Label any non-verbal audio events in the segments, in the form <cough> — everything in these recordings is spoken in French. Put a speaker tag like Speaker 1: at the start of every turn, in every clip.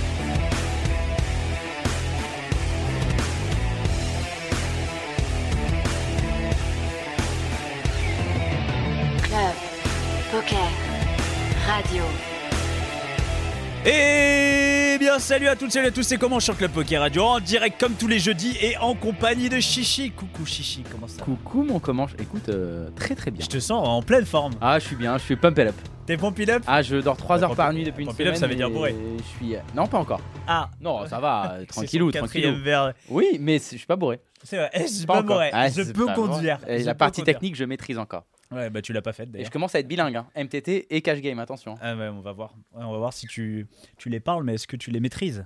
Speaker 1: Club, poker, radio.
Speaker 2: Et Eh bien salut à toutes, salut à tous, c'est comment sur Club Poker Radio en direct comme tous les jeudis et en compagnie de Chichi. Coucou Chichi, comment ça va
Speaker 3: Coucou mon comanche, écoute euh, très très bien.
Speaker 2: Je te sens en pleine forme.
Speaker 3: Ah je suis bien, je suis pumped up.
Speaker 2: T'es pompé up
Speaker 3: Ah je dors 3
Speaker 2: Bah,
Speaker 3: heures par
Speaker 2: pumped-
Speaker 3: nuit depuis une
Speaker 2: pumped up,
Speaker 3: semaine.
Speaker 2: ça veut dire
Speaker 3: et
Speaker 2: bourré.
Speaker 3: Je suis euh, non pas encore.
Speaker 2: Ah
Speaker 3: Non ça va, euh,
Speaker 2: <laughs>
Speaker 3: tranquillou,
Speaker 2: c'est son
Speaker 3: tranquillou.
Speaker 2: quatrième verre.
Speaker 3: Oui mais c'est- je suis pas bourré.
Speaker 2: C'est vrai, <laughs> eh, je suis
Speaker 3: Pas
Speaker 2: pas
Speaker 3: encore.
Speaker 2: mauvais.
Speaker 3: Ah,
Speaker 2: je
Speaker 3: c'est
Speaker 2: peux
Speaker 3: pas
Speaker 2: conduire.
Speaker 3: Et
Speaker 2: Je
Speaker 3: la
Speaker 2: peux
Speaker 3: partie
Speaker 2: conduire.
Speaker 3: technique je maîtrise encore.
Speaker 2: Ouais, bah tu l'as pas faite
Speaker 3: Et
Speaker 2: d'ailleurs.
Speaker 3: je commence à être bilingue, hein. MTT et cash game, attention.
Speaker 2: Ah, ouais, on va voir. Ouais, on va voir si tu, tu les parles, mais est-ce que tu les maîtrises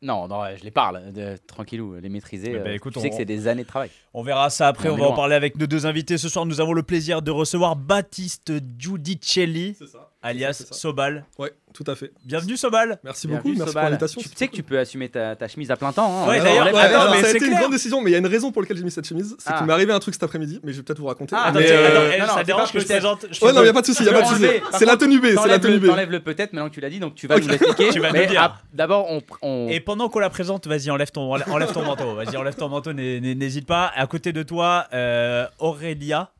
Speaker 3: Non non je les parle, euh, tranquillou, les maîtriser.
Speaker 2: Ouais, bah,
Speaker 3: euh,
Speaker 2: écoute,
Speaker 3: tu sais
Speaker 2: on-
Speaker 3: que c'est des années de travail.
Speaker 2: On verra ça après,
Speaker 3: On
Speaker 2: on,
Speaker 3: est
Speaker 2: va en
Speaker 3: loin.
Speaker 2: parler avec nos deux invités. Ce soir, nous avons le plaisir de recevoir Baptiste Giudicelli,
Speaker 4: C'est ça.
Speaker 2: alias
Speaker 4: C'est ça.
Speaker 2: Sobal.
Speaker 4: Ouais, tout à fait.
Speaker 2: Bienvenue Sobal
Speaker 4: Merci
Speaker 3: Bien
Speaker 4: beaucoup,
Speaker 3: vu,
Speaker 4: merci
Speaker 3: Sobal.
Speaker 4: pour l'invitation. Ah
Speaker 3: Tu sais que tu peux assumer ta, ta chemise à plein temps. hein.
Speaker 2: Ouais,
Speaker 3: On
Speaker 2: d'ailleurs,
Speaker 3: l'enlève
Speaker 2: ouais,
Speaker 3: pas,
Speaker 2: attends,
Speaker 3: hein.
Speaker 2: mais
Speaker 4: ça a
Speaker 2: c'est
Speaker 4: été une
Speaker 2: clair.
Speaker 4: grande décision, mais il y a une raison pour laquelle j'ai mis cette chemise, c'est
Speaker 3: Ah.
Speaker 4: qu'il m'est arrivé un truc cet après-midi, mais je vais peut-être vous raconter.
Speaker 3: Ah,
Speaker 2: Attends,
Speaker 4: mais,
Speaker 3: tiens,
Speaker 2: attends,
Speaker 4: euh,
Speaker 2: eh,
Speaker 3: non, non,
Speaker 2: ça
Speaker 3: fais pas,
Speaker 2: dérange
Speaker 3: je
Speaker 2: que je
Speaker 3: te
Speaker 2: te
Speaker 3: laisse.
Speaker 2: présente. je te
Speaker 4: Ouais, non,
Speaker 2: présente.
Speaker 4: y a pas de souci, y a
Speaker 3: peux
Speaker 4: pas de souci.
Speaker 3: enlever. Par
Speaker 4: C'est la
Speaker 3: contre,
Speaker 4: tenue B, c'est la
Speaker 3: T'enlèves
Speaker 4: tenue
Speaker 3: le,
Speaker 4: B.
Speaker 3: t'enlèves le peut-être, maintenant que tu l'as dit, donc tu vas nous l'expliquer.
Speaker 2: Tu vas nous
Speaker 3: mais
Speaker 2: dire.
Speaker 3: ah, D'abord, on, on- Ah.
Speaker 2: Et pendant qu'on la présente, vas-y, enlève ton, enlève ton manteau. Vas-y, enlève ton manteau, n'hé- n'hé- n'hésite pas. À côté de toi, euh, Aurélia,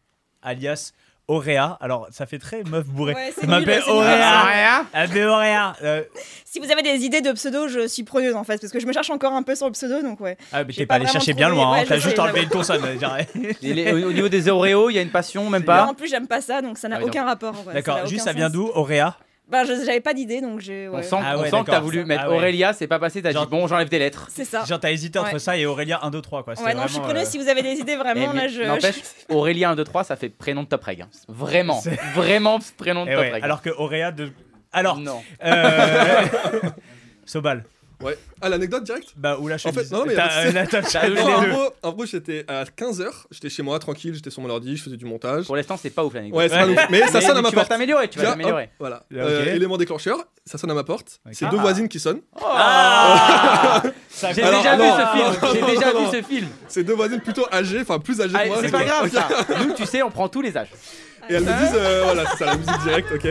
Speaker 2: alias Auréa. Alors, ça fait très meuf bourrée.
Speaker 5: Ouais, c'est
Speaker 2: Je m'appelle
Speaker 5: nul, c'est nul.
Speaker 2: Auréa. Ah, mais Auréa. euh,
Speaker 5: Si vous avez des idées de pseudo, je suis preneuse en fait, parce que je me cherche encore un peu sur le pseudo, donc ouais.
Speaker 2: ah, mais
Speaker 5: J'ai
Speaker 2: t'es pas
Speaker 5: pas
Speaker 2: allé
Speaker 5: vraiment
Speaker 2: chercher bien
Speaker 5: trouvé,
Speaker 2: loin. hein.
Speaker 5: ouais, je
Speaker 2: T'as juste
Speaker 5: sais,
Speaker 2: enlevé
Speaker 5: ouais.
Speaker 2: une consonne. genre.
Speaker 3: Et les- au au niveau des Oreos, il y a une passion, même
Speaker 5: Et
Speaker 3: pas.
Speaker 5: en plus, j'aime pas ça, donc ça n'a
Speaker 3: Ah oui,
Speaker 5: aucun rapport. en vrai, n'a
Speaker 2: D'accord,
Speaker 5: aucun
Speaker 2: juste ça
Speaker 5: sens.
Speaker 2: vient d'où Auréa
Speaker 5: Bah, je- j'avais pas d'idée, donc j'ai.
Speaker 3: On
Speaker 5: ouais.
Speaker 3: sent,
Speaker 2: Ah
Speaker 3: on
Speaker 2: ouais,
Speaker 3: sent que t'as
Speaker 2: d'accord.
Speaker 3: voulu mettre
Speaker 2: Ah ouais.
Speaker 3: Aurélia, c'est pas passé, t'as
Speaker 2: Genre-
Speaker 3: dit bon, j'enlève des lettres.
Speaker 5: C'est ça.
Speaker 2: Genre, t'as hésité entre
Speaker 5: Ouais.
Speaker 2: ça et Aurélia 1, 2, 3. Quoi. euh,
Speaker 5: Ouais, non, je suis preneuse. Si vous avez des idées,
Speaker 3: Eh,
Speaker 5: vraiment,
Speaker 3: mais
Speaker 5: là, je.
Speaker 3: N'empêche, Aurélia 1, 2, 3, ça fait prénom de top reg. hein. Vraiment,
Speaker 2: C'est-
Speaker 3: vraiment prénom de top reg.
Speaker 2: eh alors que Auréa de. Alors,
Speaker 3: non.
Speaker 2: euh,
Speaker 5: <laughs>
Speaker 2: Sobal,
Speaker 4: Ouais. Ah, l'anecdote directe
Speaker 2: bah, ou la chemise.
Speaker 4: fait, non, non, mais
Speaker 2: T'as,
Speaker 4: c'est-
Speaker 2: euh, là, t'as- t'as
Speaker 3: Non,
Speaker 2: les
Speaker 4: Non, en
Speaker 2: deux.
Speaker 4: gros, en gros, j'étais à 15h, j'étais chez moi tranquille, j'étais sur mon ordi, je faisais du montage.
Speaker 3: Pour l'instant, c'est pas ouf l'anecdote.
Speaker 4: Ouais, c'est pas
Speaker 2: Ouais.
Speaker 4: ouf. Mais ça
Speaker 3: Mais
Speaker 4: sonne à ma
Speaker 3: tu vas
Speaker 4: porte.
Speaker 3: t'améliorer, tu vas
Speaker 4: Tiens, hop,
Speaker 3: t'améliorer.
Speaker 4: Voilà.
Speaker 2: Ok.
Speaker 4: Euh, Élément déclencheur, ça sonne à ma porte.
Speaker 2: Ok.
Speaker 4: C'est
Speaker 3: Ah.
Speaker 4: deux voisines qui sonnent.
Speaker 2: Ah Ça
Speaker 3: J'ai
Speaker 2: commence.
Speaker 3: déjà
Speaker 4: Alors,
Speaker 3: vu
Speaker 4: non,
Speaker 3: ce film,
Speaker 4: non,
Speaker 2: <laughs>
Speaker 3: j'ai
Speaker 4: non,
Speaker 3: déjà
Speaker 4: non,
Speaker 3: vu
Speaker 4: non.
Speaker 3: ce film.
Speaker 4: C'est deux voisines plutôt âgées, enfin plus âgées que
Speaker 3: Allez,
Speaker 4: moi.
Speaker 3: Ah, c'est pas grave ça. Nous, tu sais, on prend tous les âges.
Speaker 4: Et elles me disent, euh, voilà, c'est ça la musique directe, ok.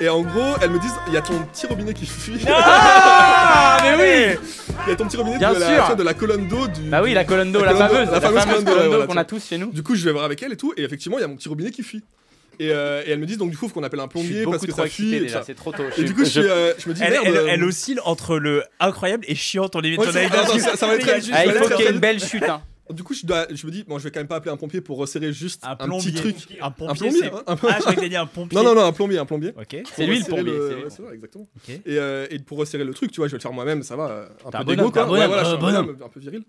Speaker 4: Et en gros, elles me disent, il y a ton petit robinet qui fuit.
Speaker 3: Ah, mais oui
Speaker 4: <laughs> Il y a ton petit robinet de
Speaker 3: Bien
Speaker 4: la,
Speaker 3: sûr.
Speaker 4: tu sais, de la colonne d'eau du.
Speaker 3: Bah oui, la colonne d'eau, la,
Speaker 4: colonne d'eau,
Speaker 3: fameuse, la fameuse colonne
Speaker 4: ouais,
Speaker 3: d'eau
Speaker 4: voilà,
Speaker 3: qu'on a tous chez nous.
Speaker 4: Du coup, je vais voir avec elle et tout, et effectivement, il y a mon petit robinet qui fuit. Et, euh, et elle me dit donc du coup faut qu'on appelle un
Speaker 3: Je suis
Speaker 4: plombier parce
Speaker 3: beaucoup
Speaker 4: que
Speaker 3: trop
Speaker 4: ça fuit.
Speaker 3: excité
Speaker 4: Et, tout
Speaker 3: déjà,
Speaker 4: ça.
Speaker 3: c'est trop tôt.
Speaker 4: Et du coup, je, suis, euh, je me dis
Speaker 2: Elle,
Speaker 4: merde.
Speaker 2: elle-
Speaker 4: euh,
Speaker 2: elle oscille entre le incroyable et chiant ton limite.
Speaker 4: Ouais,
Speaker 2: ton
Speaker 4: c'est-
Speaker 2: anecdote.
Speaker 4: attends, ça- ça va être-
Speaker 2: Il y a juste-
Speaker 3: Ah, il
Speaker 4: Je vais
Speaker 3: faut
Speaker 4: aller
Speaker 3: qu'il y ait
Speaker 4: faire
Speaker 3: une belle chute. hein.
Speaker 4: Du coup, je, dois- je me dis bon, je vais quand même pas appeler un pompier pour resserrer juste un,
Speaker 2: un plombier.
Speaker 4: petit truc.
Speaker 2: Un pompier.
Speaker 4: un plombier.
Speaker 2: c'est-
Speaker 4: hein, un-
Speaker 2: Ah, je croyais que t'as dit un pompier.
Speaker 4: Non non non, un plombier, un plombier.
Speaker 2: Ok.
Speaker 3: C'est lui le
Speaker 4: resserrer
Speaker 3: plombier. c'est
Speaker 4: ouais,
Speaker 3: lui.
Speaker 4: c'est ça, exactement.
Speaker 2: Ok.
Speaker 4: Et, euh, et pour resserrer le truc, tu vois, je vais le faire moi-même, ça va. euh, Un
Speaker 3: T'es un
Speaker 4: peu
Speaker 3: bonhomme,
Speaker 4: d'égo quoi.
Speaker 3: t'es un bonhomme,
Speaker 4: ouais, voilà, je suis
Speaker 3: euh,
Speaker 4: un bonhomme un peu viril.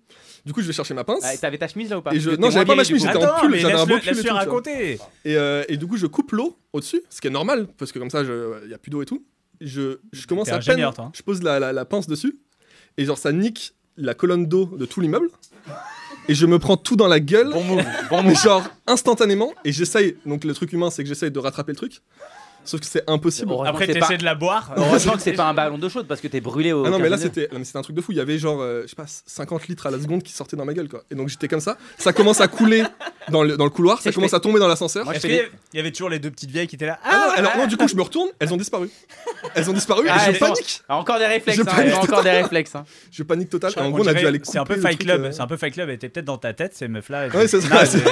Speaker 4: Du coup, je vais chercher ma pince.
Speaker 3: Ah, T'avais ta chemise là ou pas
Speaker 4: Et je-
Speaker 3: Parce que
Speaker 4: non,
Speaker 3: t'es
Speaker 4: j'avais
Speaker 3: moins
Speaker 4: pas ma
Speaker 3: viril,
Speaker 4: chemise,
Speaker 3: du coup.
Speaker 4: j'étais en pull,
Speaker 2: mais
Speaker 4: j'avais un
Speaker 2: laisse-le-
Speaker 4: beau pull et
Speaker 2: laisse-le
Speaker 4: tout, tu vois.
Speaker 2: raconter.
Speaker 4: Et, euh, et du coup, je coupe l'eau au-dessus, ce qui est normal, parce que comme ça, il n'y a plus d'eau et tout. Je, je commence
Speaker 2: T'es
Speaker 4: à peine,
Speaker 2: ingénieur, toi, hein.
Speaker 4: je pose la, la, la pince dessus, et genre ça nique la colonne d'eau de tout l'immeuble, et je me prends tout dans la gueule,
Speaker 3: Bon move, bon
Speaker 4: mais
Speaker 3: move.
Speaker 4: <laughs> genre instantanément, et j'essaye, donc le truc humain, c'est que j'essaye de rattraper le truc, sauf que c'est impossible.
Speaker 3: Heureusement
Speaker 2: Après,
Speaker 3: que c'est pas-
Speaker 2: t'essaies de la boire.
Speaker 3: Heureusement que c'est pas un ballon d'eau chaude parce que t'es brûlé au.
Speaker 4: Ah non, mais là
Speaker 3: 15
Speaker 4: c'était non, mais c'était un truc de fou, il y avait genre, euh, je sais pas, 50 litres à la seconde qui sortaient dans ma gueule, quoi. Et donc j'étais comme ça, ça commence à couler dans le, dans le couloir,
Speaker 3: C'est que
Speaker 4: ça
Speaker 3: je
Speaker 4: commence
Speaker 3: fais-
Speaker 4: à tomber dans l'ascenseur.
Speaker 3: Moi, je
Speaker 2: Est-ce
Speaker 3: fais
Speaker 2: qu'il y
Speaker 3: des-
Speaker 2: avait- il y avait toujours les deux petites vieilles qui étaient là
Speaker 4: Ah non,
Speaker 2: Ah
Speaker 4: alors non, du coup, je me retourne, elles ont disparu. Elles ont disparu
Speaker 3: Ah,
Speaker 4: et
Speaker 3: elles
Speaker 4: je
Speaker 3: sont-
Speaker 4: panique.
Speaker 3: Ah, Encore des réflexes,
Speaker 4: Je
Speaker 3: hein,
Speaker 4: panique
Speaker 3: elles ont encore des réflexes. hein.
Speaker 4: Je panique total.
Speaker 2: On
Speaker 4: en gros, on a dû
Speaker 2: dirait-
Speaker 4: aller
Speaker 2: C'est un peu
Speaker 4: couper le
Speaker 2: Fight
Speaker 4: truc,
Speaker 2: Club.
Speaker 4: euh,
Speaker 2: C'est un peu Fight Club. Elles étaient peut-être dans ta tête, ces meufs-là.
Speaker 4: Ouais, c'est ça,
Speaker 2: Non,
Speaker 4: c'est-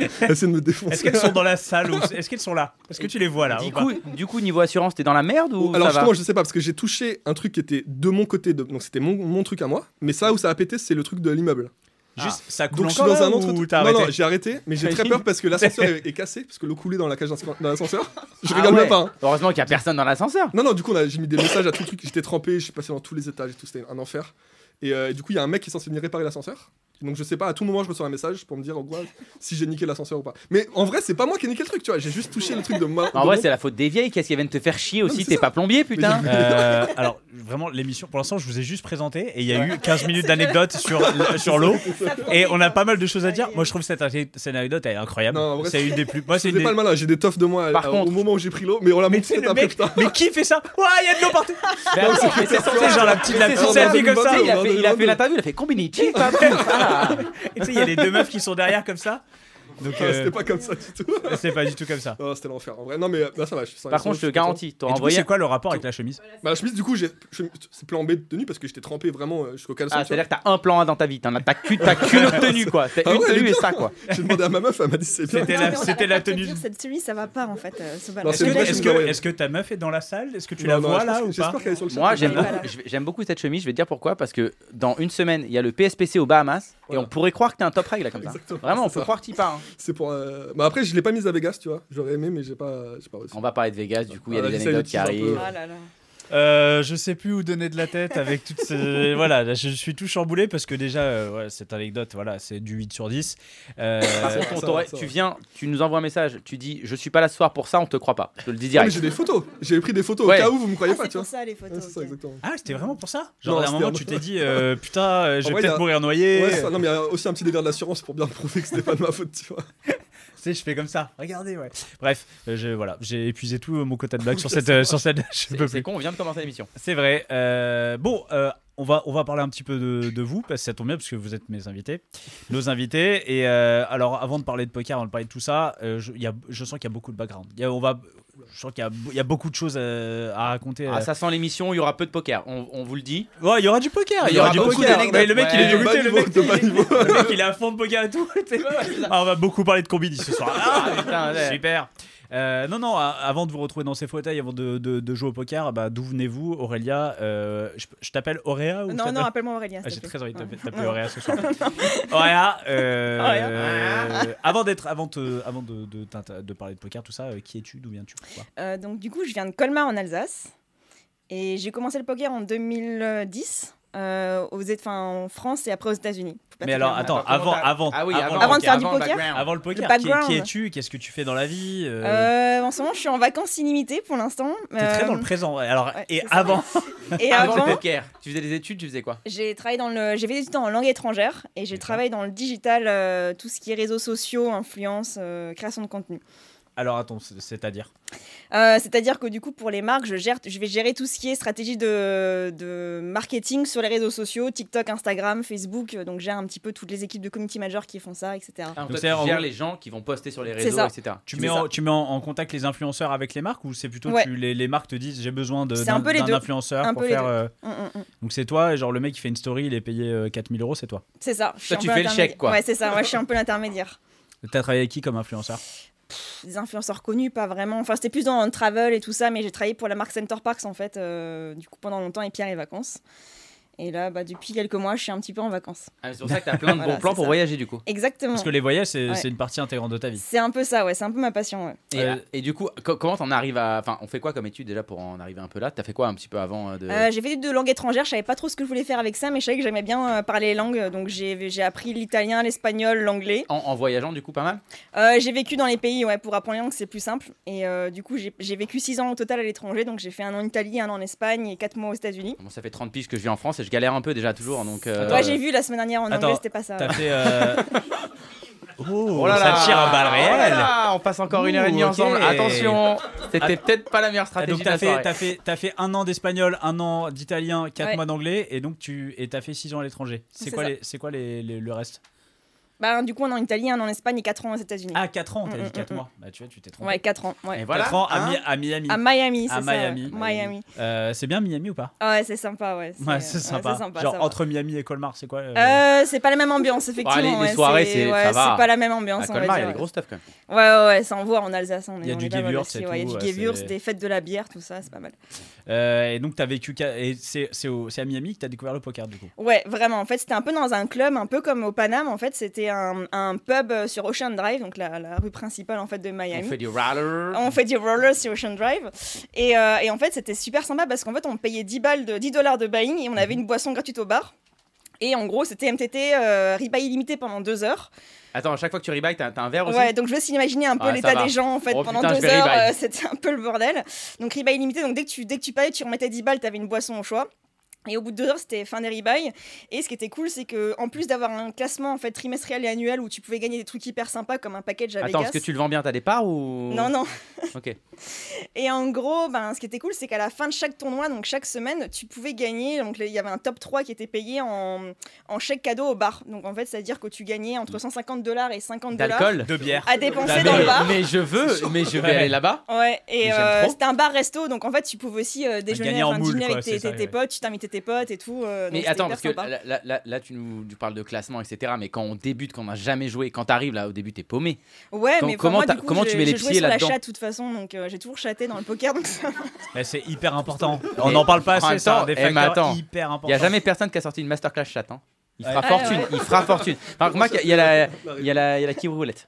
Speaker 2: elles-
Speaker 4: <laughs> Essayer de me défoncer.
Speaker 2: Est-ce qu'elles sont dans la salle ou est-ce qu'elles sont là Est-ce que tu les vois là
Speaker 3: Du
Speaker 2: ou pas
Speaker 3: coup, du coup, niveau assurance, t'es dans la merde ou
Speaker 4: Alors
Speaker 3: ça
Speaker 4: justement,
Speaker 3: va
Speaker 4: je sais pas parce que j'ai touché un truc qui était de mon côté, de... donc c'était mon, mon truc à moi. Mais ça où ça a pété, c'est le truc de l'immeuble.
Speaker 2: Juste, ça coule
Speaker 4: Donc je suis
Speaker 2: encore
Speaker 4: dans
Speaker 2: là,
Speaker 4: un autre
Speaker 2: ou
Speaker 4: truc.
Speaker 2: t'as
Speaker 4: Non, non,
Speaker 2: arrêté
Speaker 4: j'ai arrêté, mais j'ai très peur parce
Speaker 3: <laughs>
Speaker 4: que l'ascenseur est, est cassé, parce que l'eau coulait dans la cage d'asc- dans l'ascenseur. <laughs> Je
Speaker 3: Ah
Speaker 4: regarde
Speaker 3: ouais.
Speaker 4: même pas. hein.
Speaker 3: Heureusement qu'il y a personne dans l'ascenseur.
Speaker 4: Non, non, du coup, on a- j'ai mis des messages à tout le truc. J'étais trempé, je suis passé dans tous les étages et tout, c'était un enfer. Et, euh, et du coup, il y a un mec qui est censé venir réparer l'ascenseur. Donc je sais pas, à tout moment je reçois un message pour me dire en gros si j'ai niqué l'ascenseur ou pas. Mais en vrai, c'est pas moi qui ai niqué le truc, tu vois. J'ai juste touché le truc de moi.
Speaker 3: En vrai, c'est la faute des vieilles. Qu'est-ce qu'elles viennent te faire chier
Speaker 4: mais
Speaker 3: aussi
Speaker 4: c'est
Speaker 3: T'es
Speaker 4: ça.
Speaker 3: pas plombier, putain.
Speaker 2: Euh, alors vraiment l'émission pour l'instant je vous ai juste présenté et il y a eu 15 minutes d'anecdotes sur sur l'eau <laughs> et on a pas mal de choses à dire moi je trouve cette, ane- cette anecdote elle est incroyable
Speaker 4: Non, en vrai,
Speaker 2: c'est une des plus moi c'est
Speaker 4: c'est
Speaker 2: une des-
Speaker 4: pas le malin, j'ai des toffes de moi
Speaker 3: Par
Speaker 4: euh,
Speaker 3: contre-
Speaker 4: au moment où j'ai pris l'eau, mais on l'a
Speaker 2: mais
Speaker 4: monté
Speaker 2: tu sais
Speaker 4: peut-être
Speaker 2: le
Speaker 4: un peu,
Speaker 2: mec
Speaker 4: putain.
Speaker 2: mais qui fait ça ouais il y a de l'eau partout
Speaker 3: Mais attends, mais c'est
Speaker 2: tu sais genre la petite la
Speaker 3: Mais
Speaker 2: petite
Speaker 3: c'est
Speaker 2: selfie comme ça
Speaker 4: sorti.
Speaker 3: Il a fait- il a
Speaker 4: Bande de-
Speaker 3: fait l'interview, il a fait Combinichi, pas plus. Ah.
Speaker 2: Et tu sais il y a les deux meufs qui sont derrière comme ça donc
Speaker 4: Ah,
Speaker 2: euh,
Speaker 4: <laughs> C'était pas comme ça du tout.
Speaker 2: c'est pas du tout comme ça
Speaker 4: Oh, c'était l'enfer en vrai. Non, mais euh, là ça va, je suis
Speaker 3: Par contre, je te garantis,
Speaker 2: Et
Speaker 3: t'auras
Speaker 2: du coup,
Speaker 3: envoyé.
Speaker 2: c'est quoi le rapport avec la chemise
Speaker 4: Bah, la chemise, du coup, j'ai- je- c'est plan B de nuit parce que j'étais trempé vraiment euh, jusqu'au caleçon.
Speaker 3: Ah,
Speaker 4: tu vois.
Speaker 3: c'est-à-dire que t'as un plan A dans ta vie. T'en as- T'as qu'une t'as qu'une autre tenue, quoi. T'as
Speaker 4: Ah
Speaker 3: une
Speaker 4: ouais,
Speaker 3: tenue
Speaker 4: les
Speaker 3: et ça, quoi.
Speaker 4: <laughs> J'ai demandé à ma meuf, elle m'a dit c'est bien.
Speaker 2: C'était la, c'était la tenue. du-
Speaker 5: Cette celui ça va pas en fait. euh, ce bal.
Speaker 4: Non,
Speaker 2: Est-ce
Speaker 4: c'est
Speaker 2: que,
Speaker 4: une vraie
Speaker 2: est-ce
Speaker 4: chemise,
Speaker 2: que-
Speaker 4: ouais.
Speaker 2: est-ce que ta meuf est dans la salle Est-ce que tu
Speaker 4: Non,
Speaker 2: la
Speaker 4: non,
Speaker 2: vois
Speaker 4: je pense
Speaker 2: là
Speaker 4: que-
Speaker 2: ou pas
Speaker 4: J'espère qu'elle est sur le chat.
Speaker 3: Moi, j'aime
Speaker 5: Elle est pas
Speaker 3: beaucoup, je- j'aime beaucoup cette chemise. Je vais te dire pourquoi. Parce que dans une semaine, il y a le PSPC aux Bahamas et
Speaker 4: Voilà.
Speaker 3: on pourrait croire que t'es un top règle là comme ça.
Speaker 4: Exactement,
Speaker 3: Vraiment, on
Speaker 4: c'est
Speaker 3: peut
Speaker 4: ça.
Speaker 3: croire que t'y pars. hein.
Speaker 4: C'est pour. euh, Bah après, je l'ai pas mise à Vegas, tu vois. J'aurais aimé, mais j'ai pas, j'ai pas réussi.
Speaker 3: On va parler de Vegas. Du coup, il y a
Speaker 4: Ah,
Speaker 3: des
Speaker 4: j'essaie
Speaker 3: anecdotes
Speaker 4: de
Speaker 3: qui
Speaker 4: teaser un peu.
Speaker 3: arrivent.
Speaker 5: Ah là là.
Speaker 2: Euh, je sais plus où donner de la tête avec toutes
Speaker 4: <laughs>
Speaker 2: ces. voilà, là, je suis tout chamboulé parce que déjà, euh, ouais, cette anecdote, voilà, c'est du 8 sur 10. Euh,
Speaker 3: Par contre, on
Speaker 4: ça
Speaker 3: t'aurait-
Speaker 4: va, ça
Speaker 3: tu
Speaker 4: va.
Speaker 3: viens, tu nous envoies un message, tu dis je suis pas là ce soir pour ça, on te croit pas. Je te le dis
Speaker 4: Ah, mais
Speaker 3: direct.
Speaker 4: j'ai des photos. J'ai pris des photos
Speaker 3: Ouais.
Speaker 4: au cas où vous me
Speaker 5: Ah,
Speaker 4: croyez pas,
Speaker 5: c'est
Speaker 4: tu
Speaker 5: pour
Speaker 4: vois.
Speaker 5: ça les
Speaker 4: Ouais,
Speaker 5: photos.
Speaker 4: c'est ça,
Speaker 5: ok.
Speaker 4: exactement.
Speaker 2: ah, c'était vraiment pour ça Genre,
Speaker 4: Non,
Speaker 2: à un
Speaker 4: c'était
Speaker 2: moment,
Speaker 4: un-
Speaker 2: tu t'es dit, euh, putain, euh, je
Speaker 4: En
Speaker 2: vais
Speaker 4: vrai, il
Speaker 2: peut-être
Speaker 4: a-
Speaker 2: mourir noyé.
Speaker 4: Ouais, c'est ça. Non, mais il y a aussi un petit délire de l'assurance pour bien prouver que c'était pas de ma faute, tu vois.
Speaker 2: Tu sais, je fais comme ça. Regardez, ouais. Bref, euh, je, voilà, j'ai épuisé tout euh, mon quota de blagues sur cette. euh, sur cette <laughs> je peux
Speaker 3: C'est
Speaker 2: plus.
Speaker 3: c'est con, on vient de commencer l'émission.
Speaker 2: C'est vrai. Euh, bon, euh, on, va, on va parler un petit peu de, de vous, parce que ça tombe bien, parce que vous êtes mes invités, nos invités. Et euh, alors, avant de parler de poker, avant de parler de tout ça, euh, je, il y a- je sens qu'il y a beaucoup de background. Il y a- on va, je sens qu'il y a, il y a beaucoup de choses euh, à, raconter.
Speaker 3: Ah, ça sent l'émission, il y aura peu de poker. On, on vous le dit.
Speaker 2: Ouais, il y aura du poker, Ah, il y, aura, du
Speaker 3: beaucoup
Speaker 2: poker.
Speaker 3: d'anecdotes.
Speaker 2: Mais le mec, il est
Speaker 3: Ouais.
Speaker 2: dégoûté, le
Speaker 4: bah, niveau,
Speaker 2: mec.
Speaker 4: de bas niveau.
Speaker 2: Le <laughs> mec, il est à fond de poker et tout. <laughs> t'es- Ah, on va beaucoup parler de combini ce soir. Ah,
Speaker 3: putain, ouais.
Speaker 2: <laughs> Super. Euh, non, non, a- avant de vous retrouver dans ces fauteuils, avant de, de- de jouer au poker, bah, d'où venez-vous, Aurélia Euh, Je, je t'appelle Auréa ou je
Speaker 5: Non,
Speaker 2: t'appelle-
Speaker 5: non, appelle-moi Aurélien.
Speaker 2: Ah,
Speaker 5: s'il
Speaker 2: J'ai
Speaker 5: te
Speaker 2: très
Speaker 5: plaît.
Speaker 2: envie de t'appeler-
Speaker 5: Ouais.
Speaker 2: t'appeler Auréa ce
Speaker 5: <laughs>
Speaker 2: soir. Auréa, euh,
Speaker 5: Auréa.
Speaker 2: euh, avant d'être, avant, te- avant de, de, t'int- de parler de poker, tout ça, euh, qui es-tu, d'où viens-tu pourquoi
Speaker 5: Euh, donc du coup, je viens de Colmar en Alsace et j'ai commencé le poker en 2010 euh, aux Éta- enfin, en France et après aux États-Unis. Faut pas
Speaker 2: Mais
Speaker 5: te
Speaker 2: alors,
Speaker 5: faire mal.
Speaker 2: attends, avant, avant,
Speaker 3: ah oui,
Speaker 2: avant,
Speaker 3: avant,
Speaker 5: Avant de
Speaker 3: ok,
Speaker 5: faire du
Speaker 3: le
Speaker 5: poker
Speaker 3: background.
Speaker 2: avant le poker,
Speaker 5: Le
Speaker 2: qui- qui,
Speaker 5: background.
Speaker 2: es-tu Qu'est-ce que tu fais dans la vie euh,
Speaker 5: Euh, en ce moment, je suis en vacances illimitées pour l'instant.
Speaker 2: T'es très
Speaker 5: Euh,
Speaker 2: dans le Ah, présent. ouais. Alors,
Speaker 5: ouais,
Speaker 2: et
Speaker 5: c'est ça.
Speaker 2: avant, <laughs>
Speaker 5: Et
Speaker 3: Avant le
Speaker 5: avant,
Speaker 3: poker. Tu faisais des études, tu faisais quoi
Speaker 5: j'ai travaillé dans le, j'ai fait des études en langue étrangère et j'ai
Speaker 2: D'accord.
Speaker 5: travaillé dans le digital, euh, tout ce qui est réseaux sociaux, influence, euh, création de contenu.
Speaker 2: alors attends, c'est- c'est-à-dire
Speaker 5: Euh, c'est-à-dire que du coup, pour les marques, je, gère, je vais gérer tout ce qui est stratégie de, de marketing sur les réseaux sociaux, TikTok, Instagram, Facebook. euh, Donc, je gère un petit peu toutes les équipes de community manager qui font ça, etc.
Speaker 3: Ah,
Speaker 2: Donc,
Speaker 3: toi, tu
Speaker 2: c'est en
Speaker 3: gères
Speaker 2: gros-
Speaker 3: les gens qui vont poster sur les
Speaker 5: C'est
Speaker 3: réseaux,
Speaker 5: ça.
Speaker 3: etc.
Speaker 2: tu
Speaker 5: C'est
Speaker 2: mets, en,
Speaker 5: ça.
Speaker 2: tu mets en, en contact les influenceurs avec les marques ou c'est plutôt
Speaker 5: Ouais.
Speaker 2: tu, les, les marques te disent j'ai besoin de-
Speaker 5: C'est
Speaker 2: d'un
Speaker 5: un peu les
Speaker 2: d'un
Speaker 5: deux.
Speaker 2: influenceur
Speaker 5: Un
Speaker 2: pour
Speaker 5: peu les
Speaker 2: faire.
Speaker 5: deux.
Speaker 2: euh,
Speaker 5: Hum, hum, hum.
Speaker 2: donc c'est toi, et genre le mec qui fait une story, il est payé euh, 4000 euros, c'est toi.
Speaker 5: C'est ça. je suis
Speaker 3: Toi,
Speaker 5: un
Speaker 3: tu
Speaker 5: peu
Speaker 3: fais le
Speaker 5: l'intermédiaire.
Speaker 3: chèque, quoi.
Speaker 5: Ouais, c'est ça. Moi, je suis un peu l'intermédiaire.
Speaker 2: T'as travaillé avec qui comme influenceur
Speaker 5: Pff, Des influenceurs connus, pas vraiment. Enfin, c'était plus dans le travel et tout ça, mais j'ai travaillé pour la marque Center Parks, en fait, euh, du coup, pendant longtemps, et Pierre et vacances. Et là, bah, depuis quelques mois, je suis un petit peu en vacances.
Speaker 3: Ah, <laughs> c'est pour ça que t'as plein de
Speaker 5: Voilà,
Speaker 3: bons plans
Speaker 5: c'est
Speaker 3: pour
Speaker 5: ça.
Speaker 3: voyager du coup.
Speaker 5: Exactement.
Speaker 2: Parce que les voyages, c'est
Speaker 5: Ouais.
Speaker 2: c'est une partie intégrante de ta vie.
Speaker 5: C'est un peu ça, ouais. C'est un peu ma passion, ouais.
Speaker 3: Et,
Speaker 2: Euh,
Speaker 3: et du coup, co- comment t'en arrives à. Enfin, on fait quoi comme étude déjà pour en arriver un peu là T'as fait quoi un petit peu avant euh, de.
Speaker 5: Euh, j'ai fait des études de langue étrangère, je savais pas trop ce que je voulais faire avec ça, mais je savais que j'aimais bien euh, parler les langues, donc j'ai j'ai appris l'italien, l'espagnol, l'anglais.
Speaker 3: En, en voyageant du coup pas mal
Speaker 5: Euh, j'ai vécu dans les pays, ouais, pour apprendre les langues c'est plus simple, et euh, du coup j'ai j'ai vécu 6 ans au total à l'étranger, donc j'ai fait un an en Italie, un an en Espagne et 4 mois aux États-Unis.
Speaker 3: Bon, ça fait 30 piges que je vis en France et je galère un peu déjà toujours donc. euh,
Speaker 2: Attends,
Speaker 5: ouais, j'ai vu la semaine dernière en anglais,
Speaker 2: attends,
Speaker 5: c'était pas ça.
Speaker 2: T'as fait. euh,
Speaker 5: <laughs>
Speaker 2: Oh,
Speaker 3: Oh là là
Speaker 2: ça tire à balles
Speaker 3: Oh là
Speaker 2: réelles
Speaker 3: là, on passe encore une heure et demie
Speaker 2: Ouh, ok.
Speaker 3: ensemble. Attention, c'était peut-être pas la meilleure
Speaker 2: Ah,
Speaker 3: stratégie
Speaker 2: donc
Speaker 3: de
Speaker 2: t'as
Speaker 3: la
Speaker 2: fait,
Speaker 3: soirée.
Speaker 2: t'as fait, t'as fait un an d'espagnol, un an d'italien, quatre
Speaker 5: Ouais.
Speaker 2: mois d'anglais, et donc tu et t'as fait six ans à l'étranger. C'est
Speaker 5: C'est
Speaker 2: quoi
Speaker 5: ça.
Speaker 2: les, c'est quoi les, les- le reste
Speaker 5: Bah, du coup, un an en Italie, un an en Espagne et 4 ans aux États-Unis.
Speaker 2: Ah, 4 ans, t'as
Speaker 5: Mm,
Speaker 2: dit
Speaker 5: mm,
Speaker 2: 4
Speaker 5: mm.
Speaker 2: mois. Bah, tu vois, tu t'es trompé.
Speaker 5: Ouais, 4 ans. Ouais.
Speaker 6: Et voilà.
Speaker 2: 4 ans à,
Speaker 6: hein.
Speaker 2: Mi- à Miami.
Speaker 5: À Miami, c'est
Speaker 2: À
Speaker 5: ça.
Speaker 2: Miami.
Speaker 5: ouais. Miami.
Speaker 2: Euh, c'est bien Miami ou pas
Speaker 5: Ah Ouais, c'est sympa, ouais.
Speaker 2: Ouais, c'est
Speaker 6: euh,
Speaker 2: sympa. Genre
Speaker 5: ça va.
Speaker 2: entre Miami et Colmar, c'est quoi euh,
Speaker 5: Euh, c'est pas la même ambiance, effectivement.
Speaker 6: les- les
Speaker 5: ouais,
Speaker 6: soirées, c'est-
Speaker 5: ouais,
Speaker 6: ça va.
Speaker 5: c'est pas la même
Speaker 6: À
Speaker 5: ambiance.
Speaker 3: Ah,
Speaker 5: on va
Speaker 6: Colmar, il y a
Speaker 5: dire,
Speaker 6: des
Speaker 5: ouais.
Speaker 6: gros stuff quand même.
Speaker 5: Ouais, ouais, ouais, ça envoie en Alsace. on est-
Speaker 2: Il y a
Speaker 5: on
Speaker 2: du
Speaker 5: est pas mal
Speaker 2: Gewürz
Speaker 5: aussi,
Speaker 2: et
Speaker 5: ouais, Il y
Speaker 2: tout,
Speaker 5: a
Speaker 2: ouais,
Speaker 5: du Gewürz,
Speaker 2: c'est-
Speaker 5: des fêtes de la bière, tout ça, c'est pas mal.
Speaker 2: euh, et donc, t'as vécu. qu'à- Et c'est c'est au- c'est à Miami que t'as découvert le poker, du coup.
Speaker 5: Ouais, vraiment. En fait, c'était un peu dans un club, un peu comme au Paname. En fait, c'était un, un pub euh, sur Ocean Drive, donc la, la rue principale en fait de
Speaker 6: On
Speaker 5: Miami.
Speaker 6: fait du rattler.
Speaker 5: On fait du roller sur Ocean Drive. Et, euh, et en fait, c'était super sympa parce qu'en fait, on payait 10 balles de 10 dollars de buying et on avait
Speaker 2: Mhm.
Speaker 5: une boisson gratuite au bar. Et en gros, c'était MTT euh, rebuy illimité pendant deux heures.
Speaker 6: Attends, à chaque fois que tu rebuy, t'as t'as un verre aussi
Speaker 5: Ouais, donc je vais imaginer un peu
Speaker 6: Ouais, ça
Speaker 5: l'état
Speaker 6: va.
Speaker 5: des gens en fait
Speaker 6: Oh,
Speaker 5: pendant
Speaker 6: putain, je
Speaker 5: deux
Speaker 6: vais
Speaker 5: heures.
Speaker 6: rebuy.
Speaker 5: euh, c'était un peu le bordel. Donc rebuy illimité. Donc dès que tu dès que tu payais, tu remettais 10 balles, t'avais une boisson au choix. Et au bout de deux heures, c'était fin des rebuy. Et ce qui était cool, c'est que en plus d'avoir un classement en fait trimestriel et annuel où tu pouvais gagner des trucs hyper sympas comme un package
Speaker 6: Attends,
Speaker 5: à Vegas.
Speaker 6: est-ce que tu le vends bien T'as des parts ou
Speaker 5: Non, non,
Speaker 6: Ok.
Speaker 5: Et en gros, ben, ce qui était cool, c'est qu'à la fin de chaque tournoi, donc chaque semaine, tu pouvais gagner. Donc il y avait un top 3 qui était payé en, en chèque cadeau au bar. Donc en fait, c'est-à-dire que tu gagnais entre 150 dollars et 50 dollars
Speaker 6: Mm. D'alcool
Speaker 2: De bière.
Speaker 5: à
Speaker 6: Bah,
Speaker 5: dépenser dans
Speaker 6: mais,
Speaker 5: le bar.
Speaker 6: mais je
Speaker 5: <laughs>
Speaker 6: veux, mais je vais
Speaker 2: Ouais.
Speaker 6: aller là-bas.
Speaker 5: Ouais,
Speaker 6: Mais
Speaker 5: et
Speaker 6: j'aime
Speaker 5: euh,
Speaker 6: trop.
Speaker 5: c'était un bar-resto, donc en fait tu pouvais aussi euh, déjeuner,
Speaker 2: Gagner en
Speaker 5: enfin,
Speaker 2: moule,
Speaker 5: dîner
Speaker 2: quoi,
Speaker 5: avec tes,
Speaker 2: c'est ça,
Speaker 5: tes- tes
Speaker 2: ouais.
Speaker 5: potes, tu t'invitais tes potes et tout. euh, donc
Speaker 6: Mais
Speaker 5: c'était
Speaker 6: attends,
Speaker 5: hyper
Speaker 6: parce que
Speaker 5: sympa.
Speaker 6: là, là- là- là, tu nous tu parles de classement, etc. Mais quand on débute, quand on n'a jamais joué, quand t'arrives là, au début, t'es paumé.
Speaker 5: Ouais,
Speaker 6: Com-
Speaker 5: mais enfin,
Speaker 6: comment
Speaker 5: moi,
Speaker 6: t'as-
Speaker 5: du coup,
Speaker 6: comment tu
Speaker 5: j'ai-
Speaker 6: mets les
Speaker 5: j'ai joué
Speaker 6: pieds
Speaker 5: sur la
Speaker 6: là-dedans
Speaker 5: chatte de toute façon, donc euh, j'ai toujours chatté dans le poker. Donc ça-
Speaker 2: Mais Eh, c'est hyper important. On n'en parle pas
Speaker 6: Ah. en
Speaker 2: assez,
Speaker 6: même
Speaker 2: ça.
Speaker 6: temps,
Speaker 2: des
Speaker 6: eh, mais
Speaker 2: facteurs
Speaker 6: attends.
Speaker 2: hyper importants.
Speaker 6: Il n'y a jamais personne qui a sorti une masterclass chat. Hein. Il fera
Speaker 2: Ouais.
Speaker 6: fortune,
Speaker 5: Ouais, ouais.
Speaker 6: il fera
Speaker 2: <laughs>
Speaker 6: fortune. Par contre, moi, il y a la, il y a la, il y a la Kib roulette.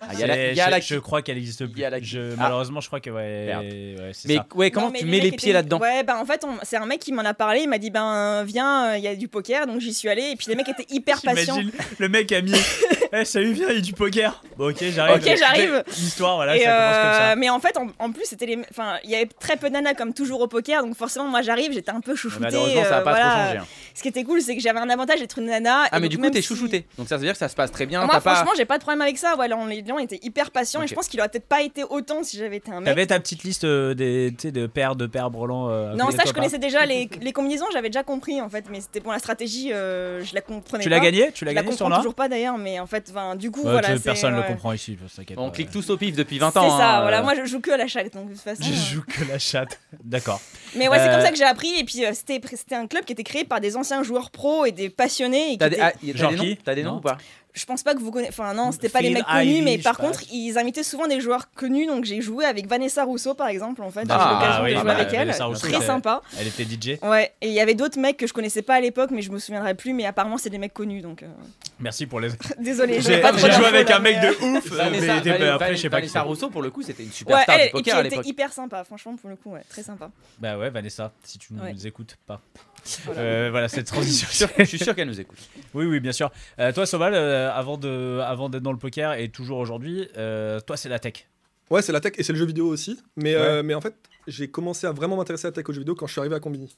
Speaker 6: Ah, Il y a la,
Speaker 2: C'est-
Speaker 6: il y a
Speaker 2: je,
Speaker 6: la
Speaker 2: je crois qu'elle existe
Speaker 6: il
Speaker 2: plus.
Speaker 6: y a la-
Speaker 2: Je-
Speaker 6: Ah.
Speaker 2: Malheureusement, je crois que
Speaker 6: Merde.
Speaker 2: ouais, ouais c'est
Speaker 6: Mais
Speaker 2: ça.
Speaker 6: ouais, comment
Speaker 5: Non, mais
Speaker 6: tu
Speaker 5: le
Speaker 6: mets les
Speaker 5: mec était-
Speaker 6: pieds là-dedans
Speaker 5: Ouais, bah en fait, on- c'est un mec qui m'en a parlé. Il m'a dit, ben viens, euh, il y a du poker. Donc j'y suis allée. Et puis les mecs étaient hyper patients.
Speaker 2: J'imagine le mec a mis
Speaker 6: <laughs>
Speaker 2: Eh salut viens, il y a du poker. Bon OK, j'arrive.
Speaker 5: Ok, j'arrive.
Speaker 2: L'histoire voilà,
Speaker 5: Et,
Speaker 2: ça commence comme ça.
Speaker 5: euh, mais en fait, en, en plus, c'était les, enfin, il y avait très peu de nanas comme toujours au poker, donc forcément, moi, j'arrive, j'étais un peu chouchoutée.
Speaker 6: Ah, Malheureusement, ça
Speaker 5: euh,
Speaker 6: n'a pas
Speaker 5: voilà.
Speaker 6: trop changé. hein.
Speaker 5: Ce qui était cool, c'est que j'avais un avantage d'être une nana. et
Speaker 6: Ah, mais
Speaker 5: donc
Speaker 6: du coup,
Speaker 5: même
Speaker 6: t'es
Speaker 5: si-
Speaker 6: chouchouté. Donc ça veut dire que ça se passe très
Speaker 2: Hein,
Speaker 6: bien.
Speaker 5: Moi,
Speaker 6: t'as pas-
Speaker 5: franchement, j'ai pas de problème avec ça. Ouais, là, on- les gens étaient hyper patients et
Speaker 6: Ok.
Speaker 5: je pense qu'il aurait peut-être pas été autant si j'avais été un mec.
Speaker 2: T'avais ta petite liste euh, des tu sais, de paires de paires brelants euh, à
Speaker 5: Non,
Speaker 2: côté
Speaker 5: ça,
Speaker 2: de
Speaker 5: je
Speaker 2: toi,
Speaker 5: connaissais déjà les, <laughs> les combinaisons, j'avais déjà compris en fait, mais c'était pour la stratégie, euh, je la
Speaker 2: pas.
Speaker 5: comprenais
Speaker 2: Tu
Speaker 5: pas.
Speaker 2: l'as gagné Tu
Speaker 5: Je
Speaker 2: l'as
Speaker 5: la
Speaker 2: gagné sur là
Speaker 5: comprends toujours pas d'ailleurs, mais en fait, enfin, du coup,
Speaker 2: Ouais,
Speaker 5: voilà.
Speaker 2: tu-
Speaker 5: c'est- euh,
Speaker 2: Personne ne
Speaker 5: ouais.
Speaker 2: le comprend ici, t'inquiète.
Speaker 6: Bon, on
Speaker 2: pas,
Speaker 6: clique
Speaker 2: ouais.
Speaker 6: tous au pif depuis
Speaker 5: C'est
Speaker 6: 20 ans.
Speaker 5: ça,
Speaker 6: hein,
Speaker 5: voilà.
Speaker 6: euh,
Speaker 5: Moi, je joue que à la chatte, donc de toute façon.
Speaker 2: Je
Speaker 5: euh.
Speaker 2: joue que la chatte. <laughs> D'accord.
Speaker 5: Mais ouais, c'est
Speaker 2: Euh,
Speaker 5: comme ça que j'ai appris. Et puis, euh, c'était c'était un club qui était créé par des anciens joueurs pros et des passionnés. Et qui
Speaker 6: T'as des,
Speaker 5: étaient-
Speaker 6: ah, y a- t'as
Speaker 2: Genre
Speaker 6: des noms
Speaker 2: qui
Speaker 6: T'as des noms
Speaker 2: Non.
Speaker 6: ou pas
Speaker 5: Je pense pas que vous connaissez. Enfin, non, c'était pas les
Speaker 2: Mmh, Phil
Speaker 5: mecs connus,
Speaker 2: Ivey,
Speaker 5: mais
Speaker 2: je
Speaker 5: par
Speaker 2: sais pas.
Speaker 5: contre, ils invitaient souvent des joueurs connus. Donc, j'ai joué avec Vanessa Rousseau, par exemple, en fait. J'ai eu
Speaker 6: Ah,
Speaker 5: l'occasion
Speaker 6: oui,
Speaker 5: de jouer
Speaker 6: bah,
Speaker 5: avec elle.
Speaker 2: Vanessa Rousseau,
Speaker 5: Très
Speaker 2: c'est-
Speaker 5: sympa.
Speaker 2: Elle était DJ.
Speaker 5: Ouais, et il y avait d'autres mecs que je connaissais pas à l'époque, mais je me souviendrai plus. Mais apparemment, c'est des mecs connus, donc euh, <laughs>
Speaker 2: Merci pour les
Speaker 5: désolé.
Speaker 2: J'ai
Speaker 5: pas trop
Speaker 2: j'ai joué
Speaker 5: d'infos,
Speaker 2: avec
Speaker 5: là,
Speaker 2: un mec
Speaker 5: mais, euh,
Speaker 2: de ouf, euh, mais
Speaker 6: Vanessa-
Speaker 2: t'es-
Speaker 6: Vanessa-
Speaker 2: après je sais pas qui.
Speaker 6: Vanessa Rousseau, pour le coup, c'était une super
Speaker 5: Ouais,
Speaker 6: star
Speaker 5: elle,
Speaker 6: du
Speaker 5: et puis
Speaker 6: poker à
Speaker 5: elle était
Speaker 6: l'époque.
Speaker 5: hyper sympa, franchement, pour le coup, ouais, très sympa.
Speaker 2: Bah ouais, Vanessa, si tu nous
Speaker 5: Ouais.
Speaker 2: écoutes pas.
Speaker 5: <laughs> Voilà.
Speaker 2: Euh, voilà
Speaker 5: <laughs>
Speaker 2: cette transition.
Speaker 6: Je suis sûr qu'elle nous écoute.
Speaker 2: <laughs> Oui, oui, bien sûr. Euh, toi, Sobal, euh, avant de, avant d'être dans le poker et toujours aujourd'hui, euh, toi, c'est la tech.
Speaker 4: Ouais, c'est la tech et c'est le jeu vidéo aussi. Mais,
Speaker 2: Ouais.
Speaker 4: euh, mais en fait, j'ai commencé à vraiment m'intéresser à la tech aux jeux vidéo quand je suis arrivé à Combini.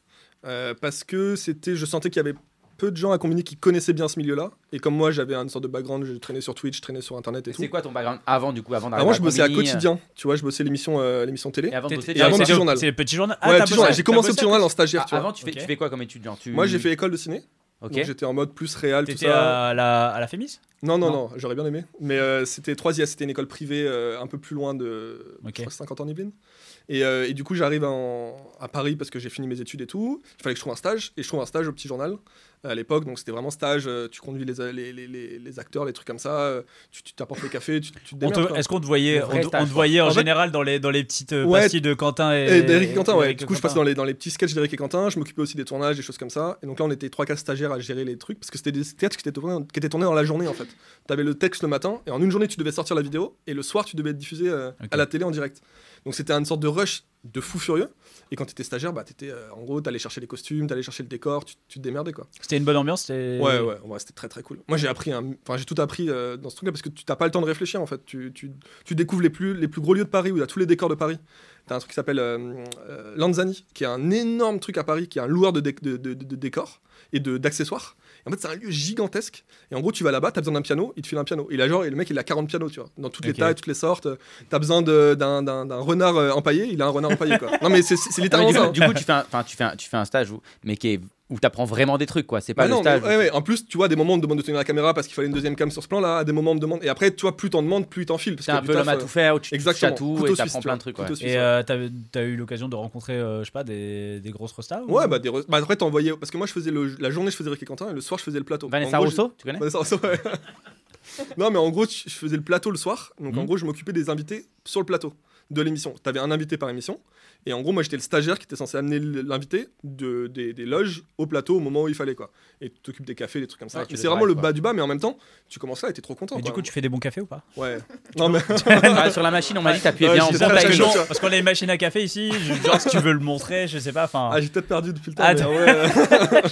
Speaker 4: Euh, parce que c'était, je sentais qu'il y avait peu de gens à Combini qui connaissaient bien ce milieu-là. Et comme moi, j'avais une sorte de background, j'ai traîné sur Twitch, je traînais sur Internet et tout.
Speaker 6: C'est quoi ton background avant du coup avant d'arriver
Speaker 4: Avant, je bossais à
Speaker 6: Combini, euh,
Speaker 4: quotidien. Tu vois, je bossais l'émission euh, l'émission télé.
Speaker 6: Et avant de
Speaker 2: T'es-
Speaker 6: bosser
Speaker 4: et avant
Speaker 2: c'est
Speaker 4: Petit
Speaker 2: le-
Speaker 4: Journal.
Speaker 2: C'est le petit journal. Ah,
Speaker 4: ouais,
Speaker 2: t'as
Speaker 4: petit
Speaker 2: bossé-
Speaker 4: journal.
Speaker 2: t'as
Speaker 4: J'ai commencé au
Speaker 2: bossé
Speaker 4: petit
Speaker 2: à ah
Speaker 4: journal en
Speaker 6: Ah,
Speaker 4: stagiaire. tu vois.
Speaker 6: avant, tu fais,
Speaker 2: Ok.
Speaker 6: tu fais quoi comme étude genre, tu...
Speaker 4: Moi, j'ai fait école de ciné.
Speaker 6: Ok.
Speaker 4: Donc j'étais en mode plus réel, tout
Speaker 2: T'étais
Speaker 4: ça.
Speaker 2: à la, à la Fémis
Speaker 4: Non, non,
Speaker 2: non.
Speaker 4: non, j'aurais bien aimé. Mais euh, c'était 3 c'était une école privée euh, un peu plus loin de
Speaker 2: Ok.
Speaker 4: je crois, 50 ans Yvelines. Et, euh, et du coup, j'arrive en- à Paris parce que j'ai fini mes études et tout. Il fallait que je trouve un stage. Et je trouve un stage au petit journal à l'époque. Donc c'était vraiment stage. euh, tu conduis les, les, les- les- les acteurs, les trucs comme ça. euh, tu tu t'apportes le café, tu, tu te
Speaker 2: On te-
Speaker 4: démerdes. quoi.
Speaker 2: Est-ce qu'on te voyait,
Speaker 6: Le
Speaker 2: on,
Speaker 6: vrai
Speaker 2: te- on
Speaker 6: stage,
Speaker 2: te voyait en,
Speaker 4: En fait-
Speaker 2: général dans les, dans les petites euh,
Speaker 4: Ouais.
Speaker 2: pastilles de Quentin et,
Speaker 4: Et d'Éric et Quentin, ouais.
Speaker 2: d'Éric
Speaker 4: Du coup, je
Speaker 2: Quentin.
Speaker 4: passais dans les, dans les petits sketchs d'Éric et Quentin. Je m'occupais aussi des tournages, des choses comme ça. Et donc là, on était 3-4 stagiaires à gérer les trucs parce que c'était des sketchs qui étaient tournés, qui étaient tournés dans la journée en fait. T'avais le texte le matin et en une journée, tu devais sortir la vidéo et le soir, tu devais être diffusé euh,
Speaker 2: Ok.
Speaker 4: à la télé en direct. Donc c'était une sorte de rush de fou furieux. Et quand t'étais stagiaire, bah t'étais euh, en gros, t'allais chercher les costumes, t'allais chercher le décor, tu, tu te démerdais quoi.
Speaker 2: C'était une bonne ambiance. c'était-
Speaker 4: Ouais, ouais, ouais, c'était très très cool. Moi j'ai appris, un- enfin j'ai tout appris euh, dans ce truc-là parce que tu t'as pas le temps de réfléchir en fait. Tu, tu, tu découvres les plus, les plus gros lieux de Paris où il y a tous les décors de Paris. T'as un truc qui s'appelle euh, euh, Lanzani, qui est un énorme truc à Paris, qui est un loueur de, dé- de, de- de- de décors et de- d'accessoires. Et en fait, c'est un lieu gigantesque. Et en gros, tu vas là-bas, t'as besoin d'un piano, il te file un piano. Et là, genre, et le mec, il a 40 pianos, tu vois, dans toutes
Speaker 2: Ok.
Speaker 4: les tailles, toutes les sortes. T'as besoin de- d'un d'un- d'un renard euh, empaillé, il a un renard empaillé, quoi. Non, mais c'est c'est- c'est
Speaker 3: Ah,
Speaker 6: Non, mais
Speaker 4: littéralement
Speaker 6: du,
Speaker 4: ça.
Speaker 6: coup, du coup, tu fais un, enfin, tu fais un, tu fais un stage où, mais qui est où t'apprends vraiment des trucs, quoi. C'est pas
Speaker 4: Bah
Speaker 6: le
Speaker 4: non,
Speaker 6: stage.
Speaker 4: mais- ouais, ouais. En plus, tu vois, des moments on te demande de tenir la caméra parce qu'il fallait une deuxième cam sur ce plan-là. À des moments on te demande. Et après, tu vois, plus t'en demandes, plus il t'enfile. parce
Speaker 6: T'es
Speaker 4: que
Speaker 6: un
Speaker 4: du
Speaker 6: peu
Speaker 4: taf,
Speaker 6: l'homme à
Speaker 4: euh,
Speaker 6: tout faire, où tu touches à
Speaker 4: Exactement.
Speaker 6: tout
Speaker 4: Couteau
Speaker 6: et t'apprends
Speaker 4: suisse,
Speaker 6: plein de
Speaker 4: tu
Speaker 6: trucs.
Speaker 4: vois.
Speaker 6: ouais.
Speaker 4: Couteau suisse,
Speaker 2: Et
Speaker 4: ouais.
Speaker 2: euh, t'as t'as eu l'occasion de rencontrer, euh, je sais pas, des, des grosses restas ou-
Speaker 4: Ouais, bah, des re- bah après, t'envoyais. Parce que moi, je faisais le... la journée, je faisais Rick et Quentin, et le soir, je faisais le plateau.
Speaker 6: Vanessa
Speaker 4: En gros,
Speaker 6: Rousseau, tu connais
Speaker 4: je- Vanessa Rousseau, <laughs> ouais. non, mais en gros, je je faisais le plateau le soir. Donc, en
Speaker 2: Mhm.
Speaker 4: gros, je m'occupais des invités sur le plateau de l'émission. T'avais un invité par émission. Et en gros, moi, j'étais le stagiaire qui était censé amener l- l'invité de... des... des loges au plateau au moment où il fallait, quoi. Et tu t'occupes des cafés, des trucs comme ça.
Speaker 6: Ouais, tu
Speaker 4: Et
Speaker 6: les
Speaker 4: c'est vraiment le
Speaker 6: drives,
Speaker 4: bas du bas, mais en même temps, tu commences là et t'es trop content.
Speaker 2: Et du
Speaker 4: quoi.
Speaker 2: coup, tu fais des bons cafés ou pas <laughs>
Speaker 4: Ouais. non, mais.
Speaker 6: Ah, Sur la machine, on m'a dit que t'appuyais
Speaker 4: Ouais,
Speaker 6: bien en
Speaker 4: j'ai
Speaker 6: boucle
Speaker 4: ça,
Speaker 6: avec
Speaker 4: j'ai
Speaker 6: le
Speaker 4: ça.
Speaker 6: nom.
Speaker 2: Genre, parce qu'on a les machines à café ici, je- genre si tu veux le montrer, je sais pas, enfin.
Speaker 4: Ah, j'ai peut-être perdu depuis le temps.
Speaker 2: Ah,
Speaker 4: mais en vrai, euh,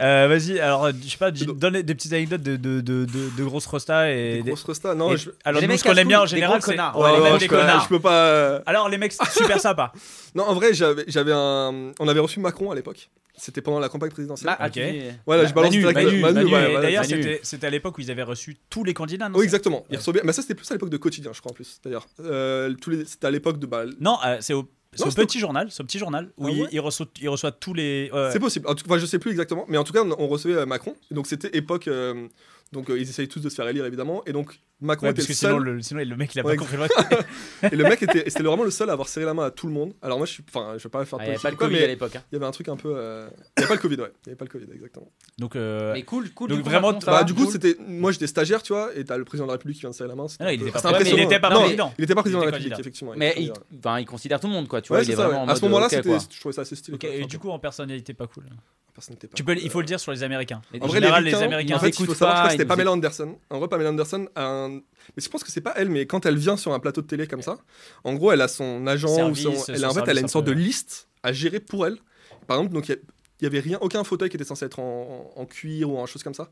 Speaker 2: Euh, Vas-y, alors je sais pas, dis-
Speaker 4: Pardon.
Speaker 2: donne des petites anecdotes de, de, de, de, de grosses restas et. <laughs>
Speaker 4: des
Speaker 2: des-
Speaker 4: grosses restas. Non,
Speaker 2: et-
Speaker 4: je.
Speaker 2: Alors
Speaker 6: Les
Speaker 2: nous,
Speaker 6: mecs
Speaker 2: ce qu'on aime bien en
Speaker 6: casse-couilles, des gros
Speaker 2: général, c'est.
Speaker 6: connards.
Speaker 2: Ouais,
Speaker 6: Ouais,
Speaker 2: les
Speaker 4: non,
Speaker 2: mecs
Speaker 4: je
Speaker 2: des
Speaker 4: peux-
Speaker 2: connards.
Speaker 4: Je peux pas. euh,
Speaker 2: Alors les mecs, c'est super sympa.
Speaker 4: Non, en vrai, j'avais j'avais un. On avait reçu Macron à l'époque. C'était pendant la campagne présidentielle.
Speaker 6: Là, ah,
Speaker 2: Ok.
Speaker 6: tu dis-
Speaker 4: Voilà, je balance
Speaker 2: Bah, Manu,
Speaker 4: direct
Speaker 2: Manu,
Speaker 4: <laughs> Manu,
Speaker 2: Manu,
Speaker 4: ouais,
Speaker 2: et
Speaker 4: voilà,
Speaker 2: D'ailleurs,
Speaker 4: Manu.
Speaker 2: c'était- c'était à l'époque où ils avaient reçu tous les candidats, non
Speaker 4: Oui,
Speaker 2: c'est-
Speaker 4: exactement. Il
Speaker 2: Ouais.
Speaker 4: recevait- Mais ça, c'était plus à l'époque de quotidien, je crois, en plus, d'ailleurs. Euh, tous les... C'était à l'époque de. Bah,
Speaker 2: Non, euh, c'est au. c'est
Speaker 4: Non,
Speaker 2: au
Speaker 4: c'était-
Speaker 2: petit journal, c'est au petit journal où
Speaker 4: Ah
Speaker 2: il,
Speaker 4: ouais
Speaker 2: il reçoit, il reçoit tous les. ouais,
Speaker 4: C'est possible. En tout cas, je sais plus exactement, mais en tout cas, on on recevait euh, Macron. Et donc, c'était époque. euh, Donc, euh, ils essayaient tous de se faire élire, évidemment. Et donc, Macron
Speaker 2: ouais,
Speaker 4: était
Speaker 2: parce
Speaker 4: le
Speaker 2: que
Speaker 4: seul.
Speaker 2: sinon le, sinon, le mec il a
Speaker 4: Ouais,
Speaker 2: pas compris. le-
Speaker 4: Et le mec était, et c'était vraiment le seul à avoir serré la main à tout le monde. Alors, moi, je suis. Enfin, je vais pas faire
Speaker 6: Ah,
Speaker 4: de
Speaker 6: Il n'y avait
Speaker 4: politique
Speaker 6: pas
Speaker 4: ou
Speaker 6: le
Speaker 4: quoi,
Speaker 6: Covid
Speaker 4: mais
Speaker 6: à l'époque. hein.
Speaker 4: Il y avait un truc un peu. euh, Il n'y avait pas le Covid, ouais. Il n'y avait pas le Covid, exactement.
Speaker 2: Donc, euh,
Speaker 6: Mais cool, cool.
Speaker 2: Donc
Speaker 6: du coup,
Speaker 2: vraiment,
Speaker 6: Macron, ça
Speaker 4: bah,
Speaker 6: va
Speaker 4: du coup,
Speaker 6: Cool.
Speaker 4: c'était. Moi, j'étais stagiaire, tu vois, et t'as le président de la République qui vient de serrer la main.
Speaker 2: Ah non, il était pas
Speaker 4: c'était
Speaker 2: président, mais il
Speaker 4: impressionnant.
Speaker 2: était pas
Speaker 4: Non,
Speaker 2: président.
Speaker 4: Il était pas président de
Speaker 2: Il
Speaker 4: la
Speaker 2: était
Speaker 4: République,
Speaker 2: candidat.
Speaker 4: effectivement.
Speaker 6: Mais
Speaker 4: était
Speaker 6: il,
Speaker 4: candidat, ouais.
Speaker 6: enfin, il considère tout le monde, quoi. Tu
Speaker 4: Ouais,
Speaker 6: vois, il
Speaker 4: c'est
Speaker 6: est
Speaker 4: ça,
Speaker 6: vraiment. en
Speaker 4: ouais. À ce
Speaker 6: mode,
Speaker 4: moment-là,
Speaker 6: ok,
Speaker 4: c'était,
Speaker 6: quoi.
Speaker 4: je trouvais ça assez stylé.
Speaker 2: ok,
Speaker 4: quoi.
Speaker 2: et
Speaker 4: Enfin,
Speaker 2: du
Speaker 4: bon,
Speaker 2: coup en personnalité pas cool.
Speaker 4: personne n'était pas-
Speaker 2: Tu peux, il faut le dire sur les Américains.
Speaker 6: Les-
Speaker 4: En
Speaker 2: En,
Speaker 4: vrai,
Speaker 2: général,
Speaker 4: les
Speaker 2: les,
Speaker 4: Ricains,
Speaker 2: Américains.
Speaker 4: En fait, il
Speaker 6: écoutent
Speaker 4: faut savoir je crois
Speaker 6: pas,
Speaker 4: que c'était
Speaker 6: ils nous
Speaker 4: Pamela Anderson. En vrai, Pamela Anderson a un. Mais je pense que c'est pas elle, mais quand elle vient sur un plateau de télé comme ça, en gros, elle a son agent
Speaker 2: Service,
Speaker 4: ou son. Elle, a- en
Speaker 2: son
Speaker 4: fait, elle a une
Speaker 2: service,
Speaker 4: sorte de
Speaker 2: un peu.
Speaker 4: liste à gérer pour elle. Par exemple, donc il y a- il y avait rien, aucun fauteuil qui était censé être en, en cuir ou en chose comme ça,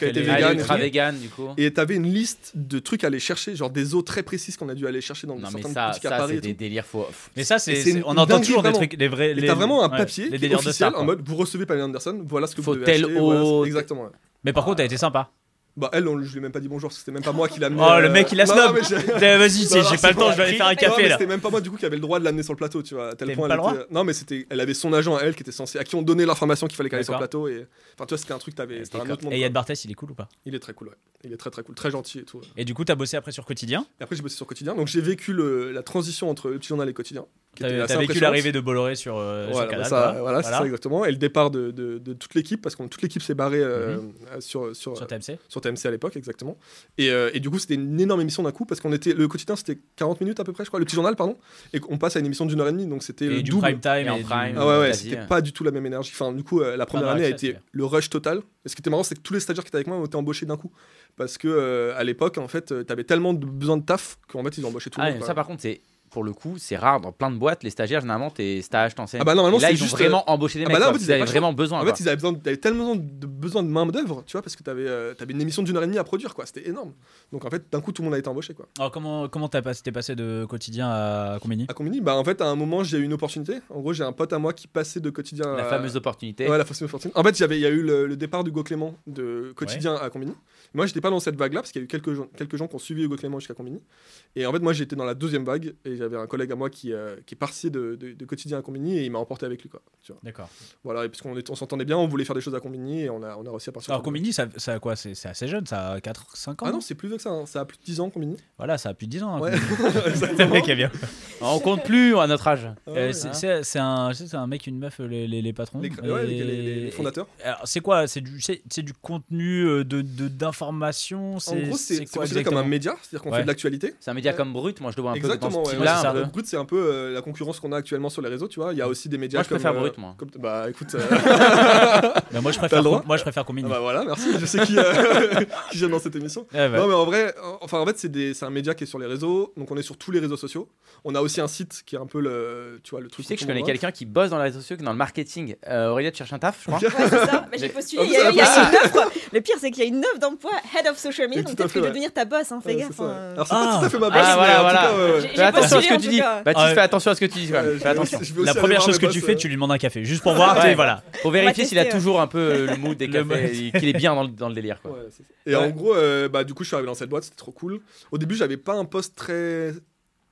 Speaker 2: Parce
Speaker 4: qu'elle
Speaker 2: qu'elle
Speaker 4: était
Speaker 2: est-
Speaker 6: Ah, il est
Speaker 4: végane. et
Speaker 6: ultra
Speaker 4: tout.
Speaker 6: vegan, du coup.
Speaker 4: Et t'avais une liste de trucs à aller chercher, genre des eaux très précises qu'on a dû aller chercher dans
Speaker 6: Non, mais
Speaker 4: certaines
Speaker 6: ça,
Speaker 4: boutiques à
Speaker 6: ça
Speaker 4: Paris.
Speaker 6: c'est
Speaker 4: et tout.
Speaker 6: des délires faux. Pff,
Speaker 2: Mais ça,
Speaker 4: Et
Speaker 2: c'est,
Speaker 4: c'est
Speaker 2: c'est- on
Speaker 4: une
Speaker 2: entend
Speaker 4: dinguerie,
Speaker 2: toujours
Speaker 4: vraiment.
Speaker 2: des trucs, les vrais.
Speaker 4: Et
Speaker 2: les-
Speaker 4: t'as vraiment un
Speaker 2: ouais,
Speaker 4: papier
Speaker 2: les
Speaker 4: qui est
Speaker 2: délires de stars.
Speaker 4: officiel en
Speaker 2: quoi.
Speaker 4: mode vous recevez Pamela Anderson, voilà ce que
Speaker 6: Faut
Speaker 4: vous devez
Speaker 6: telle
Speaker 4: acheter. voilà ce-
Speaker 6: eau,
Speaker 4: exactement. ouais.
Speaker 2: Mais par contre, t'as été sympa.
Speaker 4: Bah elle, on, je lui ai même pas dit bonjour, parce que c'était même pas moi qui l'amenais. euh,
Speaker 2: Oh, le mec, il a
Speaker 4: non,
Speaker 2: snob.
Speaker 4: mais
Speaker 2: <laughs>
Speaker 4: j'ai-
Speaker 2: Eh, Vas-y,
Speaker 4: Non,
Speaker 2: c'est- j'ai
Speaker 4: c'est
Speaker 2: pas le
Speaker 4: bon,
Speaker 2: temps, je vais aller faire un
Speaker 5: après,
Speaker 4: Non, mais
Speaker 2: café là.
Speaker 4: c'était même pas moi du coup qui avait le droit de l'amener sur le plateau, tu vois. À tel
Speaker 2: T'avais
Speaker 4: point,
Speaker 2: pas
Speaker 4: elle
Speaker 2: le droit
Speaker 4: était- Non, mais c'était, elle avait son agent à elle qui était censé, à qui on donnait l'information qu'il fallait qu'elle aille sur le plateau. Et enfin, tu vois, c'était un truc, t'avais, c'était un autre monde.
Speaker 2: Et
Speaker 4: quoi.
Speaker 2: Yann Barthès, il est cool ou pas
Speaker 4: Il est très cool, ouais. Il est très très cool, très gentil et tout. ouais.
Speaker 2: Et du coup, t'as bossé après sur Quotidien.
Speaker 4: Et après, j'ai bossé sur quotidien, donc j'ai vécu le- la transition entre le petit journal et quotidien. qui était
Speaker 2: T'as
Speaker 4: assez
Speaker 2: t'as vécu
Speaker 4: impressionnante.
Speaker 2: l'arrivée de Bolloré sur euh, sur
Speaker 4: Voilà, bah
Speaker 2: Canal.
Speaker 4: ça,
Speaker 2: voilà.
Speaker 4: voilà, c'est
Speaker 2: Voilà.
Speaker 4: ça exactement. Et le départ de, de- de toute l'équipe, parce que toute l'équipe s'est barrée euh,
Speaker 2: Mhm.
Speaker 4: euh, sur, sur,
Speaker 2: Sur TMC.
Speaker 4: sur TMC à l'époque, exactement. Et, euh, et du coup, c'était une énorme émission d'un coup, parce qu'on était le quotidien, c'était 40 minutes à peu près, je crois, le petit journal, pardon, et qu'on passe à une émission d'une heure et demie, donc c'était le
Speaker 2: Et du
Speaker 4: double.
Speaker 2: prime time.
Speaker 6: Et en
Speaker 2: et du-
Speaker 6: prime.
Speaker 4: Ah ouais, ouais,
Speaker 6: Quasi,
Speaker 4: c'était
Speaker 6: ouais.
Speaker 4: pas du tout la même énergie. Enfin, du coup, euh, la première
Speaker 2: dans
Speaker 4: année a
Speaker 2: l'accès,
Speaker 4: été le rush total. Et ce qui était marrant, c'est que tous les stagiaires qui étaient avec moi ont été embauchés d'un coup. Parce que euh, à l'époque, en fait, euh, t'avais tellement de besoin de taf qu'en fait, ils ont embauché tout le
Speaker 6: Ah,
Speaker 4: monde. quoi.
Speaker 6: ça, par contre, c'est. Pour le coup, c'est rare dans plein de boîtes, les stagiaires, généralement, tes stages, t'enseignes.
Speaker 4: Ah bah, normalement,
Speaker 6: Et là,
Speaker 4: c'est
Speaker 6: ils ont
Speaker 4: juste,
Speaker 6: vraiment embauché des
Speaker 4: ah
Speaker 6: mecs.
Speaker 4: bah là, en
Speaker 6: quoi, parce
Speaker 4: fait, ils
Speaker 6: qu'ils
Speaker 4: avaient
Speaker 6: avaient
Speaker 4: pas
Speaker 6: vraiment besoin.
Speaker 4: En
Speaker 6: quoi.
Speaker 4: fait, ils avaient, besoin, t'avais tellement de besoin de main d'œuvre, tu vois, parce que t'avais euh, t'avais une émission d'une heure et demie à produire, quoi. C'était énorme. Donc en fait, d'un coup, tout le monde a été embauché, quoi.
Speaker 2: Alors comment comment t'as passé t'es passé de Quotidien à Combini
Speaker 4: À Combini, bah en fait, à un moment, j'ai eu une opportunité. En gros, j'ai un pote à moi qui passait de quotidien.
Speaker 6: La
Speaker 4: à-
Speaker 6: fameuse opportunité.
Speaker 4: Ouais, la fameuse opportunité. En fait, j'avais, il y a eu le, le départ d'Hugo Clément de quotidien à Combini. Moi, j'étais pas dans cette vague-là parce qu'il y a eu quelques gens, quelques gens qui ont suivi Hugo Clément jusqu'à Combini. Et en fait, moi, j'étais dans la deuxième vague et j'avais un collègue à moi qui, euh, qui est parti de, de- de quotidien à Combini et il m'a emporté avec lui, quoi. Tu vois.
Speaker 2: D'accord.
Speaker 4: Voilà, et puisqu'on est- on s'entendait bien, on voulait faire des choses à Combini et on a, on a réussi à partir.
Speaker 2: Alors
Speaker 4: Combini.
Speaker 2: Combini, ça, ça a quoi C'est c'est assez jeune, ça a 4 5 ans.
Speaker 4: Ah non, c'est plus vieux que ça, hein. ça a plus de 10 ans Combini.
Speaker 2: Voilà, ça a plus de 10 ans. hein,
Speaker 4: Ouais.
Speaker 2: Combini. C'est le
Speaker 4: Exactement.
Speaker 2: mec qui
Speaker 4: <laughs>
Speaker 2: est bien.
Speaker 6: On compte plus à notre âge.
Speaker 4: Ah
Speaker 2: Euh,
Speaker 4: ouais.
Speaker 2: c'est-
Speaker 6: hein.
Speaker 2: C'est c'est un, c'est un mec, une meuf, les, les- les patrons.
Speaker 4: Les, cra- ouais,
Speaker 2: Et-
Speaker 4: les- les- les fondateurs.
Speaker 2: Alors, c'est quoi C'est du, c'est c'est du contenu euh, de de- d'information
Speaker 4: En gros, c'est c'est
Speaker 2: quoi
Speaker 4: considéré comme
Speaker 2: exactement
Speaker 4: un média, c'est-à-dire qu'on
Speaker 2: Ouais.
Speaker 4: fait de l'actualité.
Speaker 6: C'est un média
Speaker 4: Ouais.
Speaker 6: comme brut, moi je le vois un peu dans
Speaker 4: Exactement,
Speaker 6: ce
Speaker 4: ouais,
Speaker 6: style-là.
Speaker 2: ouais, c'est
Speaker 6: un
Speaker 2: ça.
Speaker 6: peu.
Speaker 4: Brut, c'est un peu euh, la concurrence qu'on a actuellement sur les réseaux, tu vois. Il y a aussi des
Speaker 6: Mm.
Speaker 4: médias
Speaker 6: Moi, je
Speaker 4: comme.
Speaker 6: préfère
Speaker 4: euh,
Speaker 6: Brut, moi.
Speaker 4: comme- bah écoute,
Speaker 6: <laughs>
Speaker 4: euh, <laughs>
Speaker 2: Mais Bah, moi, je
Speaker 4: T'as
Speaker 2: préfère,
Speaker 4: le droit
Speaker 2: com- moi, je préfère Combini.
Speaker 4: ah bah voilà, merci. Je sais qui, euh, <laughs> qui j'aime dans cette émission.
Speaker 2: Ouais, ouais.
Speaker 4: Non, mais en vrai, euh, enfin, en fait, c'est des- c'est un média qui est sur les réseaux, donc on est sur tous les réseaux sociaux. On a aussi un site qui est un peu le, tu vois, le
Speaker 6: Tu
Speaker 4: truc.
Speaker 6: sais que je
Speaker 4: où tout le
Speaker 6: connais
Speaker 4: monde
Speaker 6: quelqu'un qui bosse dans les réseaux sociaux, qui est dans le marketing. Euh, Aurélia, tu cherches un taf, je crois.
Speaker 5: Ouais,
Speaker 2: <laughs>
Speaker 5: c'est ça. Mais
Speaker 6: Mais-
Speaker 5: J'ai
Speaker 4: En
Speaker 5: postulé.
Speaker 2: Oh,
Speaker 4: plus,
Speaker 5: Il y a,
Speaker 4: elle a
Speaker 5: il y a
Speaker 4: postulé.
Speaker 5: une offre. Le pire, c'est qu'il y a une offre d'emploi head of social media.
Speaker 4: Tout
Speaker 5: Donc
Speaker 4: à
Speaker 5: peut-être
Speaker 4: fait,
Speaker 5: que je vais
Speaker 4: ouais.
Speaker 5: devenir ta boss.
Speaker 4: voit.
Speaker 5: Hein, fais
Speaker 4: Ouais,
Speaker 5: gaffe.
Speaker 4: c'est ça, ouais.
Speaker 5: hein.
Speaker 4: Alors c'est pas
Speaker 2: Ah.
Speaker 4: tout à fait ma
Speaker 6: Ah,
Speaker 4: base,
Speaker 6: voilà,
Speaker 4: mais en
Speaker 6: voilà.
Speaker 4: tout cas, ouais, ouais.
Speaker 5: J'ai-
Speaker 6: Fais attention à ce
Speaker 5: postulé,
Speaker 6: que
Speaker 5: en
Speaker 6: tu
Speaker 5: tout
Speaker 6: dis.
Speaker 5: cas.
Speaker 6: Baptiste,
Speaker 2: Ouais.
Speaker 6: fais attention à ce que tu dis. quand même.
Speaker 4: Euh, je
Speaker 6: Fais
Speaker 4: vais
Speaker 6: attention.
Speaker 4: aussi- je vais
Speaker 2: La
Speaker 4: aussi aller
Speaker 2: première
Speaker 4: voir
Speaker 2: chose
Speaker 4: mes
Speaker 2: que
Speaker 4: boss,
Speaker 2: tu
Speaker 4: euh,
Speaker 2: fais, tu lui demandes un café, juste pour
Speaker 4: Ah
Speaker 2: voir. tu sais,
Speaker 6: Ouais.
Speaker 2: voilà.
Speaker 6: Pour vérifier
Speaker 5: tester,
Speaker 6: s'il a
Speaker 5: ouais.
Speaker 6: toujours un peu euh, le mood des
Speaker 2: Le
Speaker 6: cafés, qu'il est bien dans le, dans le délire. Quoi.
Speaker 4: Ouais, c'est ça. Et en gros, euh, bah, du coup, je suis arrivé dans cette boîte, c'était trop cool. Au début, j'avais pas un poste très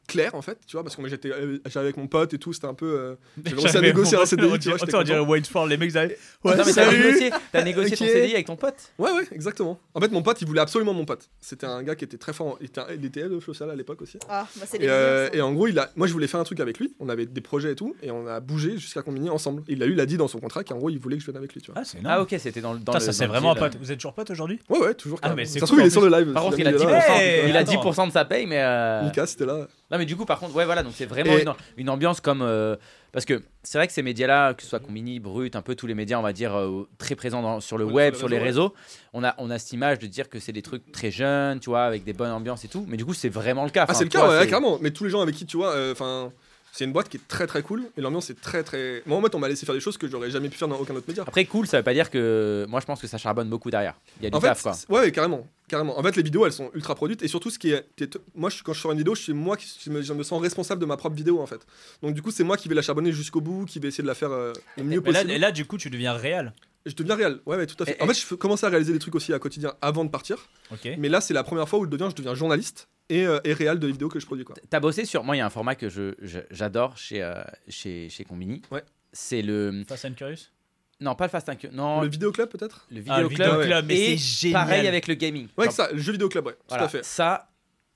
Speaker 4: clair en fait, tu vois, parce que moi j'étais euh, j'avais avec mon pote et tout, c'était un peu. euh, J'avais réussi à négocier un CDI, tu vois. j'étais
Speaker 2: Attends, Oh, on dirait
Speaker 4: content.
Speaker 2: Whiteford, les mecs, ils arrivent.
Speaker 3: Non,
Speaker 2: Ouais,
Speaker 3: mais t'as
Speaker 2: salut
Speaker 3: négocié, t'as négocié ton
Speaker 4: Ok.
Speaker 3: CDI avec ton pote
Speaker 4: Ouais, ouais, exactement. En fait, mon pote, il voulait absolument mon pote. C'était un gars qui était très fort, en- il était, il était aide social à l'époque aussi.
Speaker 5: Ah, bah c'est
Speaker 4: Et,
Speaker 5: les
Speaker 4: euh,
Speaker 5: meilleurs,
Speaker 4: et en gros, il a, moi je voulais faire un truc avec lui, on avait des projets et tout, et on a bougé jusqu'à combiner ensemble. Il a eu, il a dit dans son contrat qu'en gros, il voulait que je vienne avec lui, tu vois.
Speaker 2: Ah, c'est
Speaker 3: Ah,
Speaker 2: énorme.
Speaker 3: ok, c'était dans le. dans
Speaker 2: Putain,
Speaker 3: le-
Speaker 2: ça
Speaker 3: dans
Speaker 2: c'est
Speaker 3: le
Speaker 2: vraiment
Speaker 3: deal.
Speaker 2: pote. Vous êtes toujours pote aujourd'hui
Speaker 4: Ouais, ouais, toujours.
Speaker 2: Ah,
Speaker 4: carrément.
Speaker 2: mais c'est
Speaker 4: ça se trouve,
Speaker 2: cool, en
Speaker 4: il est sur le live.
Speaker 3: Par
Speaker 4: aussi,
Speaker 3: contre,
Speaker 4: là,
Speaker 3: il a 10%,
Speaker 4: est là.
Speaker 2: Hey,
Speaker 3: il a
Speaker 2: attends.
Speaker 3: 10% de sa paye, mais. euh,
Speaker 4: Mika, c'était là.
Speaker 3: Non, mais du coup, par contre, ouais, voilà, donc c'est vraiment
Speaker 4: Et-
Speaker 3: une, une ambiance comme. euh, parce que c'est vrai que ces médias-là, que ce soit Combini, Brut, un peu tous les médias, on va dire, euh, très présents dans- sur le
Speaker 4: Ouais,
Speaker 3: web,
Speaker 4: sur
Speaker 3: sur
Speaker 4: les
Speaker 3: les réseaux, on a, on a cette image de dire que c'est des trucs très jeunes, tu vois, avec des bonnes ambiances et tout. Mais du coup, c'est vraiment le cas.
Speaker 4: Ah,
Speaker 3: Enfin,
Speaker 4: c'est le
Speaker 3: tu
Speaker 4: cas,
Speaker 3: vois,
Speaker 4: ouais,
Speaker 3: c'est-
Speaker 4: carrément. Mais tous les gens avec qui tu vois, euh, enfin, c'est une boîte qui est très très cool et l'ambiance est très très. Moi, en fait, on m'a laissé faire des choses que j'aurais jamais pu faire dans aucun autre média.
Speaker 3: Après, cool, ça veut pas dire que. Moi, je pense que ça charbonne beaucoup derrière. Il y a du
Speaker 4: En fait,
Speaker 3: taf, Ah, quoi.
Speaker 4: c'est- ouais, ouais, carrément, carrément. En fait, les vidéos, elles sont ultra produites et surtout, ce qui est, t'es- moi, je, suis- quand je sors une vidéo, je suis moi qui je me, je me sens responsable de ma propre vidéo, en fait. Donc, du coup, c'est moi qui vais la charbonner jusqu'au bout, qui vais essayer de la faire euh, le mieux
Speaker 2: Mais là,
Speaker 4: possible.
Speaker 2: et là, du coup, tu deviens réel.
Speaker 4: Je deviens réel, ouais, ouais, tout à fait.
Speaker 3: Et-
Speaker 4: en fait, je commençais à réaliser des trucs aussi à quotidien avant de partir,
Speaker 2: Ok.
Speaker 4: mais là, c'est la première fois où je deviens, je deviens journaliste et, euh, et réel de les vidéos que je produis, quoi.
Speaker 3: T'as bossé sur. Moi, il y a un format que je- je- j'adore chez, euh, chez, chez Combini.
Speaker 4: Ouais.
Speaker 3: C'est le.
Speaker 2: Fast and Curious
Speaker 3: Non, pas le Fast and Curious, Non,
Speaker 4: Le
Speaker 3: le,
Speaker 4: vidéo club, peut-être.
Speaker 3: vidéo
Speaker 2: Ah, le
Speaker 3: club.
Speaker 2: vidéo
Speaker 4: ouais.
Speaker 2: club, mais
Speaker 3: Et
Speaker 2: c'est génial.
Speaker 3: Pareil avec le gaming.
Speaker 4: Ouais, que ça, le jeu vidéo club, ouais,
Speaker 3: Voilà.
Speaker 4: tout à fait.
Speaker 3: Ça,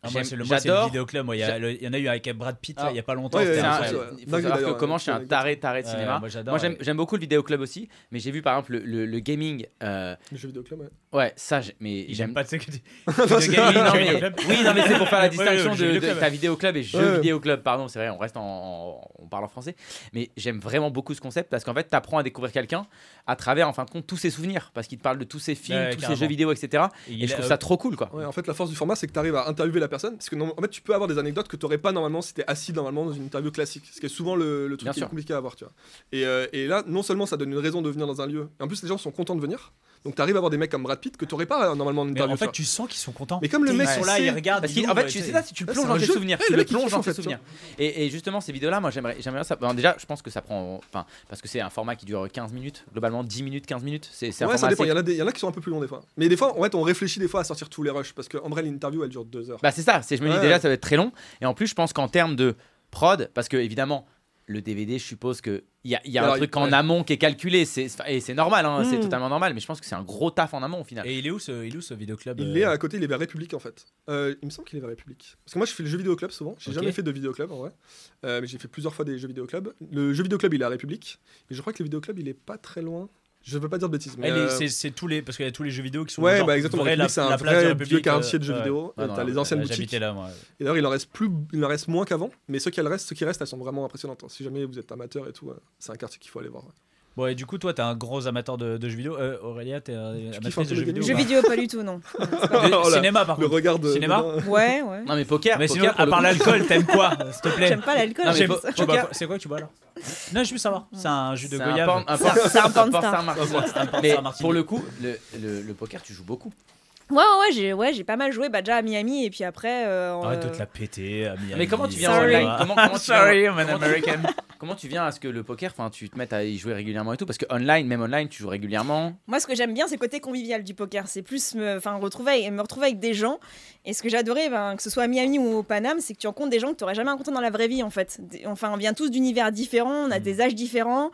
Speaker 2: Ah, moi,
Speaker 3: J'aime-
Speaker 2: c'est le, moi, c'est le
Speaker 3: j'adore.
Speaker 2: vidéo club. Moi, il y, a le- il y en a eu avec Brad Pitt là,
Speaker 3: Ah.
Speaker 2: il y a pas longtemps.
Speaker 4: Ouais,
Speaker 2: c'était
Speaker 4: ouais,
Speaker 3: C'est un-
Speaker 4: ouais,
Speaker 2: incroyable.
Speaker 4: ouais.
Speaker 3: il faut
Speaker 4: Dingue,
Speaker 3: savoir que
Speaker 4: d'ailleurs,
Speaker 3: comment je suis un
Speaker 4: anecdote.
Speaker 3: taré, taré de cinéma.
Speaker 2: Ouais, moi, j'adore.
Speaker 3: moi, j'aime- j'aime beaucoup le vidéo club aussi, mais j'ai vu par exemple le, le- le gaming. euh,
Speaker 4: Le jeu vidéo club, ouais.
Speaker 3: ouais, ça, j'ai- mais
Speaker 2: J'aime
Speaker 3: j'aime
Speaker 2: pas ce que tu
Speaker 4: Non,
Speaker 2: Le
Speaker 4: c'est-
Speaker 2: gaming,
Speaker 3: Oui, non,
Speaker 2: le
Speaker 3: mais,
Speaker 2: vidéo club.
Speaker 3: oui, non, mais c'est pour faire la
Speaker 2: Ouais, ouais,
Speaker 3: distinction
Speaker 2: le jeu
Speaker 3: de,
Speaker 2: vidéo
Speaker 3: de
Speaker 2: club.
Speaker 3: ta vidéo club et jeu
Speaker 4: Ouais.
Speaker 3: vidéo club. Pardon, c'est vrai, on reste en, en- on parle en français. Mais j'aime vraiment beaucoup ce concept parce qu'en fait, t'apprends à découvrir quelqu'un à travers, en fin de compte, tous ses souvenirs, parce qu'il te parle de tous ses films,
Speaker 2: Ouais,
Speaker 3: tous ses
Speaker 2: carrément.
Speaker 3: jeux vidéo, etc.
Speaker 2: Et
Speaker 3: Et,
Speaker 2: il
Speaker 3: je
Speaker 2: a-
Speaker 3: trouve
Speaker 4: euh,
Speaker 3: ça trop cool, quoi.
Speaker 4: Ouais, en fait, la force du format, c'est que tu arrives à interviewer la personne. Parce que, non- en fait, tu peux avoir des anecdotes que tu n'aurais pas normalement si tu assis normalement dans une interview classique. Ce qui est souvent le, le truc
Speaker 3: Bien
Speaker 4: qui est
Speaker 3: sûr.
Speaker 4: compliqué à avoir, tu vois. Et, euh, et là, non seulement ça donne une raison de venir dans un lieu, et en plus, les gens sont contents de venir. Donc, tu arrives à avoir des mecs comme Brad Pitt que tu n'aurais pas euh, normalement en
Speaker 2: Mais
Speaker 4: interview.
Speaker 2: en fait,
Speaker 4: tu
Speaker 2: tu
Speaker 4: vois.
Speaker 2: sens qu'ils sont contents.
Speaker 4: Mais comme le
Speaker 2: Ils
Speaker 4: mec,
Speaker 2: sont
Speaker 4: il
Speaker 2: là,
Speaker 4: sait-
Speaker 2: ils regardent.
Speaker 3: Parce
Speaker 2: ils
Speaker 3: qu'en fait,
Speaker 2: ouvrent,
Speaker 3: tu
Speaker 2: tu
Speaker 3: sais
Speaker 2: sais.
Speaker 3: ça, si tu le
Speaker 4: Ah, Ouais,
Speaker 3: plonges
Speaker 4: c'est
Speaker 3: dans
Speaker 4: un
Speaker 3: tes
Speaker 4: jeu.
Speaker 3: souvenirs,
Speaker 4: Ouais,
Speaker 3: tu
Speaker 4: le
Speaker 3: le
Speaker 4: mec, il
Speaker 3: plonges
Speaker 4: kiffe,
Speaker 3: dans
Speaker 4: en
Speaker 3: tes
Speaker 4: fait, tu vois.
Speaker 3: souvenirs. Et, et justement, ces vidéos-là, moi, j'aimerais, j'aimerais bien ça. Bon, déjà, je pense que ça prend, enfin, parce que c'est un format qui dure 15 minutes, globalement 10 minutes, 15 minutes. C'est, c'est un
Speaker 4: Ouais, ça
Speaker 3: format
Speaker 4: dépend.
Speaker 3: assez-
Speaker 4: Il y, en a des- il y en a qui sont un peu plus longs des fois. Mais des fois, en fait, on réfléchit des fois à sortir tous les rushs. Parce qu'en vrai, l'interview, elle dure deux heures.
Speaker 3: Bah, c'est ça. C'est, je me dis
Speaker 4: Ouais.
Speaker 3: déjà, ça va être très long. Et en plus, je pense qu'en termes de prod, parce que évidemment, le DVD, je suppose que il y a, il y a
Speaker 4: Alors,
Speaker 3: un truc
Speaker 4: il-
Speaker 3: en
Speaker 4: ouais.
Speaker 3: amont qui est calculé. C'est, c'est- et c'est normal, hein, c'est
Speaker 4: Mm.
Speaker 3: totalement normal. Mais je pense que c'est un gros taf en amont au final.
Speaker 2: Hmm. Et il est où ce, il est où ce vidéoclub
Speaker 4: Il
Speaker 2: euh,
Speaker 4: est à côté, il est vers République en fait. Euh, il me semble qu'il est vers République. Parce que moi je fais le jeu vidéo club souvent. J'ai
Speaker 2: Ok.
Speaker 4: jamais fait de vidéo club en vrai. Euh, mais j'ai fait plusieurs fois des jeux vidéo club. Le jeu vidéo club il est à République. Et je crois que le vidéo club il est pas très loin. Je veux pas dire de bêtises. Mais
Speaker 2: Elle est-
Speaker 4: euh,
Speaker 2: c'est- C'est tous les. Parce qu'il y a tous les jeux vidéo qui sont.
Speaker 4: Ouais,
Speaker 2: genre
Speaker 4: bah exactement.
Speaker 2: vrais,
Speaker 4: République,
Speaker 2: la-
Speaker 4: c'est un
Speaker 2: la place de
Speaker 4: vrai
Speaker 2: la
Speaker 4: vieux
Speaker 2: République,
Speaker 4: quartier
Speaker 2: euh,
Speaker 4: de jeux
Speaker 2: ouais.
Speaker 4: vidéo.
Speaker 3: Ouais,
Speaker 4: Et
Speaker 3: non,
Speaker 4: T'as les
Speaker 3: là,
Speaker 4: anciennes
Speaker 2: Ouais,
Speaker 4: boutiques.
Speaker 2: J'habitais là, moi.
Speaker 4: Et d'ailleurs, il en reste plus, il en reste moins qu'avant. Mais ceux qui restent, ceux qui restent, elles sont vraiment impressionnantes. hein. Si jamais vous êtes amateur et tout, euh, c'est un quartier qu'il faut aller voir. ouais.
Speaker 2: Bon, et du coup, toi, t'es un gros amateur de, de jeux vidéo. Euh, Aurélia, t'es un
Speaker 4: kiffes un
Speaker 2: amatrice
Speaker 4: peu
Speaker 2: de
Speaker 4: les
Speaker 2: jeux vidéo.
Speaker 4: gaming
Speaker 5: Jeux
Speaker 2: ou pas
Speaker 5: vidéo, pas du tout, non.
Speaker 4: Oh
Speaker 2: De-
Speaker 4: là,
Speaker 2: Cinéma, par
Speaker 4: Le
Speaker 2: contre.
Speaker 4: regard de.
Speaker 2: Ah, Cinéma
Speaker 4: de-
Speaker 5: Ouais, ouais.
Speaker 3: Non, mais poker.
Speaker 2: Mais
Speaker 3: poker,
Speaker 2: sinon,
Speaker 3: pour
Speaker 2: à
Speaker 3: le
Speaker 2: part
Speaker 3: coup-
Speaker 2: l'alcool, t'aimes quoi, s'il te plaît
Speaker 5: J'aime pas l'alcool.
Speaker 3: Non, mais
Speaker 2: J'aime-
Speaker 3: po-
Speaker 2: tu bois
Speaker 3: poker-
Speaker 2: quoi- C'est quoi que tu bois alors Non, je veux savoir. C'est un jus de
Speaker 3: C'est un porn-
Speaker 2: goyave.
Speaker 3: un
Speaker 5: C'est un-
Speaker 3: porn-
Speaker 5: c'est un
Speaker 3: un
Speaker 5: porn
Speaker 3: porn
Speaker 5: star.
Speaker 3: star martini.
Speaker 2: Un porn
Speaker 3: Mais
Speaker 2: star martini.
Speaker 3: pour le coup, le, le- le poker, tu joues beaucoup.
Speaker 5: Ouais, ouais, ouais, j'ai ouais, j'ai pas mal joué bah, déjà à Miami et puis après. euh, en,
Speaker 2: Arrête de
Speaker 5: euh,
Speaker 2: te la péter, ami.
Speaker 3: Mais comment tu viens
Speaker 5: Sorry.
Speaker 3: online comment, comment tu viens-
Speaker 2: Sorry, I'm an
Speaker 3: comment tu-
Speaker 2: American.
Speaker 3: <laughs> Comment tu viens à ce que le poker, enfin, tu te mettes à y jouer régulièrement et tout Parce que online, même online, tu joues régulièrement.
Speaker 5: Moi, ce que j'aime bien, c'est le côté convivial du poker. C'est plus me, enfin, retrouver, me retrouver avec des gens. Et ce que j'adorais, ben, que ce soit à Miami ou au Paname, c'est que tu rencontres des gens que tu n'aurais jamais rencontrés dans la vraie vie, en fait. Des- Enfin, on vient tous d'univers différents, on a
Speaker 2: Mm.
Speaker 5: des âges différents.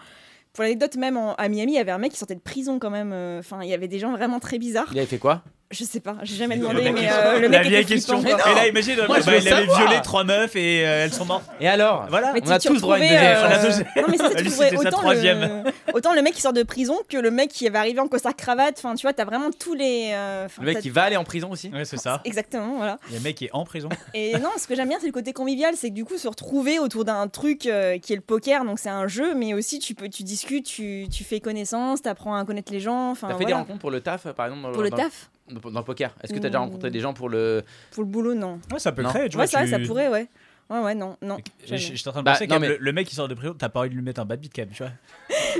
Speaker 5: Pour l'anecdote, même en- à Miami, il y avait un mec qui sortait de prison quand même. euh, Enfin, il y avait des gens vraiment très bizarres.
Speaker 3: Il avait fait quoi
Speaker 5: Je sais pas, j'ai jamais
Speaker 2: La
Speaker 5: demandé,
Speaker 2: vieille
Speaker 5: mais
Speaker 2: question.
Speaker 5: euh, le
Speaker 2: La
Speaker 5: mec
Speaker 2: vieille
Speaker 5: était
Speaker 2: question.
Speaker 5: flippant.
Speaker 2: Et là, imagine,
Speaker 3: Moi,
Speaker 2: bah,
Speaker 3: je veux
Speaker 2: il avait
Speaker 3: savoir.
Speaker 2: violé trois meufs et euh, elles sont mortes.
Speaker 3: Et alors
Speaker 2: Voilà.
Speaker 5: Mais
Speaker 3: On
Speaker 5: tu-
Speaker 3: a
Speaker 5: tu
Speaker 3: tous droit à une
Speaker 5: retrouvais,
Speaker 3: deuxième
Speaker 5: euh,
Speaker 2: chance.
Speaker 5: Non, mais ça,
Speaker 3: <laughs>
Speaker 5: c'est
Speaker 2: Lui,
Speaker 5: trouvé
Speaker 2: c'était sa
Speaker 5: autant,
Speaker 2: troisième.
Speaker 5: le... autant le mec qui sort de prison que le mec qui va arriver en costard cravate. Enfin, tu vois, t'as vraiment tous les. euh, enfin,
Speaker 3: Le mec
Speaker 5: t'as-
Speaker 3: qui va aller en prison aussi
Speaker 2: Ouais, c'est ça.
Speaker 5: Exactement, voilà.
Speaker 2: Il y a un mec qui est en prison.
Speaker 5: Et non, ce que j'aime bien, c'est le côté convivial, c'est que du coup, se retrouver autour d'un truc euh, qui est le poker, donc c'est un jeu, mais aussi tu peux, tu discutes, tu, tu fais connaissance, t'apprends à connaître les gens, enfin
Speaker 3: T'as fait des
Speaker 5: voilà.
Speaker 3: rencontres pour le taf, euh, par exemple dans
Speaker 5: Pour le
Speaker 3: dans-
Speaker 5: taf,
Speaker 3: dans- dans le poker. Est-ce que t'as déjà
Speaker 5: Mm.
Speaker 3: rencontré des gens pour le
Speaker 5: pour le boulot, non.
Speaker 2: Ouais, ça peut
Speaker 3: Non.
Speaker 2: créer, tu
Speaker 5: Ouais,
Speaker 2: vois.
Speaker 5: ça,
Speaker 2: tu-
Speaker 5: ça pourrait, ouais. Ouais, ouais, non, non.
Speaker 2: Je- Je
Speaker 5: jamais.
Speaker 2: j'étais en train de
Speaker 3: Bah,
Speaker 2: penser
Speaker 3: non,
Speaker 2: que
Speaker 3: mais-
Speaker 2: le, le mec qui sort de prison, t'as pas envie de lui mettre un bad beat quand même, tu vois.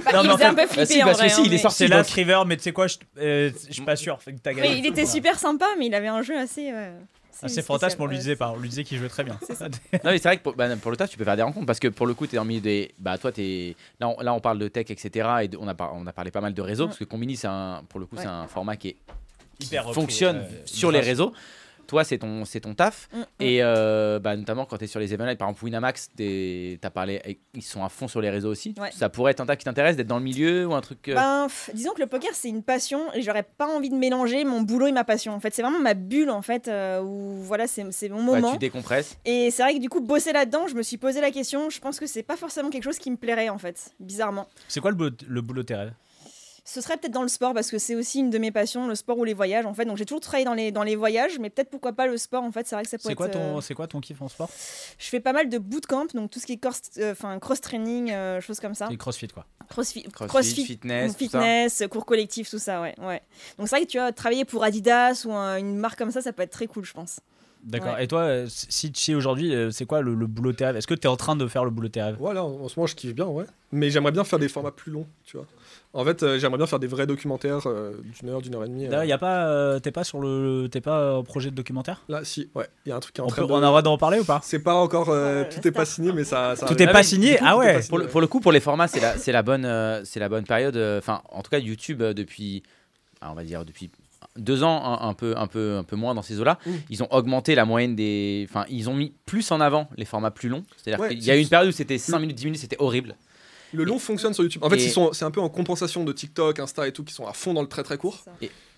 Speaker 5: Bah,
Speaker 2: Non,
Speaker 5: il
Speaker 2: mais en
Speaker 5: faisait un
Speaker 2: fait-
Speaker 5: peu
Speaker 3: Bah,
Speaker 5: flipper
Speaker 3: si,
Speaker 5: en
Speaker 3: parce
Speaker 5: vrai.
Speaker 3: que si,
Speaker 5: hein,
Speaker 3: il est
Speaker 5: mais-
Speaker 3: sorti.
Speaker 2: C'est là
Speaker 3: donc-
Speaker 2: Kriver, mais tu sais quoi, je euh, je suis pas sûr. Fait que t'as
Speaker 5: Mais
Speaker 2: gagné.
Speaker 5: il était super sympa, mais il avait un jeu assez. ouais,
Speaker 2: Ah,
Speaker 5: spécial,
Speaker 2: C'est fantasme, on lui
Speaker 5: ouais.
Speaker 2: disait pas. On lui disait qu'il jouait très bien.
Speaker 3: Non mais c'est vrai que pour, bah, pour le taf tu peux faire des rencontres parce que pour le coup t'es dans le milieu des bah toi t'es là on, là on parle de tech etc et de- on a par- on a parlé pas mal de réseaux
Speaker 5: Ouais.
Speaker 3: parce que Combini c'est un pour le coup
Speaker 5: Mm. Ouais.
Speaker 3: c'est un format qui est-
Speaker 2: Hyper repris,
Speaker 3: fonctionne
Speaker 2: euh,
Speaker 3: sur les
Speaker 2: grâce.
Speaker 3: réseaux Toi, c'est ton, c'est ton taf.
Speaker 5: Mm, mm.
Speaker 3: Et euh, bah, notamment quand tu es sur les événements, live, par exemple Winamax, tu as parlé, ils sont à fond sur les réseaux aussi.
Speaker 5: Ouais.
Speaker 3: Ça pourrait être un taf qui t'intéresse d'être dans le milieu ou un truc. euh,
Speaker 5: Ben, pff, disons que le poker c'est une passion et j'aurais pas envie de mélanger mon boulot et ma passion. En fait, c'est vraiment ma bulle en fait euh, où voilà c'est c'est mon
Speaker 3: bah,
Speaker 5: moment.
Speaker 3: tu décompresses.
Speaker 5: et c'est vrai que du coup bosser là-dedans, je me suis posé la question. Je pense que c'est pas forcément quelque chose qui me plairait en fait, bizarrement.
Speaker 2: C'est quoi le, boulot- le boulot de tes rêves
Speaker 5: Ce serait peut-être dans le sport parce que c'est aussi une de mes passions, le sport ou les voyages en fait. Donc j'ai toujours travaillé dans les dans les voyages, mais peut-être pourquoi pas le sport en fait. C'est vrai que ça peut
Speaker 2: C'est
Speaker 5: être.
Speaker 2: quoi, ton-
Speaker 5: euh,
Speaker 2: c'est quoi ton kiff en sport
Speaker 5: Je fais pas mal de bootcamp, donc tout ce qui est cross, euh, enfin cross training, euh, choses comme ça.
Speaker 2: Les crossfit, quoi.
Speaker 5: Crossfit,
Speaker 3: Crossfit,
Speaker 5: crossfit
Speaker 3: fitness, tout ça.
Speaker 5: fitness, cours collectif, tout ça, ouais, ouais. Donc c'est vrai que tu vois, travailler pour Adidas ou un- une marque comme ça, ça peut être très cool, je pense.
Speaker 2: D'accord. Et toi, euh, si tu sais aujourd'hui, euh, c'est quoi le, le boulot de tes rêves Est-ce que tu es en train de faire le boulot de tes rêves
Speaker 4: Voilà, en en ce moment je kiffe bien, ouais. Mais j'aimerais bien faire des formats plus longs, tu vois. En fait, euh, j'aimerais bien faire des vrais documentaires euh, d'une heure, d'une heure et demie. euh.
Speaker 2: D'ailleurs, y a pas, euh, t'es pas sur le, t'es pas en projet de documentaire
Speaker 4: Là, si, ouais, il y a un truc qui est en
Speaker 2: on,
Speaker 4: train
Speaker 2: peut-
Speaker 4: de.
Speaker 2: on a le droit d'en parler ou pas
Speaker 4: C'est pas encore, euh,
Speaker 5: Ouais,
Speaker 4: tout est
Speaker 5: reste à-
Speaker 4: pas signé, mais ça. ça
Speaker 2: Tout
Speaker 4: arrive.
Speaker 2: est pas signé Ah
Speaker 4: tout est
Speaker 2: ouais
Speaker 4: pas
Speaker 3: Pour le, pour le coup, pour les formats, c'est la, c'est la, bonne, euh, c'est la bonne période. euh, Enfin, en tout cas, YouTube, euh, depuis, ah, on va dire, depuis deux ans, un, un peu, un, peu, un peu moins dans ces eaux-là,
Speaker 4: Mm.
Speaker 3: ils ont augmenté la moyenne des. Enfin, ils ont mis plus en avant les formats plus longs. C'est-à-dire
Speaker 4: Ouais,
Speaker 3: qu'il y a
Speaker 4: c'est- Mm.
Speaker 3: eu une période où c'était 5 minutes, 10 minutes, c'était horrible.
Speaker 4: Le long fonctionne sur YouTube. En fait,
Speaker 3: Et-
Speaker 4: ils sont- c'est un peu en compensation de TikTok, Insta et tout, qui sont à fond dans le très très court.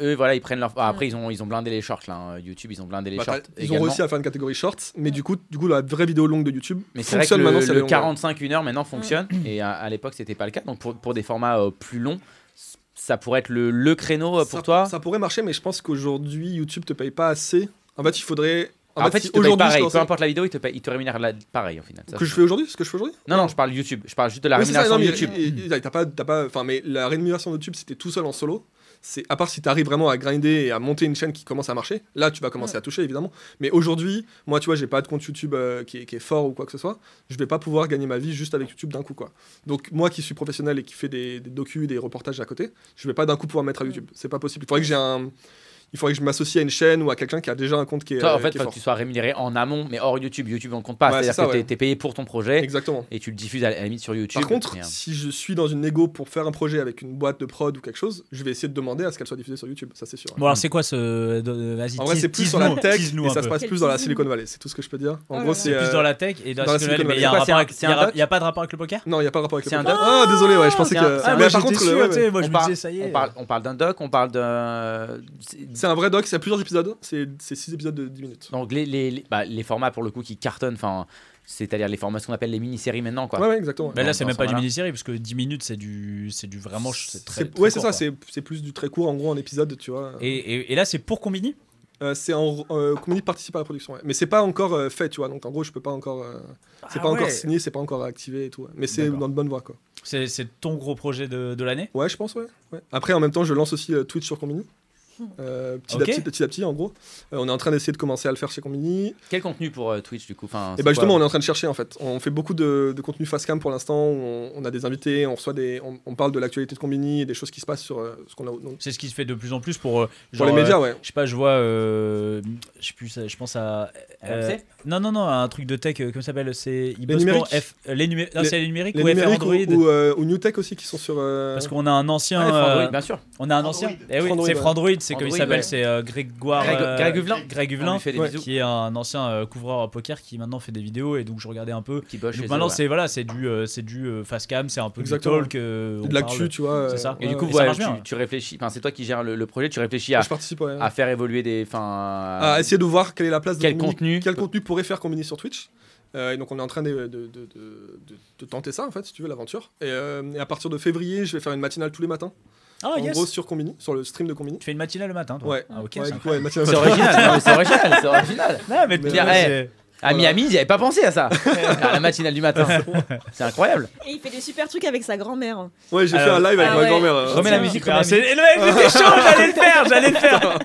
Speaker 3: Eux, voilà, ils prennent leur. ah, après, ils ont, ils ont blindé les shorts, là. hein. YouTube, ils ont blindé les
Speaker 4: Bah,
Speaker 3: shorts.
Speaker 4: t'as- ils ont
Speaker 3: également.
Speaker 4: réussi à faire une catégorie shorts, mais du coup, du coup, la vraie vidéo longue de YouTube
Speaker 3: Mais c'est vrai que
Speaker 4: fonctionne
Speaker 3: le,
Speaker 4: maintenant. c'est
Speaker 3: le
Speaker 4: long, hein. ouais.
Speaker 3: 45 1 heure maintenant fonctionne et à, à l'époque c'était pas le cas donc pour, pour des formats euh, plus longs c- ça pourrait être le, le créneau euh, pour
Speaker 4: ça,
Speaker 3: toi
Speaker 4: Ça pourrait marcher, mais je pense qu'aujourd'hui, YouTube te paye pas assez. En fait, il faudrait.
Speaker 3: Ah, en fait,
Speaker 4: si
Speaker 3: ils te payent pareil
Speaker 4: je lance-
Speaker 3: peu importe la vidéo ils te, payent- ils te rémunèrent la- pareil au final Ça,
Speaker 4: que
Speaker 3: c'est-
Speaker 4: je fais aujourd'hui, ce que je fais aujourd'hui.
Speaker 3: non non je parle YouTube je parle juste de la
Speaker 4: Ouais, c'est ça,
Speaker 3: rémunération
Speaker 4: non, mais
Speaker 3: YouTube
Speaker 4: et- et- T'as pas, t'as pas, enfin, mais la rémunération de YouTube, si t'es tout seul en solo, c'est à part si t'arrives vraiment à grinder et à monter une chaîne qui commence à marcher, là tu vas commencer à toucher évidemment. Mais aujourd'hui, moi, tu vois, j'ai pas de compte YouTube euh, qui, est, qui est fort ou quoi que ce soit, je vais pas pouvoir gagner ma vie juste avec YouTube d'un coup, quoi. Donc moi, qui suis professionnel et qui fais des, des docus, des reportages à côté, je vais pas d'un coup pouvoir me mettre à YouTube. C'est pas possible. Il faudrait que j'ai un, il faudrait que je m'associe à une chaîne ou à quelqu'un qui a déjà un compte qui est,
Speaker 3: toi en
Speaker 4: euh,
Speaker 3: fait
Speaker 4: qui est
Speaker 3: faut
Speaker 4: fort.
Speaker 3: que tu sois rémunéré en amont mais hors YouTube YouTube on ne compte pas
Speaker 4: Ouais,
Speaker 3: c'est à
Speaker 4: c'est
Speaker 3: dire que
Speaker 4: ça,
Speaker 3: t'es-
Speaker 4: ouais.
Speaker 3: t'es payé pour ton projet
Speaker 4: Exactement.
Speaker 3: et tu le diffuses à la limite sur YouTube
Speaker 4: Par contre,
Speaker 3: mais, euh,
Speaker 4: si je suis dans une égo pour faire un projet avec une boîte de prod ou quelque chose, je vais essayer de demander à ce qu'elle soit diffusée sur YouTube, ça c'est sûr.
Speaker 2: Bon, alors c'est quoi ce. de- Vas-y,
Speaker 4: En vrai,
Speaker 2: tease-
Speaker 4: c'est plus sur la
Speaker 2: tease-nous-
Speaker 4: tech
Speaker 2: tease-nous
Speaker 4: et
Speaker 2: un
Speaker 4: ça se
Speaker 2: peu.
Speaker 4: passe
Speaker 5: Quel
Speaker 4: plus dans la
Speaker 5: teasing.
Speaker 4: Silicon Valley, c'est tout ce que je peux dire. En
Speaker 5: Oh là
Speaker 4: gros,
Speaker 5: là.
Speaker 4: c'est.
Speaker 2: C'est plus
Speaker 4: euh,
Speaker 2: dans la tech et dans,
Speaker 4: dans
Speaker 2: la
Speaker 4: la
Speaker 2: Silicon Valley, mais
Speaker 4: Silicon Valley.
Speaker 2: il y a un
Speaker 3: C'est quoi, c'est
Speaker 2: rapport
Speaker 3: un-
Speaker 2: avec-
Speaker 3: c'est
Speaker 2: il y a
Speaker 3: un
Speaker 2: ra-
Speaker 3: doc
Speaker 2: il y a pas de rapport avec le poker
Speaker 4: Non, il n'y a pas de rapport avec
Speaker 3: C'est
Speaker 4: le
Speaker 3: un
Speaker 4: poker.
Speaker 3: doc.
Speaker 4: Ah, désolé, ouais, je pensais
Speaker 3: C'est
Speaker 4: que.
Speaker 3: un- c'est un
Speaker 4: Ouais,
Speaker 3: doc,
Speaker 4: par contre,
Speaker 2: j'étais sûr,
Speaker 4: le- ouais,
Speaker 2: tu sais,
Speaker 4: ouais.
Speaker 2: moi je
Speaker 3: on
Speaker 2: me
Speaker 3: parle-
Speaker 2: disais ça y est.
Speaker 3: euh, on parle on parle d'un doc on parle d'un c'est-
Speaker 4: euh, c'est un vrai doc, c'est plusieurs épisodes, c'est 6 épisodes de 10 minutes.
Speaker 3: Donc les, les, les- bah, les formats pour le coup qui cartonnent, enfin, c'est-à-dire les formats ce qu'on appelle les mini-séries maintenant, quoi.
Speaker 4: Ouais, ouais, exactement. ouais.
Speaker 2: Mais
Speaker 3: Dans-
Speaker 2: là, c'est
Speaker 3: dans
Speaker 2: même
Speaker 3: ce
Speaker 2: pas du
Speaker 3: format-là.
Speaker 2: mini-série, parce que 10 minutes, c'est du, c'est du vraiment. C'est très.
Speaker 4: C'est-
Speaker 2: très
Speaker 4: ouais, c'est
Speaker 2: court,
Speaker 4: ça,
Speaker 2: quoi.
Speaker 4: c'est c'est plus du très court en gros en épisode, tu vois.
Speaker 2: Et, et- et là, c'est pour Combini
Speaker 4: Euh, c'est en euh, community participe à la production, ouais. mais c'est pas encore euh, fait, tu vois. Donc en gros, je peux pas encore, euh, c'est
Speaker 2: Ah
Speaker 4: pas
Speaker 2: ouais.
Speaker 4: encore signé, c'est pas encore activé et tout. ouais. Mais c'est
Speaker 2: D'accord.
Speaker 4: dans de bonnes voies, quoi.
Speaker 2: C'est c'est ton gros projet de, de l'année
Speaker 4: Ouais, je pense, ouais. ouais. Après, en même temps, je lance aussi euh, Twitch sur Combini. Euh, petit,
Speaker 2: Ok.
Speaker 4: à petit, petit à petit, en gros. Euh, on est en train d'essayer de commencer à le faire chez Combini.
Speaker 2: Ah,
Speaker 3: Quel contenu pour euh, Twitch du coup enfin,
Speaker 4: Et
Speaker 3: c'est
Speaker 4: bah justement,
Speaker 3: quoi
Speaker 4: on est en train de chercher en fait. On fait beaucoup de, de contenu face cam pour l'instant. où On, on a des invités, on reçoit des, on, on parle de l'actualité de Combini et des choses qui se passent sur euh, ce qu'on a. donc,
Speaker 2: C'est ce qui se fait de plus en plus pour. euh,
Speaker 4: pour
Speaker 2: genre,
Speaker 4: les
Speaker 2: euh,
Speaker 4: médias, ouais.
Speaker 2: Je sais pas, je vois. euh, je, sais plus, ça- je pense à. euh,
Speaker 3: RMC?
Speaker 2: non, non, non, un truc de tech, euh, comment ça s'appelle C'est. ils
Speaker 4: Les
Speaker 2: bossent pour
Speaker 4: numériques.
Speaker 2: F- euh, les, numé- non,
Speaker 4: Les-
Speaker 2: c'est les numériques
Speaker 4: Les
Speaker 2: ou
Speaker 4: numériques
Speaker 2: FR
Speaker 4: ou,
Speaker 2: Android
Speaker 4: ou, euh, ou New Tech aussi qui sont sur. euh,
Speaker 2: Parce qu'on a un ancien.
Speaker 3: Ah, Frandroid,
Speaker 2: euh,
Speaker 3: bien sûr.
Speaker 2: on a un ancien. Eh oui,
Speaker 4: Frandroid,
Speaker 2: c'est
Speaker 4: ouais.
Speaker 2: Frandroid, c'est comme il
Speaker 3: Frandroid,
Speaker 2: s'appelle,
Speaker 3: ouais.
Speaker 2: c'est euh, Grégoire.
Speaker 3: Greg-
Speaker 2: euh,
Speaker 3: Greg Huvelin.
Speaker 2: Greg
Speaker 3: On
Speaker 2: Huvelin,
Speaker 3: lui fait des
Speaker 4: Ouais.
Speaker 3: bisous.
Speaker 2: qui est un ancien euh, couvreur à poker qui maintenant fait des vidéos et donc je regardais un peu.
Speaker 3: Qui bosse
Speaker 2: Donc
Speaker 3: chez eux,
Speaker 2: maintenant
Speaker 3: ouais.
Speaker 2: c'est voilà, c'est du euh, c'est du euh, face cam, c'est un peu
Speaker 4: Exactement.
Speaker 2: du talk euh, on
Speaker 4: de l'actu,
Speaker 2: parle.
Speaker 4: tu vois.
Speaker 2: C'est
Speaker 4: euh,
Speaker 2: ça.
Speaker 3: Et du
Speaker 4: ouais,
Speaker 3: coup,
Speaker 4: ouais.
Speaker 2: ça
Speaker 3: ouais,
Speaker 2: marche
Speaker 3: tu,
Speaker 2: bien.
Speaker 3: hein. tu réfléchis, enfin, c'est toi qui gères le, le projet, tu réfléchis à,
Speaker 4: Ah, je participe, ouais.
Speaker 3: à faire évoluer des. Enfin,
Speaker 4: Euh,
Speaker 3: euh,
Speaker 4: à essayer de voir quelle est la place de
Speaker 3: Quel
Speaker 4: Combini-
Speaker 3: contenu
Speaker 4: quel contenu pourrait faire Combini sur Twitch. Euh, et donc on est en train de, de, de- de- de- de tenter ça en fait, si tu veux, l'aventure. Et, euh, et à partir de février, je vais faire une matinale tous les matins,
Speaker 2: Ah
Speaker 4: en
Speaker 2: yes.
Speaker 4: gros sur Combini, sur le stream de Combini.
Speaker 2: Tu fais une matinale le matin toi.
Speaker 4: Ouais.
Speaker 2: Ah, OK.
Speaker 4: Ouais,
Speaker 2: c'est
Speaker 4: du coup, ouais, une matinale-
Speaker 3: c'est original, non, mais c'est original, c'est original.
Speaker 2: incroyable. Non, mais
Speaker 4: Mais-
Speaker 2: Pierre, eh,
Speaker 3: Ouais. À
Speaker 4: Voilà.
Speaker 3: Miami, ils n'y avaient pas pensé à ça. à la matinale du matin. C'est incroyable.
Speaker 5: Et il fait des super trucs avec sa grand-mère.
Speaker 4: Ouais, j'ai fait
Speaker 2: Alors-
Speaker 4: un live avec
Speaker 5: Ah
Speaker 4: ma
Speaker 5: ouais.
Speaker 4: grand-mère. euh,
Speaker 3: Remets la
Speaker 5: Tiens.
Speaker 3: musique, remets
Speaker 2: ah,
Speaker 3: la
Speaker 2: c'est
Speaker 3: musique.
Speaker 2: eh, ouais, c'était
Speaker 4: <laughs>
Speaker 2: chaud, j'allais le faire, j'allais le faire.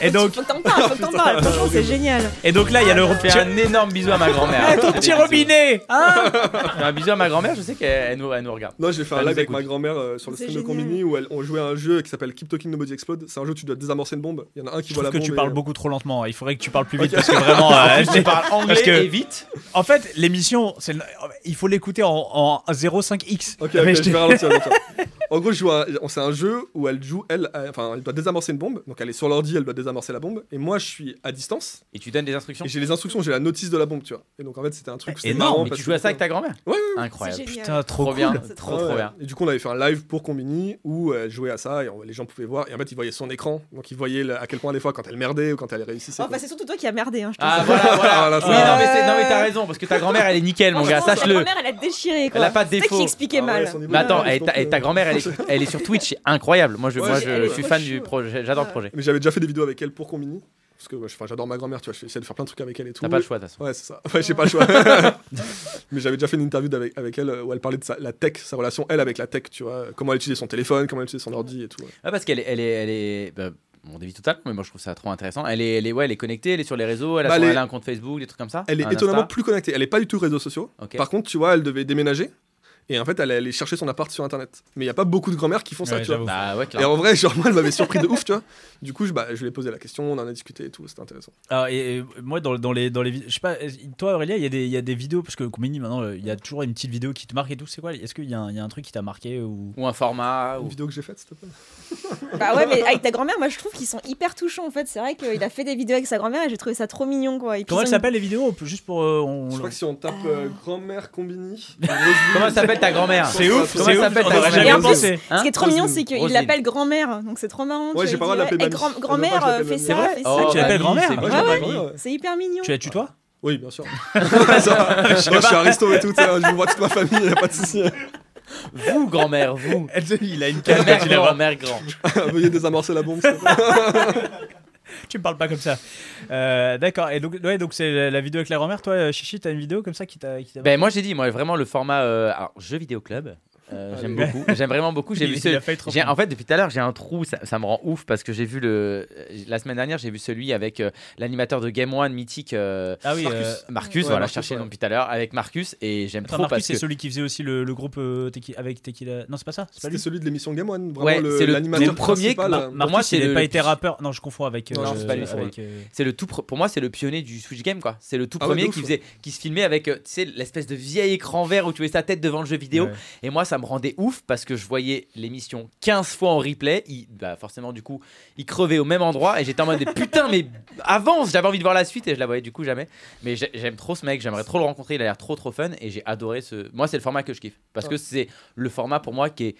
Speaker 2: Et donc
Speaker 5: Faut que t'en parles, faut que
Speaker 3: <laughs>
Speaker 5: t'en parles, franchement, c'est génial.
Speaker 2: et donc là il y a le
Speaker 3: Je fais un énorme bisou à ma grand-mère.
Speaker 2: Ah, ton
Speaker 3: Des
Speaker 2: petit
Speaker 3: <laughs> bisous.
Speaker 2: robinet. Hein
Speaker 3: Je fais Un bisou à ma grand-mère, je sais qu'elle elle nous, elle nous regarde.
Speaker 4: Non, j'ai fait un
Speaker 3: Elle
Speaker 4: live
Speaker 3: nous
Speaker 4: avec
Speaker 3: écoute.
Speaker 4: ma grand-mère euh, sur le
Speaker 5: C'est
Speaker 4: stream de
Speaker 5: génial.
Speaker 4: Combini où elle- on jouait à un jeu qui s'appelle Keep Talking Nobody Explode. C'est un jeu où tu dois désamorcer une bombe. Il y en a un qui
Speaker 2: Je trouve
Speaker 4: voit la
Speaker 2: que
Speaker 4: bombe.
Speaker 2: tu
Speaker 4: et- euh,
Speaker 2: parles beaucoup trop lentement, hein. il faudrait que tu parles plus vite parce que
Speaker 4: <laughs>
Speaker 2: vraiment euh,
Speaker 3: Je
Speaker 2: j'ai-
Speaker 3: parle anglais
Speaker 2: que-
Speaker 3: et vite.
Speaker 2: En fait, l'émission, c'est le- il faut l'écouter en, en 0,5x.
Speaker 4: Ok, ok,
Speaker 2: Ah, Mais je
Speaker 4: je
Speaker 2: te-
Speaker 4: vais ralentir. ralentir. En gros, je joue à- on- c'est un jeu où elle joue, elle, euh, enfin, elle doit désamorcer une bombe. Donc elle est sur l'ordi, elle doit désamorcer la bombe. Et moi, je suis à distance.
Speaker 3: Et tu donnes des instructions.
Speaker 4: Et j'ai les instructions, j'ai la notice de la bombe, tu vois. Et donc en fait, c'était un truc. c'était
Speaker 3: Bah, Énorme.
Speaker 4: marrant
Speaker 3: Et
Speaker 4: parce
Speaker 3: tu
Speaker 4: que
Speaker 3: jouais à ça
Speaker 4: du
Speaker 3: avec
Speaker 4: coup,
Speaker 3: ta grand-mère
Speaker 4: Ouais, ouais,
Speaker 3: Incroyable.
Speaker 5: C'est génial.
Speaker 2: Putain, trop,
Speaker 3: Trop
Speaker 2: cool.
Speaker 3: bien,
Speaker 5: C'est
Speaker 3: trop
Speaker 4: Ah
Speaker 3: trop
Speaker 4: ouais.
Speaker 3: bien.
Speaker 4: Et du coup, on avait fait un live pour Combini où euh, elle jouait à ça et on- les gens pouvaient voir. Et en fait, ils voyaient son écran. Donc, ils voyaient le- à quel point, des fois, quand elle merdait ou quand elle réussissait.
Speaker 5: Oh, bah, c'est surtout toi qui as merdé, hein, je te
Speaker 3: Ah
Speaker 5: dis.
Speaker 3: voilà,
Speaker 4: Voilà,
Speaker 3: voilà.
Speaker 4: ça
Speaker 3: Oui,
Speaker 5: va.
Speaker 3: non, mais c'est- non, mais t'as raison, parce que ta grand-mère elle est nickel, mon gars,
Speaker 5: Franchement, ta
Speaker 3: sache-le.
Speaker 5: grand-mère, elle a déchiré. Quoi.
Speaker 3: Elle a pas de
Speaker 5: C'est ça
Speaker 3: défaut.
Speaker 5: qui expliquait
Speaker 4: Ah ouais,
Speaker 5: mal.
Speaker 4: son niveau
Speaker 3: Mais attends,
Speaker 4: de
Speaker 3: et
Speaker 4: donc,
Speaker 3: ta, et ta
Speaker 4: euh,
Speaker 3: grand-mère elle est, elle est sur Twitch, c'est incroyable. Moi je,
Speaker 4: Ouais,
Speaker 3: moi,
Speaker 4: c'est-
Speaker 3: je,
Speaker 4: elle
Speaker 3: je
Speaker 4: est
Speaker 3: suis
Speaker 5: trop
Speaker 3: fan
Speaker 5: chou.
Speaker 3: du projet, j'adore le
Speaker 5: Ouais.
Speaker 3: projet.
Speaker 4: Mais j'avais déjà fait des vidéos avec elle pour Combini. Parce que ouais, je- enfin, j'adore ma grand-mère, tu vois. J'essaie de faire plein de trucs avec elle et tout.
Speaker 3: T'as pas le choix de toute façon.
Speaker 4: Ouais, c'est ça. Ouais, j'ai pas le choix. Mais j'avais déjà fait une interview avec, avec elle euh, où elle parlait de sa- la tech, sa relation, elle, avec la tech, tu vois. euh, Comment elle utilisait son téléphone, comment elle utilisait son ordi et tout. ouais.
Speaker 3: Ouais, Ah, parce qu'elle est, elle est, elle est bah, bon, dévie total, mais moi je trouve ça trop intéressant. Elle est, elle est, ouais, elle est connectée, elle est sur les réseaux, elle a,
Speaker 4: Bah,
Speaker 3: son-
Speaker 4: elle est-
Speaker 3: elle a un compte Facebook, des trucs comme ça.
Speaker 4: Elle est
Speaker 3: un
Speaker 4: étonnamment
Speaker 3: Insta.
Speaker 4: plus connectée. Elle est pas du tout réseaux sociaux.
Speaker 3: Ah, Ok.
Speaker 4: Par contre, tu vois, elle devait déménager. Et en fait, elle allait chercher son appart sur internet. Mais il y a pas beaucoup de grand-mères qui font ça,
Speaker 2: Ouais,
Speaker 4: tu vois.
Speaker 2: j'avoue.
Speaker 3: Bah ouais, clairement.
Speaker 4: Et en vrai, genre, moi, elle m'avait surpris de ouf, tu vois. Du coup, je, bah, je lui ai posé la question, on en a discuté et tout, c'était intéressant.
Speaker 2: Alors, et, et moi, dans, dans les, dans les vid- je sais pas, est-ce- toi Aurélia, il y, a des- il y a des vidéos, parce que Combini maintenant, euh, il y a toujours une petite vidéo qui te marque et tout, c'est quoi Est-ce qu'il y, a un- il y a un truc qui t'a marqué ou...
Speaker 3: Ou un format.
Speaker 4: Une
Speaker 3: Ou...
Speaker 4: vidéo que j'ai faite, s'il te plaît.
Speaker 5: Bah ouais, mais avec ta grand-mère, moi je trouve qu'ils sont hyper touchants en fait. C'est vrai qu'il a fait des vidéos avec sa grand-mère et j'ai trouvé ça trop mignon quoi. Et puis,
Speaker 2: Comment
Speaker 5: ils
Speaker 2: elles
Speaker 5: ont-
Speaker 2: s'appellent les vidéos On peut- Juste pour. euh, on-
Speaker 4: Je crois que si on tape euh, grand-mère combini.
Speaker 3: Comment elle s'appelle ta grand-mère Hein
Speaker 4: C'est ouf,
Speaker 3: Comment
Speaker 4: c'est
Speaker 3: elle
Speaker 4: ouf,
Speaker 3: s'appelle
Speaker 4: on
Speaker 3: ta
Speaker 4: aurait
Speaker 3: grand-mère
Speaker 4: jamais
Speaker 5: Et en plus,
Speaker 2: pensé.
Speaker 5: ce qui est trop
Speaker 3: Roselyne.
Speaker 5: mignon, c'est qu'il
Speaker 3: Roselyne.
Speaker 5: l'appelle grand-mère, donc c'est trop marrant. tu vois,
Speaker 4: j'ai
Speaker 5: il
Speaker 4: pas le droit
Speaker 5: dit,
Speaker 4: de l'appeler
Speaker 5: ouais, eh,
Speaker 4: mamie.
Speaker 5: grand-
Speaker 4: Elle doit pas
Speaker 5: grand-mère
Speaker 4: s'appeler
Speaker 5: euh, fait
Speaker 4: mamie.
Speaker 5: ça,
Speaker 3: vrai
Speaker 5: fait
Speaker 3: Oh,
Speaker 5: ça.
Speaker 2: Tu l'appelles
Speaker 3: Mamie,
Speaker 2: grand-mère
Speaker 3: c'est
Speaker 4: Ah Ouais,
Speaker 3: mignon,
Speaker 4: ouais,
Speaker 3: Mamie.
Speaker 4: ouais, ouais.
Speaker 5: C'est hyper mignon.
Speaker 2: Tu la tutoies
Speaker 4: Oui, bien <laughs> sûr. Ça, va. Moi, je suis aristo et tout, tu sais, je vous vois toute ma famille, y a pas de <laughs> souci.
Speaker 3: Vous, grand-mère,
Speaker 4: <laughs>
Speaker 3: vous.
Speaker 2: Il a une
Speaker 3: Mère grand, mère grand.
Speaker 4: Veuillez désamorcer la bombe. s'il te plaît.
Speaker 2: Tu me parles pas comme ça. Euh, D'accord. Et donc, ouais, donc c'est la- la vidéo avec la grand-mère. Toi, euh, Chichi, t'as une vidéo comme ça qui t'a. qui t'a-
Speaker 3: Ben moi j'ai dit, moi vraiment le format euh, alors, jeu vidéo club, euh,
Speaker 4: Ah,
Speaker 3: j'aime
Speaker 2: Ouais.
Speaker 3: beaucoup, j'aime vraiment beaucoup. J'ai
Speaker 2: Il-
Speaker 3: vu
Speaker 2: il
Speaker 3: ce,
Speaker 2: a failli te
Speaker 3: j'ai-
Speaker 2: reprendre.
Speaker 3: en fait depuis tout à l'heure j'ai un trou, ça, ça me rend ouf parce que j'ai vu le la semaine dernière j'ai vu celui avec euh, l'animateur de Game One mythique euh,
Speaker 2: Ah oui.
Speaker 4: Marcus.
Speaker 2: euh,
Speaker 3: Marcus,
Speaker 4: Ouais,
Speaker 3: voilà
Speaker 4: Marcus,
Speaker 3: je cherchais
Speaker 4: ouais.
Speaker 3: le nom depuis tout à l'heure avec Marcus et j'aime
Speaker 2: Attends,
Speaker 3: trop
Speaker 2: Marcus,
Speaker 3: parce
Speaker 2: c'est
Speaker 3: que
Speaker 2: celui qui faisait aussi le, le groupe euh, Tequi- avec Tequila. Non, c'est pas ça. C'est pas
Speaker 4: C'était
Speaker 2: lui.
Speaker 4: celui de l'émission Game One. Vraiment
Speaker 3: Ouais, c'est le
Speaker 4: l'animateur
Speaker 3: tout premier que
Speaker 4: principal,
Speaker 3: ma-
Speaker 4: euh,
Speaker 3: Pour moi,
Speaker 2: Marcus,
Speaker 3: c'est
Speaker 2: il n'a
Speaker 3: le-
Speaker 2: pas été rappeur. Non, je confonds avec. euh,
Speaker 4: Non, c'est
Speaker 3: pas lui, c'est
Speaker 2: avec, euh,
Speaker 3: c'est le tout pre- pour moi c'est le pionnier du Switch game quoi. C'est le tout
Speaker 4: Ah ouais,
Speaker 3: premier
Speaker 4: de ouf,
Speaker 3: qui faisait qui se filmait avec euh, tu sais l'espèce de vieil écran vert où tu mets sa tête devant le jeu vidéo
Speaker 2: ouais.
Speaker 3: Et moi, ça me rendait ouf parce que je voyais l'émission 15 fois en replay. Il, bah forcément, du coup, il crevait au même endroit. Et j'étais en mode, mais putain, mais avance J'avais envie de voir la suite et je la voyais du coup jamais. Mais j'ai- j'aime trop ce mec, j'aimerais trop le rencontrer. Il a l'air trop, trop fun. Et j'ai adoré ce. Moi, c'est le format que je kiffe. Parce que c'est le format pour moi qui est.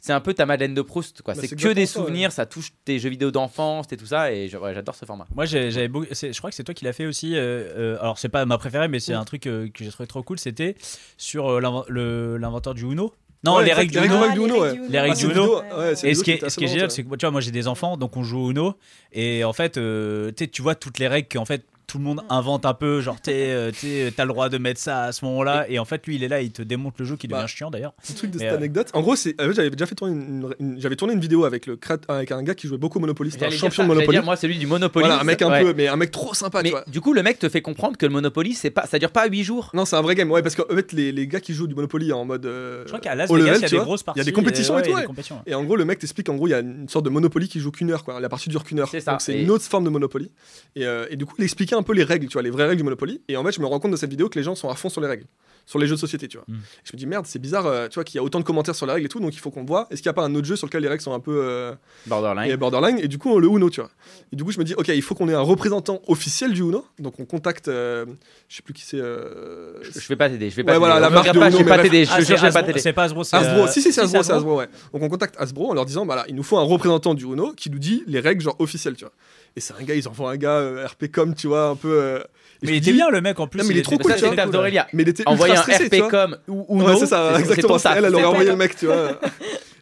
Speaker 3: C'est un peu ta Madeleine de Proust, quoi.
Speaker 4: Bah,
Speaker 3: c'est
Speaker 4: c'est
Speaker 3: que des
Speaker 4: exactement ça, ouais.
Speaker 3: souvenirs, ça touche tes jeux vidéo d'enfance et tout ça. Et je- ouais, j'adore ce format.
Speaker 2: Moi, j'ai- j'avais beau- c'est- je crois que c'est toi qui l'as fait aussi. euh, euh, alors, c'est pas ma préférée, mais c'est
Speaker 4: Mm.
Speaker 2: un truc euh, que j'ai trouvé trop cool. C'était sur euh, l'inven- le- l'inventeur du Uno. Non,
Speaker 4: Ouais,
Speaker 2: les
Speaker 4: exact,
Speaker 2: règles du
Speaker 4: les règles
Speaker 2: Uno.
Speaker 4: du Uno, ouais.
Speaker 2: Les règles
Speaker 4: Ah, c'est
Speaker 2: du
Speaker 4: une
Speaker 2: Uno.
Speaker 4: vidéo, ouais, c'est une
Speaker 2: Et ce qui
Speaker 4: vidéo était
Speaker 2: est, ce qui est
Speaker 4: assez
Speaker 2: génial,
Speaker 4: marrante,
Speaker 2: c'est que moi, tu vois, moi j'ai des enfants, donc on joue au Uno, et en fait, euh, tu sais, tu vois toutes les règles qu'en fait tout le monde invente un peu, genre t'es, euh, t'es- t'as le droit de mettre ça à ce moment-là, et en fait lui il est là, il te démonte le jeu qui devient
Speaker 4: Bah.
Speaker 2: chiant d'ailleurs.
Speaker 4: petit truc de
Speaker 2: Mais,
Speaker 4: cette
Speaker 2: euh,
Speaker 4: anecdote. En gros, c'est, euh, j'avais déjà fait tourner une, une- j'avais tourné une vidéo avec le crête- avec un gars qui jouait beaucoup au Monopoly, c'était un
Speaker 3: J'allais dire ça,
Speaker 4: champion de
Speaker 3: j'allais
Speaker 4: Monopoly.
Speaker 3: dire, moi, celui du Monopoly.
Speaker 4: voilà, un mec un
Speaker 3: Ouais.
Speaker 4: peu, mais un mec trop sympa,
Speaker 3: Mais
Speaker 4: tu vois.
Speaker 3: du coup, le mec te fait comprendre que le Monopoly, c'est pas, ça dure pas 8 jours.
Speaker 4: Non, c'est un vrai game, ouais, parce qu'en fait, les, les gars qui jouent du Monopoly en mode. euh,
Speaker 2: Je crois qu'à Las
Speaker 4: au
Speaker 2: Vegas,
Speaker 4: level,
Speaker 2: il y a
Speaker 4: tu
Speaker 2: des
Speaker 4: vois,
Speaker 2: grosses parties.
Speaker 4: Il y a des compétitions
Speaker 2: euh,
Speaker 4: et tout,
Speaker 2: il y a des
Speaker 4: ouais.
Speaker 2: compétitions, ouais.
Speaker 4: Et en gros, le mec t'explique qu'en gros, il y a une sorte de Monopoly qui joue qu'une heure, quoi. La partie dure qu'une heure.
Speaker 3: C'est ça,
Speaker 4: Donc, c'est
Speaker 3: et-
Speaker 4: une autre forme de Monopoly. Et, euh, et du coup, il expliquait un peu les règles, tu vois, les vraies règles du Monopoly. Et en fait, je me rends compte de cette vidéo que les gens sont à fond sur les règles, sur les jeux de société, tu vois.
Speaker 2: Mm.
Speaker 4: Je me dis, merde, c'est bizarre, euh, tu vois, qu'il y a autant de commentaires sur les règles et tout, donc il faut qu'on voit. Est-ce qu'il n'y a pas un autre jeu sur lequel les règles sont un peu. euh,
Speaker 3: Borderline.
Speaker 4: et Borderline, et du coup, on le Uno, tu vois. Et du coup, je me dis, ok, il faut qu'on ait un représentant officiel du Uno. Donc, on contacte, euh, je sais plus qui c'est. euh,
Speaker 3: Je je vais pas t'aider, je vais pas t'aider.
Speaker 4: Ouais, voilà, la
Speaker 3: Je
Speaker 4: marque
Speaker 3: regarde
Speaker 4: de
Speaker 3: pas,
Speaker 4: Uno,
Speaker 3: je vais
Speaker 4: mais
Speaker 3: pas t'aider, je
Speaker 2: Ah,
Speaker 3: te
Speaker 2: c'est
Speaker 3: jure, je vais pas
Speaker 2: Hasbro,
Speaker 3: t'aider.
Speaker 2: c'est pas Hasbro, c'est
Speaker 4: Hasbro,
Speaker 2: euh,
Speaker 4: si, si, c'est Hasbro, c'est
Speaker 2: Hasbro.
Speaker 4: Hasbro, ouais. Donc, on contacte Hasbro en leur disant, voilà, il nous faut un représentant du Uno qui nous dit les règles, genre officielles, tu vois. Et c'est un gars, ils envoient un gars euh, RPcom, tu vois, un peu. euh, et je
Speaker 2: Mais il
Speaker 4: me
Speaker 2: était
Speaker 4: dis,
Speaker 2: bien le mec en plus.
Speaker 4: Non, mais il est trop
Speaker 2: était-
Speaker 4: cool,
Speaker 3: Ça,
Speaker 4: tu
Speaker 3: c'est
Speaker 4: vois.
Speaker 3: le taf d'Aurélia.
Speaker 4: Mais il était
Speaker 3: Envoyer
Speaker 4: ultra
Speaker 3: un
Speaker 4: stressé, tu vois.
Speaker 3: RP comme ou ou
Speaker 4: Ouais,
Speaker 3: non,
Speaker 4: c'est ça,
Speaker 3: c'est ton
Speaker 4: exactement. c'est
Speaker 3: taf,
Speaker 4: Elle, elle
Speaker 3: c'est
Speaker 4: aurait
Speaker 3: ton
Speaker 4: envoyé
Speaker 3: taf.
Speaker 4: le mec, tu vois.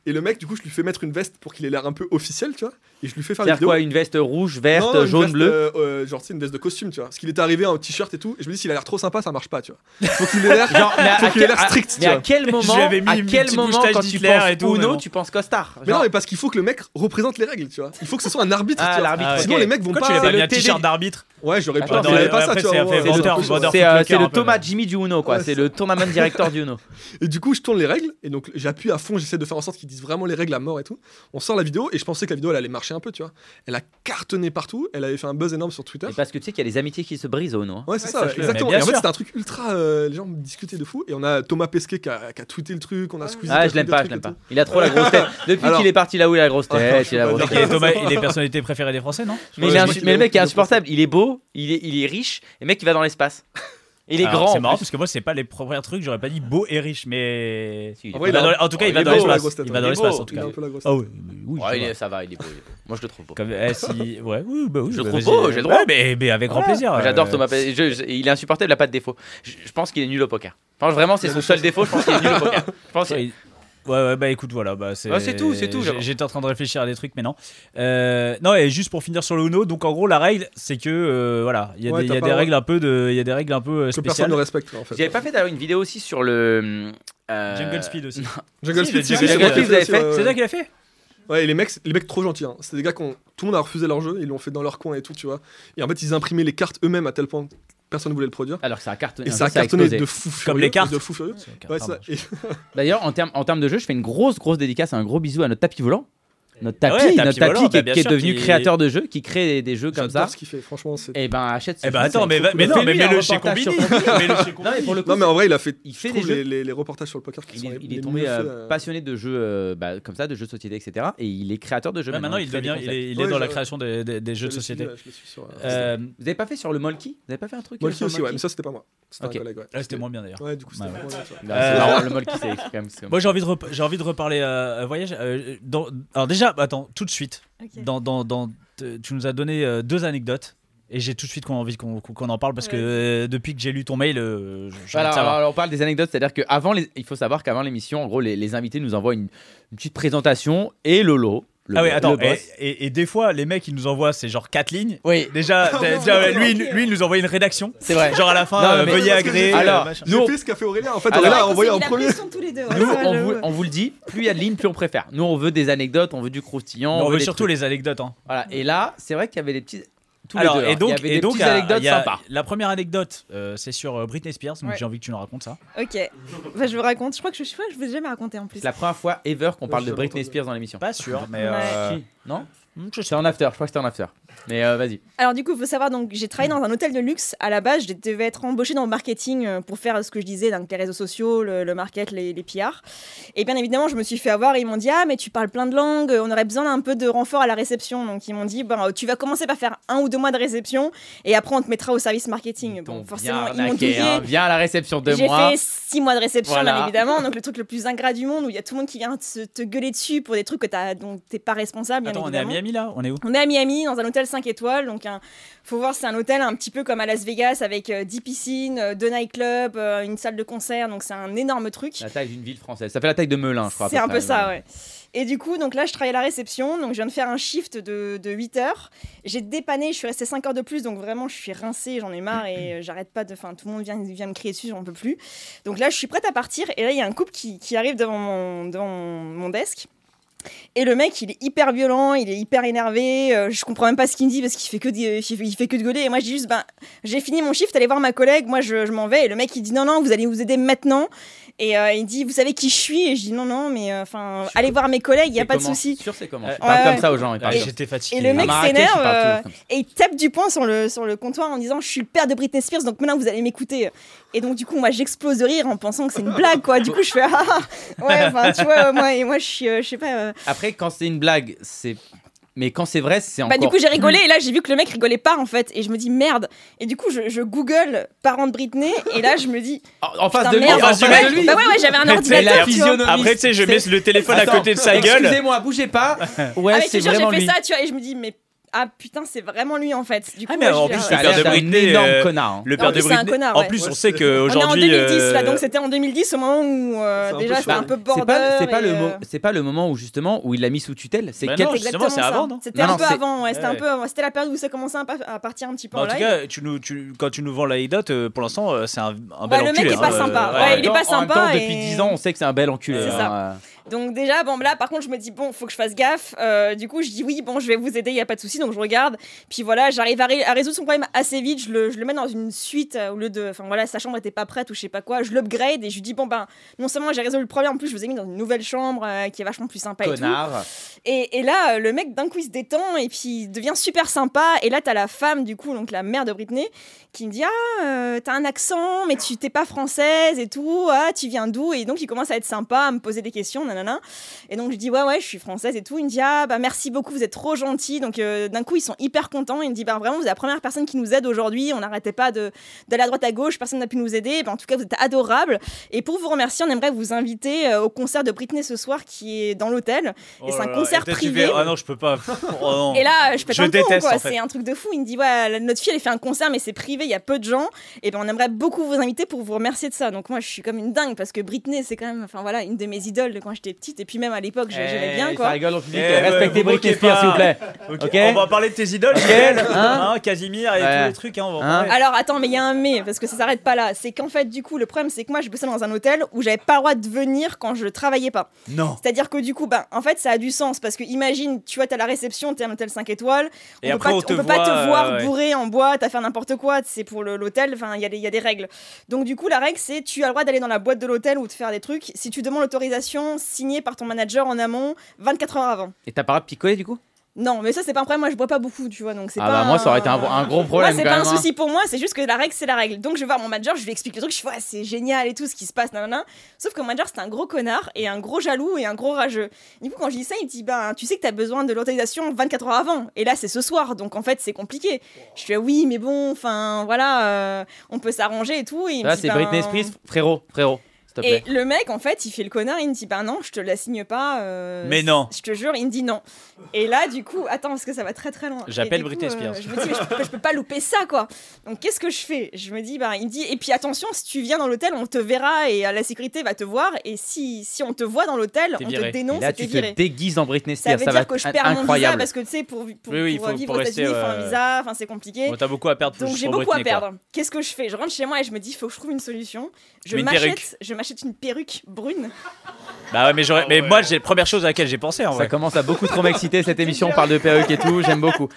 Speaker 4: Et le mec, du coup, je lui fais mettre une veste pour qu'il ait l'air un peu officiel, tu vois. Et je lui fais faire des
Speaker 3: C'est-à-dire
Speaker 4: vidéos.
Speaker 3: quoi Une veste rouge,
Speaker 4: Non,
Speaker 3: verte,
Speaker 4: non, une
Speaker 3: jaune,
Speaker 4: veste,
Speaker 3: bleue
Speaker 4: euh, euh, genre, c'est une veste de costume, tu vois. Parce qu'il était arrivé en t-shirt et tout. Et je me dis, s'il a l'air trop sympa, ça marche pas, tu vois. Faut qu'il ait l'air.
Speaker 3: <laughs> Genre, mais à,
Speaker 4: faut
Speaker 3: à
Speaker 4: qu'il ait
Speaker 3: quel,
Speaker 4: l'air
Speaker 3: à-
Speaker 4: strict,
Speaker 3: mais
Speaker 4: tu
Speaker 3: à
Speaker 4: vois.
Speaker 3: quel moment,
Speaker 2: avais mis
Speaker 3: à
Speaker 2: une
Speaker 3: quel
Speaker 2: petite
Speaker 3: moment
Speaker 2: moustache
Speaker 3: quand tu
Speaker 2: d'Hitler
Speaker 3: penses
Speaker 2: et tout, mais
Speaker 3: Uno,
Speaker 2: bon.
Speaker 3: tu penses Costard
Speaker 4: Mais
Speaker 3: Genre,
Speaker 4: non, mais parce qu'il faut que le mec représente les règles, tu vois. Il faut que ce soit un arbitre.
Speaker 3: Ah,
Speaker 4: tu vois.
Speaker 3: l'arbitre,
Speaker 2: Ah, ouais.
Speaker 4: Sinon, les mecs vont
Speaker 2: Pourquoi tu
Speaker 4: pas.
Speaker 2: l'as pas
Speaker 3: C'est
Speaker 2: mis
Speaker 3: le
Speaker 2: un t-shirt
Speaker 3: TD.
Speaker 2: d'arbitre
Speaker 4: Ouais, j'aurais pu.
Speaker 3: Attends,
Speaker 4: mais il
Speaker 3: mais
Speaker 4: avait pas
Speaker 2: après,
Speaker 4: ça, tu
Speaker 2: c'est
Speaker 4: vois.
Speaker 2: un fait
Speaker 4: ouais, ouais,
Speaker 2: vendeur,
Speaker 4: ouais.
Speaker 2: vendeur.
Speaker 3: c'est euh,
Speaker 2: poker,
Speaker 3: c'est
Speaker 2: un
Speaker 3: le
Speaker 2: peu,
Speaker 3: Thomas
Speaker 2: là.
Speaker 3: Jimmy du Uno, quoi.
Speaker 4: Ouais,
Speaker 3: c'est
Speaker 4: c'est
Speaker 3: le tournament directeur du Uno.
Speaker 4: Et du coup, je tourne les règles. Et donc, j'appuie à fond. J'essaie de faire en sorte qu'il disent vraiment les règles à mort et tout. On sort la vidéo et je pensais que la vidéo elle allait marcher un peu, tu vois. Elle a cartonné partout, elle avait fait un buzz énorme sur Twitter.
Speaker 6: Et parce que tu sais qu'il y a les amitiés qui se brisent au nom.
Speaker 4: Ouais, c'est ça, exactement.
Speaker 2: Mais bien
Speaker 4: Et en fait,
Speaker 2: sûr.
Speaker 4: c'était un truc ultra. euh, les gens discutaient de fou. Et on a Thomas Pesquet qui a, qui a tweeté le truc, on a Squeezie. qui
Speaker 6: Ah,
Speaker 4: a
Speaker 6: je l'aime
Speaker 4: tweeté
Speaker 6: pas,
Speaker 4: le
Speaker 6: je l'aime
Speaker 4: truc
Speaker 6: pas. Il a trop la grosse tête. Depuis
Speaker 4: Alors-
Speaker 6: qu'il est parti là où il a la grosse
Speaker 4: Ah,
Speaker 6: tête, il a la
Speaker 4: je peux
Speaker 6: grosse
Speaker 4: pas
Speaker 2: Il est,
Speaker 6: tête.
Speaker 2: Thomas, il est personnalité préférée des Français, non
Speaker 6: Mais, il
Speaker 4: Ouais,
Speaker 6: est
Speaker 4: je
Speaker 6: insu-
Speaker 4: crois qu'il
Speaker 6: mais le
Speaker 4: est-
Speaker 6: mec est
Speaker 4: il est-
Speaker 6: insupportable. Il est beau, il est, il est riche, et le mec il va dans l'espace. Et Il est
Speaker 2: Alors,
Speaker 6: grand.
Speaker 2: C'est
Speaker 6: en
Speaker 2: marrant
Speaker 6: plus.
Speaker 2: parce que moi, c'est pas les premiers trucs. J'aurais pas dit beau et riche, mais.
Speaker 6: Si, il est
Speaker 4: En
Speaker 6: beau.
Speaker 4: vrai,
Speaker 2: Il va
Speaker 4: a-
Speaker 2: dans- en tout cas,
Speaker 4: Oh,
Speaker 2: il va
Speaker 4: est
Speaker 2: dans
Speaker 4: beau,
Speaker 2: l'espace.
Speaker 4: la grosse tête,
Speaker 2: Il va
Speaker 4: ouais.
Speaker 6: Il
Speaker 2: dans
Speaker 6: est
Speaker 2: l'espace,
Speaker 6: beau,
Speaker 2: en tout
Speaker 4: Il a
Speaker 2: cas.
Speaker 4: un peu la grosse tête.
Speaker 2: Ah oui, oui,
Speaker 6: Ouais,
Speaker 2: ça
Speaker 6: il
Speaker 2: va.
Speaker 6: est- ça va, il est beau. il est beau. Moi je le trouve beau.
Speaker 2: Comme, eh, si- ouais, oui, bah oui,
Speaker 6: Je
Speaker 2: bah,
Speaker 6: trouve
Speaker 2: vas-y,
Speaker 6: beau,
Speaker 2: euh,
Speaker 6: j'ai le droit.
Speaker 2: ouais, mais, mais avec grand
Speaker 6: Ouais.
Speaker 2: plaisir.
Speaker 6: Moi, J'adore
Speaker 2: euh,
Speaker 6: Thomas Pesquet. Je- je- il est insupportable, il a pas de défaut. Je, je pense qu'il est nul au poker. Enfin, vraiment, c'est son seul défaut. Je pense qu'il est nul au
Speaker 2: <laughs>
Speaker 6: poker. Je pense qu'il-
Speaker 2: Ouais, ouais, bah écoute, voilà. Bah, c'est
Speaker 6: Ouais, c'est tout, c'est tout,
Speaker 2: j'ai-
Speaker 6: j'avoue.
Speaker 2: J'étais en train de réfléchir à des trucs, mais non. Euh, non, et juste pour finir sur le Uno, donc en gros, la règle, c'est que, euh, voilà, il y a
Speaker 4: Ouais,
Speaker 2: des- il
Speaker 4: t'as
Speaker 2: y a
Speaker 4: pas
Speaker 2: des
Speaker 4: le
Speaker 2: règles un peu de- il y a des règles un peu euh,
Speaker 4: Que personne
Speaker 2: spéciales.
Speaker 4: ne respecte, en fait.
Speaker 6: J'avais pas fait d'ailleurs une vidéo aussi sur le. euh,
Speaker 2: Jungle Speed aussi.
Speaker 4: Jungle
Speaker 2: Si,
Speaker 4: Speed,
Speaker 2: le
Speaker 4: si,
Speaker 2: Jungle Speed,
Speaker 4: si, si,
Speaker 6: vous avez
Speaker 4: si,
Speaker 6: fait.
Speaker 4: ouais, ouais.
Speaker 2: C'est toi qui l'as fait
Speaker 4: Ouais, et les mecs, les mecs trop gentils. Hein. C'était des gars qu'on tout le monde a refusé leur jeu, ils l'ont fait dans leur coin et tout, tu vois. Et en fait, ils imprimaient les cartes eux-mêmes à tel point que personne ne voulait le produire.
Speaker 3: Alors que ça a cartonné.
Speaker 4: Et
Speaker 3: un
Speaker 4: ça a
Speaker 3: peu,
Speaker 4: cartonné
Speaker 3: explosé.
Speaker 4: de fou furieux.
Speaker 2: les cartes.
Speaker 4: De fou furieux. Ouais, c'est ça. Et-
Speaker 3: D'ailleurs, en termes en termes de jeu, je fais une grosse, grosse dédicace, un gros bisou à notre tapis volant. Notre
Speaker 2: Ah
Speaker 3: tapis,
Speaker 2: ouais,
Speaker 3: notre
Speaker 2: tapis
Speaker 3: tapis
Speaker 2: volant,
Speaker 3: qui,
Speaker 2: bah, bien
Speaker 3: qui est
Speaker 2: sûr,
Speaker 3: devenu
Speaker 2: qui-
Speaker 3: créateur de jeux, qui crée des, des jeux comme ça.
Speaker 4: J'adore ce qu'il fait, franchement. c'est-
Speaker 3: Et ben achète. ce
Speaker 2: Eh ben
Speaker 3: jeu,
Speaker 2: attends,
Speaker 3: c'est
Speaker 2: mais,
Speaker 3: trop cool.
Speaker 2: mais non, mais
Speaker 3: Fais-lui un
Speaker 2: mets-le chez
Speaker 3: reportage
Speaker 2: Combini.
Speaker 3: sur Combini.
Speaker 2: Mets-le chez
Speaker 3: Non, mais pour le coup,
Speaker 4: Non, mais en vrai, il a fait.
Speaker 3: il
Speaker 4: je
Speaker 3: fait des
Speaker 4: trouve
Speaker 3: jeux.
Speaker 4: les, les- les reportages sur le poker qui
Speaker 3: il
Speaker 4: sont
Speaker 3: est,
Speaker 4: les-
Speaker 3: il
Speaker 4: les
Speaker 3: est tombé
Speaker 4: mieux faits,
Speaker 3: euh,
Speaker 4: euh,
Speaker 3: passionné de jeux euh, bah, comme ça, de jeux de société, etc. Et il est créateur de jeux.
Speaker 2: Ouais, maintenant,
Speaker 3: il
Speaker 2: il
Speaker 3: crée des
Speaker 2: devient, il
Speaker 3: concepts.
Speaker 2: est, il est
Speaker 4: Ouais,
Speaker 2: dans la
Speaker 4: je-
Speaker 2: création des, des- des jeux de
Speaker 4: je le suis,
Speaker 2: société.
Speaker 4: ouais, je le suis sur, euh,
Speaker 2: Euh,
Speaker 3: Vous avez pas fait sur le Molki Vous avez pas fait un truc
Speaker 4: Moi
Speaker 3: euh,
Speaker 4: aussi,
Speaker 3: sur le
Speaker 4: aussi, ouais, mais
Speaker 3: Molki
Speaker 4: ça, c'était pas moi. C'était
Speaker 3: Ok.
Speaker 4: un collègue, ouais.
Speaker 2: ah, C'était moins bien d'ailleurs.
Speaker 4: Ouais, du coup, c'était
Speaker 2: Ouais,
Speaker 4: pas moi. tu vois.
Speaker 3: Non, c'est
Speaker 2: Euh,
Speaker 3: marrant, Ah, Le Molki, c'est quand même. c'est-
Speaker 2: Moi, j'ai envie, de rep- j'ai envie de reparler euh, à voyage. euh, dans- Alors, déjà, attends, tout de suite.
Speaker 5: Ok.
Speaker 2: Dans, dans, dans- te- tu nous as donné euh, deux anecdotes. Et j'ai tout de suite qu'on a envie qu'on qu'on en parle parce que
Speaker 5: Ouais.
Speaker 2: euh, depuis que j'ai lu ton mail, euh, j- j'ai
Speaker 3: Voilà,
Speaker 2: envie de savoir.
Speaker 3: alors, alors, on parle des anecdotes, c'est-à-dire qu'avant, les... il faut savoir qu'avant l'émission, en gros, les, les invités nous envoient une, une petite présentation et Lolo. le-
Speaker 2: ah oui, attends.
Speaker 3: le
Speaker 2: Et,
Speaker 3: boss.
Speaker 2: et- et des fois, les mecs, ils nous envoient, c'est genre quatre lignes.
Speaker 3: eh, Oui,
Speaker 2: Déjà, déjà, ouais, lui, il- lui, il nous envoie une rédaction.
Speaker 3: c'est <laughs> vrai.
Speaker 2: Genre à la fin,
Speaker 3: Non,
Speaker 2: euh,
Speaker 3: mais-
Speaker 2: veuillez agréer.
Speaker 3: Alors,
Speaker 2: machin.
Speaker 3: nous,
Speaker 4: J'ai fait ce qu'a fait Aurélien. En fait,
Speaker 3: Alors,
Speaker 4: Aurélien a
Speaker 5: Ouais,
Speaker 4: envoyé
Speaker 5: c'est
Speaker 4: en
Speaker 5: la
Speaker 4: <laughs> premier.
Speaker 5: pression tous les deux. ouais,
Speaker 3: Nous,
Speaker 5: ça,
Speaker 3: on
Speaker 5: j'avoue.
Speaker 3: vous, on vous le dit, plus il y a de lignes, plus on préfère. Nous, on veut des anecdotes, on veut du croustillant.
Speaker 2: on veut
Speaker 3: des
Speaker 2: surtout
Speaker 3: trucs.
Speaker 2: les anecdotes. hein.
Speaker 3: Voilà. Et là, c'est vrai qu'il y avait des petits. Tous
Speaker 2: Alors,
Speaker 3: les deux, hein.
Speaker 2: et donc,
Speaker 3: il y avait
Speaker 2: et
Speaker 3: des
Speaker 2: donc,
Speaker 3: petites
Speaker 2: euh,
Speaker 3: anecdotes
Speaker 2: il y a-
Speaker 3: sympas.
Speaker 2: La première anecdote, euh, c'est sur euh, Britney Spears. Donc,
Speaker 5: Ouais.
Speaker 2: j'ai envie que tu nous racontes ça.
Speaker 5: Ok, Bah, je vous raconte. Je crois que je, je crois que je vous ai jamais raconté en plus.
Speaker 3: C'est la première fois ever qu'on parle
Speaker 4: Je
Speaker 3: de Britney
Speaker 4: l'entendais.
Speaker 3: Spears dans l'émission.
Speaker 2: Pas sûr, mais.
Speaker 5: Ouais.
Speaker 2: euh,
Speaker 3: Si. Non
Speaker 2: hmm, je sais.
Speaker 3: C'était en after, je crois que c'était en after. Mais euh, vas-y.
Speaker 5: Alors du coup, il faut savoir, donc j'ai travaillé dans un hôtel de luxe. À la base, je devais être embauchée dans le marketing euh, pour faire ce que je disais, donc les réseaux sociaux, le, le market, les, les PR. Et bien évidemment, je me suis fait avoir. et Ils m'ont dit ah mais tu parles plein de langues, on aurait besoin d'un peu de renfort à la réception. Donc ils m'ont dit ben tu vas commencer par faire un ou deux mois de réception et après on te mettra au service marketing.
Speaker 3: Ils t'ont
Speaker 5: Bon,
Speaker 3: bien
Speaker 5: forcément, ils m'ont
Speaker 3: arnaqué,
Speaker 5: douillé.
Speaker 3: hein. Viens à la réception de
Speaker 5: J'ai
Speaker 3: moi.
Speaker 5: fait six mois de réception,
Speaker 3: Voilà.
Speaker 5: bien évidemment. Donc, le truc le plus ingrat du monde où il y a tout le monde qui vient te, te gueuler dessus pour des trucs que t'as- dont t'es pas responsable. bien
Speaker 2: Attends, on est à
Speaker 5: évidemment.
Speaker 2: Miami là On est où
Speaker 5: On est à Miami, dans un hôtel 5 étoiles. Donc, un- faut voir, c'est un hôtel un petit peu comme à Las Vegas avec euh, 10 piscines, euh, deux nightclubs, euh, une salle de concert. Donc, c'est un énorme truc.
Speaker 3: La taille d'une ville française. Ça fait la taille de Melun, hein, je crois. à
Speaker 5: C'est
Speaker 3: peu
Speaker 5: un
Speaker 3: près.
Speaker 5: peu ça, ouais. Et du coup, donc là, je travaille à la réception. Donc, je viens de faire un shift de, de 8 heures. J'ai dépanné, je suis restée 5 heures de plus. Donc, vraiment, je suis rincée, j'en ai marre et euh, j'arrête pas de. Enfin, tout le monde vient, vient me crier dessus, j'en peux plus. Donc là, je suis prête à partir. Et là, il y a un couple qui, qui arrive devant, mon, devant mon, mon desk. Et le mec, il est hyper violent, il est hyper énervé. euh, je comprends même pas ce qu'il me dit parce qu'il fait que de, il fait, il fait que de gueuler. Et moi, je dis juste, ben, j'ai fini mon shift, allez voir ma collègue. Moi, je, je m'en vais. Et le mec, il dit non, non, vous allez vous aider maintenant. Et euh, il dit, vous savez qui je suis Et je dis non, non, mais euh, enfin, allez voir mes collègues, il y a
Speaker 3: C'est
Speaker 5: pas de
Speaker 3: comment
Speaker 5: souci.
Speaker 3: Sûr, c'est comment
Speaker 2: Euh,
Speaker 3: Je parle
Speaker 5: ouais,
Speaker 3: comme
Speaker 5: ouais.
Speaker 3: ça aux gens. ils parlent
Speaker 2: Ah,
Speaker 3: comme
Speaker 2: J'étais fatigué.
Speaker 5: Et le mec
Speaker 3: À Marrakech,
Speaker 5: s'énerve,
Speaker 3: ils parlent
Speaker 5: euh,
Speaker 3: tous comme ça.
Speaker 5: Et il tape du poing sur le, sur le comptoir en disant Je suis le père de Britney Spears, donc maintenant vous allez m'écouter. Et donc, du coup, moi j'explose de rire en pensant que c'est une blague, quoi. Du coup, je fais <laughs> Ah ah. Ouais, enfin, tu vois, moi, et moi je suis, euh, je sais pas. euh.
Speaker 3: Après, quand c'est une blague, c'est. Mais quand c'est vrai, c'est
Speaker 5: Bah,
Speaker 3: encore.
Speaker 5: du coup, j'ai rigolé et là j'ai vu que le mec rigolait pas en fait. Et je me dis Merde. Et du coup, je, je google parents de Britney et là je me dis
Speaker 3: En- en face
Speaker 5: Putain,
Speaker 3: Ah, de lui,
Speaker 5: merde,
Speaker 3: en face
Speaker 2: du
Speaker 3: de
Speaker 2: mec.
Speaker 3: lui.
Speaker 5: Bah, ouais, ouais, j'avais un
Speaker 2: Mais c'est
Speaker 3: la
Speaker 5: ordinateur, tu vois.
Speaker 3: physionomie.
Speaker 2: Après, tu sais, je mets le téléphone à
Speaker 3: Attends,
Speaker 2: côté de sa gueule.
Speaker 3: Excusez-moi, bougez
Speaker 5: <laughs>
Speaker 3: pas. Ouais,
Speaker 5: Ah, mais je
Speaker 3: c'est
Speaker 5: te jure,
Speaker 3: vraiment
Speaker 5: j'ai fait
Speaker 3: lui.
Speaker 5: ça, tu vois. Et je me dis Mais ah putain, c'est vraiment lui en fait. Du coup,
Speaker 2: Ah, mais
Speaker 5: moi,
Speaker 2: en
Speaker 5: je-
Speaker 2: plus,
Speaker 3: Ça
Speaker 2: Le
Speaker 3: a
Speaker 2: père
Speaker 3: l'air
Speaker 2: de
Speaker 3: d'un
Speaker 2: Britney,
Speaker 3: énorme
Speaker 2: euh,
Speaker 3: connard. hein.
Speaker 2: Le
Speaker 5: Non, mais c'est un connard,
Speaker 2: En
Speaker 5: ouais.
Speaker 2: plus, on
Speaker 4: Ouais,
Speaker 2: sait
Speaker 4: c'est-
Speaker 5: On est en
Speaker 2: qu'aujourd'hui.
Speaker 5: 2010 là,
Speaker 2: euh,
Speaker 5: donc c'était en 2010 au moment où euh,
Speaker 4: C'est un peu
Speaker 5: déjà
Speaker 4: chaud.
Speaker 5: c'était un peu border.
Speaker 3: C'est pas, c'est pas le
Speaker 5: et,
Speaker 3: mo-
Speaker 5: euh,
Speaker 3: c'est pas le moment où justement où il l'a mis sous tutelle. C'est
Speaker 2: Bah
Speaker 3: quel-
Speaker 2: non,
Speaker 5: C'est
Speaker 2: justement,
Speaker 5: exactement
Speaker 2: c'est
Speaker 5: ça.
Speaker 2: avant, non
Speaker 5: C'était
Speaker 3: Non,
Speaker 5: un
Speaker 3: non,
Speaker 5: peu
Speaker 3: c'est-
Speaker 5: avant, ouais, c'était
Speaker 2: Ouais.
Speaker 5: un peu avant. C'était la période où ça commençait un peu à partir un petit peu
Speaker 2: Bah,
Speaker 5: en
Speaker 2: en tout
Speaker 5: live.
Speaker 2: cas, tu nous, tu, quand tu nous vends la date, euh, pour l'instant, euh, c'est un, un
Speaker 5: Ouais,
Speaker 2: bel
Speaker 5: le mec
Speaker 2: enculé,
Speaker 5: est pas
Speaker 2: hein,
Speaker 5: sympa.
Speaker 2: euh,
Speaker 5: Ouais,
Speaker 3: en
Speaker 5: il est
Speaker 3: même
Speaker 5: pas
Speaker 3: temps- En même
Speaker 5: sympa
Speaker 3: temps,
Speaker 5: et-
Speaker 3: depuis 10 ans, on sait que c'est un bel enculé.
Speaker 5: C'est
Speaker 3: hein.
Speaker 5: Donc déjà, bon, là, par contre, je me dis, bon, faut que je fasse gaffe. Euh, du coup, je dis, oui, bon, je vais vous aider, il n'y a pas de souci. Donc je regarde. Puis voilà, j'arrive à, ré- à, résoudre son problème assez vite. Je le, je le mets dans une suite euh, au lieu de. Enfin voilà, sa chambre n'était pas prête ou je sais pas quoi. Je l'upgrade et je lui dis, bon, ben, non seulement j'ai résolu le problème, en plus, je vous ai mis dans une nouvelle chambre euh, qui est vachement plus sympa
Speaker 6: Connard.
Speaker 5: et tout. Et, et là, euh, le mec, d'un coup, il se détend et puis il devient super sympa. Et là, t'as la femme, du coup, donc la mère de Britney, qui me dit, ah, t'as un accent, mais tu t'es pas française et tout. Ah, tu viens d'où Et donc, il commence à être sympa, à me poser des questions, nanana. Et donc, je dis, ouais, ouais, je suis française et tout. Il me dit, ah, bah, merci beaucoup, vous êtes trop gentil. Donc, euh, d'un coup, ils sont hyper contents. Il me dit, bah, vraiment, vous êtes la première personne qui nous aide aujourd'hui. On n'arrêtait pas de, d'aller à droite à gauche, personne n'a pu nous aider. Bah, en tout cas, vous êtes adorable. Et pour vous remercier, on aimerait vous inviter euh, au concert de Britney ce soir qui est dans l'hôtel.
Speaker 2: Oh
Speaker 5: et c'est
Speaker 2: là
Speaker 5: un
Speaker 2: là,
Speaker 5: concert
Speaker 2: et peut-être tu
Speaker 5: privé.
Speaker 2: fais, Ah non, je peux pas. <laughs> Oh non.
Speaker 5: Et là, je pète
Speaker 2: Je
Speaker 5: un plomb,
Speaker 2: déteste,
Speaker 5: quoi.
Speaker 2: en fait.
Speaker 5: C'est un truc de fou. Il me dit, ouais, la- notre fille, elle fait un concert, mais c'est privé, il y a peu de gens. Et ben, on aimerait beaucoup vous inviter pour vous remercier de ça. Donc moi, je suis comme une dingue parce que Britney, c'est quand même, enfin voilà, une de mes idoles de quand j'étais petite. Et puis même à l'époque, j'ai- j'aimais bien,
Speaker 6: Eh,
Speaker 5: quoi.
Speaker 6: Ça rigole en public.
Speaker 2: Eh,
Speaker 6: Respectez
Speaker 2: ouais, vous
Speaker 6: Britney
Speaker 2: moquez
Speaker 6: Spears,
Speaker 2: pas.
Speaker 6: s'il vous plaît.
Speaker 2: Ok,
Speaker 6: Ok.
Speaker 2: On va parler de tes idoles, Michel. hein, Casimir et
Speaker 6: Ouais.
Speaker 2: tous les trucs. Hein, on va en
Speaker 6: Hein.
Speaker 2: parler.
Speaker 5: Alors attends, mais il y a un mais parce que ça s'arrête pas là. C'est qu'en fait, du coup, le problème, c'est que moi, je bossais dans un hôtel où j'avais pas le droit de venir quand je travaillais pas.
Speaker 2: Non.
Speaker 5: C'est-à-dire que du coup, ben, en fait, ça a du sens parce que imagine, tu vois, t'es à la réception, t'es à un hôtel 5 étoiles.
Speaker 2: Et
Speaker 5: on
Speaker 2: après,
Speaker 5: peut pas,
Speaker 2: on
Speaker 5: t-
Speaker 2: te
Speaker 5: peut pas
Speaker 2: voit,
Speaker 5: te
Speaker 2: euh,
Speaker 5: voir
Speaker 2: ouais.
Speaker 5: bourré en boîte, à faire n'importe quoi. C'est pour le- l'hôtel, enfin, il y, a des- il y a des règles. Donc du coup, la règle, c'est tu as le droit d'aller dans la boîte de l'hôtel ou de faire des trucs si tu demandes l'autorisation signée par ton manager en amont 24 heures avant.
Speaker 6: Et t'as pas le droit de picoler du coup
Speaker 5: Non, mais ça, c'est pas un problème. Moi, je bois pas beaucoup, tu vois, donc c'est
Speaker 6: Ah
Speaker 5: pas.
Speaker 6: bah moi ça aurait été un,
Speaker 5: un-
Speaker 6: un gros problème.
Speaker 5: moi, c'est
Speaker 6: quand
Speaker 5: pas
Speaker 6: même,
Speaker 5: un
Speaker 6: hein.
Speaker 5: souci pour moi, c'est juste que la règle, c'est la règle. Donc, je vais voir mon manager, je lui explique le truc, je fais, ouais, c'est génial et tout ce qui se passe, nanana. Sauf que mon manager, c'est un gros connard et un gros jaloux et un gros rageux. Du coup, quand je dis ça, il me dit, ben, tu sais que t'as besoin de l'autorisation 24 heures avant. Et là, c'est ce soir, donc en fait, c'est compliqué. Je fais, oui, mais bon, enfin, voilà, euh, on peut s'arranger et tout. Et il me
Speaker 6: Ça
Speaker 5: dit,
Speaker 6: c'est
Speaker 5: ben,
Speaker 6: Britney Spears, frérot, frérot, s'il te
Speaker 5: Et
Speaker 6: plaît.
Speaker 5: le mec, en fait, il fait le connard, il me dit, ben non, je te la signe pas. euh,
Speaker 2: Mais non.
Speaker 5: Je te jure, il me dit non. Et là, du coup, attends, parce que ça va très très loin. Et
Speaker 2: J'appelle
Speaker 5: du coup, euh,
Speaker 2: Britney Spears.
Speaker 5: je me dis, mais je, peux- je peux pas louper ça, quoi. Donc, qu'est-ce que je fais Je me dis, bah, il me dit, et puis attention, si tu viens dans l'hôtel, on te verra et euh, la sécurité va te voir. Et si, si on te voit dans l'hôtel,
Speaker 2: T'es
Speaker 5: on
Speaker 2: viré.
Speaker 5: te
Speaker 6: Et
Speaker 5: dénonce
Speaker 6: là
Speaker 5: et t'es
Speaker 6: tu
Speaker 5: viré.
Speaker 6: te déguises en Britney
Speaker 5: Ça
Speaker 6: Spears,
Speaker 5: veut
Speaker 6: ça, va
Speaker 5: dire que je
Speaker 6: être
Speaker 5: perds mon visa
Speaker 6: incroyable.
Speaker 5: parce que tu sais, pour, pour,
Speaker 2: Oui, oui,
Speaker 5: pour
Speaker 2: faut-
Speaker 5: vivre
Speaker 2: pour
Speaker 5: aux
Speaker 2: rester,
Speaker 5: États-Unis, il faut
Speaker 2: euh,
Speaker 5: un visa, enfin, c'est compliqué.
Speaker 2: Bon, t'as beaucoup à perdre.
Speaker 5: Donc
Speaker 2: pour-
Speaker 5: j'ai
Speaker 2: pour
Speaker 5: beaucoup à
Speaker 2: Britney, quoi.
Speaker 5: perdre. Qu'est-ce que je fais Je rentre chez moi et je me dis, faut que je trouve une solution. Je
Speaker 2: mets une
Speaker 5: m'achète,
Speaker 2: perruque.
Speaker 5: je m'achète une perruque brune.
Speaker 2: Bah ouais, mais, j'aurais- mais moi, j'ai première chose à laquelle j'ai pensé. En
Speaker 6: Ça
Speaker 2: vrai.
Speaker 6: commence à beaucoup trop m'exciter cette émission, on parle de perruques et tout, j'aime beaucoup.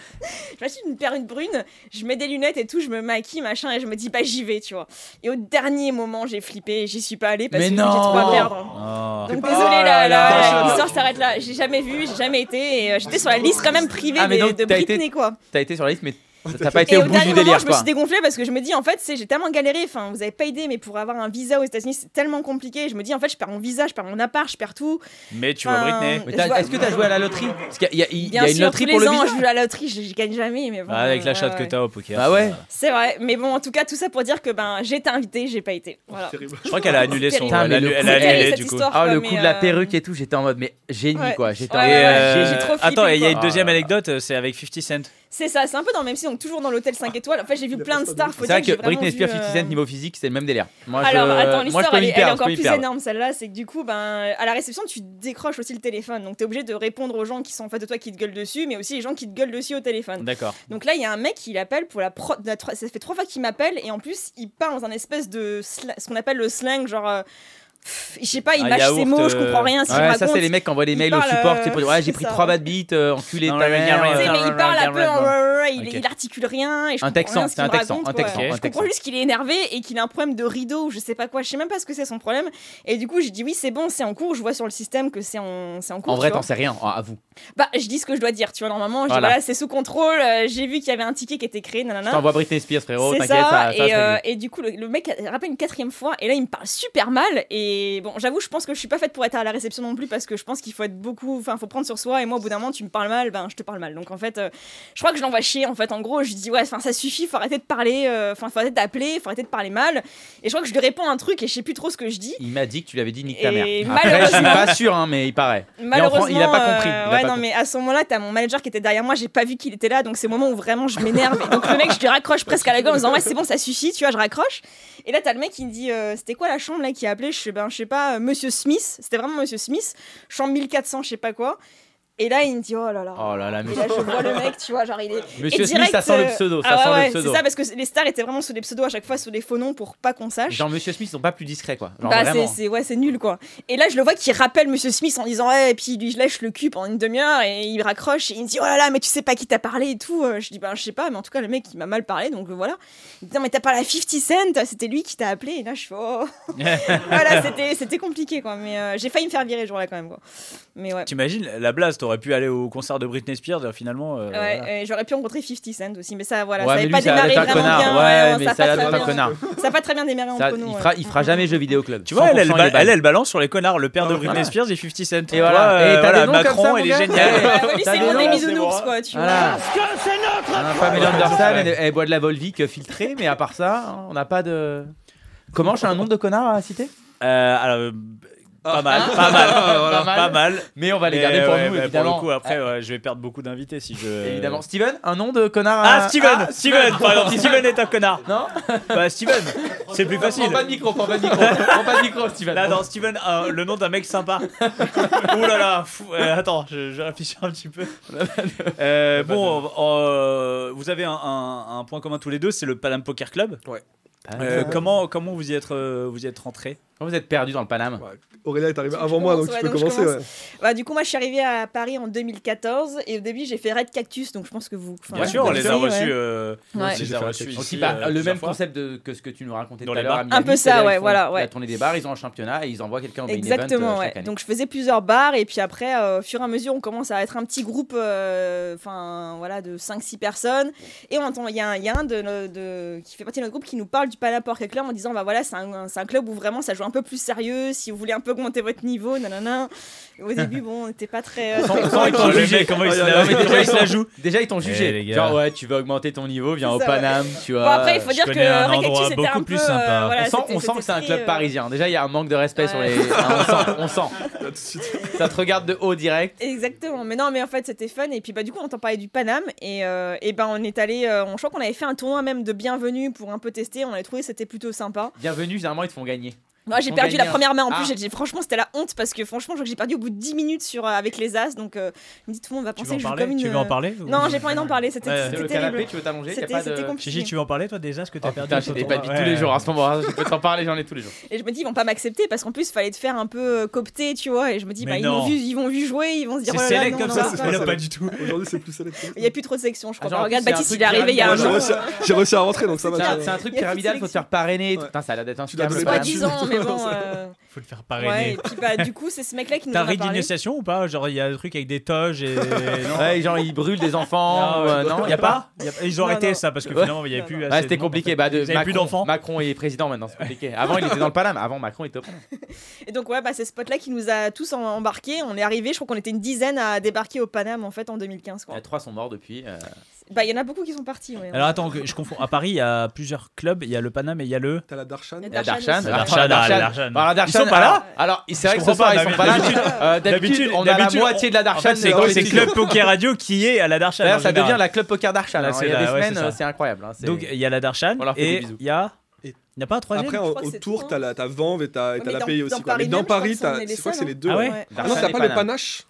Speaker 5: Je m'achète une perruque brune, je mets des lunettes et tout, je me maquille machin et je me dis, bah j'y vais, tu vois. Et au dernier moment, j'ai flippé, et j'y suis pas allée parce
Speaker 6: Mais
Speaker 5: que j'ai
Speaker 6: non
Speaker 5: trop à perdre.
Speaker 2: Oh.
Speaker 5: Donc
Speaker 4: pas-
Speaker 5: désolé,
Speaker 6: Oh là
Speaker 5: là,
Speaker 6: là.
Speaker 5: là, l'histoire s'arrête là. J'ai jamais vu, j'ai jamais été. et, euh, J'étais sur la liste quand même privée
Speaker 6: Ah, mais
Speaker 5: des-
Speaker 6: donc,
Speaker 5: de
Speaker 6: t'as été-
Speaker 5: Britney, quoi.
Speaker 6: T'as été sur la liste mais t'as pas été
Speaker 5: Et
Speaker 6: au
Speaker 5: au
Speaker 6: bout
Speaker 5: dernier
Speaker 6: du
Speaker 5: moment,
Speaker 6: délire
Speaker 5: je me
Speaker 6: quoi.
Speaker 5: suis dégonflée parce que je me dis, en fait, c'est- j'ai tellement galéré. Enfin, vous avez pas aidé, mais pour avoir un visa aux États-Unis, c'est tellement compliqué. Je me dis, en fait, je perds mon visa, je perds mon appart, je perds tout.
Speaker 2: Mais tu vois,
Speaker 5: Enfin,
Speaker 2: Britney.
Speaker 6: Mais
Speaker 5: je
Speaker 6: t'as-
Speaker 5: vois-
Speaker 6: Est-ce que t'as joué à la loterie Parce qu'il y a, il y a
Speaker 5: Bien
Speaker 6: une
Speaker 5: sûr,
Speaker 6: loterie
Speaker 5: tous
Speaker 6: pour
Speaker 5: les
Speaker 6: le
Speaker 5: ans,
Speaker 6: visa.
Speaker 5: je joue à la loterie, je, je gagne jamais. Mais bon,
Speaker 2: Ah, avec
Speaker 5: euh,
Speaker 2: l'achat
Speaker 5: ouais,
Speaker 2: que
Speaker 5: ouais.
Speaker 2: t'as au poker. euh,
Speaker 6: Bah ouais.
Speaker 5: C'est vrai, mais bon, en tout cas, tout ça pour dire que ben, j'ai été invitée, j'ai pas été. Voilà.
Speaker 4: Terrible.
Speaker 2: Je crois qu'elle a annulé son.
Speaker 5: Putain,
Speaker 2: elle
Speaker 6: mais
Speaker 2: a,
Speaker 6: le
Speaker 2: elle
Speaker 6: coup-
Speaker 2: a
Speaker 6: C'est terrible,
Speaker 2: annulé
Speaker 5: cette
Speaker 2: du coup.
Speaker 5: histoire.
Speaker 6: Ah le
Speaker 5: quoi,
Speaker 6: coup
Speaker 5: mais,
Speaker 6: de la
Speaker 5: euh,
Speaker 6: perruque et tout, j'étais en mode mais génie
Speaker 5: Ouais.
Speaker 6: quoi, j'étais
Speaker 5: Ouais,
Speaker 6: en
Speaker 2: Et,
Speaker 5: ouais,
Speaker 6: mode-
Speaker 5: ouais, j'ai- j'ai
Speaker 2: euh,
Speaker 5: trop flippé,
Speaker 2: Attends, et il y a une
Speaker 5: quoi.
Speaker 2: deuxième anecdote, euh, c'est avec 50 Cent.
Speaker 5: C'est ça, c'est un peu dans le même style, donc toujours dans l'hôtel 5 étoiles. En fait, j'ai vu
Speaker 4: Il a
Speaker 5: plein de
Speaker 4: pas
Speaker 5: stars.
Speaker 6: Bah, C'est
Speaker 5: faut
Speaker 6: vrai que
Speaker 5: dire j'ai vraiment
Speaker 6: Britney Spears,
Speaker 5: vu,
Speaker 6: 50
Speaker 5: euh,
Speaker 6: Cent, niveau physique, c'est le même délire. Moi,
Speaker 5: Alors,
Speaker 6: je...
Speaker 5: attends,
Speaker 6: moi, je
Speaker 5: l'histoire,
Speaker 6: peux
Speaker 5: elle,
Speaker 6: m'y
Speaker 5: est- elle
Speaker 6: perdre,
Speaker 5: est
Speaker 6: je peux
Speaker 5: encore
Speaker 6: m'y
Speaker 5: plus
Speaker 6: perdre.
Speaker 5: énorme, celle-là. C'est que du coup, ben, à la réception, tu décroches aussi le téléphone. Donc, t'es obligé de répondre aux gens qui sont en face de toi qui te gueulent dessus, mais aussi les gens qui te gueulent dessus au téléphone.
Speaker 2: D'accord.
Speaker 5: Donc là, il y a un mec qui l'appelle pour la, pro- la tro- Ça fait trois fois qu'il m'appelle et en plus, il parle dans un espèce de sla- ce qu'on appelle le slang, genre. euh, pff, Je sais pas, il
Speaker 2: Un
Speaker 5: mâche ses
Speaker 2: yaourt,
Speaker 5: mots, je
Speaker 2: euh,
Speaker 5: comprends rien. Si je
Speaker 6: Ouais, ça,
Speaker 5: raconte.
Speaker 6: c'est les mecs qui envoient des
Speaker 5: il
Speaker 6: mails au
Speaker 5: parle,
Speaker 6: support, tu sais, pour dire,
Speaker 5: euh,
Speaker 6: ouais, j'ai
Speaker 5: c'est
Speaker 6: pris
Speaker 5: ça.
Speaker 6: 3 bad beats, euh, enculé de
Speaker 2: Non,
Speaker 6: ta
Speaker 2: mais
Speaker 6: mère,
Speaker 2: regarde,
Speaker 6: euh,
Speaker 5: Tu sais, mais il parle un peu en il,
Speaker 2: Ok.
Speaker 5: il articule rien et je
Speaker 6: Un
Speaker 5: comprends
Speaker 6: texan,
Speaker 5: rien à
Speaker 6: c'est
Speaker 5: ce qu'il
Speaker 6: un
Speaker 5: me
Speaker 6: texan,
Speaker 5: raconte,
Speaker 6: un
Speaker 5: quoi.
Speaker 6: texan,
Speaker 2: Je
Speaker 6: un
Speaker 5: Je comprends
Speaker 6: texan.
Speaker 5: juste qu'il est énervé et qu'il a un problème de rideau, je sais pas quoi, je sais même pas ce que c'est son problème. Et du coup, je dis oui, c'est bon, c'est en cours, je vois sur le système que c'est en, c'est en cours.
Speaker 6: En vrai,
Speaker 5: tu vois.
Speaker 6: t'en sais rien, ah, à vous.
Speaker 5: Bah, je dis ce que je dois dire, tu vois, normalement, je dis,
Speaker 6: Voilà.
Speaker 5: voilà, c'est sous contrôle, euh, j'ai vu qu'il y avait un ticket qui était créé, nanana.
Speaker 6: Je t'envoie Britney Spears, frérot,
Speaker 5: C'est
Speaker 6: t'inquiète,
Speaker 5: ça,
Speaker 6: ça, ça se
Speaker 5: et, euh,
Speaker 6: règle.
Speaker 5: et du coup, le, le mec rappelle une quatrième fois, et là, il me parle super mal. Et bon, j'avoue, je pense que je suis pas faite pour être à la réception non plus, parce que je pense qu'il faut être beaucoup, enfin, faut prendre sur soi. Et moi, au bout d'un moment, tu me parles mal, ben, je te parle mal. Donc, en fait, euh, je crois que je l'envoie chier. En fait, en gros, je lui dis, ouais, enfin, ça suffit, faut arrêter de parler, euh, enfin, faut arrêter d'appeler, faut arrêter de parler mal. Et je crois que je lui réponds un truc, et je sais plus trop ce que je dis.
Speaker 6: Il m'a dit que tu lui avais dit nique ta mère.
Speaker 5: Et
Speaker 6: Après, je suis
Speaker 5: malheureusement-
Speaker 6: pas sûr, hein, mais il paraît. Mais en
Speaker 5: Malheureusement,
Speaker 6: France, il a pas
Speaker 5: euh,
Speaker 6: compris. il a pas
Speaker 5: ouais, non,
Speaker 6: compris.
Speaker 5: mais à ce moment-là, t'as mon manager qui était derrière moi, j'ai pas vu qu'il était là, donc c'est le moment où vraiment je m'énerve. Et donc le mec, je lui raccroche presque à la gueule en disant ouais, c'est bon, ça suffit, tu vois, je raccroche. Et là, t'as le mec qui me dit euh, c'était quoi la chambre là qui a appelé Je sais ben, je sais pas, euh, Monsieur Smith. C'était vraiment Monsieur Smith, chambre 1400, je sais pas quoi. Et là, il me dit, oh là là.
Speaker 3: Oh là là,
Speaker 5: Et là, je vois le mec, tu vois, genre, il est.
Speaker 3: Monsieur
Speaker 5: et
Speaker 3: Smith, ça sent le pseudo, ça
Speaker 5: ah ouais,
Speaker 3: sent le
Speaker 5: ouais,
Speaker 3: pseudo.
Speaker 5: C'est ça, parce que les stars étaient vraiment sous des pseudos à chaque fois, sous des faux noms pour pas qu'on sache.
Speaker 3: Genre, Monsieur Smith, ils sont pas plus discrets, quoi. Genre,
Speaker 5: Ah, Bah, c'est,
Speaker 3: vraiment.
Speaker 5: c'est- ouais, c'est nul quoi. Et là, je le vois qui rappelle Monsieur Smith en disant, ouais, et puis lui, je lèche le cul pendant une demi-heure et il raccroche et il me dit, oh là là, mais tu sais pas qui t'a parlé et tout. Euh, Je dis, ben, je sais pas, mais en tout cas, le mec, il m'a mal parlé, donc euh, voilà. Il me dit, non, mais t'as parlé à 50 Cent, c'était lui qui t'a appelé. Et là, je fais,
Speaker 3: <laughs>
Speaker 5: oh. voilà, c'était, c'était compliqué quoi. Mais euh, j'ai failli me faire virer ce jour-là quand même quoi. Mais ouais.
Speaker 2: T'imagines, la blase, t'aurais pu aller au concert de Britney Spears, et finalement. euh,
Speaker 5: Ouais,
Speaker 2: voilà.
Speaker 5: euh, j'aurais pu rencontrer 50 Cent aussi, mais ça, voilà,
Speaker 3: ouais,
Speaker 5: ça
Speaker 3: mais
Speaker 5: n'avait
Speaker 3: lui,
Speaker 5: pas
Speaker 3: ça a
Speaker 5: démarré
Speaker 3: l'air
Speaker 5: vraiment
Speaker 3: d'un connard.
Speaker 5: bien.
Speaker 3: ouais, mais
Speaker 5: non,
Speaker 3: ça a l'air
Speaker 5: a pas
Speaker 3: d'un
Speaker 5: très bien-
Speaker 3: connard.
Speaker 5: ça a pas très bien démarré
Speaker 3: Ça-
Speaker 5: entre nous. hein.
Speaker 3: il, <laughs>
Speaker 5: ouais.
Speaker 3: fera, il fera jamais jeu vidéo club.
Speaker 2: Tu vois, elle, elle,
Speaker 3: 100%
Speaker 2: ba-
Speaker 3: il est ban.
Speaker 2: elle, elle balance sur les connards le père de Britney
Speaker 3: voilà.
Speaker 2: Spears et 50 Cent.
Speaker 3: Et voilà.
Speaker 2: Toi, euh,
Speaker 3: Et t'as
Speaker 2: voilà,
Speaker 3: des noms comme
Speaker 2: Macron,
Speaker 3: ça, mon
Speaker 2: elle
Speaker 3: gars
Speaker 2: est
Speaker 5: Ouais,
Speaker 2: géniale.
Speaker 5: ouais, lui,
Speaker 3: T'as
Speaker 5: c'est
Speaker 3: des
Speaker 5: mon
Speaker 3: noms,
Speaker 5: des
Speaker 3: c'est
Speaker 5: bisounours,
Speaker 3: moi.
Speaker 5: quoi, tu
Speaker 3: Voilà.
Speaker 5: vois.
Speaker 3: On n'a pas Mélan Anderson, elle, elle boit de la Volvic euh, filtrée, mais à part ça, hein, on n'a pas de. Comment j'ai un nom de connard à citer
Speaker 2: Euh, alors, euh,
Speaker 3: Ah.
Speaker 2: Pas mal, pas
Speaker 3: <laughs>
Speaker 2: mal,
Speaker 3: Voilà.
Speaker 2: pas mal.
Speaker 3: Mais on va les
Speaker 2: Mais,
Speaker 3: garder pour
Speaker 2: ouais,
Speaker 3: nous,
Speaker 2: bah,
Speaker 3: évidemment.
Speaker 2: Pour le coup, après, ouais, je vais perdre beaucoup d'invités si je.
Speaker 3: Euh, Évidemment. Steven, un nom de connard à-
Speaker 2: Ah, Steven Steven, par exemple, si Steven est un connard.
Speaker 3: Non
Speaker 2: Bah, Steven, c'est plus facile.
Speaker 3: Prends pas de micro, prends pas de micro, prends pas de micro, Steven.
Speaker 2: Là, dans Steven, euh, le nom d'un mec <laughs> sympa. Ouh là là, fou- euh, attends, je, je réfléchis un petit <laughs> peu. Euh, bon, euh, vous avez un, un- un point commun tous les deux, c'est le Panam Poker Club. Euh, comment, comment vous y êtes, euh, vous y êtes rentré
Speaker 3: Comment vous êtes perdu dans le Paname
Speaker 4: Aurélia est arrivée
Speaker 5: Tu
Speaker 4: avant moi,
Speaker 5: commences,
Speaker 4: donc tu
Speaker 5: ouais,
Speaker 4: peux
Speaker 5: donc je
Speaker 4: commencer.
Speaker 5: commence.
Speaker 4: ouais.
Speaker 5: Bah, du coup, moi, je suis arrivée à Paris en 2014 et au début, j'ai fait Red Cactus, donc je pense que vous. enfin,
Speaker 2: Bien
Speaker 5: vous
Speaker 2: sûr, on les a
Speaker 5: connaissez,
Speaker 2: reçus.
Speaker 3: hein,
Speaker 5: ouais.
Speaker 2: euh,
Speaker 5: Ouais.
Speaker 2: on les
Speaker 4: J'ai
Speaker 2: a
Speaker 4: fait un
Speaker 2: reçus
Speaker 4: check.
Speaker 2: ici,
Speaker 3: Donc, il parle-
Speaker 2: euh,
Speaker 3: le
Speaker 2: plusieurs
Speaker 3: même
Speaker 2: fois.
Speaker 3: concept de, que ce que tu nous racontais
Speaker 2: Dans
Speaker 3: tout à
Speaker 2: les
Speaker 3: l'heure.
Speaker 2: bars.
Speaker 3: à Miami,
Speaker 5: Un peu ça,
Speaker 3: c'est-à-dire,
Speaker 5: ouais,
Speaker 3: ils font
Speaker 5: voilà, ouais.
Speaker 3: La tournée des bars, ils ont un championnat et ils envoient quelqu'un au main event, euh,
Speaker 5: Exactement,
Speaker 3: chaque
Speaker 5: ouais.
Speaker 3: année.
Speaker 5: Donc, je faisais plusieurs bars et puis après, euh, au fur et à mesure, on commence à être un petit groupe, euh, enfin, voilà, de 5-6 personnes. Et on entend, il y a un, il y a un de, nos- de- qui fait partie de notre groupe qui nous parle du Panaport Club en disant, bah voilà, c'est un, c'est un club où vraiment ça joue un peu plus sérieux, si vous voulez un peu augmenter votre niveau, nanana. Au début, bon, on n'était pas très. euh,
Speaker 3: On sent qu'ils t'ont
Speaker 2: Oh, le
Speaker 3: jugé.
Speaker 2: mec, comment il se
Speaker 3: Non,
Speaker 2: la-
Speaker 3: mais déjà,
Speaker 2: comment il
Speaker 3: ils
Speaker 2: se la
Speaker 3: t'ont-
Speaker 2: joue
Speaker 3: Déjà, ils t'ont jugé.
Speaker 2: les gars.
Speaker 3: Genre, ouais, tu veux augmenter ton niveau, viens
Speaker 5: C'est
Speaker 3: au
Speaker 5: ça,
Speaker 3: Paname, tu vois.
Speaker 5: Bon, après, il faut
Speaker 2: je
Speaker 5: dire que
Speaker 2: connais un
Speaker 5: Red
Speaker 2: endroit
Speaker 5: Cactus, c'était
Speaker 2: beaucoup
Speaker 5: un
Speaker 2: plus
Speaker 5: peu, euh,
Speaker 2: sympa.
Speaker 5: voilà,
Speaker 3: on sent,
Speaker 5: c'était-
Speaker 3: on sent que c'est un
Speaker 5: c'était
Speaker 3: club
Speaker 5: très, euh,
Speaker 3: parisien. Déjà, il y a un manque de respect sur les. Ah, on sent, on sent.
Speaker 4: Là, tout de suite.
Speaker 3: Ça te regarde de haut direct.
Speaker 5: Exactement, mais non, mais en fait c'était fun. Et puis bah du coup on t'en parlait du Paname et, euh, et ben on est allé, euh, on je crois qu'on avait fait un tournoi même de bienvenue pour un peu tester. On avait trouvé que c'était plutôt sympa.
Speaker 3: Bienvenue, généralement, ils te font gagner.
Speaker 5: Moi j'ai
Speaker 3: On
Speaker 5: perdu la
Speaker 3: gagne un.
Speaker 5: première main en
Speaker 3: Ah.
Speaker 5: plus. J'ai dit franchement c'était la honte parce que franchement je crois que j'ai perdu au bout de 10 minutes sur euh, avec les as. Donc euh, je me dis tout le monde va
Speaker 2: Tu
Speaker 5: penser
Speaker 2: veux en
Speaker 5: que je joue
Speaker 2: parler
Speaker 5: comme une. euh,
Speaker 2: Tu veux en parler ou-
Speaker 5: Non j'ai pas envie d'en parler. C'était
Speaker 2: Ouais.
Speaker 5: c'était
Speaker 3: C'est le
Speaker 5: terrible.
Speaker 3: canapé, tu veux t'allonger y a
Speaker 5: C'était
Speaker 3: pas de-
Speaker 5: c'était
Speaker 2: Chichi,
Speaker 5: compliqué.
Speaker 2: tu veux en parler toi des as que t'as
Speaker 3: Oh
Speaker 2: perdu
Speaker 3: putain, j'ai
Speaker 2: sur
Speaker 3: des
Speaker 2: ton-
Speaker 3: belles vies tous
Speaker 2: Ouais.
Speaker 3: les jours à ce moment-là. Je peux t'en parler, j'en ai tous les jours.
Speaker 5: Et je me dis ils vont pas m'accepter parce qu'en plus il fallait te faire un peu euh, coopter, tu vois. Et je me dis
Speaker 2: Mais
Speaker 5: bah ils
Speaker 2: non.
Speaker 5: vont vu, ils vont vu jouer, ils vont se dire.
Speaker 2: C'est
Speaker 5: oh là là,
Speaker 2: scellé
Speaker 5: non,
Speaker 2: comme
Speaker 5: non,
Speaker 2: ça,
Speaker 5: non,
Speaker 2: c'est
Speaker 5: non.
Speaker 4: mais
Speaker 2: là pas du tout.
Speaker 4: Aujourd'hui, c'est plus sélectif.
Speaker 5: Il y a plus trop de section je crois. Bah,
Speaker 3: Genre, en
Speaker 5: regarde
Speaker 3: plus, c'est un truc
Speaker 5: Baptiste il est arrivé il y a un
Speaker 4: J'ai
Speaker 3: pyramidal.
Speaker 5: jour.
Speaker 4: réussi à- j'ai réussi à rentrer, donc ça va.
Speaker 3: C'est un-
Speaker 4: tu
Speaker 3: c'est
Speaker 4: vois.
Speaker 3: un truc
Speaker 5: Il y a plus de
Speaker 3: pyramidal, faut te
Speaker 5: sélection.
Speaker 3: faire parrainer. et tout.
Speaker 4: Ouais.
Speaker 3: Putain, ça a l'air d'être un
Speaker 4: Tu
Speaker 3: super
Speaker 4: dois donner
Speaker 5: C'est
Speaker 4: pas
Speaker 5: pas
Speaker 4: là-dessus.
Speaker 5: 10 ans mais bon. euh,
Speaker 2: Faut le faire
Speaker 5: Ouais,
Speaker 2: parrainer.
Speaker 5: et puis bah, du coup, c'est ce mec-là qui nous en
Speaker 2: T'as
Speaker 5: a
Speaker 2: un rite
Speaker 5: parlé.
Speaker 2: d'initiation ou pas Genre, il y a un truc avec des toges <laughs> et. Non.
Speaker 3: Ouais, genre ils brûlent des enfants.
Speaker 2: Non,
Speaker 3: ou, euh,
Speaker 2: ouais.
Speaker 3: non,
Speaker 2: y a pas
Speaker 5: Ouais,
Speaker 2: Y a- Ils ont
Speaker 5: Non,
Speaker 2: arrêté
Speaker 5: non.
Speaker 2: ça parce que
Speaker 3: Ouais.
Speaker 2: finalement, il n'y avait
Speaker 5: Non,
Speaker 2: plus. assez
Speaker 3: Ouais,
Speaker 2: de
Speaker 3: c'était
Speaker 2: monde, en
Speaker 3: compliqué.
Speaker 2: fait.
Speaker 3: Bah, de
Speaker 2: Ils avaient
Speaker 3: Macron,
Speaker 2: plus d'enfants.
Speaker 3: Macron est président maintenant, c'est compliqué. Avant, il était dans le Paname. Avant, Macron était au Paname.
Speaker 5: Et donc, ouais, bah, c'est ce pote-là qui nous a tous en- embarqués. On est arrivés, je crois qu'on était une dizaine à débarquer au Paname en fait en 2015. quoi.
Speaker 3: Euh, Trois sont morts depuis. euh.
Speaker 5: Bah, il y en a beaucoup qui sont partis. Ouais.
Speaker 2: Alors attends, que- je confonds. À Paris, il y a plusieurs clubs. Il y a le Paname et il y a le.
Speaker 4: T'as la Darshan.
Speaker 5: Il y a
Speaker 3: Euh, Darshan.
Speaker 5: Darshan aussi.
Speaker 3: Darshan,
Speaker 2: Darshan,
Speaker 3: Darshan.
Speaker 2: Darshan.
Speaker 3: Voilà, Darshan,
Speaker 2: sont pas là
Speaker 3: alors- Alors, c'est vrai
Speaker 2: Je
Speaker 3: que ce
Speaker 2: comprends
Speaker 3: soir,
Speaker 2: pas,
Speaker 3: ils sont pas là.
Speaker 2: d'habitude-
Speaker 3: mais, euh, D'habitude, on a la
Speaker 2: d'habitude,
Speaker 3: moitié de la
Speaker 2: En
Speaker 3: Darshan.
Speaker 2: fait, c'est
Speaker 3: dans
Speaker 2: quoi
Speaker 3: les
Speaker 2: C'est
Speaker 3: studios. <laughs>
Speaker 2: Club Poker Radio qui est à la Darshan. en
Speaker 3: D'ailleurs, ça
Speaker 2: général.
Speaker 3: devient la Club Poker Darshan.
Speaker 2: Là,
Speaker 3: hein.
Speaker 2: c'est
Speaker 3: Il y a des
Speaker 2: la- ouais, c'est
Speaker 3: semaines,
Speaker 2: ça.
Speaker 3: euh, c'est incroyable. hein, c'est-
Speaker 2: Donc il y a la Darshan
Speaker 3: On leur fait des
Speaker 2: et
Speaker 3: bisous.
Speaker 2: il y a. Il
Speaker 4: Et-
Speaker 2: n'y a pas un troisième
Speaker 4: Après, en-
Speaker 5: crois que c'est
Speaker 4: autour,
Speaker 5: tout,
Speaker 4: t'as la, t'as Vanves et t'as, et
Speaker 5: Ouais,
Speaker 4: t'as
Speaker 5: mais
Speaker 4: la
Speaker 5: dans-
Speaker 4: paye
Speaker 5: dans
Speaker 4: aussi. quoi. Mais
Speaker 5: Paris
Speaker 4: dans
Speaker 5: même, je crois
Speaker 4: Paris,
Speaker 5: que c'est- on
Speaker 4: t'as-
Speaker 5: est les
Speaker 4: je crois que
Speaker 5: seuls,
Speaker 4: c'est les
Speaker 5: hein.
Speaker 4: deux.
Speaker 2: Ah ouais
Speaker 4: ouais.
Speaker 5: Ouais.
Speaker 4: Ah
Speaker 3: Darshan
Speaker 4: non, t'as
Speaker 3: et
Speaker 4: pas le
Speaker 3: Paname.
Speaker 4: Panache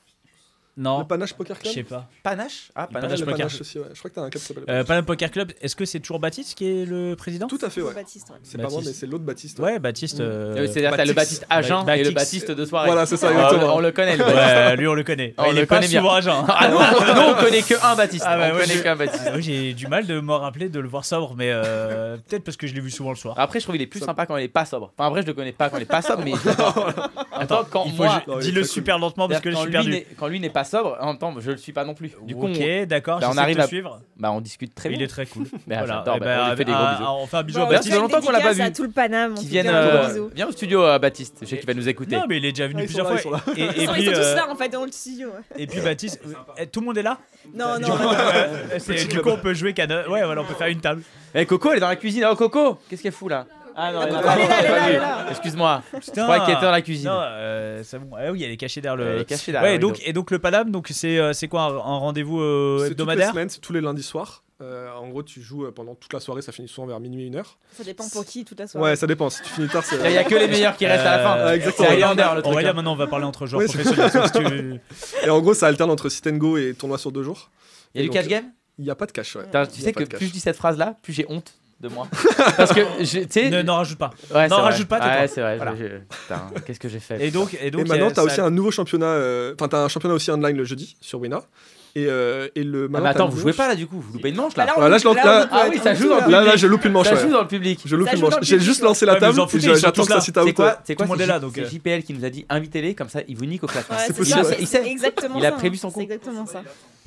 Speaker 4: Le
Speaker 2: Non,
Speaker 4: Panache Poker
Speaker 2: je
Speaker 4: Club
Speaker 2: sais pas.
Speaker 3: Panache Ah,
Speaker 4: Ah,
Speaker 3: Panache.
Speaker 4: le
Speaker 2: Poker.
Speaker 4: Panache aussi, ouais. Je crois que t'as un club qui s'appelle.
Speaker 2: Euh, Paname Poker Club, est-ce que c'est toujours Baptiste qui est le président
Speaker 4: Tout à fait,
Speaker 5: C'est
Speaker 4: ouais.
Speaker 5: Baptiste, ouais.
Speaker 4: C'est pas moi,
Speaker 2: Baptiste.
Speaker 4: mais c'est l'autre Baptiste.
Speaker 2: Ouais, Baptiste. euh,
Speaker 3: Euh, C'est-à-dire, t'as le
Speaker 4: Batix.
Speaker 3: Baptiste agent et le
Speaker 2: Batix.
Speaker 3: Baptiste de soirée.
Speaker 4: Voilà, c'est ça,
Speaker 3: Ah,
Speaker 4: exactement.
Speaker 3: On le connaît, le Baptiste. <laughs>
Speaker 2: Ouais, lui on le connaît.
Speaker 3: On
Speaker 2: il
Speaker 3: le
Speaker 2: est pas
Speaker 3: connaît bien.
Speaker 2: souvent agent.
Speaker 3: Ah non, nous, on connaît que un Baptiste.
Speaker 2: Ah, bah,
Speaker 3: On
Speaker 2: ouais,
Speaker 3: connaît
Speaker 2: je-
Speaker 3: que un Baptiste.
Speaker 2: Ah oui, j'ai du mal de me rappeler de le voir sobre, mais euh, <laughs> peut-être parce que je l'ai vu souvent le soir.
Speaker 3: Après, je trouve qu'il est plus
Speaker 4: Ça-
Speaker 3: sympa quand il est pas sobre. Enfin, en vrai, je le connais pas quand il est pas sobre, mais je l'adore. <laughs> en tant que quand
Speaker 2: Il faut
Speaker 3: Ah, moi,
Speaker 2: que je-
Speaker 4: Non, il est
Speaker 2: dis-le
Speaker 4: très cool.
Speaker 2: super lentement parce que je
Speaker 3: quand
Speaker 2: suis
Speaker 3: lui,
Speaker 2: perdu.
Speaker 3: n'est- quand lui n'est pas sobre, en même temps, je le suis pas non plus. Du coup,
Speaker 2: ok, d'accord,
Speaker 3: bah, on
Speaker 2: j'essaie
Speaker 3: arrive
Speaker 2: de te
Speaker 3: à-
Speaker 2: suivre.
Speaker 3: on, bah, on discute très
Speaker 2: Il
Speaker 3: bien.
Speaker 2: est très cool.
Speaker 3: Mais, ah,
Speaker 2: Voilà.
Speaker 3: j'adore,
Speaker 2: Eh
Speaker 3: <laughs> bah,
Speaker 2: ben,
Speaker 3: on lui fait des gros
Speaker 2: un-
Speaker 3: bisous.
Speaker 2: un- on fait un bisou
Speaker 5: Bon,
Speaker 2: à
Speaker 5: on
Speaker 2: Baptiste.
Speaker 5: fait une
Speaker 3: longtemps qu'on l'a pas
Speaker 5: dédicace
Speaker 3: vu.
Speaker 5: à tout le Paname. en
Speaker 3: Qui
Speaker 5: tout
Speaker 3: viennent,
Speaker 5: cas, un gros
Speaker 3: euh,
Speaker 5: bisou.
Speaker 3: viens au studio, euh, Baptiste. Je sais qu'il va nous écouter.
Speaker 2: Non, mais il est déjà venu
Speaker 4: Ah, ils sont
Speaker 2: plusieurs
Speaker 4: là, ils
Speaker 2: fois. Et, et
Speaker 5: Ils sont, ils
Speaker 2: puis,
Speaker 5: sont tous
Speaker 2: euh,
Speaker 5: là en fait dans le studio. ouais.
Speaker 2: et puis Baptiste, eh, tout le monde est là
Speaker 5: Non,
Speaker 2: Du
Speaker 5: non,
Speaker 2: coup,
Speaker 5: non.
Speaker 2: euh, c'est- du coup, on peut jouer qu'à neuf. Ouais, voilà, on peut faire une table.
Speaker 3: Eh, Coco, elle est dans la cuisine. Oh, Coco, qu'est-ce qu'elle fout là Ah non,
Speaker 5: Coco, <laughs> elle est là, elle est là,
Speaker 3: pas
Speaker 5: elle est
Speaker 3: vue.
Speaker 5: là.
Speaker 3: Excuse-moi.
Speaker 2: Putain.
Speaker 3: Je croyais qu'elle était dans la cuisine.
Speaker 2: Non, euh, c'est bon. Ah oui, elle est cachée derrière le.
Speaker 3: Elle est cachée derrière
Speaker 2: Ouais,
Speaker 3: le
Speaker 2: donc,
Speaker 3: rideau.
Speaker 2: et donc le Paname, donc c'est euh, c'est quoi un, un rendez-vous euh,
Speaker 4: C'est toutes les
Speaker 2: hebdomadaire
Speaker 4: semaines, c'est tous les lundis soirs. Euh, en gros, tu joues euh, pendant toute la soirée, ça finit souvent vers minuit, une heure.
Speaker 5: Ça dépend pour qui toute la soirée.
Speaker 4: Ouais, ça dépend. Si tu finis tard, c'est.
Speaker 3: Il n'y a que les meilleurs qui restent à la fin.
Speaker 4: Euh, exactement.
Speaker 3: C'est Highlander le
Speaker 2: On
Speaker 3: truc.
Speaker 2: va
Speaker 3: hein.
Speaker 2: là maintenant, on va parler entre joueurs
Speaker 4: Oui, c'est-
Speaker 2: professionnels. parce que tu-
Speaker 4: Et en gros, ça alterne entre sit and go et tournoi sur deux jours.
Speaker 3: Il y a du
Speaker 4: Donc,
Speaker 3: cash game
Speaker 4: Il n'y a pas de cash, ouais.
Speaker 3: Putain, Tu
Speaker 4: Il y a
Speaker 3: sais
Speaker 4: pas
Speaker 3: que
Speaker 4: de cash.
Speaker 3: plus je dis cette phrase là, plus j'ai honte
Speaker 2: <laughs>
Speaker 3: de moi. Parce que, je- tu sais.
Speaker 2: Ne- N'en rajoute pas.
Speaker 3: Ouais,
Speaker 2: Non,
Speaker 3: c'est vrai. Ah
Speaker 2: rajoute pas, tais-toi.
Speaker 3: Ouais, c'est vrai.
Speaker 2: Voilà.
Speaker 3: je- je- Putain, qu'est-ce que j'ai fait
Speaker 2: Et donc, et donc
Speaker 4: et maintenant,
Speaker 2: il y a-
Speaker 4: t'as aussi
Speaker 2: ça-
Speaker 4: un nouveau championnat. euh, Enfin, t'as un championnat aussi online le jeudi sur Wina. Et, euh, et le.
Speaker 3: Ah,
Speaker 4: maintenant,
Speaker 3: mais attends,
Speaker 4: t'as
Speaker 3: vous
Speaker 4: une
Speaker 3: jouez
Speaker 4: manche.
Speaker 3: pas là du coup, vous loupez une manche
Speaker 5: Bah,
Speaker 3: là.
Speaker 5: on-
Speaker 4: Voilà, là, je l'en-
Speaker 5: on
Speaker 4: là-
Speaker 5: peut
Speaker 3: Ah
Speaker 5: être
Speaker 3: oui, ça
Speaker 5: un
Speaker 3: joue
Speaker 5: peu,
Speaker 3: dans le
Speaker 5: là.
Speaker 4: Là, là, je loupe une manche.
Speaker 3: Ça
Speaker 4: ouais.
Speaker 3: joue dans le public.
Speaker 4: Je loupe
Speaker 5: Ça
Speaker 4: une
Speaker 5: joue dans
Speaker 4: manche.
Speaker 5: le
Speaker 4: J'ai
Speaker 5: public,
Speaker 4: juste
Speaker 5: ouais.
Speaker 4: lancé la
Speaker 2: Ouais, mais
Speaker 4: table.
Speaker 2: vous en foutez,
Speaker 4: et
Speaker 2: ils sont
Speaker 4: J'attends
Speaker 2: tous
Speaker 4: que ça
Speaker 2: là.
Speaker 4: s'y tape
Speaker 3: C'est
Speaker 2: C'est
Speaker 3: quoi
Speaker 4: quoi.
Speaker 3: C'est quoi
Speaker 2: Tout le monde est là, donc,
Speaker 3: C'est
Speaker 2: euh.
Speaker 3: JPL qui nous a dit invitez-les, comme ça ils vous niquent au classement.
Speaker 5: Ouais,
Speaker 4: C'est
Speaker 5: c'est
Speaker 4: possible.
Speaker 5: ça,
Speaker 3: Il
Speaker 5: c'est-
Speaker 3: sait.
Speaker 5: c'est exactement
Speaker 3: Il a
Speaker 5: ça,
Speaker 3: prévu
Speaker 5: hein.
Speaker 3: son coup.
Speaker 5: C'est exactement ça.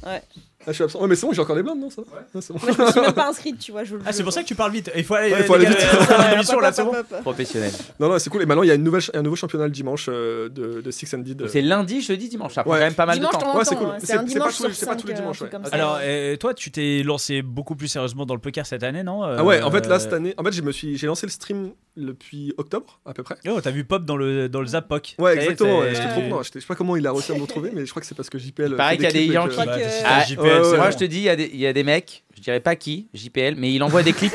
Speaker 4: Ah, je suis absent. Ouais, mais c'est bon, j'ai encore les blindes, non ça va Ouais, c'est bon.
Speaker 5: Moi, je me suis même pas inscrite, tu vois. Je,
Speaker 2: Ah, c'est pour ça que tu parles vite. Il faut aller,
Speaker 4: Ouais, il faut aller
Speaker 2: les gars,
Speaker 4: vite.
Speaker 2: euh, c'est
Speaker 5: Hop,
Speaker 2: une émission,
Speaker 5: hop,
Speaker 2: là,
Speaker 5: hop,
Speaker 2: c'est bon.
Speaker 5: hop, hop.
Speaker 3: Professionnel.
Speaker 4: Non, non, c'est cool. Et maintenant, il y a une nouvelle, cha- un nouveau championnat le dimanche euh, de, de Six and Did.
Speaker 3: Donc, C'est lundi, jeudi, dimanche. Ça prend
Speaker 4: Ouais.
Speaker 3: quand même pas mal
Speaker 5: Dimanche,
Speaker 3: de temps.
Speaker 5: on
Speaker 4: Ouais, c'est
Speaker 5: entend,
Speaker 4: cool.
Speaker 5: hein.
Speaker 4: C'est-
Speaker 5: C'est un
Speaker 4: c'est pas
Speaker 5: dimanche
Speaker 4: tous les-
Speaker 5: sur
Speaker 4: c'est pas tous les
Speaker 5: cinq, euh, un
Speaker 4: dimanches,
Speaker 5: truc
Speaker 4: ouais.
Speaker 5: comme ça.
Speaker 2: Alors, euh, toi, tu t'es lancé beaucoup plus sérieusement dans le poker cette année, non
Speaker 4: Ah ouais, en fait là
Speaker 2: Euh,
Speaker 4: cette année, en fait je me suis, j'ai lancé le stream depuis octobre à peu près.
Speaker 2: Oh, t'as vu Pop dans le, dans le Zapoc.
Speaker 4: Ouais,
Speaker 2: Ça y est,
Speaker 4: exactement.
Speaker 2: t'es-
Speaker 4: ouais, j'étais trop content. J'étais- Je sais pas comment il a réussi à me retrouver, mais je crois que c'est parce que JPL.
Speaker 3: Pareil qu'il y
Speaker 4: fait
Speaker 3: a
Speaker 4: clips
Speaker 3: des
Speaker 4: et que-
Speaker 5: Yankees.
Speaker 2: Bah, t'es sur
Speaker 3: Ah,
Speaker 2: JPL, c'est
Speaker 4: ouais, ouais.
Speaker 3: Moi,
Speaker 2: bon.
Speaker 3: je te dis, il y, a des- il y a des mecs, je dirais pas qui, JPL, mais il envoie des clips.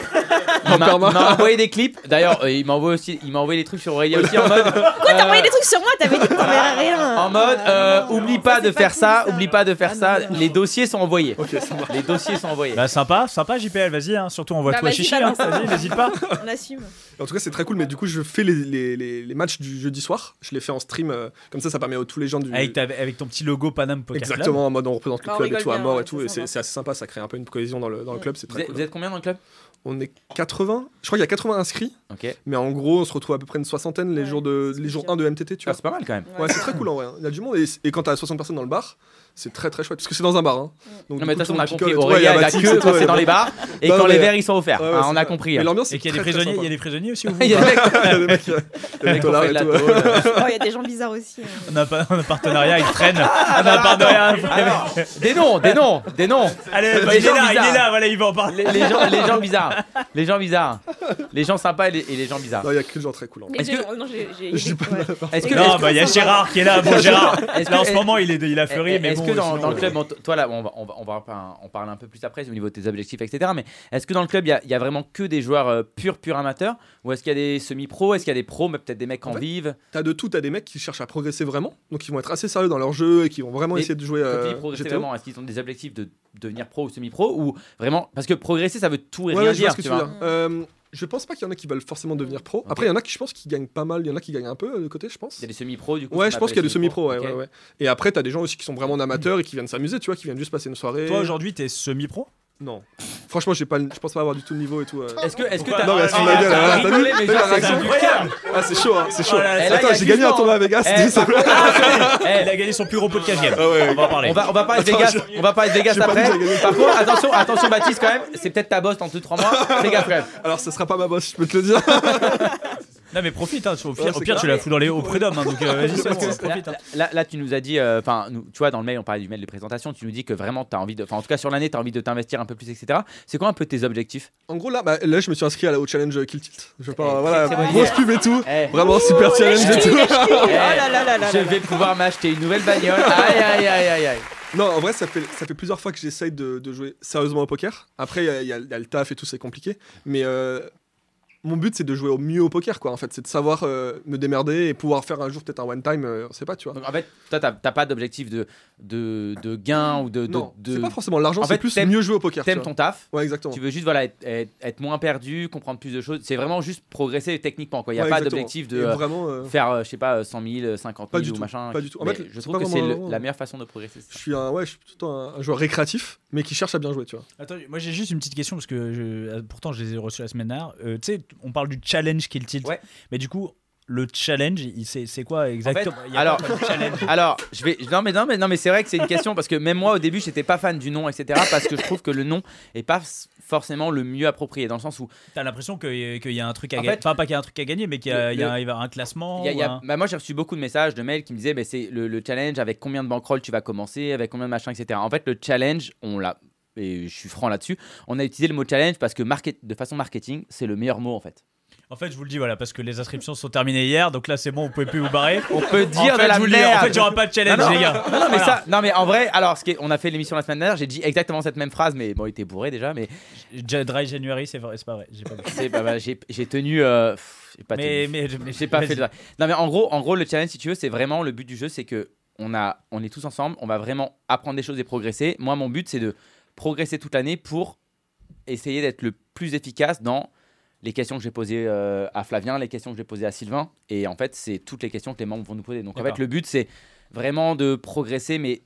Speaker 3: Il m'a il
Speaker 4: perma.
Speaker 3: m'a envoyé des clips. D'ailleurs, euh, il m'envoie aussi, il m'a envoyé des trucs sur Aurélia aussi en mode.
Speaker 5: Pourquoi t'as
Speaker 3: euh,
Speaker 5: envoyé des Ah, trucs sur moi T'avais dit que
Speaker 4: <laughs>
Speaker 5: t'enverrais rien.
Speaker 3: En mode, euh, oublie pas de faire ça, oublie pas de faire
Speaker 5: Ah,
Speaker 3: ça.
Speaker 5: non, non, non.
Speaker 3: Les dossiers sont envoyés.
Speaker 4: Ok, ça marche.
Speaker 3: Les dossiers sont envoyés.
Speaker 2: Bah, sympa, sympa, JPL, vas-y, hein. surtout envoie
Speaker 5: Bah,
Speaker 2: toi
Speaker 5: vas-y,
Speaker 2: chichi, hein.
Speaker 5: balance.
Speaker 2: vas-y, n'hésite
Speaker 4: <laughs>
Speaker 2: pas.
Speaker 5: On assume.
Speaker 4: En tout cas, c'est très cool. Mais du coup, je fais les, les, les, les matchs du jeudi soir. Je les fais en stream. euh, comme ça, ça permet à tous les gens du.
Speaker 3: Ah,
Speaker 2: Avec, ta- avec ton petit logo Panam Poker Club.
Speaker 4: Exactement, en mode on représente le
Speaker 5: Ah, on
Speaker 4: club et
Speaker 5: rigole
Speaker 4: tout à
Speaker 5: bien,
Speaker 4: mort
Speaker 5: ouais,
Speaker 4: et tout.
Speaker 5: c'est
Speaker 4: Et c'est
Speaker 5: sympa.
Speaker 4: c'est assez sympa, ça crée un peu une cohésion dans le, dans le club. C'est
Speaker 3: Vous
Speaker 4: très
Speaker 3: êtes,
Speaker 4: cool.
Speaker 3: vous êtes combien dans le club
Speaker 4: On est 80. Je crois qu'il y a 80 inscrits.
Speaker 3: Ok.
Speaker 4: Mais en gros, on se retrouve à peu près une soixantaine les
Speaker 5: Ouais,
Speaker 4: jours de
Speaker 5: c'est
Speaker 4: les jours
Speaker 5: sûr.
Speaker 4: 1 de MTT. Tu
Speaker 3: Ah,
Speaker 4: vois.
Speaker 3: c'est pas mal quand même.
Speaker 4: Ouais, c'est très cool en vrai. hein. Il y a du monde et, et quand t'as 60 personnes dans le bar, c'est très très chouette parce que c'est dans un bar. Hein. Donc,
Speaker 3: Non,
Speaker 4: du
Speaker 3: mais de
Speaker 4: coup,
Speaker 3: toute
Speaker 4: tout
Speaker 3: façon,
Speaker 4: le
Speaker 3: on a
Speaker 4: monde
Speaker 3: compris.
Speaker 4: picole et tout.
Speaker 3: Aurélia,
Speaker 4: Ouais,
Speaker 3: il y a la
Speaker 4: Maxime,
Speaker 3: queue
Speaker 4: c'est
Speaker 3: <laughs> quand
Speaker 4: toi,
Speaker 3: c'est
Speaker 4: ouais.
Speaker 3: dans les bars et
Speaker 4: Non,
Speaker 3: quand
Speaker 4: mais-
Speaker 3: les verres ils sont offerts.
Speaker 4: Ouais, ouais,
Speaker 3: Hein, On
Speaker 4: c'est
Speaker 3: a
Speaker 4: vrai.
Speaker 3: compris.
Speaker 2: Mais
Speaker 3: hein.
Speaker 2: l'ambiance
Speaker 3: Et
Speaker 2: est
Speaker 3: qu'il y a
Speaker 2: très, très
Speaker 3: des prisonniers,
Speaker 2: sympa.
Speaker 3: il y a
Speaker 2: des prisonniers
Speaker 4: <laughs>
Speaker 2: aussi ou hein.
Speaker 3: Il y a des mecs qui
Speaker 4: le mec, euh,
Speaker 3: <laughs>
Speaker 4: le mec
Speaker 3: ont
Speaker 4: au lard
Speaker 3: fait de
Speaker 4: et
Speaker 3: la
Speaker 4: tout.
Speaker 3: tôle.
Speaker 5: Oh, il y a
Speaker 4: <laughs>
Speaker 5: des gens bizarres aussi. hein.
Speaker 2: On a pas- on a un partenariat, il traîne. on a
Speaker 3: bah,
Speaker 2: un partenariat.
Speaker 3: Alors, des noms, des noms, des noms.
Speaker 2: Allez, bah,
Speaker 3: Les
Speaker 2: il est
Speaker 3: gens
Speaker 2: là, il
Speaker 3: bizarres.
Speaker 2: est là, voilà, il va en parler.
Speaker 3: Les, les gens, les gens
Speaker 4: <laughs>
Speaker 3: bizarres. Les gens bizarres. Les gens sympas et les, et les gens bizarres.
Speaker 4: Non, il y a que des gens très cool. en vrai.
Speaker 3: Est-ce que-
Speaker 5: Non, j'ai- j'ai-
Speaker 4: Je dis pas
Speaker 5: ouais.
Speaker 3: Est-ce que,
Speaker 2: Non,
Speaker 3: est-ce que-
Speaker 2: bah il y a Gérard qui est là. Bon, Gérard,
Speaker 3: est-ce que-
Speaker 2: là en ce moment il est il a fleuri, mais
Speaker 3: Est-ce
Speaker 2: bon.
Speaker 3: que dans,
Speaker 2: sinon,
Speaker 3: dans le
Speaker 2: euh,
Speaker 3: club, bon, toi là, on va, on va, on va en par- en parler un peu plus après au niveau de tes objectifs, etc. Mais est-ce que dans le club, il y a- il y, a vraiment que des joueurs euh, purs, purs amateurs Ou est-ce qu'il y a des semi-pros Est-ce qu'il y a des pros, mais peut-être des mecs en
Speaker 4: Ouais.
Speaker 3: vive
Speaker 4: T'as de tout, t'as des mecs qui cherchent à progresser vraiment, donc ils vont être assez sérieux dans leur jeu et qui vont vraiment
Speaker 3: Mais
Speaker 4: essayer de jouer.
Speaker 3: Quand tu
Speaker 4: euh,
Speaker 3: dis progresser
Speaker 4: GTO.
Speaker 3: vraiment, est-ce qu'ils ont des objectifs de devenir pro ou semi-pro Ou vraiment. Parce que progresser, ça veut tout et
Speaker 4: Ouais,
Speaker 3: rien
Speaker 4: ouais, je vois
Speaker 3: dire.
Speaker 4: ce que
Speaker 3: tu
Speaker 4: tu
Speaker 3: vois.
Speaker 4: veux dire. Euh, je pense pas qu'il y en a qui veulent forcément devenir pro.
Speaker 3: Ok.
Speaker 4: Après, il y en a qui, je pense, qui gagnent pas mal. Il y en a qui gagnent un peu euh, de côté, je
Speaker 3: Il
Speaker 4: pense.
Speaker 3: y a des semi-pros du coup
Speaker 4: Ouais,
Speaker 3: qu'on
Speaker 4: je pense
Speaker 3: appelle
Speaker 4: qu'il y a des
Speaker 3: semi-pros.
Speaker 4: semi-pro. Ouais,
Speaker 3: Ok.
Speaker 4: ouais, ouais. Et après, t'as des gens aussi qui sont vraiment en amateur et qui viennent s'amuser, tu vois, qui viennent juste passer une soirée.
Speaker 2: euh, Toi aujourd'hui t'es semi-pro
Speaker 4: Non. Franchement, j'ai pas, le- je pense pas avoir du tout le niveau et
Speaker 3: <laughs>
Speaker 4: tout. euh.
Speaker 3: Est-ce que, est-ce que
Speaker 2: Pourquoi
Speaker 3: t'as
Speaker 4: Non, mais elle se fout de
Speaker 3: Ah,
Speaker 4: ma gueule,
Speaker 3: ça
Speaker 4: hein,
Speaker 3: va
Speaker 4: t'as vu
Speaker 3: rigoler, mais
Speaker 4: T'as
Speaker 3: genre,
Speaker 4: la
Speaker 3: c'est
Speaker 4: réaction
Speaker 3: incroyable.
Speaker 4: Ah, c'est chaud, hein, c'est chaud.
Speaker 2: Oh là là,
Speaker 3: Eh, là, il y
Speaker 4: Attends,
Speaker 3: a
Speaker 4: j'ai
Speaker 3: du
Speaker 4: gagné un
Speaker 3: temps.
Speaker 4: tournoi à Vegas.
Speaker 3: Eh,
Speaker 4: dis ça.
Speaker 3: par contre, attention,
Speaker 2: <laughs>
Speaker 3: eh,
Speaker 2: Il a gagné son plus gros pot de cash game.
Speaker 4: Ah ouais,
Speaker 2: On va en parler.
Speaker 3: On va, on va parler de
Speaker 4: Attends,
Speaker 3: Vegas, on va parler de Vegas
Speaker 4: j'ai pas
Speaker 3: après.
Speaker 4: dit que j'ai gagné.
Speaker 3: Par contre, attention, attention Baptiste quand même, c'est peut-être ta bosse dans 2-3
Speaker 4: <laughs>
Speaker 3: mois. Fais gaffe quand même.
Speaker 4: <laughs> Alors, ce sera pas ma boss, je peux te le dire.
Speaker 2: Non mais profite, hein, au
Speaker 4: Ouais,
Speaker 2: pire, au
Speaker 4: c'est
Speaker 2: pire tu la fous dans les hauts prud'hommes. Hein, donc euh, vas-y, c'est
Speaker 3: Parce
Speaker 2: bon,
Speaker 3: que
Speaker 2: profite. hein.
Speaker 3: là, là- là, tu nous as dit, euh, enfin, nous- tu vois, dans le mail, on parlait du mail de présentation, tu nous dis que vraiment, t'as envie de, enfin, en tout cas, sur l'année, t'as envie de t'investir un peu plus, etc. C'est quoi un peu tes objectifs
Speaker 4: En gros, là, bah, là, je me suis inscrit à la- au challenge euh, Kill Tilt. Je
Speaker 3: Eh,
Speaker 4: pars,
Speaker 3: très,
Speaker 4: voilà,
Speaker 3: très bonne
Speaker 4: grosse
Speaker 3: idée.
Speaker 4: pub et tout.
Speaker 3: Eh,
Speaker 4: Vraiment super challenge et <laughs>
Speaker 5: lâche-tu,
Speaker 4: tout.
Speaker 5: lâche-tu. Oh
Speaker 3: Eh,
Speaker 5: là là là là
Speaker 3: Je
Speaker 5: là.
Speaker 3: vais pouvoir m'acheter une nouvelle
Speaker 4: <laughs>
Speaker 3: bagnole. Aïe, aïe, aïe, aïe, aïe.
Speaker 4: Non, en vrai, ça fait, ça fait plusieurs fois que j'essaye de, de jouer sérieusement au poker. Après, il y a- il y, a il y a le taf et tout, c'est compliqué. Mais euh, mon but, c'est de jouer au mieux au poker, quoi. En fait, c'est de savoir euh, me démerder et pouvoir faire un jour peut-être un one time, euh, on sait pas, tu vois.
Speaker 3: Donc, en fait, toi, t'as t'as pas d'objectif de, de, de gain ou de, de,
Speaker 4: non,
Speaker 3: de-
Speaker 4: c'est pas forcément l'argent,
Speaker 3: En
Speaker 4: c'est
Speaker 3: fait,
Speaker 4: plus
Speaker 3: t'aimes-
Speaker 4: mieux jouer au poker. tu
Speaker 3: t'aimes
Speaker 4: vois.
Speaker 3: ton taf.
Speaker 4: Ouais, exactement.
Speaker 3: Tu veux juste voilà, être, être- être moins perdu, comprendre plus de choses. C'est vraiment juste progresser techniquement. Il n'y a
Speaker 4: Ouais,
Speaker 3: pas
Speaker 4: exactement.
Speaker 3: d'objectif
Speaker 4: Et
Speaker 3: de euh,
Speaker 4: vraiment. euh,
Speaker 3: faire, euh, je sais pas, euh, 100 000, 50
Speaker 4: Pas
Speaker 3: 000
Speaker 4: du
Speaker 3: ou
Speaker 4: tout,
Speaker 3: machin.
Speaker 4: pas du tout. En
Speaker 3: Mais
Speaker 4: fait,
Speaker 3: je
Speaker 4: c'est
Speaker 3: trouve
Speaker 4: pas
Speaker 3: que c'est
Speaker 4: vraiment
Speaker 3: le-
Speaker 4: vraiment-
Speaker 3: la meilleure façon de progresser. c'est
Speaker 4: Je
Speaker 3: ça.
Speaker 4: suis un, ouais, je suis plutôt un, un joueur récréatif, mais qui cherche à bien jouer, tu vois.
Speaker 2: Attends, moi j'ai juste une petite question parce que je- euh, pourtant je les ai reçus la semaine dernière. Euh, tu sais, on parle du challenge qu'il tilt.
Speaker 3: Ouais.
Speaker 2: Mais du coup, le challenge, il- c'est c'est quoi exactement Il y a
Speaker 3: alors-
Speaker 2: quoi comme challenge
Speaker 3: <laughs> Alors, je vais. Non, mais non, mais non, mais c'est vrai que c'est une question parce que même moi au début, j'étais pas fan du nom, etc. Parce que je trouve que le nom est pas s- forcément le mieux approprié dans le sens où
Speaker 2: T'as l'impression que- qu'il y a un truc à
Speaker 3: En
Speaker 2: gagner.
Speaker 3: fait,
Speaker 2: Enfin, pas qu'il y a un truc à gagner, mais qu'il y, a-
Speaker 3: le-
Speaker 2: il y a un- il va y avoir un classement.
Speaker 3: Il y a- il y a-
Speaker 2: ou un-
Speaker 3: bah, moi j'ai reçu beaucoup de messages, de mails qui me disaient mais c'est le, le challenge avec combien de bankrolls tu vas commencer, avec combien de machin, etc. En fait le challenge, on l'a, et je suis franc là-dessus, on a utilisé le mot challenge parce que market, de façon marketing, c'est le meilleur mot en fait.
Speaker 2: En fait, je vous le dis, voilà, parce que les inscriptions sont terminées hier, donc là, c'est bon, vous pouvez plus vous barrer.
Speaker 3: <laughs> On peut dire
Speaker 2: en fait,
Speaker 3: de la
Speaker 2: je vous le dis,
Speaker 3: merde.
Speaker 2: En fait, il n'y aura pas de challenge,
Speaker 3: Non, non,
Speaker 2: les gars.
Speaker 3: Non, non, mais
Speaker 2: Voilà.
Speaker 3: ça, non, mais en vrai, alors, ce qui est- on a fait l'émission la semaine dernière, j'ai dit exactement cette même phrase, mais bon, il était bourré déjà, mais
Speaker 2: J- Dry January, c'est vrai, c'est pas vrai. J'ai pas vu.
Speaker 3: c'est- bah, bah, j'ai j'ai tenu. euh, pff, j'ai pas
Speaker 2: Mais,
Speaker 3: tenu.
Speaker 2: mais,
Speaker 3: Mais j'ai pas fait de... Non mais en gros, en gros le challenge si tu veux, c'est vraiment le but du jeu, c'est que on a on est tous ensemble, on va vraiment apprendre des choses et progresser. Moi mon but c'est de progresser toute l'année pour essayer d'être le plus efficace dans les questions que j'ai posées euh, à Flavien, les questions que j'ai posées à Sylvain et en fait, c'est toutes les questions que les membres vont nous poser. Donc en fait,
Speaker 2: D'accord.
Speaker 3: le but c'est vraiment de progresser mais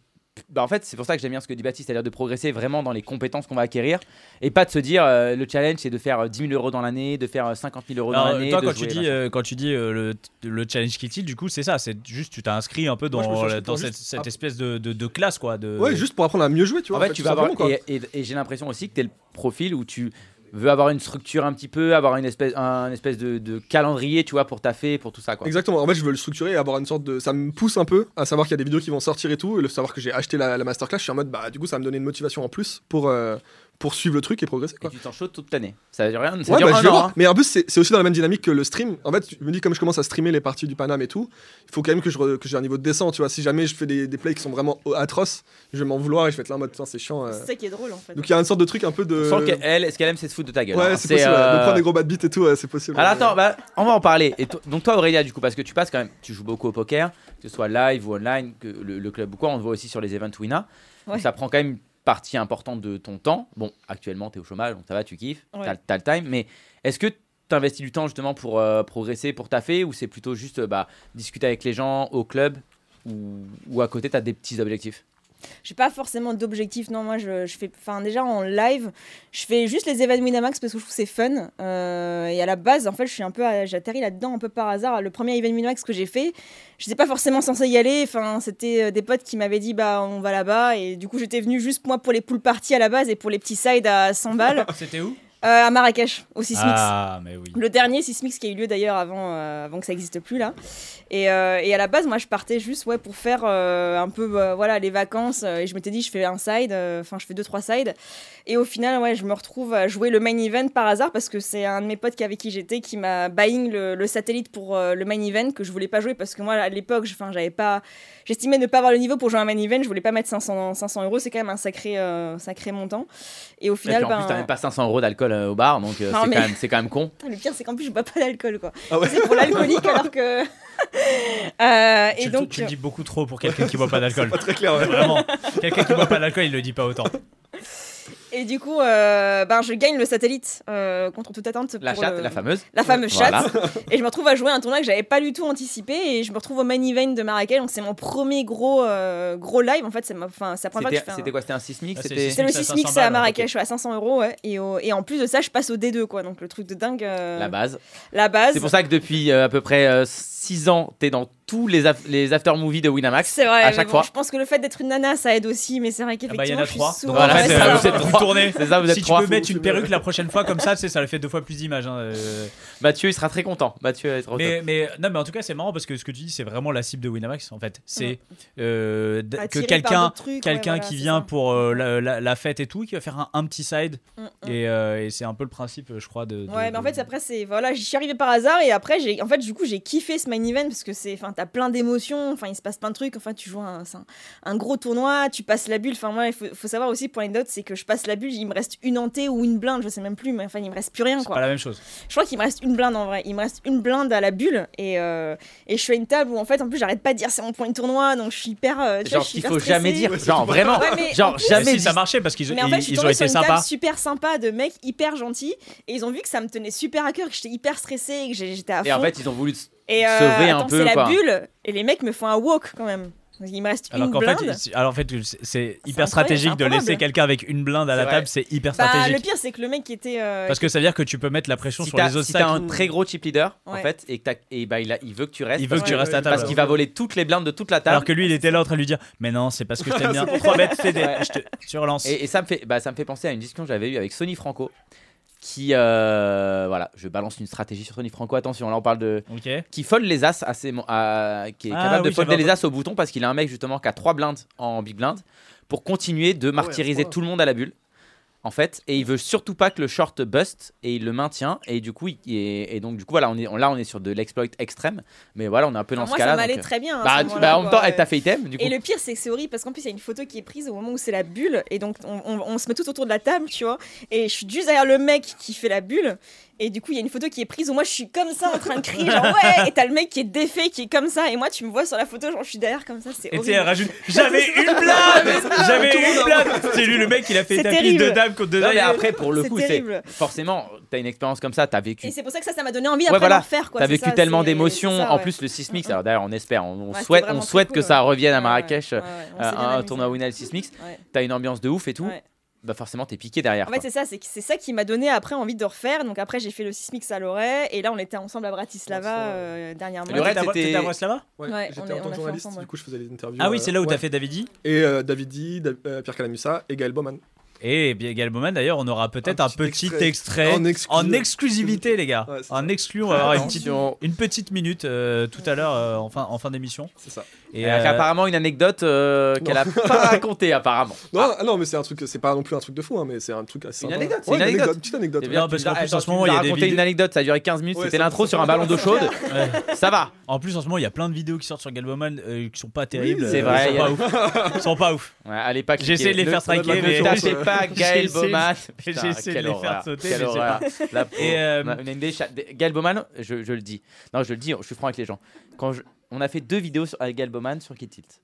Speaker 3: bah, en fait, c'est pour ça que j'aime bien ce que dit Baptiste, c'est-à-dire de progresser vraiment dans les compétences qu'on va acquérir et pas de se dire euh, le challenge c'est de faire euh, 10 000 euros dans l'année, de faire euh, 50 000 euros dans
Speaker 2: Alors,
Speaker 3: l'année.
Speaker 2: toi,
Speaker 3: de
Speaker 2: quand tu,
Speaker 3: jouer,
Speaker 2: dis, euh, quand tu dis euh, le, le challenge Kitty, du coup, c'est ça. C'est juste, tu t'as inscrit un peu
Speaker 4: Moi, je me suis
Speaker 2: dans,
Speaker 4: inscrit
Speaker 2: dans
Speaker 4: pour
Speaker 2: cette,
Speaker 4: juste-
Speaker 2: cette espèce de, de- de classe, quoi. De...
Speaker 4: Ouais, juste pour apprendre à mieux jouer, tu vois.
Speaker 3: Euh. en fait,
Speaker 4: fait,
Speaker 3: tu
Speaker 4: tout
Speaker 3: vas avoir
Speaker 4: simplement, quoi.
Speaker 3: et, et- et j'ai l'impression aussi que tu es le profil où tu veux avoir une structure un petit peu, avoir une espèce un espèce de, de calendrier, tu vois, pour taffer, pour tout ça quoi.
Speaker 4: Exactement. En fait, je veux le structurer et avoir une sorte de. Ça me pousse un peu à savoir qu'il y a des vidéos qui vont sortir et tout. Et le savoir que j'ai acheté la, la masterclass, je suis en mode, bah, du coup, ça va me donner une motivation en plus pour, euh, pour suivre le truc et progresser,
Speaker 3: Et
Speaker 4: quoi.
Speaker 3: tu t'en chaudes toute l'année. Ça dure rien, ça
Speaker 4: Ouais,
Speaker 3: dure
Speaker 4: bah,
Speaker 3: un
Speaker 4: je vais
Speaker 3: an,
Speaker 4: voir.
Speaker 3: hein.
Speaker 4: Mais en plus, c'est c'est aussi dans la même dynamique que le stream. En fait, je me dis, comme je commence à streamer les parties du Paname et tout, il faut quand même que je re- que j'ai un niveau de décent, tu vois. Si jamais je fais des, des plays qui sont vraiment o- atroces, je vais m'en vouloir et je vais être là en mode, putain, c'est chiant. euh.
Speaker 5: C'est ça qui est drôle en fait.
Speaker 4: Donc, il y a une sorte de truc un peu de.
Speaker 3: Je sens qu'elle, est-ce qu'elle aime, c'est de se foutre de ta gueule. hein.
Speaker 4: Euh, Ouais, c'est possible.
Speaker 3: euh,
Speaker 4: ouais. De prendre des gros bad beats et tout, ouais, c'est possible.
Speaker 3: Alors attends, bah, on va en parler. Et to- donc toi Aurélia, du coup, parce que tu passes quand même, tu joues beaucoup au poker, que ce soit live ou online, que le, le club ou quoi, on te voit aussi sur les events Wina. Donc,
Speaker 5: Ouais.
Speaker 3: Ça prend quand même une partie importante de ton temps. Bon, actuellement, tu es au chômage, donc ça va, tu kiffes,
Speaker 5: Ouais.
Speaker 3: t'as- t'as le time. Mais est-ce que tu investis du temps justement pour euh, progresser, pour taffer, ou c'est plutôt juste euh, bah, discuter avec les gens au club ou, ou à côté, tu as des petits objectifs
Speaker 5: J'ai pas forcément d'objectif, non. Moi, je, je fais. Enfin, déjà en live, je fais juste les événements Winamax parce que je trouve que c'est fun. Euh, et à la base, en fait, je suis un peu. à- J'atterris là-dedans un peu par hasard. Le premier événement Winamax que j'ai fait, je n'étais pas forcément censée y aller. Enfin, c'était euh, des potes qui m'avaient dit, bah, on va là-bas. Et du coup, j'étais venue juste moi pour les pool parties à la base et pour les petits sides à 100 balles
Speaker 2: Ah, C'était où
Speaker 5: euh, à Marrakech, au Sismix.
Speaker 2: Ah, mais oui.
Speaker 5: Le dernier Sismix qui a eu lieu d'ailleurs avant, euh, avant que ça n'existe plus là. Et, euh, et à la base, moi je partais juste ouais, pour faire euh, un peu euh, voilà, les vacances. euh, et je m'étais dit, je fais un side, euh, enfin je fais deux, trois sides. Et au final, ouais, je me retrouve à jouer le main event par hasard parce que c'est un de mes potes qui- avec qui j'étais qui m'a buying le, le satellite pour euh, le main event que je voulais pas jouer parce que moi à l'époque, je- enfin, j'avais pas. J'estimais ne pas avoir le niveau pour jouer un main event. Je voulais pas mettre 500, 500 euros, c'est quand même un sacré, euh, sacré montant. Et au
Speaker 3: Et puis,
Speaker 5: final,
Speaker 3: En
Speaker 5: ben,
Speaker 3: plus, tu même pas 500 euros d'alcool euh, au bar, donc euh,
Speaker 5: Non,
Speaker 3: c'est
Speaker 5: mais-
Speaker 3: quand même- c'est quand même con.
Speaker 5: putain, le pire c'est qu'en plus je bois pas d'alcool quoi.
Speaker 4: Ah ouais. <laughs>
Speaker 5: C'est pour l'alcoolique alors
Speaker 3: <laughs>
Speaker 5: que. Euh,
Speaker 2: Tu,
Speaker 5: et
Speaker 2: le-
Speaker 5: donc.
Speaker 2: tu le dis beaucoup trop pour quelqu'un qui boit pas d'alcool.
Speaker 4: Pas très clair, ouais.
Speaker 2: Vraiment, quelqu'un qui boit pas d'alcool, il le dit pas autant.
Speaker 5: Et du coup, euh, ben, je gagne le satellite euh, contre toute attente.
Speaker 3: La
Speaker 5: pour
Speaker 3: chatte,
Speaker 5: le-
Speaker 3: la fameuse.
Speaker 5: La fameuse chatte.
Speaker 3: Voilà.
Speaker 5: Et je me retrouve à jouer un tournoi que j'avais pas du tout anticipé. Et je me retrouve au main event de Marrakech. Donc c'est mon premier gros, euh, gros live. En fait, c'est ma- enfin, c'est la première fois que je
Speaker 3: C'était
Speaker 5: fais un-
Speaker 3: c'était quoi C'était un sismique
Speaker 2: Ah, c'est-
Speaker 3: C'était
Speaker 5: C'est
Speaker 2: Sismix
Speaker 5: le
Speaker 2: à 500
Speaker 5: Sismix
Speaker 2: balles,
Speaker 5: à
Speaker 2: ok.
Speaker 5: Marrakech, ouais, à 500 euros. Ouais. Et, au- et en plus de ça, je passe au D2, quoi. Donc le truc de dingue. euh,
Speaker 3: la base.
Speaker 5: La base.
Speaker 3: C'est pour ça que depuis euh, à peu près 6 ans, t'es dans tous les, af- les after movies
Speaker 2: <laughs>
Speaker 3: de Winamax.
Speaker 5: C'est vrai,
Speaker 3: À
Speaker 5: mais
Speaker 3: chaque
Speaker 5: bon,
Speaker 3: fois.
Speaker 5: je pense que le fait d'être une nana, ça aide aussi, mais c'est vrai
Speaker 2: Ah bah, il y en
Speaker 5: qu'effectivement,
Speaker 2: a
Speaker 5: je suis
Speaker 2: trois.
Speaker 5: souvent-
Speaker 2: Donc,
Speaker 3: Voilà,
Speaker 2: en
Speaker 5: Ouais,
Speaker 2: fait,
Speaker 3: c'est
Speaker 5: ça
Speaker 3: ça,
Speaker 2: euh,
Speaker 5: va.
Speaker 2: vous
Speaker 3: vous êtes
Speaker 2: êtes
Speaker 3: trois.
Speaker 2: tourné.
Speaker 3: C'est ça, vous êtes
Speaker 2: Si tu
Speaker 3: trois.
Speaker 2: peux mettre
Speaker 4: Faut-
Speaker 2: une perruque la prochaine fois comme ça, tu sais, ça le fait deux fois plus d'images. hein, euh.
Speaker 3: Mathieu, il sera très content. Mathieu, il sera au top.
Speaker 2: Mais, mais- non, mais en tout cas, c'est marrant parce que ce que tu dis, c'est vraiment la cible de Winamax en fait. C'est euh, d- que
Speaker 5: Attiré par
Speaker 2: quelqu'un
Speaker 5: d'autres trucs,
Speaker 2: quelqu'un
Speaker 5: ouais, voilà,
Speaker 2: qui
Speaker 5: c'est
Speaker 2: vient
Speaker 5: ça.
Speaker 2: pour euh, la, la- la fête et tout, qui va faire un, un petit side.
Speaker 5: Mm, mm.
Speaker 2: Et, euh, et c'est un peu le principe, je crois. De, de-
Speaker 5: Ouais, mais en
Speaker 2: de-
Speaker 5: fait, après, c'est. Voilà, j'y suis arrivée par hasard et après, j'ai. En fait, du coup, j'ai kiffé ce main event parce que c'est. Enfin, t'as plein d'émotions, enfin, il se passe plein de trucs. Enfin, tu joues un, c'est un, un gros tournoi, tu passes la bulle. Enfin, moi, il faut, faut savoir aussi, pour l'anecdote, c'est que je passe la bulle, il me reste une hantée ou une blinde, je sais même plus, mais enfin, il me reste plus rien,
Speaker 2: c'est
Speaker 5: quoi.
Speaker 2: pas la même chose.
Speaker 5: Je crois qu'il me reste une blinde en vrai. Il me reste une blinde à la bulle et, euh, et je suis à une table où, en fait, en plus, j'arrête pas de dire c'est mon point de tournoi, donc je suis hyper. euh, tu vois,
Speaker 3: Genre,
Speaker 5: je suis
Speaker 3: qu'il
Speaker 5: hyper
Speaker 3: faut jamais
Speaker 5: stressée.
Speaker 3: dire. Genre,
Speaker 5: <laughs>
Speaker 3: vraiment.
Speaker 5: Ouais, mais en
Speaker 3: Genre,
Speaker 5: plus-
Speaker 3: jamais
Speaker 2: Mais si, ça
Speaker 3: dire.
Speaker 2: marchait parce qu'ils
Speaker 5: Mais en fait, je
Speaker 2: ils-
Speaker 5: suis
Speaker 2: ils ont
Speaker 5: tombée sur
Speaker 2: été
Speaker 5: une table
Speaker 2: sympas.
Speaker 5: super sympa de mecs hyper gentils et ils ont vu que ça me tenait super à cœur, que j'étais hyper stressée et que j'ai- j'étais à fond.
Speaker 3: Et en fait, ils ont voulu. te-
Speaker 5: Et, euh,
Speaker 3: sauver un
Speaker 5: attends,
Speaker 3: peu,
Speaker 5: c'est la
Speaker 3: quoi.
Speaker 5: bulle et les mecs me font un walk quand même. Donc, Il me reste
Speaker 2: Alors
Speaker 5: une
Speaker 2: qu'en
Speaker 5: blinde.
Speaker 2: fait, c'est- alors en fait, c'est- c'est hyper
Speaker 5: incroyable,
Speaker 2: stratégique
Speaker 5: c'est
Speaker 2: de laisser
Speaker 5: improbable.
Speaker 2: quelqu'un avec une blinde à la
Speaker 3: C'est vrai.
Speaker 2: table, c'est hyper
Speaker 5: bah,
Speaker 2: stratégique.
Speaker 5: le pire, c'est que le mec qui était. euh,
Speaker 2: Parce que ça veut dire que tu peux mettre la pression
Speaker 3: Si
Speaker 2: sur les
Speaker 3: t'as
Speaker 2: autres
Speaker 3: si
Speaker 2: sacs.
Speaker 3: t'as un très gros chip leader, en
Speaker 5: Ouais.
Speaker 3: fait, et, que t'as- et bah, il, a- il veut que tu restes.
Speaker 2: Il veut que tu
Speaker 5: Ouais,
Speaker 2: restes à
Speaker 4: ouais,
Speaker 2: table.
Speaker 3: Parce qu'il va voler toutes les blindes de toute la
Speaker 2: Alors
Speaker 3: table.
Speaker 2: que lui, il était là en train de lui dire Mais non, c'est parce que je
Speaker 3: <laughs>
Speaker 2: t'aime bien. Trois bêtes, c'est des- Je te tu relances.
Speaker 3: Et, et ça, me fait, bah, ça me fait penser à une discussion que j'avais eue avec Sony Franco. Qui, euh, voilà, je balance une stratégie sur Sony Franco. Attention, là, on parle de,
Speaker 2: Ok.
Speaker 3: qui fold les as à ses mo- à- qui est
Speaker 2: Ah
Speaker 3: capable
Speaker 2: oui,
Speaker 3: de folder
Speaker 2: j'avais
Speaker 3: les as au bouton parce qu'il a un mec justement qui a trois blindes en big blind pour continuer de martyriser
Speaker 4: point-là.
Speaker 3: tout le monde à la bulle. en fait, et il veut surtout pas que le short bust, et il le maintient, et du coup, il, et, et donc du coup, voilà, on est, on- là, on est sur de l'exploit extrême, mais voilà, on est un peu dans ce
Speaker 5: Enfin, moi,
Speaker 3: cas-là.
Speaker 5: ça m'allait
Speaker 3: donc, euh,
Speaker 5: très bien. hein,
Speaker 3: bah,
Speaker 5: ce
Speaker 3: tu-
Speaker 5: moment-là,
Speaker 3: bah, en même
Speaker 5: quoi,
Speaker 3: temps, elle
Speaker 5: ouais.
Speaker 3: t'a fait item, du coup.
Speaker 5: Et le pire, c'est que c'est horrible parce qu'en plus, il y a une photo qui est prise au moment où c'est la bulle. Et donc, on, on- on se met tout autour de la table, tu vois. Et je suis juste derrière le mec qui fait la bulle. Et du coup, il y a une photo qui est prise où moi, je suis comme ça en train de crier,
Speaker 3: <laughs>
Speaker 5: genre ouais. Et t'as le mec qui est défait, qui est comme ça. Et moi, tu me vois sur la photo, genre je suis derrière comme ça. C'est
Speaker 2: Et tu sais, elle <laughs>
Speaker 5: horrible.
Speaker 2: rajoute J'avais une <laughs> blague J'avais une blague C'est lui le mec, il a fait
Speaker 5: C'est
Speaker 2: tapis
Speaker 5: terrible.
Speaker 2: deux dames contre deux
Speaker 3: Non, mais
Speaker 2: dames.
Speaker 3: après, pour le
Speaker 5: C'est
Speaker 3: coup, c'est
Speaker 5: terrible.
Speaker 3: forcément, t'as une expérience comme ça, t'as vécu
Speaker 5: Et c'est pour ça que ça, ça m'a donné envie
Speaker 3: Ouais,
Speaker 5: après
Speaker 3: voilà.
Speaker 5: d'en refaire. quoi,
Speaker 3: T'as
Speaker 5: c'est
Speaker 3: vécu
Speaker 5: ça,
Speaker 3: tellement
Speaker 5: c'est-
Speaker 3: d'émotions.
Speaker 5: c'est ça,
Speaker 3: En
Speaker 5: ouais.
Speaker 3: plus, le Sismix,
Speaker 5: Mm, mm.
Speaker 3: alors d'ailleurs, on espère, on, on
Speaker 5: Ouais,
Speaker 3: souhaite,
Speaker 5: c'était
Speaker 3: on
Speaker 5: vraiment
Speaker 3: souhaite
Speaker 5: très
Speaker 3: que
Speaker 5: cool,
Speaker 3: ça
Speaker 5: ouais.
Speaker 3: revienne à
Speaker 5: Ouais, ouais,
Speaker 3: Marrakech,
Speaker 5: ouais, ouais,
Speaker 3: euh,
Speaker 5: on s'est bien
Speaker 3: un
Speaker 5: amusé.
Speaker 3: tournoi Winal Sismix.
Speaker 5: Ouais.
Speaker 3: T'as une ambiance de ouf et tout.
Speaker 5: Ouais.
Speaker 3: Bah forcément, t'es piqué derrière.
Speaker 5: En fait,
Speaker 3: quoi.
Speaker 5: c'est ça, c'est que- c'est ça qui m'a donné après envie de refaire. Donc après, j'ai fait le Sismix à Loret. Et là, on était ensemble à Bratislava
Speaker 4: Bratislava, ouais.
Speaker 5: euh, dernièrement.
Speaker 3: Le
Speaker 2: Ouais,
Speaker 3: reste,
Speaker 2: t'étais à-
Speaker 3: c'était-
Speaker 2: t'étais à Bratislava
Speaker 4: Ouais,
Speaker 5: Ouais, on est-
Speaker 4: j'étais en
Speaker 5: on
Speaker 4: tant
Speaker 5: a
Speaker 4: que
Speaker 5: fait
Speaker 4: journaliste,
Speaker 5: ensemble, ouais.
Speaker 4: du coup je faisais les interviews.
Speaker 2: Ah oui,
Speaker 4: euh,
Speaker 2: c'est là où
Speaker 4: ouais.
Speaker 2: t'as fait Davidi.
Speaker 4: Et euh, David Di, Da- euh, Pierre Calamusa et Gaël Bowman.
Speaker 2: Et bien, Gaël Bowman, d'ailleurs, on aura peut-être
Speaker 4: Un
Speaker 2: un, petit
Speaker 4: petit
Speaker 2: extrait,
Speaker 4: En exclu.
Speaker 2: en exclusivité, les gars.
Speaker 4: Ouais, c'est
Speaker 2: en
Speaker 4: ça. Ah,
Speaker 2: exclu, on va avoir Ah, une petite,
Speaker 3: Attention.
Speaker 2: une petite minute euh, tout à l'heure euh, en fin, en fin d'émission.
Speaker 4: C'est ça.
Speaker 2: Et
Speaker 3: Elle a
Speaker 2: euh,
Speaker 3: apparemment une anecdote euh, qu'elle a
Speaker 2: <laughs>
Speaker 3: pas racontée, apparemment.
Speaker 4: Non, ah non, mais c'est un truc, c'est pas non plus un truc de fou, hein, mais c'est un truc assez.
Speaker 3: Une
Speaker 4: sympa.
Speaker 3: anecdote, c'est
Speaker 4: Ouais,
Speaker 3: une anecdote.
Speaker 4: Une petite anecdote.
Speaker 3: Eh
Speaker 4: ouais.
Speaker 3: bien,
Speaker 2: Non, parce
Speaker 3: tu nous
Speaker 2: qu'en
Speaker 3: as-
Speaker 2: plus, en
Speaker 3: alors,
Speaker 2: ce
Speaker 3: tu
Speaker 2: moment,
Speaker 3: nous
Speaker 2: il y
Speaker 3: as
Speaker 2: a des
Speaker 3: raconté
Speaker 2: vidéos-
Speaker 3: une anecdote, ça a duré 15 minutes,
Speaker 4: Ouais,
Speaker 3: c'était
Speaker 4: ça-
Speaker 3: l'intro
Speaker 4: ça-
Speaker 3: sur un ballon
Speaker 2: <laughs>
Speaker 3: d'eau chaude.
Speaker 2: ouais.
Speaker 3: ça va.
Speaker 2: En plus, en ce moment, il y a plein de vidéos qui sortent sur Galboman euh, qui sont pas terribles.
Speaker 3: c'est
Speaker 2: euh,
Speaker 3: vrai,
Speaker 2: Sont
Speaker 3: il y a-
Speaker 2: pas ouf. Ils sont pas ouf.
Speaker 3: Ouais, allez pas cliquer.
Speaker 2: J'ai essayé de les
Speaker 3: Ne-
Speaker 2: faire
Speaker 4: on
Speaker 2: striker,
Speaker 4: a de la
Speaker 2: mais.
Speaker 3: Ne
Speaker 4: chance,
Speaker 3: tâchez
Speaker 4: ouais.
Speaker 3: <laughs> pas Gaël
Speaker 2: essayé-
Speaker 3: Bauman.
Speaker 2: <laughs> j'ai
Speaker 3: Putain,
Speaker 2: essayé de
Speaker 3: quelle
Speaker 2: les faire
Speaker 3: horreur,
Speaker 2: sauter,
Speaker 3: quelle
Speaker 2: mais j'ai
Speaker 3: horreur. La pauvre.
Speaker 2: Et, euh,
Speaker 3: On a- on a une des cha- des- Gaël Bauman, je, je le dis. Non, je le dis, je suis franc avec les gens. Quand je- on a fait deux vidéos sur, avec Gaël Bauman sur Kit Tilt.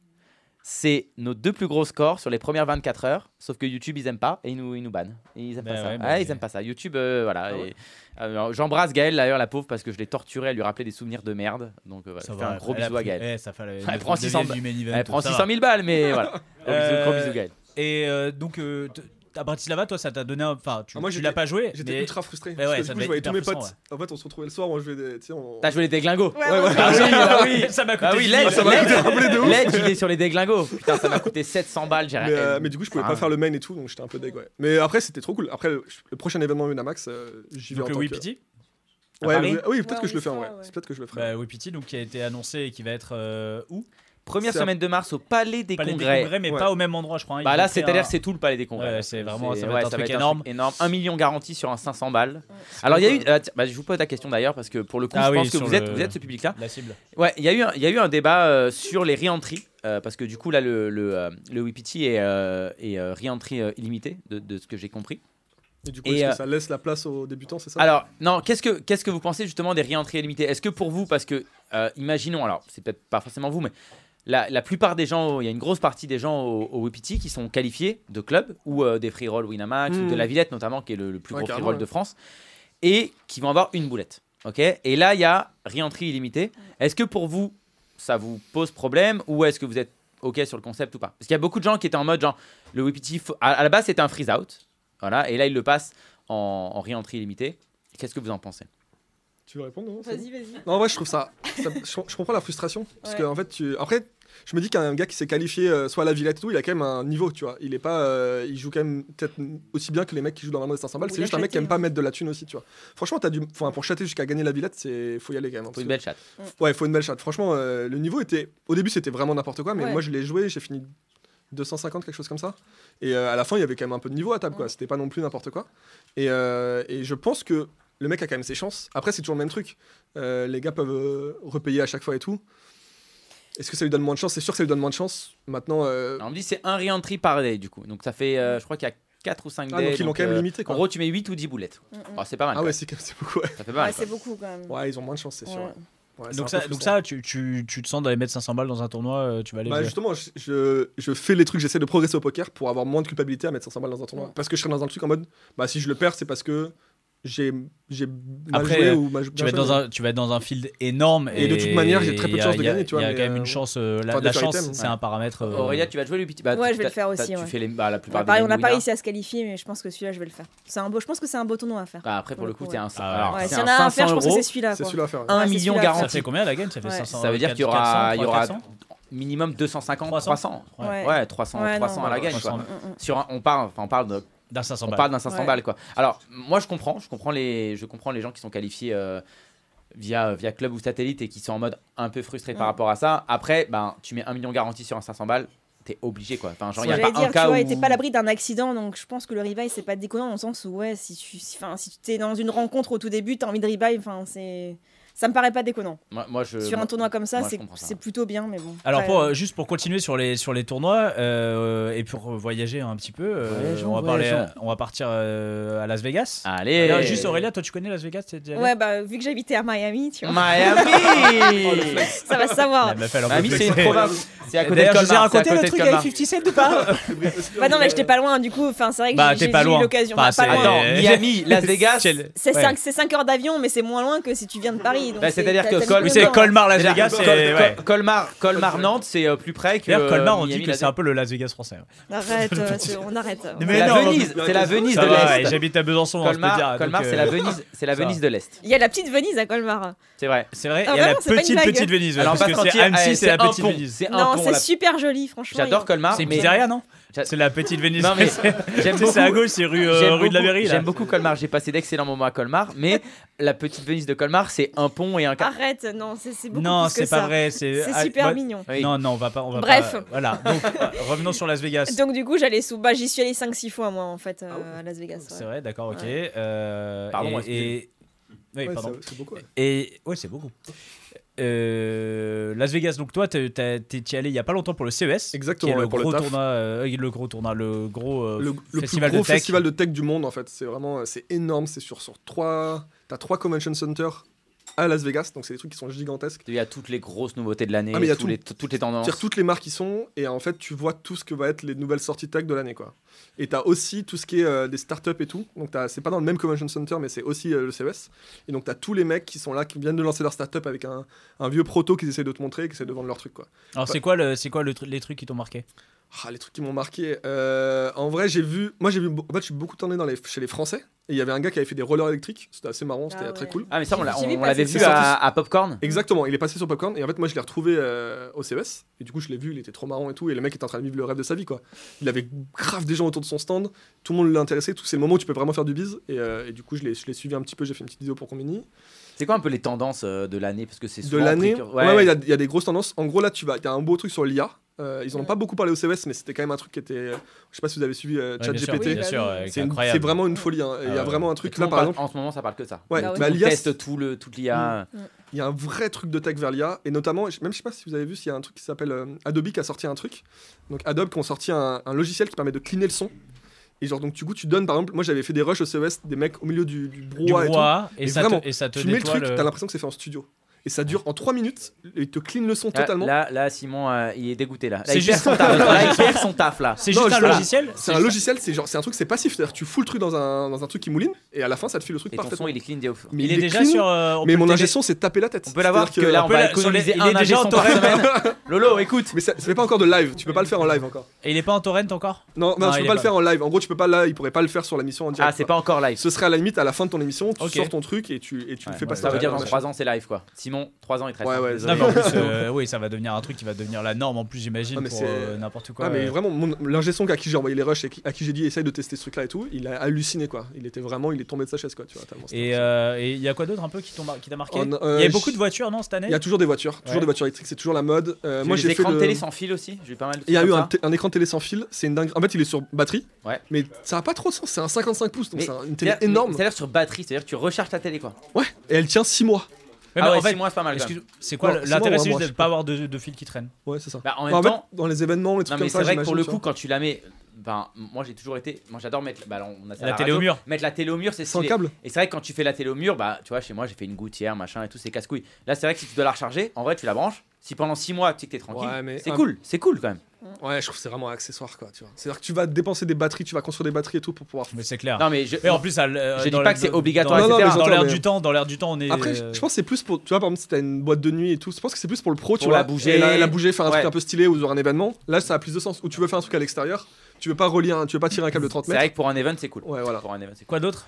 Speaker 3: C'est nos deux plus gros scores sur les premières 24 heures, sauf que YouTube ils aiment pas et ils nous, ils nous bannent. Et Ils aiment
Speaker 2: Ben
Speaker 3: pas ça.
Speaker 2: ouais, Ah
Speaker 3: Ouais,
Speaker 2: mais-
Speaker 3: Ils aiment pas ça. YouTube, euh, voilà. et- alors, J'embrasse Gaël d'ailleurs, la pauvre, parce que je l'ai torturée à lui rappeler des souvenirs de merde. Donc euh,
Speaker 2: Bah,
Speaker 3: voilà, je fais un gros
Speaker 2: elle a
Speaker 3: bisou à
Speaker 2: pris-
Speaker 3: Gaël.
Speaker 2: eh, ça fait le-
Speaker 3: Elle
Speaker 2: le
Speaker 3: prend 600
Speaker 2: devienne du main event,
Speaker 3: Elle prend
Speaker 2: ça va.
Speaker 3: 600 000
Speaker 2: <laughs>
Speaker 3: balles, mais voilà. Gros bisou- Gros
Speaker 2: Euh,
Speaker 3: bisous Gaël.
Speaker 2: Et euh, donc, euh, t- à Bratislava, toi, ça t'a donné un. Enfin, tu,
Speaker 4: Ah, moi,
Speaker 2: tu
Speaker 4: j'étais-
Speaker 2: l'as pas joué.
Speaker 4: J'étais
Speaker 2: mais-
Speaker 4: ultra frustré.
Speaker 2: Mais
Speaker 4: parce
Speaker 2: ouais,
Speaker 4: que
Speaker 2: ça
Speaker 4: du coup,
Speaker 2: devait
Speaker 4: je voyais
Speaker 2: être
Speaker 4: tous mes
Speaker 2: hyper
Speaker 4: potes. En fait, on se retrouvait le soir, on jouait des. tu sais, on-
Speaker 3: T'as joué les déglingos
Speaker 5: Ouais,
Speaker 4: Ouais, Ah ouais. <laughs>
Speaker 3: Ah oui, bah oui.
Speaker 2: Ça m'a coûté.
Speaker 3: Bah oui,
Speaker 2: dix
Speaker 3: l'aide,
Speaker 2: balles.
Speaker 4: ça m'a
Speaker 3: l'aide.
Speaker 4: coûté un blé de ouf.
Speaker 3: L'aide, il est sur les déglingos. Putain, ça m'a coûté 700 balles, j'ai
Speaker 4: Mais,
Speaker 3: rien.
Speaker 4: euh, mais du coup, je pouvais
Speaker 3: Ah.
Speaker 4: pas faire le main et tout, donc j'étais un peu deg. Ouais. Mais après, c'était trop cool. Après, le, le prochain événement Unamax, euh, j'y vais
Speaker 2: Donc,
Speaker 4: en
Speaker 2: le
Speaker 4: tant
Speaker 2: Oui
Speaker 4: que-
Speaker 2: Pity. à
Speaker 4: Ouais,
Speaker 2: Paris
Speaker 4: le- oui, peut-être
Speaker 5: Ouais,
Speaker 4: que je
Speaker 5: on
Speaker 4: le
Speaker 5: y
Speaker 4: fais en
Speaker 5: sera,
Speaker 4: vrai.
Speaker 5: ouais.
Speaker 4: C'est peut-être que je le ferai.
Speaker 2: Bah, Oui Pity, donc qui a été annoncé et qui va être euh, où
Speaker 3: Première
Speaker 4: c'est
Speaker 3: semaine de mars au Palais des
Speaker 2: Palais des
Speaker 3: Congrès.
Speaker 2: Congrès, mais
Speaker 4: Ouais.
Speaker 2: pas au même endroit, je crois. hein. Ils
Speaker 3: Bah là,
Speaker 2: ont fait
Speaker 3: c'est à dire
Speaker 2: un-
Speaker 3: c'est tout le Palais des Congrès.
Speaker 2: Ouais, c'est vraiment-
Speaker 3: C'est-
Speaker 2: ça va être un truc énorme.
Speaker 3: énorme. 1 million garanti sur un 500 balles. Alors, il y a eu. euh, tiens, bah, je vous pose la question d'ailleurs, parce que pour le coup,
Speaker 2: Ah
Speaker 3: je
Speaker 2: oui,
Speaker 3: pense que
Speaker 2: sur
Speaker 3: vous, êtes,
Speaker 2: le-
Speaker 3: vous êtes ce public-là.
Speaker 2: La cible.
Speaker 3: Ouais, il y, a eu un- il y a eu un débat euh, sur les re-entries. euh, parce que du coup, là, le, le, euh, le WPT est, euh, est euh, re-entry euh, illimité, de- de ce que j'ai compris.
Speaker 4: Et du coup,
Speaker 3: Et,
Speaker 4: est-ce
Speaker 3: euh,
Speaker 4: que ça laisse la place aux débutants, c'est ça
Speaker 3: Alors, non, qu'est-ce que, qu'est-ce que vous pensez justement des réentrées limitées Est-ce que pour vous, parce que, euh, imaginons, alors, c'est peut-être pas forcément vous, mais la, la plupart des gens, il y a une grosse partie des gens au, au Wipiti qui sont qualifiés de clubs ou euh, des free roll Winamax ou
Speaker 4: Mhm.
Speaker 3: de la Villette notamment, qui est le, le plus
Speaker 4: Ouais,
Speaker 3: gros free
Speaker 4: carrément,
Speaker 3: roll
Speaker 4: ouais.
Speaker 3: de France, et qui vont avoir une boulette. ok et là, il y a réentrée illimitée. Est-ce que pour vous, ça vous pose problème ou est-ce que vous êtes OK sur le concept ou pas Parce qu'il y a beaucoup de gens qui étaient en mode genre le Whippity faut- à, à la base c'était un freeze out, voilà, et là il le passe en, en re-entry illimité. Qu'est-ce que vous en pensez
Speaker 4: Tu veux répondre non C'est bon
Speaker 5: Vas-y, vas-y.
Speaker 3: Ah,
Speaker 4: Non, en vrai, je trouve ça. ça- je, je comprends la frustration. Parce que,
Speaker 5: Ouais.
Speaker 4: en fait, tu, après, je me dis qu'un gars qui s'est qualifié euh, soit à la Villette et tout, il a quand même un niveau, tu vois. Il est pas. euh, il joue quand même peut-être aussi bien que les mecs qui jouent dans vraiment des 500 balles.
Speaker 5: Ou hein.
Speaker 4: C'est juste un
Speaker 5: la
Speaker 4: mec qui
Speaker 5: châtée.
Speaker 4: aime pas mettre de la thune aussi, tu vois. Franchement, as du, enfin, pour chater jusqu'à gagner la Villette, c'est faut y aller quand même. hein,
Speaker 3: Faut
Speaker 4: parce
Speaker 3: une
Speaker 4: que-
Speaker 3: belle chatte.
Speaker 4: Ouais, faut une belle chatte. Franchement, euh, le niveau était. Au début, c'était vraiment n'importe quoi, mais
Speaker 5: Ouais.
Speaker 4: moi, je l'ai joué, j'ai fini 250, quelque chose comme ça. Et euh, à la fin, il y avait quand même un peu de niveau à table, quoi. C'était pas non plus n'importe quoi. Et, euh, et je pense que le mec a quand même ses chances. Après, c'est toujours le même truc. Euh, les gars peuvent euh, repayer à chaque fois et tout. Est-ce que ça lui donne moins de chance C'est sûr que ça lui donne moins de chance. Maintenant, euh,
Speaker 3: Alors, on me dit c'est un re-entry par day du coup, donc ça fait, euh, je crois qu'il y a 4 ou 5
Speaker 4: Ah, donc
Speaker 3: days. euh,
Speaker 4: ils l'ont quand même limité, quoi.
Speaker 3: En gros, tu mets 8 ou 10 boulettes.
Speaker 5: Mm, mm.
Speaker 3: Ah, c'est pas mal.
Speaker 4: ah
Speaker 3: quoi.
Speaker 4: ouais, c'est quand même- c'est beaucoup. Ouais.
Speaker 3: Ça fait pas
Speaker 5: Ouais,
Speaker 3: mal.
Speaker 5: c'est beaucoup quand même.
Speaker 4: Ouais, ils ont moins de chance, c'est sûr.
Speaker 5: Ouais.
Speaker 4: ouais. Ouais, c'est un
Speaker 2: Donc
Speaker 4: peu
Speaker 2: ça, donc
Speaker 4: frustrant.
Speaker 2: ça tu, tu, tu te sens d'aller mettre 500 balles dans un tournoi, euh, tu vas aller.
Speaker 4: Bah
Speaker 2: jouer.
Speaker 4: justement, je, je, je fais les trucs, j'essaie de progresser au poker pour avoir moins de culpabilité à mettre 500 balles dans un tournoi.
Speaker 5: Ouais.
Speaker 4: Parce que je serais dans un truc en mode, bah si je le perds, c'est parce que j'ai j'ai mal
Speaker 2: Après,
Speaker 4: joué
Speaker 2: euh,
Speaker 4: ou mal
Speaker 2: tu vas, être dans un, tu vas être dans un field énorme.
Speaker 4: Et de toute manière, j'ai très peu
Speaker 2: il
Speaker 4: de
Speaker 2: y a-
Speaker 4: chances de
Speaker 2: il y a-
Speaker 4: gagner, tu vois,
Speaker 2: Il y a
Speaker 4: mais,
Speaker 2: quand même une
Speaker 4: euh,
Speaker 2: chance. euh, la,
Speaker 4: enfin,
Speaker 2: la
Speaker 4: des
Speaker 2: chance,
Speaker 4: items.
Speaker 2: c'est un paramètre. euh,
Speaker 3: Aurélia, tu vas jouer le Whippity Bah,
Speaker 5: Ouais,
Speaker 3: tu-
Speaker 5: je vais le
Speaker 3: t'as-
Speaker 5: faire
Speaker 3: t'as-
Speaker 5: aussi,
Speaker 3: Tu
Speaker 5: ouais.
Speaker 3: fais les, bah, la
Speaker 5: On a
Speaker 3: plupart
Speaker 5: pas-
Speaker 3: des
Speaker 5: on n'a pas
Speaker 3: winners.
Speaker 5: réussi à se qualifier, mais je pense que celui-là, je vais le faire. C'est un beau, je pense que c'est un beau tournoi à faire.
Speaker 3: Bah, après, pour
Speaker 5: Pour
Speaker 3: le
Speaker 5: le
Speaker 3: coup,
Speaker 5: coup,
Speaker 3: t'es un.
Speaker 5: Ah, ouais.
Speaker 3: alors,
Speaker 5: ouais,
Speaker 3: Ah, c'est
Speaker 5: s'il y
Speaker 3: un
Speaker 5: en a un à faire,
Speaker 3: 500
Speaker 5: je pense que
Speaker 3: euros.
Speaker 5: c'est celui-là.
Speaker 4: C'est
Speaker 5: quoi.
Speaker 4: celui-là à faire. ouais.
Speaker 5: Ah,
Speaker 3: 1
Speaker 5: c'est
Speaker 3: million
Speaker 5: celui-là,
Speaker 2: ça
Speaker 3: garanti.
Speaker 2: fait combien la game Ça fait
Speaker 5: Ouais.
Speaker 2: 500.
Speaker 3: Ça veut dire qu'il y aura, il y aura minimum 250, 300.
Speaker 2: 300.
Speaker 5: Ouais.
Speaker 3: Ouais, 300,
Speaker 5: Ouais, non,
Speaker 3: 300 à la gagne.
Speaker 2: 300.
Speaker 3: quoi.
Speaker 5: Mm, mm.
Speaker 3: Sur un- on parle, enfin, on parle de,
Speaker 2: D'un 500
Speaker 3: on
Speaker 2: balles.
Speaker 3: parle d'un 500
Speaker 5: Ouais.
Speaker 3: balles quoi. Alors moi je comprends, je comprends les, je comprends les gens qui sont qualifiés euh, via via club ou satellite et qui sont en mode un peu frustrés par
Speaker 5: Mm.
Speaker 3: rapport à ça. Après, ben tu mets un million garanti sur un 500 balles. t'es obligé quoi. Enfin, genre,
Speaker 5: Ce
Speaker 3: il y a
Speaker 5: que
Speaker 3: pas
Speaker 5: j'allais
Speaker 3: un
Speaker 5: dire,
Speaker 3: cas
Speaker 5: tu vois,
Speaker 3: où.
Speaker 5: t'es pas à l'abri d'un accident, donc je pense que le revive, c'est pas déconnant dans le sens où, ouais, si tu si, enfin, si tu t'es dans une rencontre au tout début, t'as envie de revive, enfin, c'est. Ça me paraît pas déconnant.
Speaker 3: Moi, moi, je.
Speaker 5: Sur un
Speaker 3: moi-
Speaker 5: tournoi comme ça,
Speaker 3: moi, je
Speaker 5: c'est
Speaker 3: comprends ça.
Speaker 5: c'est plutôt bien, mais bon.
Speaker 2: Alors
Speaker 5: Ouais.
Speaker 2: pour, euh, juste pour continuer sur les, sur les tournois euh, et pour voyager un petit peu, euh,
Speaker 3: Voyageons,
Speaker 2: on, va parler-
Speaker 3: voyageons.
Speaker 2: on va partir euh, à Las Vegas.
Speaker 3: Allez.
Speaker 2: Alors, juste Aurélia, toi tu connais Las Vegas t'es déjà allée
Speaker 5: Ouais, bah, vu que j'habitais à Miami, tu vois, <laughs> Oh,
Speaker 3: Miami.
Speaker 5: ça va se savoir.
Speaker 2: Elle m'a fait alors
Speaker 3: Miami,
Speaker 2: que-
Speaker 3: c'est une
Speaker 2: <laughs>
Speaker 3: province. C'est à côté de
Speaker 2: D'ailleurs, je vous ai
Speaker 3: Colmar. c'est à
Speaker 2: raconté le
Speaker 3: côté de
Speaker 2: truc avec
Speaker 3: Colmar.
Speaker 2: 50 Cent ou pas
Speaker 3: <laughs>
Speaker 5: Bah, non, mais j'étais pas loin, du coup, enfin, c'est vrai que
Speaker 2: Bah,
Speaker 5: j'ai
Speaker 2: t'es
Speaker 5: j'ai
Speaker 2: pas
Speaker 5: eu
Speaker 2: loin.
Speaker 5: l'occasion.
Speaker 2: Enfin,
Speaker 5: bah, pas
Speaker 2: c'est-
Speaker 5: loin.
Speaker 3: Attends, Miami,
Speaker 2: <laughs>
Speaker 3: Las Vegas.
Speaker 2: Quel-
Speaker 5: C'est
Speaker 2: Ouais.
Speaker 5: 5 heures d'avion, mais c'est moins loin que si tu viens de Paris. donc
Speaker 3: Bah, c'est-à-dire
Speaker 5: t'as-
Speaker 3: que
Speaker 5: t'as
Speaker 3: Col-
Speaker 2: Oui,
Speaker 5: mis le
Speaker 2: c'est
Speaker 5: temps.
Speaker 2: Colmar, Las Vegas.
Speaker 3: Col-
Speaker 2: c'est-
Speaker 3: Col-
Speaker 2: ouais.
Speaker 3: Colmar, Colmar, Nantes, c'est euh, plus près que.
Speaker 2: D'ailleurs, Colmar,
Speaker 3: euh,
Speaker 2: on dit
Speaker 3: Miami,
Speaker 2: que
Speaker 3: Las
Speaker 2: c'est un peu le Las Vegas français. ouais.
Speaker 5: Arrête, euh, c'est- on arrête.
Speaker 2: <laughs> Mais
Speaker 3: C'est
Speaker 2: non,
Speaker 3: la Venise,
Speaker 4: on-
Speaker 3: c'est la Venise de
Speaker 2: Ça va, et
Speaker 3: l'Est.
Speaker 2: J'habite à Besançon, hein, je peux dire,
Speaker 3: Colmar,
Speaker 2: donc,
Speaker 3: Colmar,
Speaker 2: euh,
Speaker 3: c'est la Venise, c'est la
Speaker 2: ça va.
Speaker 3: Venise de l'Est.
Speaker 5: Il y a la petite Venise à Colmar.
Speaker 3: C'est vrai.
Speaker 2: C'est vrai, il y
Speaker 5: Ah,
Speaker 2: a la
Speaker 5: vraiment, c'est pas une
Speaker 2: petite,
Speaker 5: blague.
Speaker 2: petite Venise. ouais,
Speaker 3: Alors,
Speaker 2: parce
Speaker 3: on va
Speaker 2: que c'est
Speaker 3: se mentir, eh,
Speaker 2: Annecy, c'est la
Speaker 3: un
Speaker 2: petite
Speaker 3: pont,
Speaker 2: Venise.
Speaker 3: C'est un
Speaker 5: Non,
Speaker 3: pont.
Speaker 5: c'est
Speaker 3: la-
Speaker 5: super joli, franchement.
Speaker 3: J'adore
Speaker 5: il-
Speaker 3: Colmar.
Speaker 2: C'est une
Speaker 3: mais-
Speaker 2: pizzeria, non
Speaker 3: J'a-
Speaker 2: C'est la petite Venise.
Speaker 3: Non, mais
Speaker 2: J'aime
Speaker 3: j'aime
Speaker 2: C'est à
Speaker 3: beaucoup-
Speaker 2: gauche, c'est rue, euh,
Speaker 3: J'aime
Speaker 2: rue de la
Speaker 3: beaucoup-
Speaker 2: Verrie. là.
Speaker 3: J'aime beaucoup Colmar, j'ai passé d'excellents moments à Colmar, mais la petite Venise de Colmar, c'est un pont
Speaker 5: Ah.
Speaker 3: et un car.
Speaker 5: Arrête, non, c'est c'est beaucoup
Speaker 2: Non,
Speaker 5: plus que
Speaker 2: c'est pas
Speaker 5: ça.
Speaker 2: vrai. C'est
Speaker 5: C'est
Speaker 2: ah,
Speaker 5: super
Speaker 2: bah,
Speaker 5: mignon.
Speaker 3: Oui.
Speaker 2: Non, non, on va pas. On va
Speaker 5: Bref.
Speaker 2: pas- voilà.
Speaker 4: <laughs>
Speaker 2: Donc, euh, revenons sur Las Vegas.
Speaker 5: Donc du coup, j'allais sous bah, j'y suis allée 5 6 fois moi en fait euh, à Las Vegas.
Speaker 2: Ah C'est
Speaker 5: ouais.
Speaker 2: vrai, d'accord, ok. Euh,
Speaker 3: Pardon,
Speaker 2: et-
Speaker 3: excusez.
Speaker 2: et- Oui,
Speaker 4: Ouais,
Speaker 2: pardon.
Speaker 4: c'est- c'est beaucoup, ouais.
Speaker 2: Et ouais, c'est beaucoup. Euh, Las Vegas, donc toi, t'es t'as- t'es- t'y allé il y a pas longtemps pour le CES, qui
Speaker 4: Exactement,
Speaker 2: est le
Speaker 4: ouais, pour le
Speaker 2: gros
Speaker 4: taf.
Speaker 2: tournoi, euh, le gros tournoi, le gros euh,
Speaker 4: le, le plus
Speaker 2: festival
Speaker 4: gros
Speaker 2: de tech.
Speaker 4: festival de tech du monde en fait. C'est vraiment euh, c'est énorme. C'est sur sur trois. T'as trois convention centers à Las Vegas, donc c'est des trucs qui sont gigantesques.
Speaker 3: Il y a toutes les grosses nouveautés de l'année,
Speaker 4: Ah, mais il y a
Speaker 3: tous
Speaker 4: tout.
Speaker 3: les- toutes les tendances.
Speaker 4: Tire toutes les marques qui sont et en fait tu vois tout ce que va être les nouvelles sorties tech de l'année quoi. Et t'as aussi tout ce qui est euh, des startups et tout. Donc t'as- c'est pas dans le même convention center mais c'est aussi euh, le CES. Et donc t'as tous les mecs qui sont là qui viennent de lancer leur startup avec un, un vieux proto qu'ils essaient de te montrer, qui essaient de vendre leur truc quoi.
Speaker 2: Alors c'est quoi le, c'est quoi le tru- les trucs qui t'ont marqué
Speaker 4: Ah, les trucs qui m'ont marqué. Euh, en vrai, j'ai vu. Moi, j'ai vu. be- En fait, je suis beaucoup tourné dans les, chez les Français. Et il y avait un gars qui avait fait des rollers électriques. C'était assez marrant, c'était
Speaker 5: Ah
Speaker 4: très
Speaker 5: ouais.
Speaker 4: cool.
Speaker 3: Ah, mais ça, on l'a-
Speaker 5: J'ai vu
Speaker 3: on on l'avait
Speaker 4: passer
Speaker 3: vu
Speaker 4: ça.
Speaker 3: à à Popcorn.
Speaker 4: Exactement, il est passé sur Popcorn. Et en fait, moi, je l'ai retrouvé euh, au CES. Et du coup, je l'ai vu, il était trop marrant et tout. Et le mec était en train de vivre le rêve de sa vie, quoi. Il avait grave des gens autour de son stand. Tout le monde l'intéressait. Tous ces moments où tu peux vraiment faire du bise. Et, euh, et du coup, je l'ai je l'ai suivi un petit peu. J'ai fait une petite vidéo pour Combini.
Speaker 3: C'est quoi un peu les tendances euh, de l'année Parce que c'est
Speaker 4: de
Speaker 3: souvent
Speaker 4: l'année.
Speaker 3: précur-
Speaker 4: Ouais, ouais, il y a- il y, a des grosses tendances. En gros, là, tu vas, il y a un beau truc sur l'IA. Euh, ils en ont
Speaker 5: Ouais.
Speaker 4: pas beaucoup parlé au CES, mais c'était quand même un truc qui était. euh, je sais pas si vous avez suivi euh,
Speaker 2: Ouais, bien sûr,
Speaker 4: ChatGPT.
Speaker 2: oui, bien sûr,
Speaker 5: C'est
Speaker 2: euh,
Speaker 4: C'est une-
Speaker 2: incroyable.
Speaker 4: c'est vraiment une folie. hein. Il y
Speaker 2: Ah
Speaker 4: a
Speaker 2: ouais.
Speaker 4: vraiment un
Speaker 3: Tout
Speaker 4: truc.
Speaker 3: le
Speaker 4: Là,
Speaker 3: monde
Speaker 4: par
Speaker 3: parle-
Speaker 4: exemple,
Speaker 3: En ce moment, ça parle que de ça.
Speaker 4: ouais,
Speaker 5: Bah oui.
Speaker 4: bah,
Speaker 3: On
Speaker 4: l'IA,
Speaker 3: teste tout le, toute
Speaker 5: Mm.
Speaker 3: l'IA.
Speaker 4: il y a un vrai truc de tech vers l'IA. Et notamment, je- même je sais pas si vous avez vu, s'il y a un truc qui s'appelle euh, Adobe qui a sorti un truc. Donc, Adobe qui ont sorti un, un logiciel qui permet de cleaner le son. Et genre, donc, du coup, tu donnes, par exemple, moi j'avais fait des rushs au CES, des mecs au milieu du, du
Speaker 2: du
Speaker 4: brouhaha et tout.
Speaker 2: roi et,
Speaker 4: Mais
Speaker 2: ça
Speaker 4: vraiment,
Speaker 2: te, et ça te euh,
Speaker 4: Tu mets le
Speaker 2: nettoie
Speaker 4: truc, t'as l'impression que c'est fait en studio. Et ça dure en 3 minutes, et ils te clean le son
Speaker 3: Là-
Speaker 4: totalement.
Speaker 3: Ah, Là, là, Simon, euh, il est dégoûté là. Là,
Speaker 2: C'est
Speaker 3: il perd
Speaker 2: juste-
Speaker 3: son taf. Là, il perd son taf là.
Speaker 2: C'est
Speaker 4: Non,
Speaker 2: juste un
Speaker 4: juste là.
Speaker 2: logiciel
Speaker 4: C'est un logiciel, c'est genre, c'est un truc, c'est passif. C'est-à-dire, tu fous le truc dans un, dans un truc qui mouline, et à la fin, ça te file le truc
Speaker 3: Et ton
Speaker 4: parfaitement.
Speaker 3: son, il est clean des ouf.
Speaker 4: Mais
Speaker 2: Il est
Speaker 4: est
Speaker 2: déjà
Speaker 4: clean,
Speaker 2: sur. euh, on
Speaker 4: Mais
Speaker 2: peut
Speaker 4: mon
Speaker 2: le
Speaker 4: ingé
Speaker 2: télé-
Speaker 4: son, c'est taper la tête.
Speaker 3: On peut l'avoir que
Speaker 4: C'est-à-dire
Speaker 3: là, on
Speaker 2: on
Speaker 4: <laughs>
Speaker 2: peut
Speaker 3: va
Speaker 2: la- sur les-
Speaker 3: économiser
Speaker 2: il est
Speaker 3: un
Speaker 2: déjà
Speaker 3: ingé
Speaker 2: en
Speaker 3: son par
Speaker 2: torrent.
Speaker 3: semaine. Lolo, écoute.
Speaker 4: Mais ça, ça fait pas encore de live, tu peux pas le faire en live encore.
Speaker 2: Et il est pas en torrent encore
Speaker 4: Non, non,
Speaker 2: Non,
Speaker 4: tu
Speaker 2: il
Speaker 4: peux
Speaker 2: est
Speaker 4: pas
Speaker 2: pas.
Speaker 4: le faire en live. En gros, tu peux pas là, il pourrait pas le faire sur la mission en direct.
Speaker 3: Ah, c'est
Speaker 4: quoi.
Speaker 3: pas encore live.
Speaker 4: Ce serait à la limite à la fin de ton émission, tu
Speaker 2: Ok.
Speaker 4: sors ton truc et tu, et tu le
Speaker 3: Ouais,
Speaker 4: fais passer
Speaker 3: ça
Speaker 4: au
Speaker 3: veut dire
Speaker 4: live,
Speaker 3: dans
Speaker 4: machin.
Speaker 3: 3 ans c'est live quoi. Simon, 3 ans il te reste.
Speaker 4: Ouais, ouais,
Speaker 3: Désolé.
Speaker 2: Non, mais en plus, euh, oui, ça va devenir un truc qui va devenir la norme en plus, j'imagine,
Speaker 4: Ah, mais
Speaker 2: pour
Speaker 4: c'est-
Speaker 2: euh, n'importe quoi.
Speaker 4: Ah, mais
Speaker 2: euh.
Speaker 4: vraiment, mon- l'ingé son à qui j'ai envoyé les rushs et qui- à qui j'ai dit essaye de tester ce truc là et tout, il a halluciné quoi. Il était vraiment, il est tombé de sa chaise quoi, tu vois. tellement c'était
Speaker 2: Et euh, et il y a quoi d'autre un peu qui t'ont mar- qui t'a marqué
Speaker 4: En- euh,
Speaker 2: Il y avait
Speaker 4: je-
Speaker 2: beaucoup de voitures, non, cette année
Speaker 4: Il y a toujours des voitures, toujours
Speaker 2: Ouais.
Speaker 4: des voitures électriques, c'est toujours la mode. Euh,
Speaker 3: J'ai
Speaker 4: moi
Speaker 3: eu
Speaker 4: j'ai
Speaker 3: des
Speaker 4: fait
Speaker 3: écrans de
Speaker 4: le-
Speaker 3: télé sans fil aussi. J'ai eu pas mal de
Speaker 4: Il y a
Speaker 3: trucs
Speaker 4: eu
Speaker 3: comme
Speaker 4: un,
Speaker 3: ça.
Speaker 4: té- un écran télé sans fil, c'est une dingue. En fait, il est sur batterie,
Speaker 3: Ouais.
Speaker 4: mais ça a pas trop de sens. C'est un 55 pouces, donc
Speaker 3: Mais-
Speaker 4: c'est un- une télé
Speaker 3: C'est-à-dire-
Speaker 4: énorme.
Speaker 3: C'est-à-dire sur batterie, c'est-à-dire que tu recharges ta télé quoi.
Speaker 4: Ouais, et elle tient 6 mois.
Speaker 2: Ouais, mais
Speaker 3: ah ouais,
Speaker 2: en fait,
Speaker 3: six mois c'est pas mal. quand même.
Speaker 2: excuse- c'est quoi
Speaker 4: Non,
Speaker 2: le-
Speaker 4: c'est
Speaker 2: l'intérêt
Speaker 4: moi,
Speaker 2: C'est
Speaker 4: moi,
Speaker 2: juste de
Speaker 4: je
Speaker 2: ne
Speaker 4: sais
Speaker 2: pas avoir de, de fil qui traîne.
Speaker 4: Ouais, c'est ça.
Speaker 3: Bah, en
Speaker 4: En,
Speaker 3: même
Speaker 4: fait,
Speaker 3: temps,
Speaker 4: dans les événements, les
Speaker 3: Non
Speaker 4: trucs
Speaker 3: mais
Speaker 4: comme ça,
Speaker 3: c'est vrai que pour
Speaker 4: j'imagine,
Speaker 3: le
Speaker 4: tu
Speaker 3: coup quand tu la mets, ben moi j'ai toujours été, moi j'adore mettre, bah alors, on a ça à
Speaker 2: La télé
Speaker 3: radio.
Speaker 2: au mur.
Speaker 3: mettre la télé au mur c'est
Speaker 4: Sans
Speaker 3: stylé.
Speaker 4: câble.
Speaker 3: Et c'est vrai que quand tu fais la télé au mur, bah tu vois chez moi j'ai fait une gouttière machin et tout c'est casse couille. Là c'est vrai que si tu dois la recharger, en vrai tu la branches. Si pendant 6 mois tu sais que t'es tranquille,
Speaker 4: Ouais, mais
Speaker 3: c'est
Speaker 4: un-
Speaker 3: cool, c'est cool quand même.
Speaker 4: Ouais, je trouve que c'est vraiment un accessoire quoi, tu vois. C'est-à-dire que tu vas dépenser des batteries, tu vas construire des batteries et tout pour pouvoir.
Speaker 2: Ah. Mais c'est clair.
Speaker 3: Non mais je,
Speaker 2: Et en plus, ça, euh,
Speaker 3: je dis
Speaker 2: dans
Speaker 3: pas
Speaker 2: le-
Speaker 3: que c'est
Speaker 2: dans-
Speaker 3: obligatoire,
Speaker 2: dans-
Speaker 4: Non, non,
Speaker 3: etc.
Speaker 4: mais
Speaker 2: Dans
Speaker 4: j'entends,
Speaker 2: l'air
Speaker 4: mais-
Speaker 2: du temps, dans l'air du temps, on est.
Speaker 4: Après, je je pense que c'est plus pour, tu vois, par exemple, si t'as une boîte de nuit et tout, je pense que c'est plus pour le pro, tu
Speaker 3: Pour
Speaker 4: vois.
Speaker 3: la bouger.
Speaker 4: et la, la bouger, faire un
Speaker 3: Ouais.
Speaker 4: truc un peu stylé ou sur un événement. Là, ça a plus de sens. Ou tu veux faire un truc à l'extérieur, tu veux pas relier, un- tu veux pas tirer un câble de 30
Speaker 3: c'est
Speaker 4: mètres.
Speaker 3: vrai que pour un event c'est cool.
Speaker 4: Ouais, voilà.
Speaker 3: Pour un event c'est cool.
Speaker 2: Quoi d'autre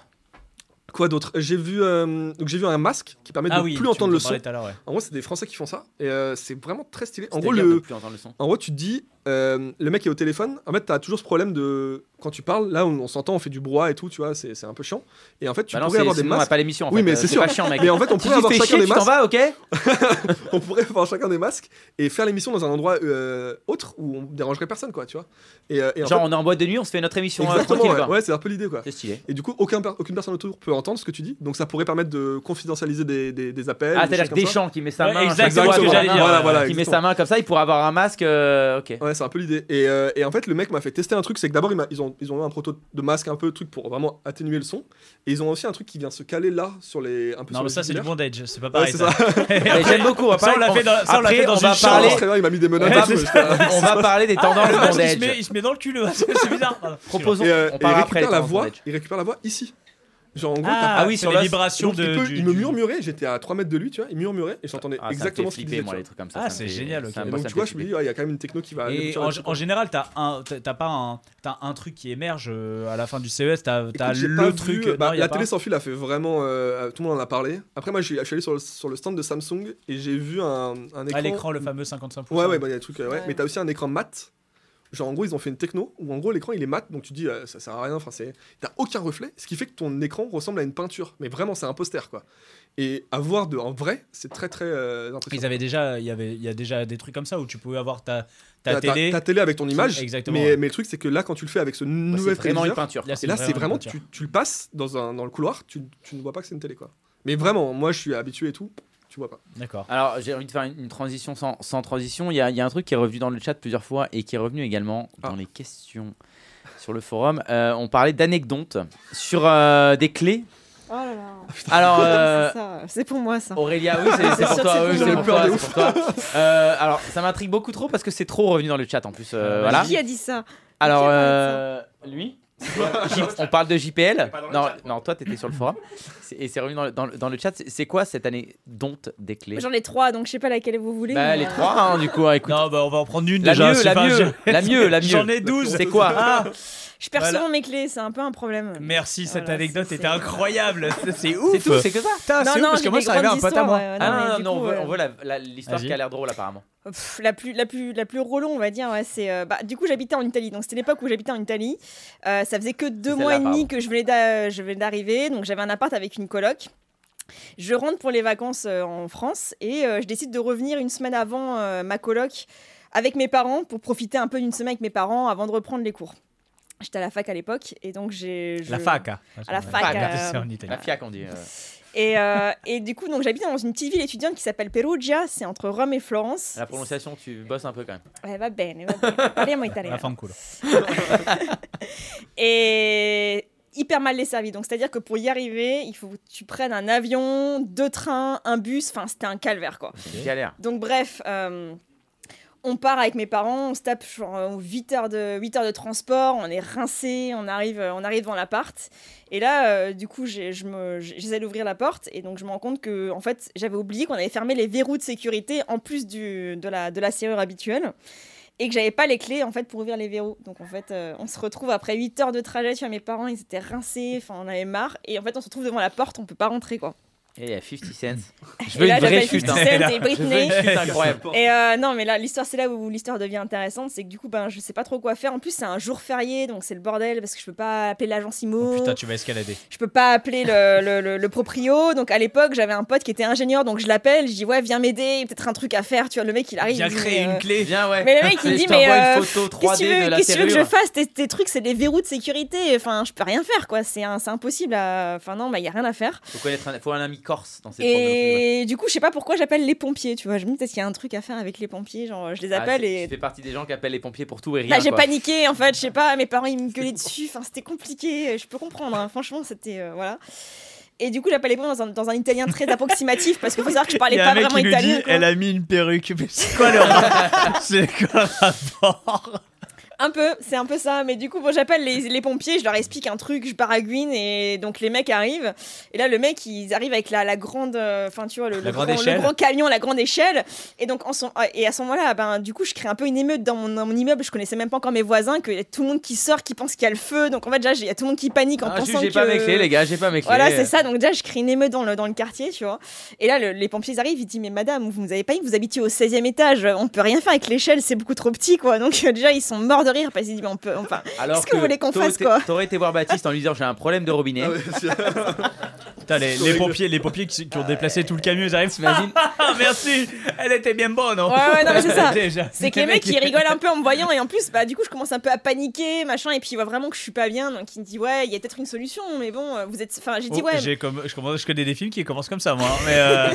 Speaker 4: Quoi d'autre J'ai vu, euh, donc j'ai vu un masque qui permet de
Speaker 2: Ah oui,
Speaker 4: plus
Speaker 2: tu
Speaker 4: entendre
Speaker 2: nous
Speaker 4: le
Speaker 2: en
Speaker 4: son.
Speaker 2: parlais tout à l'heure, ouais.
Speaker 4: En gros, c'est des Français qui font ça et euh, c'est vraiment très stylé. En
Speaker 3: C'est-à-dire
Speaker 4: gros,
Speaker 3: de
Speaker 4: le,
Speaker 3: plus entendre le son.
Speaker 4: en gros, tu te dis, euh, le mec est au téléphone. En fait, t'as toujours ce problème de quand tu parles, là, on, on s'entend, on fait du brouhaha et tout, tu vois, c'est c'est un peu chiant. Et en fait, tu
Speaker 3: Bah non,
Speaker 4: pourrais
Speaker 3: c'est-
Speaker 4: avoir des
Speaker 3: sinon, on n'a
Speaker 4: masques.
Speaker 3: pas l'émission. en
Speaker 4: Oui,
Speaker 3: fait.
Speaker 4: mais
Speaker 3: Euh,
Speaker 4: c'est sûr.
Speaker 3: pas chiant, mec.
Speaker 4: Mais en fait, on
Speaker 3: Si
Speaker 4: pourrait
Speaker 3: tu te
Speaker 4: avoir
Speaker 3: fais
Speaker 4: chacun
Speaker 3: chier,
Speaker 4: des
Speaker 3: tu t'en
Speaker 4: masques.
Speaker 3: vas, ok
Speaker 4: on pourrait <laughs> avoir chacun des masques et faire l'émission dans un endroit euh, autre où on dérangerait personne, quoi, tu vois. Et, euh, et en
Speaker 3: Genre,
Speaker 4: fait-
Speaker 3: on est en boîte de nuit, on se fait notre émission euh,
Speaker 4: exactement,
Speaker 3: tranquille.
Speaker 4: ouais,
Speaker 3: quoi.
Speaker 4: ouais, c'est un peu l'idée, quoi.
Speaker 3: C'est stylé.
Speaker 4: Et du coup, aucun per- aucune personne autour peut entendre ce que tu dis, donc ça pourrait permettre de confidentialiser des, des, des appels.
Speaker 3: Ah,
Speaker 4: des
Speaker 3: c'est-à-dire
Speaker 4: choses comme ça.
Speaker 3: Deschamps qui met sa
Speaker 2: Ouais,
Speaker 3: main.
Speaker 2: exactement,
Speaker 3: chaque fois
Speaker 4: Exactement.
Speaker 3: qu'il parle,
Speaker 4: Voilà, voilà,
Speaker 3: Qui met
Speaker 4: exactement.
Speaker 3: sa main comme ça, il pourra avoir un masque. euh, Ok.
Speaker 4: Ouais, c'est un peu l'idée. Et, euh, et en fait, le mec m'a fait tester un truc, c'est que d'abord, il m'a- ils ont, ils ont un proto de masque un peu truc pour vraiment atténuer le son. Et ils ont aussi un truc qui vient se caler là, sur les. Un peu sur
Speaker 2: Non, mais
Speaker 4: les
Speaker 2: ça, c'est du
Speaker 4: jugulaires.
Speaker 2: bondage, c'est pas
Speaker 4: Ouais,
Speaker 2: pareil.
Speaker 4: c'est
Speaker 2: ça.
Speaker 4: ça.
Speaker 2: Et
Speaker 3: Mais
Speaker 2: après-
Speaker 3: J'aime beaucoup.
Speaker 2: Ça, on l'a fait dans- ça, on l'a
Speaker 3: après,
Speaker 2: fait dans
Speaker 3: on
Speaker 2: une
Speaker 3: va
Speaker 2: chambre.
Speaker 3: parler.
Speaker 4: Charles Trainer, il m'a mis des menottes.
Speaker 2: Ouais,
Speaker 4: et tout,
Speaker 2: c'est
Speaker 4: mais j'étais là.
Speaker 3: On va parler des
Speaker 2: Ah,
Speaker 3: tendances
Speaker 2: le masque, il, se met,
Speaker 3: bondage.
Speaker 2: il se met dans le cul, le masque,
Speaker 3: <laughs>
Speaker 2: c'est bizarre. Pardon.
Speaker 3: Proposons.
Speaker 4: Et, euh,
Speaker 3: <laughs> On
Speaker 4: et
Speaker 3: parlera
Speaker 4: il
Speaker 3: après les
Speaker 4: récupère la
Speaker 3: tendances
Speaker 4: voix.
Speaker 3: bondage.
Speaker 4: Il récupère la voix ici. Genre, en gros,
Speaker 2: Ah,
Speaker 4: t'as-
Speaker 3: oui,
Speaker 2: c'est
Speaker 3: sur
Speaker 2: les
Speaker 3: la-
Speaker 2: vibrations
Speaker 4: Donc, il,
Speaker 2: de.
Speaker 4: peut-
Speaker 2: du-
Speaker 4: il me
Speaker 2: du-
Speaker 4: murmurait, j'étais à 3 mètres de lui, tu vois, il murmurait et j'entendais
Speaker 3: Ah, ça me fait
Speaker 4: exactement ce qu'il
Speaker 3: flipper,
Speaker 4: disait.
Speaker 3: moi,
Speaker 4: tu
Speaker 3: les
Speaker 4: vois.
Speaker 3: trucs comme ça.
Speaker 2: Ah,
Speaker 3: ça me
Speaker 2: c'est
Speaker 3: fait-
Speaker 2: génial,
Speaker 3: ça
Speaker 2: ok.
Speaker 3: me- moi,
Speaker 4: Et
Speaker 3: ça
Speaker 4: donc,
Speaker 3: me
Speaker 4: tu vois,
Speaker 3: fait
Speaker 4: je me
Speaker 3: flipper.
Speaker 4: dis, ah, il y a quand même une techno qui va.
Speaker 2: Et
Speaker 4: déclencher
Speaker 2: en,
Speaker 4: là-dessus,
Speaker 2: en général, t'as un, t'as- t'as pas un, t'as un truc qui émerge euh, à la fin du CES. T'as,
Speaker 4: Écoute,
Speaker 2: t'as
Speaker 4: j'ai
Speaker 2: le
Speaker 4: pas vu,
Speaker 2: truc.
Speaker 4: bah,
Speaker 2: non, y a
Speaker 4: la
Speaker 2: pas.
Speaker 4: télé sans fil a fait vraiment. euh, tout le monde en a parlé. Après, moi, j'ai- je suis allé sur le, sur le stand de Samsung et j'ai vu un, un écran.
Speaker 2: à Ah, l'écran, le fameux 55%.
Speaker 4: Ouais, ouais, bah, il y a des trucs. euh, ouais.
Speaker 5: Ouais.
Speaker 4: Mais t'as aussi un écran mat. Genre, en gros, ils ont fait une techno où, en gros, l'écran il est mat, donc tu dis, euh, ça sert à rien. Enfin, c'est. T'as aucun reflet, ce qui fait que ton écran ressemble à une peinture. Mais vraiment, c'est un poster, quoi. Et à voir de, en vrai, c'est très, très euh, impressionnant.
Speaker 2: Ils avaient déjà, il y avait, il y a déjà des trucs comme ça où tu pouvais avoir ta, ta
Speaker 4: T'as- t'as-
Speaker 2: télé.
Speaker 4: Ta télé avec ton image.
Speaker 2: Exactement,
Speaker 4: Mais,
Speaker 2: ouais. Bah,
Speaker 4: mais le truc, c'est que là, quand tu le fais avec ce
Speaker 3: Ouais, C'est
Speaker 4: nouvel
Speaker 3: vraiment une
Speaker 4: téléviseur,
Speaker 3: peinture.
Speaker 2: Là,
Speaker 4: et là, c'est
Speaker 2: une
Speaker 4: vraiment,
Speaker 2: peinture.
Speaker 4: tu, tu le passes dans, un, dans le couloir, tu, tu ne vois pas que c'est une télé, quoi. Mais vraiment, moi, je suis habitué et tout, tu vois pas.
Speaker 2: D'accord.
Speaker 3: Alors, j'ai envie de faire une une transition sans, sans transition. Il y, a, il y a un truc qui est revenu dans le chat plusieurs fois et qui est revenu également dans
Speaker 4: Ah.
Speaker 3: les questions sur le forum. Euh, on parlait d'anecdotes sur euh, des clés.
Speaker 5: Oh là là.
Speaker 3: Alors, euh,
Speaker 5: C'est ça, C'est pour moi ça.
Speaker 3: Aurélia, oui, c'est- c'est
Speaker 5: C'est
Speaker 3: pour
Speaker 5: sûr que
Speaker 3: toi.
Speaker 5: c'est
Speaker 3: oui,
Speaker 5: pour
Speaker 3: c'est
Speaker 4: moi.
Speaker 3: pour toi,
Speaker 4: J'avais peur de
Speaker 3: c'est pour toi. Euh, alors, ça m'intrigue beaucoup trop parce que c'est trop revenu dans le chat en plus. euh,
Speaker 4: Ah,
Speaker 2: Euh,
Speaker 3: voilà.
Speaker 5: Qui a dit ça
Speaker 3: Alors,
Speaker 5: Qui a parlé de
Speaker 3: euh,
Speaker 5: hein.
Speaker 3: lui
Speaker 5: <laughs>
Speaker 3: J- On parle de JPL Non, non toi, t'étais sur le forum. C'est- Et c'est revenu dans le, dans le- dans le chat. C'est- C'est quoi cette anecdote des clés
Speaker 5: J'en ai trois, donc je sais pas laquelle vous voulez.
Speaker 3: Bah,
Speaker 5: mais,
Speaker 3: Les
Speaker 5: euh,
Speaker 3: trois, hein, du coup. hein, Écoute,
Speaker 2: Non, bah on va en prendre une
Speaker 3: la,
Speaker 2: déjà.
Speaker 3: mieux,
Speaker 2: c'est
Speaker 3: la,
Speaker 2: pas-
Speaker 3: mieux, la mieux, la mieux.
Speaker 2: J'en ai 12.
Speaker 3: C'est quoi
Speaker 2: Ah,
Speaker 5: Je perds
Speaker 2: Voilà.
Speaker 5: souvent mes clés, c'est un peu un problème.
Speaker 2: Merci, cette
Speaker 5: Voilà,
Speaker 2: anecdote
Speaker 5: Oh c'est-
Speaker 2: était
Speaker 5: <laughs> c'est-
Speaker 2: incroyable. C'est- C'est ouf.
Speaker 3: C'est tout, c'est que ça
Speaker 2: Putain,
Speaker 5: Non,
Speaker 2: c'est ouf
Speaker 5: non,
Speaker 2: parce que
Speaker 5: j'ai
Speaker 2: moi,
Speaker 5: des
Speaker 2: ça arrivait
Speaker 5: grandes
Speaker 2: un pote à
Speaker 5: histoires,
Speaker 2: moi.
Speaker 5: ouais, ouais,
Speaker 3: Ah
Speaker 5: mais
Speaker 3: non, non,
Speaker 5: du
Speaker 3: non,
Speaker 5: coup,
Speaker 3: on veut,
Speaker 5: euh,
Speaker 3: on veut la- la- l'histoire
Speaker 2: Vas-y.
Speaker 3: qui a l'air drôle apparemment.
Speaker 5: Pff, la plus la plus la plus relou on va dire ouais, c'est euh, bah, du coup j'habitais en Italie donc c'était l'époque où j'habitais en Italie Euh, ça faisait que deux
Speaker 3: C'est
Speaker 5: mois et
Speaker 3: celle-là,
Speaker 5: demi que je venais d'a- je venais d'arriver donc j'avais un appart avec une coloc je rentre pour les vacances euh, en France et euh, je décide de revenir une semaine avant euh, ma coloc avec mes parents pour profiter un peu d'une semaine avec mes parents avant de reprendre les cours j'étais à la fac à l'époque et donc j'ai
Speaker 2: La
Speaker 5: je-
Speaker 2: fac. hein.
Speaker 5: À la
Speaker 2: Ouais,
Speaker 5: fac,
Speaker 2: c'est-
Speaker 5: euh,
Speaker 2: C'est en Italie.
Speaker 3: La FIAC, on dit. euh.
Speaker 5: et, euh, et du coup donc j'habite dans une petite ville étudiante qui s'appelle Perugia c'est entre Rome et Florence
Speaker 3: La prononciation, tu bosses un peu quand même.
Speaker 5: Eh, va bene va bene
Speaker 2: <laughs>
Speaker 5: parliamo
Speaker 2: La
Speaker 5: italiano
Speaker 2: femme cool.
Speaker 5: et hyper mal desservi. Donc, c'est-à-dire que pour y arriver, il faut que tu prennes un avion, deux trains, un bus. Enfin, c'était un calvaire, quoi.
Speaker 3: C'est une galère.
Speaker 5: Donc, bref, euh, on part avec mes parents, on se tape genre 8 heures de, 8 heures de transport, on est rincé, on arrive, euh, on arrive devant l'appart. Et là, euh, du coup, j'ai- je me- j'essaie d'ouvrir la porte et donc je me rends compte que, en fait, j'avais oublié qu'on avait fermé les verrous de sécurité en plus du, de, la, de la serrure habituelle et que j'avais pas les clés en fait pour ouvrir les verrous. Donc en fait, euh, on se retrouve après 8 heures de trajet, tu vois, mes parents, ils étaient rincés, enfin, on avait marre et en fait, on se retrouve devant la porte, on peut pas rentrer quoi.
Speaker 3: Et il y a 50 Eh, cents. Je
Speaker 5: et là,
Speaker 3: vraie
Speaker 5: j'appelle
Speaker 3: chute,
Speaker 2: <laughs>
Speaker 5: 50
Speaker 3: hein.
Speaker 5: Cent et
Speaker 3: Je veux
Speaker 5: Britney.
Speaker 3: une chute incroyable.
Speaker 5: Et euh, non, mais là, l'histoire, c'est là où l'histoire devient intéressante. C'est que du coup, ben, je sais pas trop quoi faire. En plus, c'est un jour férié, donc c'est le bordel parce que je peux pas appeler l'agence IMO.
Speaker 2: Oh, Putain, tu vas escalader.
Speaker 5: Je peux pas appeler le, <laughs> le- le- le proprio. Donc à l'époque, j'avais un pote qui était ingénieur, donc je l'appelle. Je dis, ouais, viens m'aider, il y a peut-être un truc à faire. Tu vois, le mec, il arrive.
Speaker 2: Viens
Speaker 5: il dit,
Speaker 2: créer
Speaker 5: mais,
Speaker 2: une
Speaker 3: <laughs>
Speaker 5: euh,
Speaker 2: clé.
Speaker 3: Viens, ouais.
Speaker 5: Mais le mec, il
Speaker 3: Je
Speaker 5: dit, mais.
Speaker 3: t'envoie
Speaker 5: euh,
Speaker 3: une photo
Speaker 5: Qu'est-ce
Speaker 3: 3D
Speaker 5: que tu veux,
Speaker 3: de la
Speaker 5: qu'est-ce que tu veux que je
Speaker 3: serrure.
Speaker 5: fasse tes, tes trucs, c'est des verrous de sécurité. Enfin, je peux rien faire, quoi. C'est un- c'est impossible. à- Enfin, non, il bah, y a rien à faire.
Speaker 3: Faut connaître un, faut un ami corse dans ces problèmes.
Speaker 5: Et du coup, je sais pas pourquoi j'appelle les pompiers. Tu vois, je me dis peut-être qu'il y a un truc à faire avec les pompiers. Genre, je les
Speaker 2: Ah,
Speaker 5: appelle et
Speaker 3: Ah, Tu fais partie des gens qui appellent les pompiers pour tout et rien.
Speaker 5: Bah, j'ai
Speaker 3: quoi.
Speaker 5: paniqué en fait, je sais pas, mes parents ils me gueulaient dessus, enfin c'était compliqué, je peux comprendre, hein. franchement c'était euh, voilà. Et du coup j'appelle les parents dans un, dans un italien très approximatif parce qu'il faut savoir que je parlais
Speaker 2: Il y a
Speaker 5: pas
Speaker 2: un mec
Speaker 5: vraiment
Speaker 2: qui lui
Speaker 5: italien.
Speaker 2: dit <laughs>
Speaker 5: quoi.
Speaker 2: Elle a mis une perruque. Mais c'est quoi le rapport C'est quoi le rapport
Speaker 5: Un peu, c'est un peu ça. Mais du coup, bon, j'appelle les, les pompiers, je leur explique un truc, je baragouine et donc les mecs arrivent. Et là, le mec, ils arrivent avec la, la grande, euh, enfin tu vois, le,
Speaker 2: La
Speaker 5: le
Speaker 2: grande
Speaker 5: grand, le
Speaker 2: échelle.
Speaker 5: grand camion, la grande échelle. Et donc, en son, et à ce moment-là, ben, du coup, je crée un peu une émeute dans mon, dans mon immeuble. Je connaissais même pas encore mes voisins, qu'il y a tout le monde qui sort, qui pense qu'il y a le feu. Donc en fait, déjà, j'ai- il y a tout le monde qui panique en
Speaker 3: Ah,
Speaker 5: pensant
Speaker 3: juste, j'ai pas
Speaker 5: que-
Speaker 3: mes clés, les gars, j'ai pas mes clés.
Speaker 5: voilà, c'est ça. Donc déjà, je crée une émeute dans le, dans le quartier, tu vois. Et là, le- les pompiers arrivent, ils disent Mais madame, vous nous avez pas dit que vous habitiez au 16e étage, on peut rien faire avec l'échelle, c'est beaucoup trop petit, quoi. Donc euh, déjà, ils sont morts de rire parce qu'ils disent Mais on peut. Enfin,
Speaker 3: Alors
Speaker 5: Qu'est-ce que vous voulez qu'on
Speaker 3: t'aurais
Speaker 5: fasse,
Speaker 3: été-
Speaker 5: quoi
Speaker 3: T'aurais été voir Baptiste en lui disant j'ai un problème de robinet.
Speaker 4: Ah ouais, c'est-
Speaker 2: Putain, les, les pompiers, les pompiers qui, qui ont déplacé tout le camion, ils arrivent.
Speaker 5: <laughs>
Speaker 3: T'imagines
Speaker 2: Ah, merci Elle était bien bonne, hein.
Speaker 5: Ouais, ouais, non, mais c'est ça.
Speaker 2: <laughs> Déjà.
Speaker 5: c'est que les mecs, ils rigolent un peu en me voyant, et en plus, bah, du coup, je commence un peu à paniquer, machin, et puis ils voient vraiment que je suis pas bien, donc ils me disent Ouais, il y a peut-être une solution, mais bon, euh, vous êtes. Enfin, j'ai dit
Speaker 2: Oh,
Speaker 5: Ouais.
Speaker 2: j'ai comme, je, commence- je connais des films qui commencent comme ça, moi. hein, Mais
Speaker 5: <laughs>
Speaker 2: euh,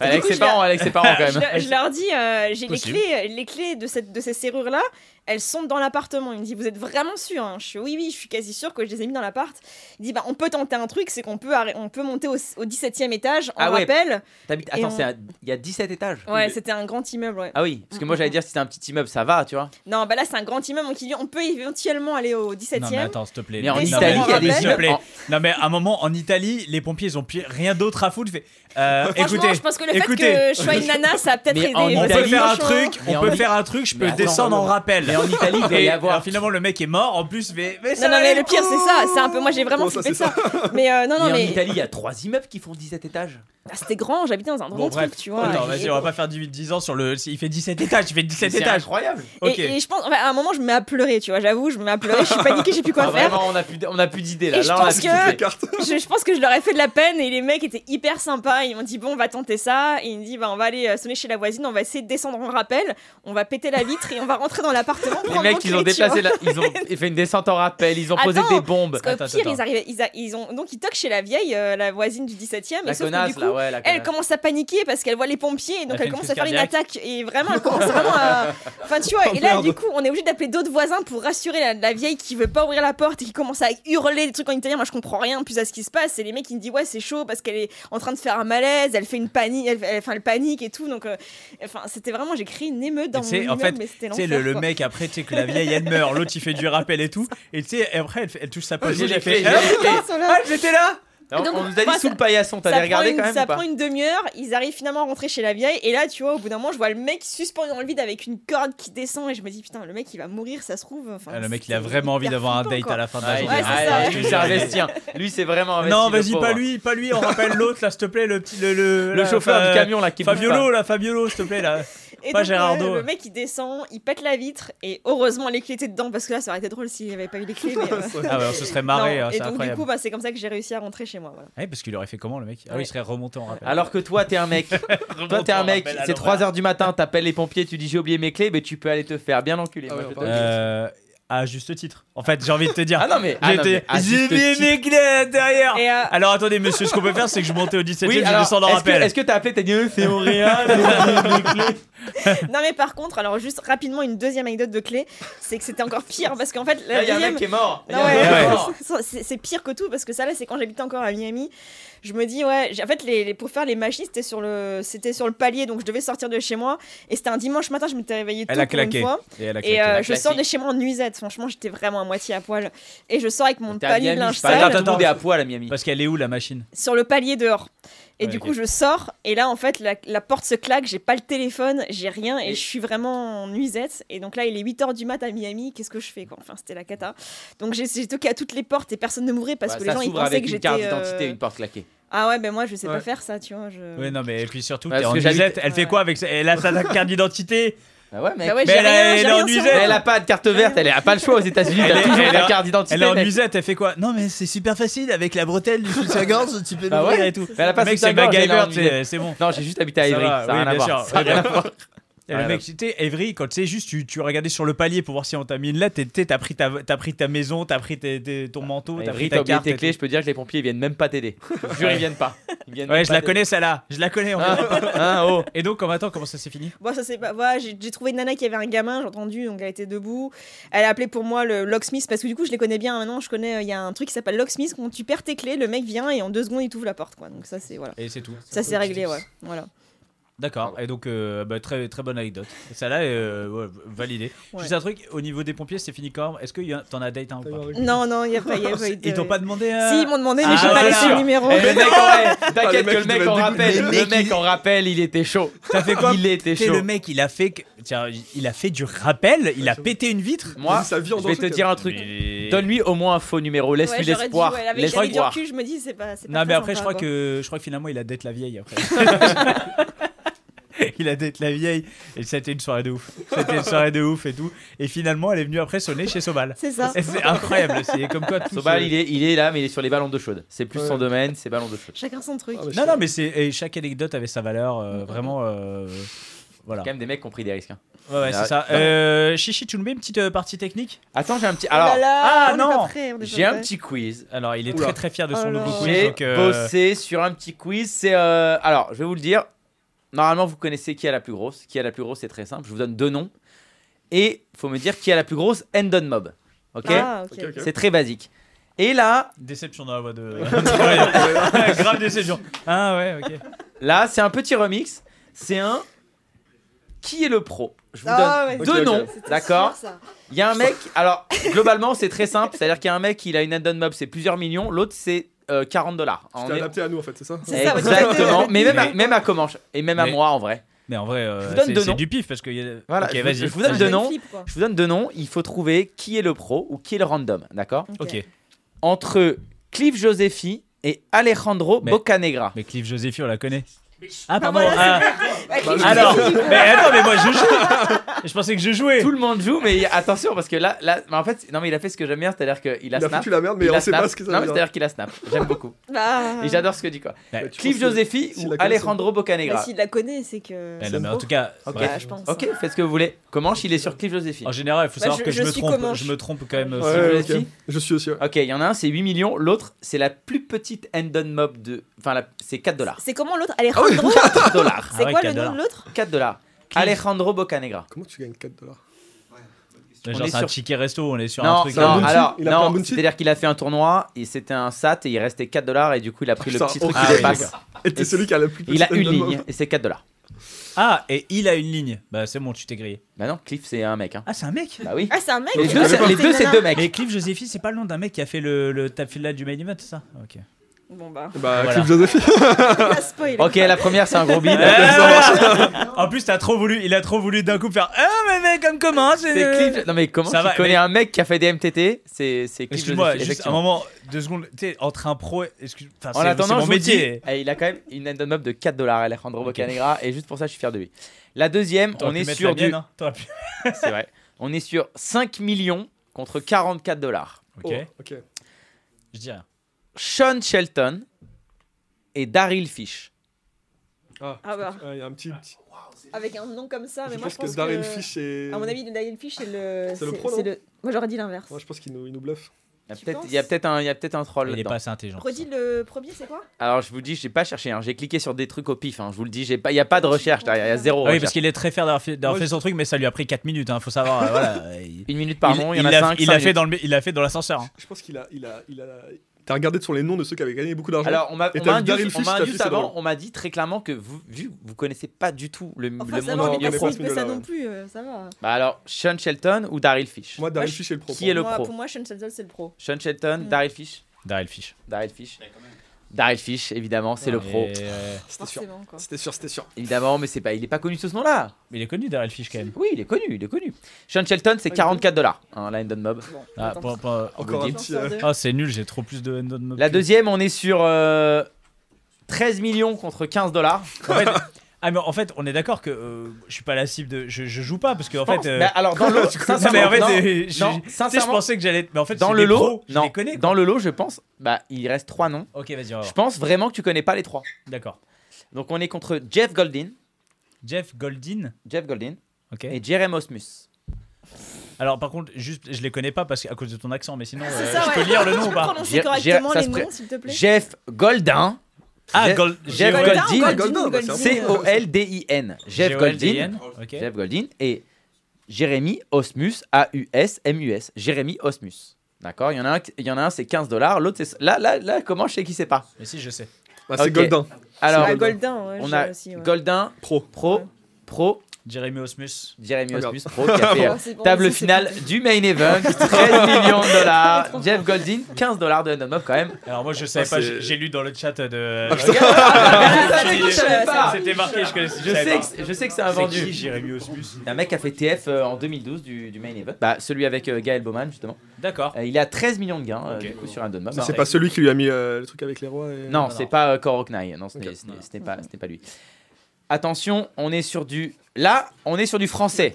Speaker 3: Avec
Speaker 5: coup,
Speaker 3: ses
Speaker 5: je
Speaker 3: parents, avec ses parents quand
Speaker 5: Ah, <laughs> Je,
Speaker 3: même.
Speaker 5: leur- je leur dis, euh, j'ai les
Speaker 2: Possible.
Speaker 5: clés, les clés de, cette, de ces serrures-là, elles sont dans l'appartement. Il me dit, vous êtes vraiment sûr hein Je suis, oui, oui, je suis quasi sûr que je les ai mis dans l'appart. Il dit, bah, on peut tenter un truc, c'est qu'on peut, arrêt- on peut monter au, au 17e étage, on
Speaker 3: Ah ouais.
Speaker 5: rappelle.
Speaker 3: T'habites-
Speaker 5: Et
Speaker 3: Attends,
Speaker 5: on-
Speaker 3: c'est un- il y a 17 étages.
Speaker 5: Ouais, c'était un grand immeuble, ouais.
Speaker 3: Ah oui, parce que moi j'allais dire si c'était un petit immeuble, ça va, tu vois.
Speaker 5: Non, bah là, c'est un grand immeuble, donc il dit, on peut éventuellement aller au
Speaker 2: Non, mais
Speaker 5: 17e.
Speaker 2: attends, s'il te plaît.
Speaker 3: Mais en
Speaker 2: Non,
Speaker 5: Des
Speaker 3: Italie, il y a des
Speaker 2: S'il te
Speaker 3: immeubles.
Speaker 2: plaît.
Speaker 3: en-
Speaker 2: Non, mais à un moment, en Italie, les pompiers, ils ont pu- rien d'autre à foutre. Fait, euh,
Speaker 5: Franchement,
Speaker 2: écoutez,
Speaker 5: je pense que le
Speaker 2: écoutez.
Speaker 5: fait que je sois une nana, ça a peut-être
Speaker 3: Mais
Speaker 5: aidé.
Speaker 3: en
Speaker 2: on peut
Speaker 3: Italie,
Speaker 2: faire un
Speaker 5: franchement.
Speaker 2: truc,
Speaker 3: Mais
Speaker 2: on
Speaker 3: en
Speaker 2: peut
Speaker 3: Ita-
Speaker 2: faire un truc, je peux
Speaker 3: Mais attends,
Speaker 2: descendre en
Speaker 3: mais-
Speaker 2: rappel.
Speaker 3: Mais en Italie, il doit y
Speaker 2: Et,
Speaker 3: avoir.
Speaker 2: alors, finalement, le mec est mort en plus, mais, mais ça
Speaker 5: Non, non,
Speaker 2: valait
Speaker 5: mais le pire, c'est ça,
Speaker 2: coup.
Speaker 5: c'est un peu. Moi, j'ai vraiment
Speaker 4: Comment ça,
Speaker 5: flippé de
Speaker 4: c'est
Speaker 5: ça. Mais euh, non, non,
Speaker 3: Mais en
Speaker 5: mais.
Speaker 3: Italie, il y a trois immeubles qui font 17 étages.
Speaker 5: Ah, c'était grand, j'habitais dans un grand
Speaker 2: Bon, bref.
Speaker 5: truc, tu vois. hein.
Speaker 2: Attends,
Speaker 5: Et-
Speaker 2: vas-y, on va pas faire 18-10 ans sur le. Il fait 17 étages, il fait 17
Speaker 3: C'est
Speaker 2: étages.
Speaker 3: incroyable.
Speaker 5: Et,
Speaker 2: Ok.
Speaker 5: et je pense, enfin, à un moment, je me mets à pleurer, tu vois, j'avoue, je me mets à pleurer, je suis paniquée, je sais plus quoi
Speaker 3: Ah,
Speaker 5: faire.
Speaker 3: vraiment, on a plus d- on a plus d'idées là.
Speaker 5: Et je
Speaker 3: Là, on a
Speaker 4: <laughs>
Speaker 5: pense
Speaker 3: plus
Speaker 5: que-
Speaker 3: d'idées.
Speaker 4: les cartes.
Speaker 5: Je, je pense que je leur ai fait de la peine et les mecs étaient hyper sympas. Ils m'ont dit, bon, on va tenter ça. Et ils me disent, bah, on va aller euh, sonner chez la voisine, on va essayer de descendre en rappel, on va péter la vitre et on va rentrer dans l'appartement.
Speaker 3: Les
Speaker 5: prendre nos
Speaker 3: mecs, ils ont
Speaker 5: clés, tu vois.
Speaker 3: déplacé, la- ils ont fait une descente en rappel, ils ont posé
Speaker 5: Attends,
Speaker 3: des bombes.
Speaker 5: Parce qu'au
Speaker 2: Attends,
Speaker 5: pire,
Speaker 2: attends.
Speaker 5: ils arrivaient, ils, a- ils ont, donc ils toquent chez la vieille, euh, la voisine du 17 e et
Speaker 3: La
Speaker 5: sauf que
Speaker 3: connasse,
Speaker 5: du coup,
Speaker 3: là, ouais, la
Speaker 5: elle
Speaker 3: connasse.
Speaker 5: commence à paniquer parce qu'elle voit les pompiers, donc
Speaker 2: Euh, fait
Speaker 5: elle
Speaker 2: une
Speaker 5: commence
Speaker 2: crise
Speaker 5: à faire une
Speaker 2: cardiaque.
Speaker 5: attaque. Et vraiment,
Speaker 2: <laughs>
Speaker 5: elle commence vraiment à. Enfin, tu vois,
Speaker 4: Oh,
Speaker 5: et là,
Speaker 4: merde.
Speaker 5: du coup, on est obligé d'appeler d'autres voisins pour rassurer la, la vieille qui veut pas ouvrir la porte et qui commence à hurler des trucs en italien. Moi, je comprends rien plus à ce qui se passe. Et les mecs, ils me disent, ouais, c'est chaud parce qu'elle est en train de faire un malaise, elle fait une panique, elle, elle- enfin, elle panique et tout. Donc, euh, enfin, c'était vraiment, j'ai créé une émeute dans
Speaker 2: Tu
Speaker 5: mon
Speaker 2: sais, en
Speaker 5: immeuble,
Speaker 2: fait,
Speaker 5: mais c'était
Speaker 2: Tu sais,
Speaker 5: l'enfer.
Speaker 2: le, le
Speaker 5: quoi.
Speaker 2: mec, après, tu sais que la vieille, elle meurt, l'autre, il fait du rappel et tout. Et tu sais, après, elle, fait- elle touche sa poche,
Speaker 3: J'ai
Speaker 2: elle
Speaker 3: les
Speaker 2: fait.
Speaker 3: clés, j'ai
Speaker 5: <laughs>
Speaker 3: les clés.
Speaker 5: Putain, ceux-là.
Speaker 2: Ah, j'étais là
Speaker 3: Non,
Speaker 5: Donc,
Speaker 3: On nous a
Speaker 5: moi,
Speaker 3: dit sous
Speaker 5: ça-
Speaker 3: le paillasson,
Speaker 5: Ça
Speaker 3: t'avais
Speaker 5: prend,
Speaker 3: regardé
Speaker 5: une,
Speaker 3: quand même
Speaker 5: ça
Speaker 3: ou pas
Speaker 5: prend une demi-heure, ils arrivent finalement à rentrer chez la vieille, et là, tu vois, au bout d'un moment, je vois le mec suspendu dans le vide avec une corde qui descend, et je me dis, putain, le mec, il va mourir, ça se trouve. Enfin,
Speaker 2: Ah, Le mec, il
Speaker 5: c'est
Speaker 2: a vraiment envie
Speaker 5: hyper
Speaker 2: d'avoir un
Speaker 5: flippant,
Speaker 2: date
Speaker 5: quoi.
Speaker 2: à la fin de la
Speaker 3: Ah, il
Speaker 2: journée.
Speaker 3: est-
Speaker 5: Ouais, c'est ça,
Speaker 3: ah,
Speaker 5: ouais.
Speaker 3: lui, c'est investir. Lui, c'est vraiment investir.
Speaker 2: <laughs> Non, vas-y, pas lui, pas lui, on rappelle l'autre, là, s'il te plaît, le petit. Le, le,
Speaker 3: Le
Speaker 5: euh,
Speaker 2: là,
Speaker 3: chauffeur
Speaker 2: Fa-
Speaker 3: du camion là qui bouge
Speaker 2: Fabiolo, là, Fabiolo, s'il te plaît, là.
Speaker 5: Et
Speaker 2: Pas
Speaker 5: donc,
Speaker 2: Gérardo.
Speaker 5: ouais, le mec, il descend, il pète la vitre, et heureusement, les clés étaient dedans, parce que là, ça aurait été drôle s'il n'y avait pas eu les clés. Mais, euh,
Speaker 4: Ouais.
Speaker 2: Ah ouais, on se serait <laughs>
Speaker 5: non.
Speaker 2: marré, hein,
Speaker 5: et
Speaker 2: c'est
Speaker 5: donc,
Speaker 2: incroyable.
Speaker 5: du coup, bah, c'est comme ça que j'ai réussi à rentrer chez moi. Voilà.
Speaker 2: Ouais, Eh, parce qu'il aurait fait comment le mec Ah oui, il serait remonté en
Speaker 3: pas.
Speaker 2: rappel.
Speaker 3: Alors que toi, t'es un
Speaker 5: <laughs>
Speaker 3: mec. toi, t'es un mec. C'est 3h du matin, t'appelles les pompiers, tu dis j'ai oublié mes clés, mais tu peux aller te faire bien enculer.
Speaker 4: Ah
Speaker 3: moi,
Speaker 4: ouais,
Speaker 3: je te-
Speaker 5: bah
Speaker 4: pardon.
Speaker 2: Euh, à juste titre. En fait, j'ai envie de te dire.
Speaker 3: Ah non, mais. ah,
Speaker 2: J'ai
Speaker 3: non,
Speaker 2: été-
Speaker 3: mais à
Speaker 2: j'ai
Speaker 3: juste
Speaker 2: mis
Speaker 3: titre.
Speaker 2: mes clés à l'intérieur.
Speaker 5: Et, euh,
Speaker 2: Alors attendez, monsieur, ce qu'on peut faire, c'est que je montais au 17 e
Speaker 3: Oui,
Speaker 2: je
Speaker 3: alors,
Speaker 2: descends en
Speaker 3: est-ce que-
Speaker 2: rappel.
Speaker 3: est-ce que t'as appelé, t'as dit euh, c'est Montréal, j'ai oublié mes clés.
Speaker 5: non, mais par contre, alors, juste rapidement, une deuxième anecdote de clé, c'est que c'était encore pire, parce qu'en fait, la
Speaker 3: Là, <laughs> il y a un
Speaker 5: deuxième-
Speaker 3: mec qui est mort. Il y a
Speaker 5: Non,
Speaker 3: un
Speaker 5: ouais,
Speaker 3: mec qui est
Speaker 2: ouais.
Speaker 3: mort.
Speaker 5: c'est- c'est c'est pire que tout parce que ça là c'est quand j'habitais encore à Miami je me dis ouais j'ai- en fait les, les- pour faire les machines c'était sur le c'était sur le palier donc je devais sortir de chez moi et c'était un dimanche matin je m'étais réveillée
Speaker 2: Elle
Speaker 5: tôt
Speaker 2: a
Speaker 5: pour une
Speaker 2: claqué.
Speaker 5: fois
Speaker 2: Et elle a
Speaker 5: et
Speaker 2: claqué.
Speaker 5: euh,
Speaker 3: la
Speaker 5: je sors de
Speaker 3: classique.
Speaker 5: chez moi en nuisette franchement j'étais vraiment à moitié à poil et je sors avec mon
Speaker 3: T'es à
Speaker 5: panier de
Speaker 3: Miami,
Speaker 5: linge
Speaker 3: c'est pas grave,
Speaker 5: sale
Speaker 3: tout le monde est à poil à Miami.
Speaker 2: Parce qu'elle est où la machine
Speaker 5: sur le palier dehors et
Speaker 2: Ouais,
Speaker 5: du
Speaker 2: ok.
Speaker 5: coup je sors et là en fait la, la porte se claque j'ai pas le téléphone j'ai rien et,
Speaker 3: Et-
Speaker 5: je suis vraiment en nuisette et donc là il est 8h du mat à Miami qu'est-ce que je fais quoi enfin c'était la cata donc j'ai j'ai toqué à toutes les portes et personne ne m'ouvrait parce
Speaker 3: Bah,
Speaker 5: que les
Speaker 3: ça
Speaker 5: gens ils
Speaker 3: s'ouvre
Speaker 5: pensaient
Speaker 3: avec
Speaker 5: que
Speaker 3: une
Speaker 5: j'étais
Speaker 3: carte
Speaker 5: euh,
Speaker 3: d'identité, une porte claquée.
Speaker 5: ah ouais ben moi je sais pas
Speaker 4: Ouais.
Speaker 5: faire ça tu vois je
Speaker 2: Oui, non, mais et puis surtout,
Speaker 3: Euh, Parce
Speaker 2: t'es en
Speaker 3: que j'habite-
Speaker 2: nuisette. Elle fait
Speaker 5: Ouais.
Speaker 2: quoi avec sa- Elle a
Speaker 3: <laughs>
Speaker 2: sa carte d'identité.
Speaker 3: Bah ouais, mec.
Speaker 5: Bah ouais,
Speaker 2: Mais
Speaker 5: j'ai
Speaker 2: elle a-
Speaker 5: rien,
Speaker 2: elle
Speaker 5: j'ai
Speaker 2: est en
Speaker 5: rien sur
Speaker 2: nuisette.
Speaker 5: moi.
Speaker 3: Mais elle a pas de carte verte, elle a pas le choix aux États-Unis,
Speaker 2: Elle
Speaker 3: t'as
Speaker 2: est-
Speaker 3: toujours
Speaker 2: elle
Speaker 3: la
Speaker 2: est-
Speaker 3: carte
Speaker 2: Elle
Speaker 3: d'identité.
Speaker 2: est en
Speaker 3: mec.
Speaker 2: nuisette. Elle fait quoi Non, mais c'est super facile avec la bretelle du soutien-gorge. Tu peux
Speaker 3: Bah
Speaker 2: l'ouvrir
Speaker 3: ouais.
Speaker 2: et tout.
Speaker 3: Mais elle a pas
Speaker 2: Le mec,
Speaker 3: sous sa
Speaker 2: c'est
Speaker 3: gorge, elle est en
Speaker 2: MacGyver.
Speaker 3: nuisette.
Speaker 2: c'est- C'est bon.
Speaker 3: Non, j'ai juste habité à Évry,
Speaker 2: va,
Speaker 3: ça
Speaker 2: oui,
Speaker 3: n'a rien à
Speaker 2: bien
Speaker 3: voir.
Speaker 2: sûr,
Speaker 3: Ça a
Speaker 2: oui,
Speaker 3: rien à
Speaker 2: bien
Speaker 3: voir.
Speaker 2: Et le
Speaker 3: Ouais,
Speaker 2: mec, tu sais, Evry, quand tu sais, juste tu, tu regardais sur le palier pour voir si on t'a mis une lettre, et tu sais, t'as pris, ta, t'as pris ta maison, t'as pris tes- tes- ton manteau, t'as pris
Speaker 3: Évry,
Speaker 2: ta
Speaker 3: t'as oublié
Speaker 2: carte.
Speaker 3: tes
Speaker 2: et
Speaker 3: clés,
Speaker 2: tout.
Speaker 3: je peux dire que les pompiers ils viennent même pas t'aider. Je te jure, ils viennent pas. Ils viennent
Speaker 2: Ouais,
Speaker 3: même
Speaker 2: je
Speaker 3: pas
Speaker 2: la
Speaker 3: t'aider.
Speaker 2: connais celle-là, je la connais. on
Speaker 3: Hein,
Speaker 2: verra.
Speaker 3: hein, oh.
Speaker 2: <laughs> Et donc, en attendant, comment ça s'est fini
Speaker 5: Bon, ça c'est pas. Voilà, j'ai j'ai trouvé une nana qui avait un gamin, j'ai entendu, donc elle était debout. Elle a appelé pour moi le locksmith parce que du coup, je les connais bien maintenant. Je connais, euh, il y a un truc qui s'appelle locksmith. Quand tu perds tes clés, le mec vient et en deux secondes, il t'ouvre la porte, quoi. Donc ça, c'est voilà.
Speaker 2: Et c'est tout.
Speaker 5: Ça c'est réglé, ouais. Voilà.
Speaker 2: D'accord. Et donc, euh, bah, très, très bonne anecdote. Celle-là est euh, ouais, validée.
Speaker 5: Ouais.
Speaker 2: Juste un truc, au niveau des pompiers, c'est fini quand Est-ce que y a- t'en as date un ou pas
Speaker 5: Non, non, il n'y a pas, y a pas eu de-
Speaker 2: Ils t'ont pas demandé euh,
Speaker 5: Si, ils m'ont demandé, mais
Speaker 2: Ah,
Speaker 5: j'ai pas
Speaker 2: voilà.
Speaker 5: laissé le numéro.
Speaker 3: Eh, le mec, ouais,
Speaker 4: Ah, le
Speaker 3: T'inquiète
Speaker 4: mec,
Speaker 3: que le
Speaker 4: il
Speaker 3: mec
Speaker 4: devait
Speaker 3: en
Speaker 4: être
Speaker 3: rappelle.
Speaker 4: doublé.
Speaker 3: Le mec en rappel, il était chaud.
Speaker 2: T'as fait quoi
Speaker 3: Il était
Speaker 2: T'es
Speaker 3: chaud.
Speaker 2: le mec, il a fait que- tiens, il a fait du rappel, il a pété une vitre.
Speaker 4: Il a
Speaker 3: Moi,
Speaker 4: mis sa vie en
Speaker 3: je vais
Speaker 4: danger,
Speaker 3: te dire un truc.
Speaker 2: Mais-
Speaker 3: Donne-lui au moins un faux numéro.
Speaker 5: Ouais,
Speaker 3: Laisse-lui
Speaker 5: j'aurais dit,
Speaker 3: l'espoir.
Speaker 5: ouais, avec
Speaker 3: Laisse-lui
Speaker 5: avec dur
Speaker 3: l'espoir.
Speaker 5: cul, je me dis, c'est pas. c'est pas
Speaker 2: Non, mais
Speaker 5: très
Speaker 2: après, je
Speaker 5: sympa,
Speaker 2: crois
Speaker 5: quoi.
Speaker 2: que je crois que finalement, il a dette la vieille après.
Speaker 5: <laughs>
Speaker 2: il a dette la vieille et c'était une soirée de ouf. C'était une soirée de ouf et tout. Et finalement, elle est venue après sonner chez Sobal.
Speaker 5: C'est ça.
Speaker 2: Et C'est incroyable, c'est comme quoi tout
Speaker 3: Sobal,
Speaker 2: se-
Speaker 3: il est, il est là, mais il est sur les ballons d'eau chaude. C'est plus son
Speaker 4: Ouais.
Speaker 3: domaine, c'est ballons d'eau chaude.
Speaker 5: Chacun son truc.
Speaker 4: Ah, mais je-
Speaker 2: Non, non, mais c'est et chaque anecdote avait sa valeur, euh, vraiment. euh, Voilà.
Speaker 3: Quand même des mecs qui ont pris des risques. hein.
Speaker 2: Ouais, ouais, c'est ça. Euh, Chichi, tu nous mets une petite euh, partie technique
Speaker 3: Attends, j'ai un petit.
Speaker 5: Oh là
Speaker 3: Alors,
Speaker 5: là,
Speaker 2: ah,
Speaker 5: on est
Speaker 2: non.
Speaker 5: pas prêts, on est
Speaker 3: j'ai
Speaker 5: pas
Speaker 3: un
Speaker 5: prêts.
Speaker 3: petit quiz.
Speaker 2: Alors, il est
Speaker 4: Oula.
Speaker 2: très très fier de son
Speaker 5: Oh là.
Speaker 2: nouveau quiz.
Speaker 3: J'ai
Speaker 2: Donc, euh,
Speaker 3: bossé sur un petit quiz. C'est euh, alors, je vais vous le dire. Normalement, vous connaissez qui a la plus grosse. Qui a la plus grosse, c'est très simple. Je vous donne deux noms et faut me dire qui a la plus grosse Endon Mob. Ok,
Speaker 5: Ah, ok.
Speaker 4: Ok, ok.
Speaker 3: c'est très basique. Et là,
Speaker 2: Déception dans la voix de. <laughs> Ouais, Grave déception. Ah ouais, ok.
Speaker 3: là, c'est un petit remix. C'est un qui est le pro. Je vous
Speaker 5: Ah,
Speaker 3: donne
Speaker 5: ouais.
Speaker 3: deux
Speaker 4: Ok, ok.
Speaker 3: noms,
Speaker 5: C'était
Speaker 3: d'accord
Speaker 5: sûr, ça.
Speaker 3: Il y a un mec, alors globalement c'est très simple, c'est-à-dire qu'il y a un mec, il a une add-on mob, c'est plusieurs millions, l'autre c'est euh, 40 dollars.
Speaker 4: C'était adapté à nous en fait, c'est ça
Speaker 5: C'est ça, ouais, tout à fait.
Speaker 3: Exactement, mais même, à,
Speaker 2: Mais-
Speaker 3: même à Comanche, et même à
Speaker 2: Mais-
Speaker 3: moi en vrai.
Speaker 2: Mais en vrai, euh,
Speaker 3: vous donne
Speaker 2: c'est-
Speaker 3: deux
Speaker 2: c'est
Speaker 3: noms.
Speaker 2: du pif parce que. y a-
Speaker 3: Voilà,
Speaker 2: Ok,
Speaker 3: je vous-
Speaker 2: vas-y.
Speaker 3: je vous donne
Speaker 5: Ah,
Speaker 3: deux
Speaker 5: je
Speaker 3: noms.
Speaker 5: flippe, quoi.
Speaker 3: Je vous donne deux noms, il faut trouver qui est le pro ou qui est le random, d'accord
Speaker 2: Ok.
Speaker 3: Entre Cliff Josephi et Alejandro
Speaker 2: Mais-
Speaker 3: Bocanegra.
Speaker 2: Mais Cliff Josephi, on la connaît. Ah,
Speaker 5: Ah,
Speaker 2: pardon.
Speaker 5: voilà,
Speaker 2: ah,
Speaker 5: Avec les
Speaker 2: alors,
Speaker 5: filles, du coup.
Speaker 2: mais attends, mais moi je joue. <laughs> Je pensais que je jouais.
Speaker 3: Tout le monde joue, mais attention parce que là, là mais en fait, non mais il a fait ce que j'aime bien, c'est-à-dire qu'il a
Speaker 4: Il a
Speaker 3: snap.
Speaker 4: foutu la merde, mais
Speaker 3: il a
Speaker 4: on sait
Speaker 3: snap.
Speaker 4: pas ce que ça
Speaker 3: Non,
Speaker 4: veut
Speaker 3: mais
Speaker 4: dire.
Speaker 3: c'est-à-dire qu'il a snap, j'aime beaucoup.
Speaker 5: Bah,
Speaker 3: Et j'adore ce que dit quoi.
Speaker 4: Mais tu
Speaker 3: Cliff
Speaker 4: penses que-
Speaker 3: Josephi
Speaker 4: s'il
Speaker 3: ou
Speaker 4: la connaît,
Speaker 3: Alejandro
Speaker 5: bah,
Speaker 3: Bocanegra
Speaker 5: S'il la connaît, c'est que.
Speaker 2: Mais Eh, non, mais en tout cas,
Speaker 3: Ok.
Speaker 2: bref.
Speaker 5: Bah, je pense.
Speaker 3: Ok, faites ce que vous voulez. Comanche, il est sur Cliff Josephi.
Speaker 2: en général, il faut
Speaker 5: Bah,
Speaker 2: savoir
Speaker 5: je-
Speaker 2: que
Speaker 5: je
Speaker 2: je me
Speaker 5: suis
Speaker 2: trompe.
Speaker 5: comment
Speaker 2: Je me trompe quand même. euh,
Speaker 4: Ouais,
Speaker 2: souvent.
Speaker 3: Josephi.
Speaker 4: ouais, ok. Je suis aussi, ouais.
Speaker 3: Ok, il y en a un, c'est 8 millions. L'autre, c'est la plus petite endon mob de. Enfin, la- c'est
Speaker 2: <laughs>
Speaker 3: 4 dollars.
Speaker 5: C'est comment l'autre Alejandro
Speaker 3: 4 dollars.
Speaker 2: Ah
Speaker 5: C'est
Speaker 2: ouais,
Speaker 5: quoi
Speaker 2: quatre
Speaker 5: le nom
Speaker 2: dollars.
Speaker 5: de l'autre
Speaker 3: 4 dollars. Alejandro Bocanegra.
Speaker 4: Comment tu gagnes 4 dollars
Speaker 2: Mais
Speaker 3: On
Speaker 2: genre,
Speaker 3: est
Speaker 2: c'est un
Speaker 3: sur-
Speaker 2: ticket resto, on est sur un
Speaker 3: Non,
Speaker 2: truc. euh,
Speaker 4: C'est un
Speaker 3: non
Speaker 4: bounty
Speaker 3: alors,
Speaker 4: Il a pris un
Speaker 3: non,
Speaker 4: bounty
Speaker 3: c'est-à-dire qu'il a fait un tournoi et c'était un SAT et il restait 4 dollars et du coup, il a pris le
Speaker 4: Ça,
Speaker 3: petit truc
Speaker 4: ok,
Speaker 3: qui
Speaker 4: les
Speaker 3: dépasse.
Speaker 4: gars. Et t'es
Speaker 3: Et-
Speaker 4: celui qui a la plus
Speaker 3: Et Il a
Speaker 4: petite
Speaker 3: une
Speaker 4: endnote.
Speaker 3: ligne et c'est 4 dollars.
Speaker 2: Ah, et il a une ligne. Bah, c'est bon, tu t'es grillé.
Speaker 3: Bah non, Cliff, c'est un mec. Hein.
Speaker 2: Ah, c'est un <laughs> mec
Speaker 3: Bah oui.
Speaker 5: Ah, c'est un mec
Speaker 3: Les
Speaker 5: c'est
Speaker 3: deux,
Speaker 5: pas-
Speaker 3: c'est les
Speaker 5: une
Speaker 3: deux, c'est
Speaker 5: nana.
Speaker 3: deux mecs.
Speaker 2: Mais Cliff Josephi, c'est pas le nom d'un mec qui a fait le, le tap fila du main event, c'est ça
Speaker 3: <laughs>
Speaker 2: Ok.
Speaker 5: Bon, bah,
Speaker 4: Bah,
Speaker 2: Voilà.
Speaker 4: Cliff Joseph.
Speaker 5: la spoil.
Speaker 3: Ok, la première, c'est un gros bide.
Speaker 2: Eh en plus, t'as trop voulu, il a trop voulu d'un coup faire Ah, mais mec, comme comment c'est-
Speaker 3: C'est Cliff. Non, mais comment
Speaker 2: Ça
Speaker 3: tu
Speaker 2: va,
Speaker 3: connais
Speaker 2: mais-
Speaker 3: un mec qui a fait des MTT C'est c'est Cliff.
Speaker 2: Excuse-moi,
Speaker 3: Josephi,
Speaker 2: juste un
Speaker 3: effectivement.
Speaker 2: moment, deux secondes. Tu sais, entre un pro et. excuse- Enfin,
Speaker 3: En
Speaker 2: Ah, c'est- c'est
Speaker 3: attendant,
Speaker 2: mon
Speaker 3: je vous
Speaker 2: métier.
Speaker 3: dis, eh, il a quand même une end mob de 4 dollars, Alejandro Bocanegra, et juste pour ça, je suis fier de lui. La deuxième,
Speaker 2: T'aurais
Speaker 3: on
Speaker 2: pu
Speaker 3: est
Speaker 2: mettre
Speaker 3: sur
Speaker 2: la mienne,
Speaker 3: du,
Speaker 2: hein. T'aurais pu-
Speaker 3: <laughs> c'est vrai, on est sur 5 millions contre 44 dollars.
Speaker 2: Ok,
Speaker 4: Ok.
Speaker 2: je dis rien.
Speaker 3: Sean Shelton et Daryl Fish.
Speaker 5: Ah, bah,
Speaker 4: Il y a un petit. petit-
Speaker 5: avec un nom comme ça, mais
Speaker 4: Je
Speaker 5: moi je
Speaker 4: pense que
Speaker 5: pense
Speaker 4: Daryl
Speaker 5: que.
Speaker 4: Fish est.
Speaker 5: À mon avis, Daniel Fish, c'est le.
Speaker 4: C'est le pro, non
Speaker 5: Moi, j'aurais dit l'inverse.
Speaker 4: Moi, je pense qu'il nous, il nous bluffe.
Speaker 3: Il y a
Speaker 5: Tu
Speaker 3: peut-être
Speaker 5: penses
Speaker 3: il y a peut-être un, il y a peut-être un troll
Speaker 2: Il est
Speaker 3: là-dedans.
Speaker 2: pas assez intelligent.
Speaker 5: Redis le premier, c'est quoi
Speaker 3: Alors je vous dis, j'ai pas cherché, hein, j'ai cliqué sur des trucs au pif. hein, je vous le dis, j'ai pas, il y a pas de recherche derrière, il y a zéro.
Speaker 2: Ah oui, parce
Speaker 3: recherche.
Speaker 2: qu'il est très fier d'avoir fait, d'avoir
Speaker 4: Ouais,
Speaker 2: fait son truc, mais ça lui a pris 4 minutes, hein, faut savoir. euh, voilà. Il,
Speaker 3: une minute par
Speaker 2: il-
Speaker 3: nom, <laughs> il y en
Speaker 2: il
Speaker 3: a
Speaker 2: l'a-
Speaker 3: 5
Speaker 2: il l'a fait dans le- il l'a fait dans l'ascenseur. hein.
Speaker 4: Je pense qu'il a, il a, il a. T'as regardé sur les noms de ceux qui avaient gagné beaucoup d'argent.
Speaker 3: Alors on m'a
Speaker 4: Et
Speaker 3: on
Speaker 4: t'as
Speaker 3: m'a
Speaker 4: vu Daryl
Speaker 3: induit- on
Speaker 4: Fish,
Speaker 3: m'a
Speaker 4: t'as
Speaker 3: induit
Speaker 4: fait, c'est
Speaker 3: avant,
Speaker 4: drôle.
Speaker 3: on m'a dit très clairement que vous, vu que vous connaissez pas du tout le,
Speaker 5: Enfin,
Speaker 3: le
Speaker 5: ça
Speaker 3: monde
Speaker 5: va, on
Speaker 4: non,
Speaker 3: en
Speaker 5: est
Speaker 4: milieu
Speaker 5: pas
Speaker 4: pro.
Speaker 5: si épais, ça
Speaker 4: Ouais.
Speaker 5: non plus, euh, ça va.
Speaker 3: Bah alors, Sean Shelton ou Daryl Fish
Speaker 4: Moi, Daryl
Speaker 5: Moi, je-
Speaker 4: Fish est le pro.
Speaker 3: Qui est le
Speaker 5: Moi,
Speaker 3: pro
Speaker 5: Pour moi, Sean Selzel, c'est le pro.
Speaker 3: Sean Shelton,
Speaker 5: Mm.
Speaker 3: Daryl Fish
Speaker 2: Daryl Fish.
Speaker 3: Daryl Fish. Daryl Fish, évidemment, c'est le pro.
Speaker 2: Et, euh,
Speaker 4: C'était sûr.
Speaker 5: Forcément, quoi.
Speaker 4: C'était sûr, c'était sûr.
Speaker 3: Évidemment, mais c'est pas, il est pas connu sous ce nom-là.
Speaker 2: mais il est connu, Daryl Fish, quand même.
Speaker 3: Oui, il est connu, il est connu. Sean Shelton, c'est 44 dollars, hein, la Endon Mob.
Speaker 5: Bon,
Speaker 2: Ah,
Speaker 5: attends.
Speaker 2: pour- pour-
Speaker 4: Encore
Speaker 3: Vous
Speaker 4: un
Speaker 3: dites.
Speaker 4: petit. euh,
Speaker 2: Ah, c'est nul, j'ai trop plus de Endon Mob
Speaker 3: La
Speaker 2: que-
Speaker 3: deuxième, on est sur euh, 13 millions contre 15 dollars.
Speaker 2: En
Speaker 3: <laughs>
Speaker 2: fait- ah, mais en fait, on est d'accord que euh, je suis pas la cible de. Je, je joue pas parce que, en fait. euh,
Speaker 3: Bah, alors,
Speaker 2: <laughs>
Speaker 3: dans l'autre,
Speaker 2: non, mais en
Speaker 3: sincèrement,
Speaker 2: fait,
Speaker 3: non,
Speaker 2: euh, je,
Speaker 3: non,
Speaker 2: je- tu sais, je
Speaker 3: sincèrement,
Speaker 2: pensais que j'allais. Mais en fait,
Speaker 3: dans
Speaker 2: c'est
Speaker 3: le
Speaker 2: des
Speaker 3: lot,
Speaker 2: pros, je
Speaker 3: non,
Speaker 2: les connais. Oh.
Speaker 3: dans le lot, je pense, bah, il reste trois noms.
Speaker 2: Ok, vas-y, on va
Speaker 3: Je
Speaker 2: voir.
Speaker 3: pense vraiment que tu connais pas les trois.
Speaker 2: D'accord.
Speaker 3: Donc, on est contre Jeff Goldin,
Speaker 2: Jeff Goldin.
Speaker 3: Jeff Goldin
Speaker 2: Ok.
Speaker 3: et Jeremy Osmus.
Speaker 2: Alors, par contre, juste, je les connais pas parce que, à cause de ton accent, mais sinon,
Speaker 5: C'est
Speaker 2: euh,
Speaker 5: ça,
Speaker 2: je
Speaker 5: ouais.
Speaker 2: peux lire le
Speaker 3: <laughs>
Speaker 2: nom ou pas
Speaker 5: Prononcez
Speaker 3: J'ai-
Speaker 5: correctement
Speaker 3: j'ai- ça
Speaker 5: les
Speaker 3: se
Speaker 5: noms,
Speaker 3: pré-
Speaker 5: s'il te plaît.
Speaker 3: Jeff Goldin.
Speaker 2: Ah,
Speaker 3: Jeff-
Speaker 2: Gold-
Speaker 3: Jeff
Speaker 2: Gold-
Speaker 3: Goldin.
Speaker 5: Goldin,
Speaker 4: Goldin,
Speaker 5: Goldin,
Speaker 4: bah, c'est un
Speaker 5: Goldin.
Speaker 3: C-O-L-D-I-N. Jeff Goldin.
Speaker 2: G-O-L-D-I-N, ok.
Speaker 3: Jeff Goldin et Jérémy Osmus. A-U-S-M-U-S. Jérémy Osmus. D'accord Il y en a un, qui- il y en a un c'est 15 dollars. L'autre, c'est. Là, là, là, comment je sais qui c'est pas
Speaker 2: Mais si, je sais.
Speaker 4: Bah, c'est
Speaker 3: Ok.
Speaker 4: Goldin.
Speaker 3: Alors,
Speaker 4: Ah,
Speaker 5: Ah, Goldin, ouais,
Speaker 3: on
Speaker 5: j'ai
Speaker 3: a
Speaker 5: aussi, ouais.
Speaker 3: Goldin,
Speaker 4: Pro.
Speaker 3: Pro,
Speaker 5: Ouais.
Speaker 3: Pro,
Speaker 2: Jeremy Osmus.
Speaker 3: Jeremy
Speaker 4: Regarde.
Speaker 3: Osmus, Pro, qui a fait, euh,
Speaker 5: C'est bon,
Speaker 3: Table
Speaker 5: c'est- c'est
Speaker 3: finale
Speaker 5: parti.
Speaker 3: du main event, 13 millions de dollars. Jeff Goldin, 15 dollars de Nod Mob quand même.
Speaker 2: Alors moi je savais pas,
Speaker 4: Ah, c'est-
Speaker 2: j'ai j'ai lu dans le chat de.
Speaker 4: Ah, putain.
Speaker 5: ça, je
Speaker 2: C'était-
Speaker 5: savais pas.
Speaker 2: C'était marqué, je connaissais.
Speaker 3: Je
Speaker 2: savais
Speaker 3: sais,
Speaker 2: pas.
Speaker 3: que, c'est- je sais que c'est un
Speaker 2: C'est
Speaker 3: vendu.
Speaker 2: qui Jérémy Osmus
Speaker 3: Un mec qui a fait TF euh, en 2012 du, du main event. Bah, celui avec euh, Gaël Bowman, justement.
Speaker 2: D'accord.
Speaker 3: Euh, il est à 13 millions de gains euh,
Speaker 2: Ok.
Speaker 3: du coup, sur un Dunmob.
Speaker 4: Ça, C'est
Speaker 2: Non,
Speaker 4: pas
Speaker 2: et-
Speaker 4: celui qui lui a mis euh, le truc avec les rois. Et...
Speaker 3: Non,
Speaker 2: Non,
Speaker 3: c'est
Speaker 2: non.
Speaker 3: pas euh, Koroknai. Non, ce n'est
Speaker 4: Ok.
Speaker 3: ce n'est- ce n'est pas, ce n'est pas lui. Attention, on est sur du. Là, on est sur du français.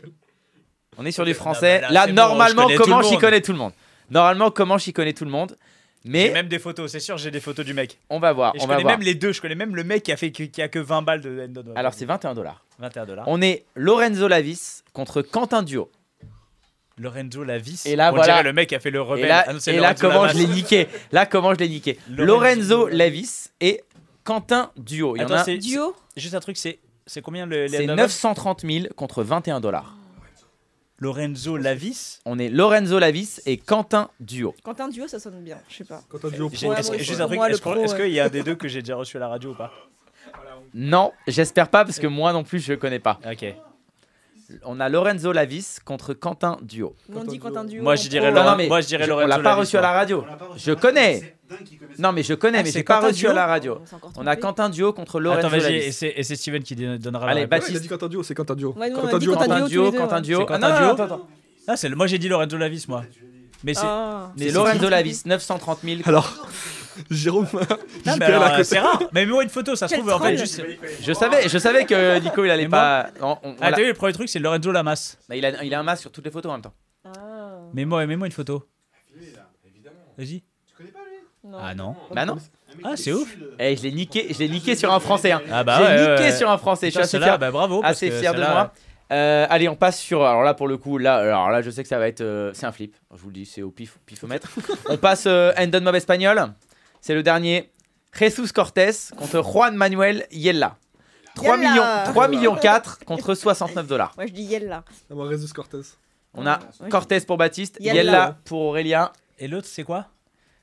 Speaker 3: On est sur du
Speaker 2: Ah bah
Speaker 3: français.
Speaker 2: là,
Speaker 3: Là,
Speaker 2: c'est bon,
Speaker 3: normalement,
Speaker 2: je connais tout
Speaker 3: comment
Speaker 2: le
Speaker 3: j'y
Speaker 2: monde.
Speaker 3: connais tout le monde Normalement, comment j'y connais tout le monde
Speaker 2: J'ai
Speaker 3: Mais
Speaker 2: même des photos, c'est sûr, j'ai des photos du mec.
Speaker 3: on va voir.
Speaker 2: Et je
Speaker 3: On va
Speaker 2: connais
Speaker 3: voir.
Speaker 2: même les deux, je connais même le mec qui a, fait, qui qui a que 20 balles de Endon.
Speaker 3: Alors, c'est 21 dollars.
Speaker 2: 21 dollars.
Speaker 3: On est Lorenzo Lavis contre Quentin Duo.
Speaker 2: Lorenzo Lavis.
Speaker 3: Et là,
Speaker 2: on
Speaker 3: voilà.
Speaker 2: dirait le mec qui a fait le rebelle.
Speaker 3: Et là,
Speaker 2: Ah non, c'est
Speaker 3: et là,
Speaker 2: Lorenzo
Speaker 3: comment
Speaker 2: Lavis.
Speaker 3: je l'ai niqué Là, comment je l'ai niqué
Speaker 2: Lorenzo
Speaker 3: Lorenzo Lavis et Quentin Duo. Il y en
Speaker 2: Attends,
Speaker 3: a.
Speaker 2: c'est-
Speaker 5: Duo
Speaker 2: c'est- Juste un truc, c'est c'est combien le, les
Speaker 3: C'est
Speaker 2: Endon
Speaker 3: 930 000 contre 21 dollars.
Speaker 2: Lorenzo Lavis.
Speaker 3: On est Lorenzo Lavis et Quentin Duo.
Speaker 5: Quentin Duo, ça sonne bien, je sais pas.
Speaker 4: Quand t'as dit au
Speaker 2: J'ai-
Speaker 4: pro.
Speaker 5: Ouais,
Speaker 2: est-ce
Speaker 5: moi
Speaker 2: que-
Speaker 5: aussi.
Speaker 2: Juste un truc,
Speaker 5: Moi, le
Speaker 2: est-ce qu'on-
Speaker 5: pro,
Speaker 2: est-ce
Speaker 5: ouais.
Speaker 2: qu'il y a des deux que j'ai déjà reçu à la radio ou pas
Speaker 3: Non, j'espère pas parce que moi non plus je connais pas.
Speaker 2: Ok.
Speaker 3: On a Lorenzo Lavis contre Quentin Duo.
Speaker 5: On dit Quentin Duo.
Speaker 2: Moi,
Speaker 5: en
Speaker 2: je dirais
Speaker 5: pro,
Speaker 2: Laurent-
Speaker 5: ouais.
Speaker 2: moi, je dirais
Speaker 3: On
Speaker 2: Lorenzo
Speaker 3: l'a pas
Speaker 2: Lavis,
Speaker 3: reçu à
Speaker 2: moi.
Speaker 3: la radio. Je connais. Non mais je connais
Speaker 2: Ah,
Speaker 3: mais
Speaker 2: c'est
Speaker 3: j'ai pas
Speaker 2: Quentin
Speaker 3: reçu
Speaker 2: Duo
Speaker 3: à la radio.
Speaker 5: s'est encore
Speaker 3: On a
Speaker 5: trompé.
Speaker 3: Quentin Duo contre Lorenzo
Speaker 2: Attends, vas-y,
Speaker 3: Lavis.
Speaker 2: et c'est et c'est Steven qui dé- donnera la
Speaker 3: Allez,
Speaker 2: réponse.
Speaker 4: Ouais, il a dit Quentin Duo, c'est Quentin Duo.
Speaker 5: Ouais, nous, on a
Speaker 4: Quentin
Speaker 5: dit
Speaker 4: Duo.
Speaker 5: Quentin
Speaker 3: Quentin
Speaker 5: Duo, tous
Speaker 3: Duo,
Speaker 5: les deux,
Speaker 3: Quentin
Speaker 5: ouais.
Speaker 3: Duo.
Speaker 2: C'est
Speaker 3: Ah,
Speaker 2: Quentin
Speaker 3: non,
Speaker 2: Duo.
Speaker 3: non, attends, attends.
Speaker 2: Ah, c'est le- moi j'ai dit Lorenzo Lavis, moi. Mais c'est.
Speaker 5: Ah.
Speaker 3: C'est
Speaker 2: C'est-
Speaker 3: Lorenzo Lavis, 930 000.
Speaker 4: Alors, Jérôme,
Speaker 2: Non, mais
Speaker 4: JPL
Speaker 2: alors,
Speaker 4: à
Speaker 2: euh,
Speaker 4: côté.
Speaker 2: c'est rare. Mais mets-moi une photo, ça se
Speaker 5: Quel
Speaker 2: trouve en fait
Speaker 5: troll.
Speaker 2: juste.
Speaker 3: Je savais, je savais que Nico il allait
Speaker 2: Et moi
Speaker 3: pas. Non, on- on
Speaker 2: Ah,
Speaker 3: l'a-
Speaker 2: t'as vu, le premier truc, c'est Lorenzo Lamas.
Speaker 3: Bah, il, a, il a un masque sur toutes les photos en même temps.
Speaker 5: Ah.
Speaker 2: Mets-moi mets-moi une photo. Vas-y.
Speaker 5: Non.
Speaker 2: Ah non.
Speaker 5: Oh,
Speaker 3: Bah non.
Speaker 2: Ah, c'est ouf.
Speaker 3: Eh, je l'ai niqué, je l'ai niqué sur un français. hein.
Speaker 2: Ah bah
Speaker 3: je l'ai
Speaker 2: ouais, ouais,
Speaker 3: niqué
Speaker 2: ouais.
Speaker 3: sur un français.
Speaker 2: Putain,
Speaker 3: je suis assez
Speaker 2: celle-là,
Speaker 3: fier,
Speaker 2: bah, bravo. parce
Speaker 3: assez
Speaker 2: que
Speaker 3: fier de
Speaker 2: celle-là,
Speaker 3: moi. Euh, allez, on passe sur. Alors là, pour le coup, là, alors là, je sais que ça va être. euh, c'est un flip. Je vous le dis, c'est au pif,
Speaker 2: <laughs>
Speaker 3: pifomètre. on passe euh, Endon Mob espagnol. C'est le dernier. Jesus Cortés contre Juan Manuel Yella. 3
Speaker 5: Yella.
Speaker 3: millions, 3 millions
Speaker 5: <laughs>
Speaker 3: 4 contre 69 dollars.
Speaker 5: Moi, je dis Yel là.
Speaker 4: Ah, moi, Rezus Cortez.
Speaker 3: On a
Speaker 5: Ouais.
Speaker 3: Cortés pour Baptiste,
Speaker 5: Yella.
Speaker 3: Yella pour Aurélien.
Speaker 2: euh, Et l'autre, c'est quoi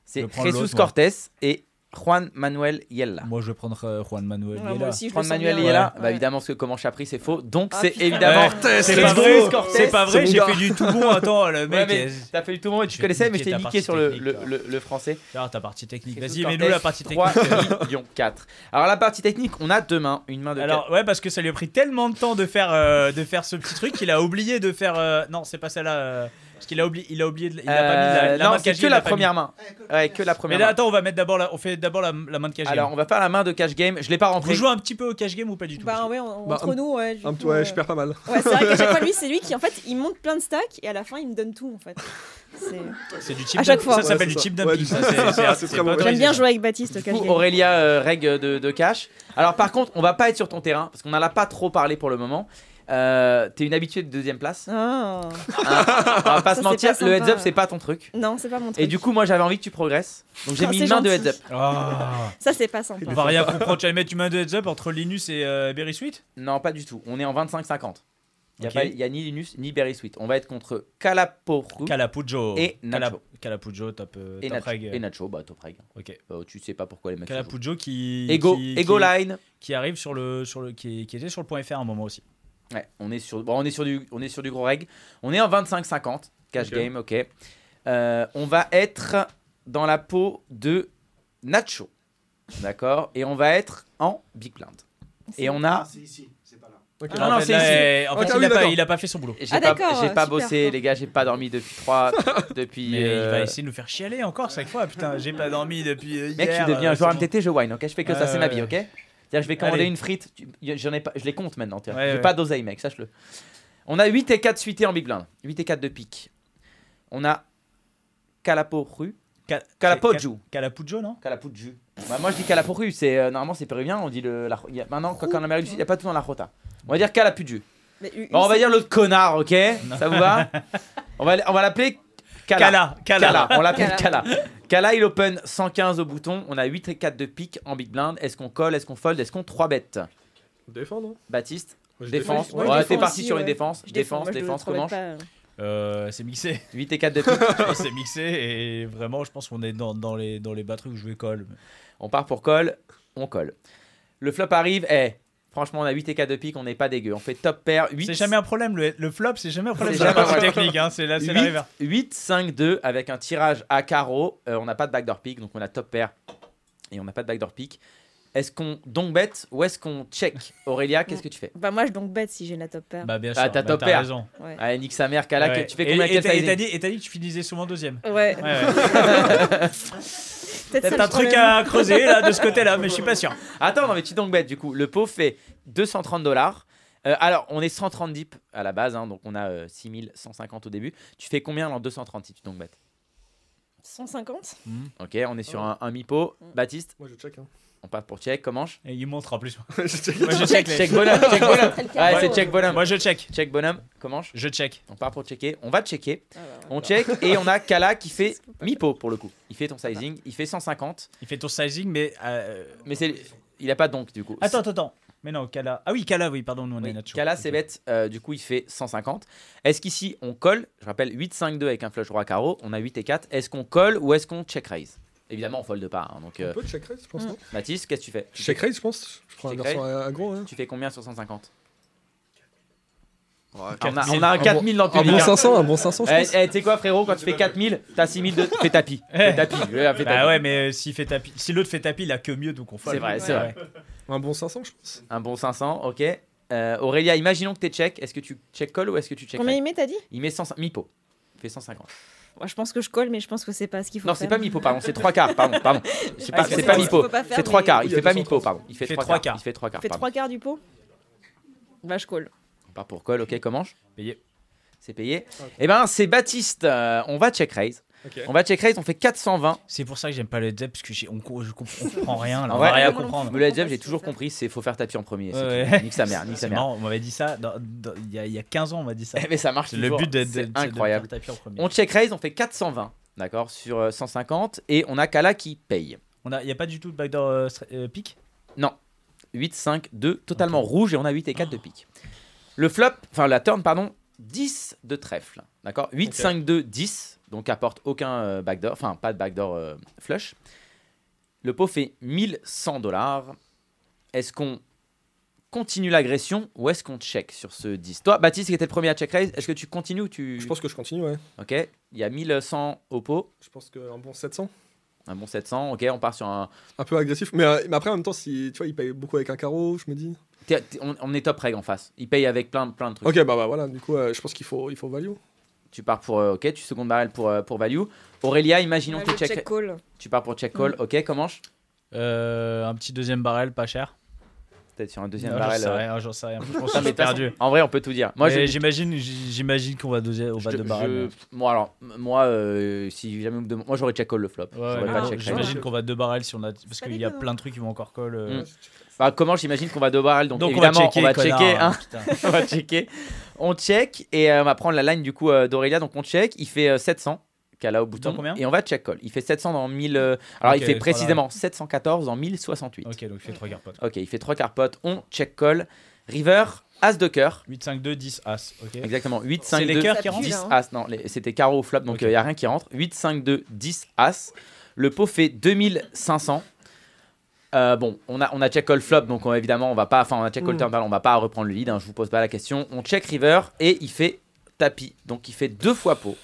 Speaker 2: Je
Speaker 3: C'est
Speaker 2: prends l'autre,
Speaker 3: Jesus
Speaker 2: moi.
Speaker 3: Cortés et Juan Manuel Yella.
Speaker 2: Moi, je vais prendre euh, Juan Manuel.
Speaker 5: Ouais,
Speaker 2: Viela.
Speaker 5: moi aussi, je
Speaker 3: Juan
Speaker 5: le sens
Speaker 3: Manuel
Speaker 5: bien,
Speaker 3: Yella,
Speaker 5: ouais.
Speaker 3: bah évidemment, parce que comment Chapri, c'est faux. Donc
Speaker 5: Ah,
Speaker 3: c'est
Speaker 5: putain.
Speaker 3: évidemment.
Speaker 2: Ouais, c'est
Speaker 3: Jesus
Speaker 2: pas vrai,
Speaker 3: Cortés,
Speaker 2: c'est pas vrai,
Speaker 3: second
Speaker 2: j'ai
Speaker 3: gars.
Speaker 2: fait du tout bon. Attends, <laughs> le
Speaker 3: Ouais,
Speaker 2: mec.
Speaker 3: mais
Speaker 2: est-
Speaker 3: t'as fait du tout bon et tu
Speaker 2: Je vais
Speaker 3: connaissais, mais je
Speaker 2: niquer
Speaker 3: t'ai
Speaker 2: ta
Speaker 3: niqué
Speaker 2: partie
Speaker 3: sur le,
Speaker 2: technique,
Speaker 3: le-
Speaker 2: là.
Speaker 3: le- le français.
Speaker 2: Ah, ta partie technique. Vas-y,
Speaker 3: Jesus
Speaker 2: mets-nous la
Speaker 3: Cortés,
Speaker 2: partie technique. <laughs>
Speaker 3: 3 millions 4. Alors la partie technique, on a deux mains, une main de quatre.
Speaker 2: Alors ouais parce que ça lui a pris tellement de temps de faire euh, de faire ce petit truc qu'il a oublié de faire euh, non c'est pas celle-là euh, parce qu'il a oublié il a oublié de- il a pas mis la,
Speaker 3: Euh,
Speaker 2: la
Speaker 3: non,
Speaker 2: main de
Speaker 3: c'est
Speaker 2: Kagi,
Speaker 3: que
Speaker 2: il
Speaker 3: la
Speaker 2: pas
Speaker 3: première main. Ouais, que
Speaker 2: mis. mais
Speaker 3: la première
Speaker 2: là,
Speaker 3: main.
Speaker 2: attends on va mettre d'abord la, on fait d'abord la, la main de cash
Speaker 3: Alors
Speaker 2: game
Speaker 3: on va faire la main de cash game. Je l'ai pas
Speaker 2: vous
Speaker 3: rentré.
Speaker 2: jouez un petit peu au cash game ou pas du tout
Speaker 5: Bah ouais, on-
Speaker 4: Bah,
Speaker 5: entre
Speaker 4: un-
Speaker 5: nous, ouais. du
Speaker 4: Un
Speaker 5: coup,
Speaker 4: petit- ouais,
Speaker 5: euh,
Speaker 4: je perds pas mal.
Speaker 5: Ouais, c'est vrai qu'à chaque fois, lui, c'est lui qui, en fait, il monte plein de stacks et à la fin, il me donne tout, en fait. C'est-
Speaker 2: c'est du chip
Speaker 5: À chaque
Speaker 2: dump-
Speaker 5: fois.
Speaker 2: ça
Speaker 5: Ouais,
Speaker 2: s'appelle du
Speaker 4: c'est ça.
Speaker 2: chip
Speaker 4: Ouais,
Speaker 2: dumping
Speaker 4: du-
Speaker 2: ça, c'est- c'est-
Speaker 4: C'est
Speaker 2: c'est
Speaker 4: très
Speaker 2: pas
Speaker 4: bon.
Speaker 2: autorisé.
Speaker 5: J'aime bien jouer avec Baptiste au
Speaker 3: Du
Speaker 5: cash
Speaker 3: coup,
Speaker 5: game.
Speaker 3: Aurélia euh, règle de, de cash. Alors par contre, on va pas être sur ton terrain parce qu'on n'en a pas trop parlé pour le moment. Euh, T'es une habituée de deuxième place.
Speaker 5: Ah.
Speaker 3: On va pas
Speaker 5: Ça,
Speaker 3: se mentir,
Speaker 5: c'est pas
Speaker 3: le
Speaker 5: sympa.
Speaker 3: heads up c'est pas ton truc.
Speaker 5: Non, c'est pas mon truc.
Speaker 3: Et du coup, moi j'avais envie que tu progresses. Donc j'ai
Speaker 5: Ah,
Speaker 3: mis
Speaker 5: c'est
Speaker 3: une main de
Speaker 5: gentil.
Speaker 3: heads up.
Speaker 2: Ah.
Speaker 5: Ça, c'est pas sympa.
Speaker 2: on va rien comprendre tu allais mettre une main de heads up entre Linus et euh, Berry Sweet
Speaker 3: Non, pas du tout. On est en 25-50. Il n'y a,
Speaker 2: Ok.
Speaker 3: pas- y a ni Linus ni Berry Sweet. On va être contre Calaporu
Speaker 2: Calapujo
Speaker 3: Et
Speaker 2: Cala-
Speaker 3: Nacho.
Speaker 2: Calapujo top euh,
Speaker 3: et,
Speaker 2: top
Speaker 3: Nacho,
Speaker 2: reg.
Speaker 3: et Nacho. Bah, top reg.
Speaker 2: ok
Speaker 3: Bah, tu sais pas pourquoi les mecs. se jouent.
Speaker 2: Calapujo qui
Speaker 3: Ego,
Speaker 2: qui-
Speaker 3: Ego
Speaker 2: qui-
Speaker 3: Line.
Speaker 2: qui arrive sur le sur le qui, qui était sur le point fr à un moment aussi
Speaker 3: Ouais, on est sur, bon, on est sur du, on est sur du gros reg. On est en 25-50 cash
Speaker 4: Ok.
Speaker 3: game, ok. Euh, on va être dans la peau de Nacho, d'accord, et on va être en big blind. Et on a,
Speaker 4: Ok.
Speaker 3: Ah, non,
Speaker 2: En fait,
Speaker 3: c'est
Speaker 2: là,
Speaker 3: ici.
Speaker 2: eh, en
Speaker 4: Ok,
Speaker 2: fait,
Speaker 4: ah
Speaker 2: il,
Speaker 4: oui,
Speaker 2: a pas,
Speaker 4: d'accord.
Speaker 2: il a pas fait son boulot.
Speaker 3: j'ai
Speaker 5: Ah,
Speaker 3: pas,
Speaker 5: d'accord,
Speaker 3: j'ai pas
Speaker 5: super,
Speaker 3: bossé
Speaker 5: quoi.
Speaker 3: les gars, j'ai pas dormi depuis
Speaker 5: <laughs>
Speaker 3: 3 depuis.
Speaker 2: Mais il
Speaker 3: euh,
Speaker 2: va essayer de nous faire chialer encore chaque fois.
Speaker 3: <laughs>
Speaker 2: Putain, j'ai pas dormi depuis euh, hier.
Speaker 3: Mec, je deviens
Speaker 2: euh,
Speaker 3: un joueur
Speaker 2: c'est bon.
Speaker 3: MTT, je wine, ok, je fais que ça,
Speaker 2: Ouais,
Speaker 3: c'est ma
Speaker 2: ouais.
Speaker 3: vie, ok. C'est-à-dire, je vais commander
Speaker 2: Allez.
Speaker 3: une frite, tu- y- j'en ai pas, je les compte maintenant, tu vois.
Speaker 2: Ouais,
Speaker 3: J'ai
Speaker 2: ouais.
Speaker 3: pas d'oseille, mec, sache-le. On a 8 et 4 suités en big blind, 8 et 4 de pique. On a Calaporu,
Speaker 2: Ca- c'est-
Speaker 3: Calapoju.
Speaker 2: Ca- Calapujo, non
Speaker 3: Calapoju. Bah, moi je dis Calaporu, c'est euh, normalement c'est péruvien, on dit le. La, il y a- maintenant, quand, en Amérique du Sud, il n'y a pas tout dans la rota. On va dire Calapuju.
Speaker 5: Mais une-
Speaker 3: Bon, on va
Speaker 5: une-
Speaker 3: dire l'autre connard, ok Ça vous va
Speaker 5: <laughs>
Speaker 3: On va, on va l'appeler Cala.
Speaker 2: Cala,
Speaker 3: Cala,
Speaker 2: Cala.
Speaker 3: on l'appelle Cala. Cala, il open 115 au bouton. On a 8 et 4 de pique en big blind. Est-ce qu'on colle Est-ce qu'on fold Est-ce qu'on 3 bêtes
Speaker 4: Défendre.
Speaker 3: Baptiste,
Speaker 4: Moi, je défends.
Speaker 3: défense.
Speaker 5: défends. Ouais,
Speaker 3: Ouais,
Speaker 5: je
Speaker 3: t'es
Speaker 5: défends
Speaker 3: parti
Speaker 5: aussi,
Speaker 3: sur une
Speaker 5: ouais.
Speaker 3: défense.
Speaker 5: Je
Speaker 3: Défense,
Speaker 5: moi, je le
Speaker 3: défense,
Speaker 5: trouvais
Speaker 3: comment
Speaker 5: pas, euh,
Speaker 2: Euh, c'est
Speaker 3: <laughs>
Speaker 2: mixé. <laughs>
Speaker 3: 8 et 4 de pique.
Speaker 2: c'est mixé et vraiment, je pense qu'on est dans, dans les, dans les batteries où je vais colle.
Speaker 3: on part pour call. on colle. Le flop arrive, eh, franchement, on a 8 et 4 de pique, on n'est pas dégueu. On fait top pair, 8.
Speaker 2: C'est jamais un problème, le, le flop, c'est jamais un problème.
Speaker 3: C'est jamais un
Speaker 2: C'est
Speaker 3: problème.
Speaker 2: technique, hein, c'est la, c'est la
Speaker 3: 8,
Speaker 2: river.
Speaker 3: 8, 5, 2 avec un tirage à carreau. Euh, on n'a pas de backdoor pick, donc on a top pair et on n'a pas de backdoor pick. Est-ce qu'on donc bet ou est-ce qu'on check Aurélia, qu'est-ce que tu fais
Speaker 7: Bah moi je donc bête si j'ai la top pair.
Speaker 2: Bah, bien sûr,
Speaker 3: Ah, t'as
Speaker 2: bah,
Speaker 3: top pair.
Speaker 2: raison.
Speaker 7: Ouais.
Speaker 3: Allez, nique sa mère, Kala,
Speaker 2: Ouais.
Speaker 3: que- tu fais
Speaker 2: Et-
Speaker 3: combien
Speaker 2: et,
Speaker 3: quel
Speaker 2: t'as- et
Speaker 3: sizing
Speaker 2: t'as dit, et t'as dit que tu finissais souvent deuxième.
Speaker 7: Ouais.
Speaker 2: Ouais, ouais.
Speaker 7: Peut-être ça,
Speaker 2: Peut-être
Speaker 7: le
Speaker 2: un truc
Speaker 7: problème.
Speaker 2: à creuser là de ce côté-là, mais je suis pas sûr.
Speaker 3: Attends, non, mais tu donc bête du coup. Le pot fait 230 dollars. Euh, alors, on est 130 dips à la base, hein, donc on a euh, 6150 au début. Tu fais combien dans 230 si tu donc bête
Speaker 7: 150
Speaker 3: Ok, on est sur un, un mi-pot. Baptiste,
Speaker 4: Moi je check. Hein.
Speaker 3: on part pour check. Comment je-
Speaker 2: Et il montre en plus.
Speaker 4: je check.
Speaker 2: Moi je check. les-
Speaker 3: Check bonhomme,
Speaker 2: <laughs>
Speaker 3: check bonhomme.
Speaker 7: C'est le
Speaker 3: Ouais,
Speaker 7: carreau.
Speaker 3: c'est check bonhomme.
Speaker 2: Moi je check.
Speaker 3: Check bonhomme. Comment je-
Speaker 2: Je check.
Speaker 3: On part pour checker. On va checker.
Speaker 7: Ah, bah, ouais.
Speaker 3: On check et on a Kala qui <laughs> fait mi-pot pour le coup. Il fait ton sizing. Il fait 150.
Speaker 2: Il fait ton sizing, mais. euh,
Speaker 3: Mais c'est. Il a pas donc du coup.
Speaker 2: Attends, attends, attends. Mais non, Kala. Ah oui, Kala, oui, pardon, nous on est
Speaker 3: Oui,
Speaker 2: Nacho.
Speaker 3: Kala,
Speaker 2: Ok.
Speaker 3: c'est bête. euh, du coup, il fait 150. Est-ce qu'ici, on colle Je rappelle, 8-5-2 avec un flush roi carreau. On a 8 et 4. Est-ce qu'on colle ou est-ce qu'on check raise Évidemment, on fold pas. hein, donc, euh,
Speaker 4: Un peu de check raise, je pense. non
Speaker 3: Mathis, qu'est-ce que tu fais tu,
Speaker 4: Check raise, je pense. Je prends un
Speaker 3: Check
Speaker 4: version agro. Hein.
Speaker 3: tu fais combien sur 150
Speaker 8: Ouais,
Speaker 3: Ah, on, a,
Speaker 2: 4000.
Speaker 3: on a un 4000 dans le
Speaker 4: Un
Speaker 3: public.
Speaker 4: bon
Speaker 3: hein.
Speaker 4: 500, un bon 500, je
Speaker 3: Eh,
Speaker 4: pense.
Speaker 3: eh, tu sais quoi, frérot Quand tu fais 4000, t'as 6000 de. Fais tapis. Fais tapis. ouais, fais tapis.
Speaker 2: Bah ouais, mais euh, s'il fait tapis, si l'autre fait tapis, il a que mieux, donc on fold.
Speaker 3: C'est vrai, c'est
Speaker 2: Ouais.
Speaker 3: vrai.
Speaker 4: Un bon 500, je pense.
Speaker 3: Un bon 500, ok. Euh, Aurélia, imaginons que t'es check. Est-ce que tu check call ou est-ce que tu check
Speaker 7: Combien
Speaker 3: raise
Speaker 7: il met, t'as dit
Speaker 3: Il met 100, mi-pot. Il fait 150.
Speaker 7: Ouais, Je pense que je colle, mais je pense que c'est pas ce qu'il faut
Speaker 3: Non,
Speaker 7: faire.
Speaker 3: c'est pas mi-pot, pardon. C'est 3 quarts, pardon. pardon. C'est pas,
Speaker 2: c'est
Speaker 3: c'est
Speaker 2: ça,
Speaker 3: pas
Speaker 2: c'est
Speaker 3: mi-pot.
Speaker 7: faut pas faire,
Speaker 3: C'est 3
Speaker 7: mais-
Speaker 3: quarts.
Speaker 4: Oui,
Speaker 3: Il
Speaker 4: il y a
Speaker 3: fait pas
Speaker 4: 230.
Speaker 3: mi-pot, pardon. Il fait
Speaker 2: fait
Speaker 3: 3
Speaker 2: trois
Speaker 3: quarts.
Speaker 2: quarts.
Speaker 3: Il fait 3 quarts.
Speaker 7: Fait
Speaker 3: Ah, pardon.
Speaker 7: trois quarts du pot Bah je colle.
Speaker 3: On part pour call, ok, comment je-
Speaker 2: Payé.
Speaker 3: C'est payé.
Speaker 4: Ok.
Speaker 3: Eh ben, c'est Baptiste. euh, on va check raise.
Speaker 4: Ok.
Speaker 3: On va check raise, on fait 420.
Speaker 2: C'est pour ça que j'aime pas les Zepp, parce que j'ai- on, co- je comprends, on comprend rien, là, on
Speaker 3: Ouais.
Speaker 2: va rien
Speaker 7: Moi non plus.
Speaker 2: comprendre.
Speaker 3: Me l'a
Speaker 7: comprends
Speaker 3: dit,
Speaker 7: pas
Speaker 3: j'ai
Speaker 7: ce
Speaker 3: toujours
Speaker 7: qu'on fait.
Speaker 3: compris, c'est faut faire tapis en premier. c'est
Speaker 2: Ouais,
Speaker 3: tout.
Speaker 2: ouais.
Speaker 3: Nique sa mère, nique sa
Speaker 2: C'est
Speaker 3: mère.
Speaker 2: marrant, on m'avait dit ça dans- dans- il y, a- il y a 15 ans, on m'a dit ça.
Speaker 3: Eh ben, ça marche
Speaker 2: C'est le
Speaker 3: toujours.
Speaker 2: but de, de-
Speaker 3: C'est
Speaker 2: de- de
Speaker 3: incroyable.
Speaker 2: faire tapis en premier.
Speaker 3: On check raise, on fait 420. D'accord, sur euh, 150. Et on a Kala qui paye.
Speaker 2: On a, il y a pas du tout de backdoor euh, stra- euh, pick
Speaker 3: 8, 5, 2, totalement rouge et on a 8 et 4 de
Speaker 4: Oh.
Speaker 3: pique. Le flop, enfin la turn, pardon, 10 de trèfle. D'accord 8,
Speaker 4: Ok.
Speaker 3: 5, 2, 10. Donc apporte aucun euh, backdoor, enfin pas de backdoor euh, flush. Le pot fait 1100 dollars. Est-ce qu'on continue l'agression ou est-ce qu'on check sur ce 10 Toi, Baptiste, qui était le premier à check raise, est-ce que tu continues ou tu.
Speaker 4: Je pense que je continue, ouais.
Speaker 3: Ok, il y a 1100 au pot,
Speaker 4: Je pense qu'un bon 700.
Speaker 3: un bon 700. Ok, on part sur un.
Speaker 4: Un peu agressif. Mais, euh, mais après, en même temps, si tu vois, il paye beaucoup avec un carreau, je me dis.
Speaker 3: t'es- t'es- on, on est top reg en face. Il paye avec plein, plein de trucs.
Speaker 4: Ok, bah, bah voilà, du coup, euh, je pense qu'il faut, il faut value.
Speaker 3: Tu pars pour euh, OK, tu secondes barrel pour, euh, pour value. Aurélia, imaginons
Speaker 7: Bah,
Speaker 3: que
Speaker 7: je
Speaker 3: tu check,
Speaker 7: check call.
Speaker 3: tu pars pour check call. OK, comment je-
Speaker 2: Euh, un petit deuxième barrel, pas cher.
Speaker 3: Peut-être sur un deuxième
Speaker 2: Non,
Speaker 3: barrel.
Speaker 2: J'en sais
Speaker 3: euh,
Speaker 2: rien, j'en sais
Speaker 3: <laughs>
Speaker 2: rien. Je pense
Speaker 3: non,
Speaker 2: que
Speaker 3: mais
Speaker 2: j'ai
Speaker 3: de toute façon,
Speaker 2: perdu.
Speaker 3: En vrai, on peut tout dire. Moi,
Speaker 2: Moi,
Speaker 3: j'ai
Speaker 2: j'imagine, j'imagine qu'on va deuxième, on va
Speaker 3: je-
Speaker 2: deux barrels.
Speaker 3: je- moi, alors, m- moi, euh, si jamais on me demande- moi, j'aurais check call le flop.
Speaker 2: Ouais,
Speaker 3: J'aurais
Speaker 2: ouais,
Speaker 3: pas
Speaker 7: non,
Speaker 3: check raise.
Speaker 2: j'imagine qu'on va deux barrels si on a parce
Speaker 7: pas
Speaker 2: qu'il y a
Speaker 7: déconnant.
Speaker 2: plein de trucs qui vont encore call. euh.
Speaker 3: Mm. Bah, comment j'imagine qu'on va deux barrel donc,
Speaker 2: Donc on va
Speaker 3: évidemment
Speaker 2: checker.
Speaker 3: on va checker,
Speaker 2: connard,
Speaker 3: hein. <laughs>
Speaker 2: putain.
Speaker 3: on va checker. On check et euh, on va prendre la line du coup euh, d'Aurélia. Donc on check, il fait euh, 700 qu'elle a au bouton
Speaker 2: combien
Speaker 3: et on va check call. Il fait 700 dans 1000. euh, alors
Speaker 2: Ok,
Speaker 3: il fait
Speaker 2: voilà.
Speaker 3: précisément 714 dans 1068.
Speaker 2: Ok, donc il fait trois quarts pote.
Speaker 3: Ok, il fait trois quarts pot, on check call. River, As de cœur.
Speaker 2: 8 5 2 10 As, OK.
Speaker 3: Exactement, 8,
Speaker 2: C'est
Speaker 3: 5,
Speaker 2: les
Speaker 3: 2,
Speaker 2: cœurs
Speaker 7: ça
Speaker 2: qui rentrent.
Speaker 7: pue,
Speaker 3: 10
Speaker 7: là, hein.
Speaker 3: As. Non, les- c'était carreau flop, donc
Speaker 2: Ok.
Speaker 3: il n'y a rien qui rentre. 8, 5, 2, 10 As. Le pot fait 2500. Euh, bon, on a, on a check call flop, donc on- évidemment, on va pas. Enfin, on a check call
Speaker 4: Mm.
Speaker 3: turn, pardon, on va pas reprendre le lead, hein, je vous pose pas la question. On check river et il fait tapis. Donc il fait deux fois pot.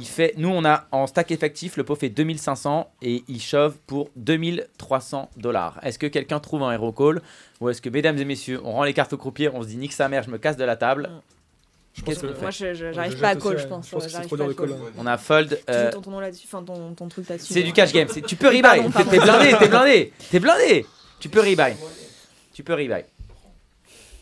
Speaker 3: Il fait, nous on a en stack effectif, le pot fait 2500 et il shove pour 2300 dollars. Est-ce que quelqu'un trouve un hero call ou est-ce que mesdames et messieurs, on rend les cartes au croupier, on se dit nique sa mère, je me casse de la table.
Speaker 4: Je pense
Speaker 3: Qu'est-ce
Speaker 4: que.
Speaker 3: qu'on
Speaker 7: Moi
Speaker 3: fait
Speaker 7: je- je-
Speaker 4: Je
Speaker 7: j'arrive pas à
Speaker 4: jette aussi,
Speaker 7: call, je
Speaker 4: ouais.
Speaker 7: pense.
Speaker 4: Je pense que c'est
Speaker 7: J'arrive
Speaker 4: trop
Speaker 7: pas
Speaker 4: dur
Speaker 7: à
Speaker 4: de
Speaker 7: call.
Speaker 4: call. ouais.
Speaker 3: On a fold.
Speaker 7: Tu
Speaker 3: euh,
Speaker 7: joues ton tournoi là-dessus, enfin ton, ton truc là-dessus.
Speaker 3: c'est
Speaker 7: ouais.
Speaker 3: du cash game. c'est- Tu peux rebuy.
Speaker 7: hein. Pardon,
Speaker 3: T'es
Speaker 7: pardon.
Speaker 3: t'es blindé, t'es blindé, t'es blindé. Tu peux rebuy. Tu peux rebuy.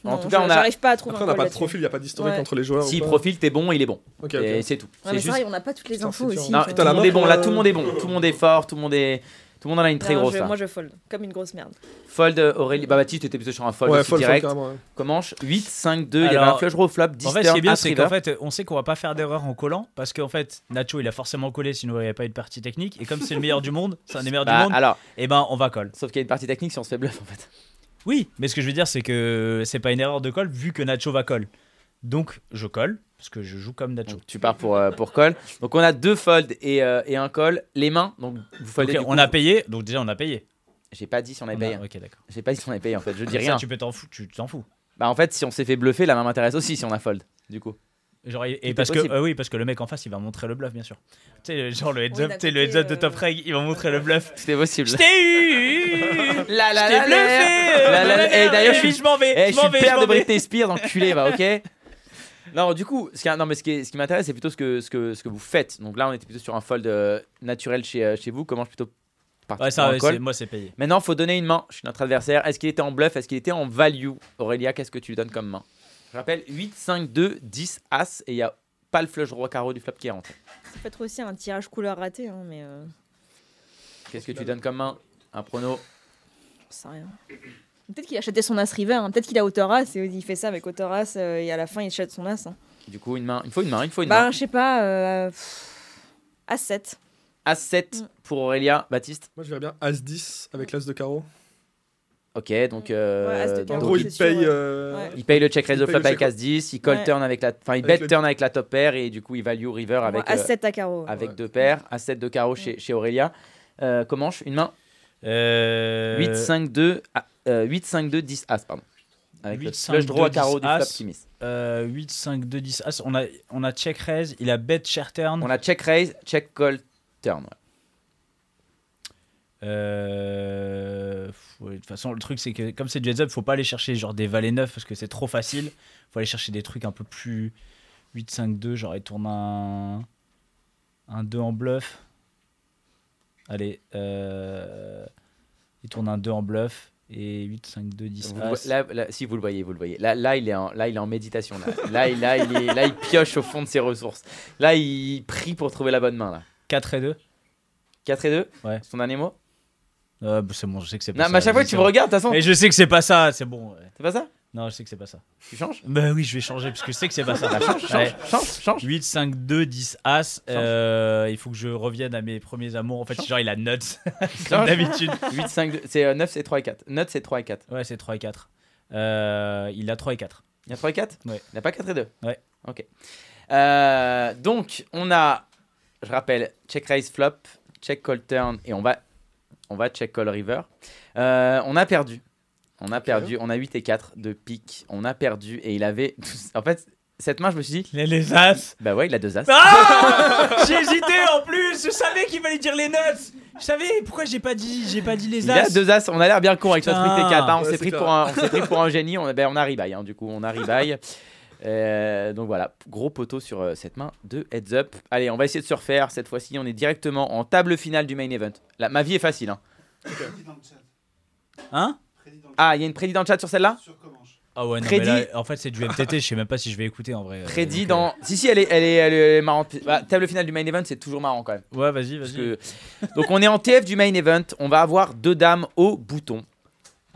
Speaker 3: En
Speaker 7: Non,
Speaker 3: tout cas,
Speaker 7: je-
Speaker 3: on a.
Speaker 7: J'arrive pas à trouver
Speaker 4: Après, on
Speaker 7: un
Speaker 4: n'a
Speaker 7: call
Speaker 4: pas de
Speaker 7: là-dessus.
Speaker 4: profil, il n'y a pas d'historique
Speaker 7: Ouais.
Speaker 4: entre les joueurs.
Speaker 3: Si
Speaker 4: ou pas.
Speaker 3: profil, t'es bon, il est bon.
Speaker 4: Ok,
Speaker 3: Et
Speaker 4: ok.
Speaker 3: c'est tout.
Speaker 7: Ouais, mais
Speaker 3: C'est
Speaker 7: c'est
Speaker 3: juste.
Speaker 7: vrai, on n'a pas toutes les
Speaker 4: Putain,
Speaker 7: infos
Speaker 4: c'est dur.
Speaker 7: aussi.
Speaker 3: Non,
Speaker 7: tu
Speaker 3: tout le
Speaker 7: vois.
Speaker 4: la
Speaker 3: monde est bon. Là,
Speaker 4: euh,
Speaker 3: tout le monde est bon. Tout le monde est fort. Tout le monde est. Tout le monde en a une très
Speaker 7: Non,
Speaker 3: grosse. hein.
Speaker 7: je-
Speaker 3: là.
Speaker 7: Moi je fold, comme une grosse merde.
Speaker 3: Fold euh, Aurélie. Bah Baptiste, t'étais plutôt sur un fold
Speaker 4: Ouais,
Speaker 3: aussi
Speaker 4: fold, fold,
Speaker 3: direct.
Speaker 4: carrément. ouais.
Speaker 3: Comment 8, 5, 2. Il y avait
Speaker 2: Alors,
Speaker 3: un flush draw flop. 10
Speaker 2: En fait, ce qui est
Speaker 3: turn,
Speaker 2: bien,
Speaker 3: as
Speaker 2: c'est
Speaker 3: river.
Speaker 2: qu'en fait, on sait qu'on va pas faire d'erreur en collant parce qu'en fait, Nacho, il a forcément collé sinon il n'y avait pas eu de partie technique. Et comme c'est le meilleur du monde, c'est un des meilleurs
Speaker 3: Bah,
Speaker 2: du monde,
Speaker 3: alors,
Speaker 2: et ben on va call.
Speaker 3: sauf qu'il y a une partie technique si on se fait bluff en fait.
Speaker 2: Oui, mais ce que je veux dire, c'est que c'est pas une erreur de call vu que Nacho va call. Donc je colle parce que je joue comme Nacho.
Speaker 3: Donc, tu pars pour, euh, pour call. Donc on a deux folds et, euh, et un call. Les mains, donc vous foldez.
Speaker 2: Ok,
Speaker 3: du coup, bah,
Speaker 2: on a payé, donc déjà on a payé.
Speaker 3: J'ai pas dit si on avait
Speaker 2: On a-
Speaker 3: payé.
Speaker 2: Ok, d'accord.
Speaker 3: J'ai pas dit si on avait payé en fait, je dis
Speaker 2: Ça,
Speaker 3: rien.
Speaker 2: tu peux t'en fou- tu t'en fous.
Speaker 3: Bah en fait, si on s'est fait bluffer, la main m'intéresse aussi si on a fold, du coup.
Speaker 2: Genre, et- et
Speaker 3: Tout est
Speaker 2: parce que
Speaker 3: possible.
Speaker 2: euh, oui parce que le mec en face il va montrer le bluff bien sûr. Tu sais genre le heads
Speaker 7: Oui,
Speaker 2: up,
Speaker 7: d'un
Speaker 2: tu sais le
Speaker 7: côté,
Speaker 2: heads up de
Speaker 7: euh,
Speaker 2: top reg, il va montrer le bluff.
Speaker 3: C'était possible.
Speaker 2: Je
Speaker 3: <laughs>
Speaker 2: t'ai eu.
Speaker 3: La la
Speaker 2: Je t'ai
Speaker 3: la
Speaker 2: bluffé euh,
Speaker 3: la, la, la, la, et d'ailleurs, je suis-
Speaker 2: je m'en vais,
Speaker 3: Eh,
Speaker 2: je
Speaker 3: je suis
Speaker 2: m'en
Speaker 3: le
Speaker 2: vais, je
Speaker 3: père
Speaker 2: m'en
Speaker 3: de
Speaker 2: vais.
Speaker 3: Britney Spears, enculé, va, ok <laughs> Non, du coup, ce qui, non, mais ce qui, est- ce qui m'intéresse, c'est plutôt ce que, ce, que, ce que vous faites. Donc là, on était plutôt sur un fold euh, naturel chez, euh, chez vous. Comment je plutôt partir
Speaker 2: Ouais,
Speaker 3: pour
Speaker 2: ça,
Speaker 3: un
Speaker 2: ouais,
Speaker 3: call
Speaker 2: c'est- moi c'est payé.
Speaker 3: Maintenant, faut donner une main chez notre adversaire. Est-ce qu'il était en bluff Est-ce qu'il était en value Aurélia, qu'est-ce que tu lui donnes comme main Je rappelle 8, 5, 2, 10, As, et il n'y a pas le flush roi carreau du flop qui est rentré.
Speaker 7: C'est peut-être aussi un tirage couleur raté, hein, mais euh,
Speaker 3: Qu'est-ce que tu lui donnes comme main Un
Speaker 7: j'en
Speaker 3: prono
Speaker 7: sais rien. Peut-être qu'il achetait son as river, hein. peut-être qu'il a hauteur as et il fait ça avec hauteur as euh, et à la fin il achète son as. hein.
Speaker 3: Du coup, une main. Il faut une main, il faut une
Speaker 7: Bah,
Speaker 3: main.
Speaker 7: je sais pas, euh, pff, as 7.
Speaker 3: As 7 pour Aurélia, Baptiste.
Speaker 4: Moi, je verrais bien As 10 avec l'As de carreau.
Speaker 3: Ok,
Speaker 7: Ouais,
Speaker 3: donc. euh,
Speaker 7: As de
Speaker 4: En
Speaker 7: carreau,
Speaker 3: donc
Speaker 4: gros,
Speaker 3: il-
Speaker 7: c'est
Speaker 4: il
Speaker 7: sûr,
Speaker 4: paye.
Speaker 7: ouais.
Speaker 4: euh,
Speaker 7: Ouais.
Speaker 3: Il paye le check raise
Speaker 4: Il
Speaker 3: de
Speaker 4: paye
Speaker 3: flop
Speaker 4: le
Speaker 3: avec
Speaker 4: check-
Speaker 3: As 10, il call
Speaker 7: Ouais.
Speaker 3: turn avec la enfin il
Speaker 4: Avec
Speaker 3: bet
Speaker 4: le-
Speaker 3: turn avec la top pair et du coup il value river
Speaker 7: Moi,
Speaker 3: avec
Speaker 7: as
Speaker 3: euh,
Speaker 7: 7 à carreau. ouais.
Speaker 3: avec
Speaker 4: Ouais.
Speaker 3: deux paires, As 7 de carreau chez, chez Aurélia. Euh, comment je- une main
Speaker 2: Euh,
Speaker 3: 8 5 2 ah, euh, 8 5 2 10 As pardon. Avec
Speaker 2: 8,
Speaker 3: le
Speaker 2: 5,
Speaker 3: flush
Speaker 2: 2,
Speaker 3: droit
Speaker 2: 10
Speaker 3: carreau du
Speaker 2: As.
Speaker 3: flop qui miss.
Speaker 2: euh, 8, 5, 2, 10. As, Ah, on, a, on a check raise, il a bet share turn.
Speaker 3: On a check raise, check call turn. ouais.
Speaker 2: Euh, faut- De toute façon, le truc, c'est que comme c'est du heads up, faut pas aller chercher genre des valets neufs parce que c'est trop facile. faut aller chercher des trucs un peu plus 8, 5, 2. Genre, il tourne un, un 2 en bluff. Allez, euh, il tourne un 2 en bluff et 8, 5, 2, 10.
Speaker 3: Vous le
Speaker 2: as.
Speaker 3: vo- là, là, si vous le voyez, vous le voyez. Là, là, il est en, là, il est en méditation. Là, là, il, là, il est- là, il pioche au fond de ses ressources. Là, il prie pour trouver la bonne main. Là.
Speaker 2: 4 et 2.
Speaker 3: 4 et 2
Speaker 2: Ouais.
Speaker 3: Son dernier mot
Speaker 2: Euh, bah, c'est bon, je sais que c'est pas
Speaker 3: Non,
Speaker 2: ça.
Speaker 3: mais à chaque fois que tu me regardes, de toute façon,
Speaker 2: Mais je sais que c'est pas ça, c'est bon. ouais.
Speaker 3: c'est pas ça
Speaker 2: Non, je sais que c'est pas ça.
Speaker 3: Tu changes
Speaker 2: Bah oui, je vais changer parce que je sais que c'est pas ça. Ouais.
Speaker 3: <laughs> Change, change.
Speaker 2: 8, 5, 2, 10, As. Euh, il faut que je revienne à mes premiers amours. En fait, genre, il a
Speaker 3: <laughs>
Speaker 2: nuts, comme
Speaker 3: Change.
Speaker 2: d'habitude.
Speaker 3: 8, 5, 2. C'est 9, c'est 3 et 4. 9, c'est 3 et 4.
Speaker 2: Ouais, c'est 3 et 4. Euh, il a 3 et 4.
Speaker 3: Il y a 3 et 4
Speaker 2: Ouais.
Speaker 3: Il n'y a pas 4 et 2
Speaker 2: Ouais.
Speaker 3: Ok. Euh, donc, on a, je rappelle, check raise flop, check call turn et on va, on va check call river. Euh, on a perdu. On a perdu. On a 8 et 4 de pique. On a perdu et il avait. <laughs> En fait, cette main, je me suis dit,
Speaker 2: Il a les As.
Speaker 3: bah ouais, il a deux as. <laughs>
Speaker 2: Ah J'ai hésité en plus. Je savais qu'il fallait dire les nuts. Je savais pourquoi j'ai pas dit, j'ai pas dit les
Speaker 3: Il a
Speaker 2: As.
Speaker 3: deux as, on a l'air bien con avec notre
Speaker 2: Putain.
Speaker 3: truc T4. hein. On
Speaker 4: Ouais,
Speaker 3: s'est
Speaker 4: c'est
Speaker 3: pris,
Speaker 4: clair.
Speaker 3: pour un- on s'est pris pour un génie, on, ben, on a ribaille, hein, du coup, on a ribaille. <laughs> Euh, donc voilà, gros poteau sur euh, cette main de heads up. Allez, on va essayer de se refaire. Cette fois-ci, on est directement en table finale du main event. Là, ma vie est facile. hein.
Speaker 2: Hein
Speaker 3: Ah, il y a une prédit dans le chat sur celle-là
Speaker 2: Ah ouais, non,
Speaker 3: Prédit.
Speaker 2: mais là, en fait, c'est du MTT. Je sais même pas si je vais écouter en vrai. Euh,
Speaker 3: Prédit
Speaker 2: donc,
Speaker 3: dans. Si, si, elle est, elle est, elle est marrante. Bah, table finale du main event, c'est toujours marrant quand même.
Speaker 2: euh, Ouais, vas-y,
Speaker 3: Parce
Speaker 2: vas-y.
Speaker 3: que... donc on est en TF du main event. On va avoir deux dames au bouton.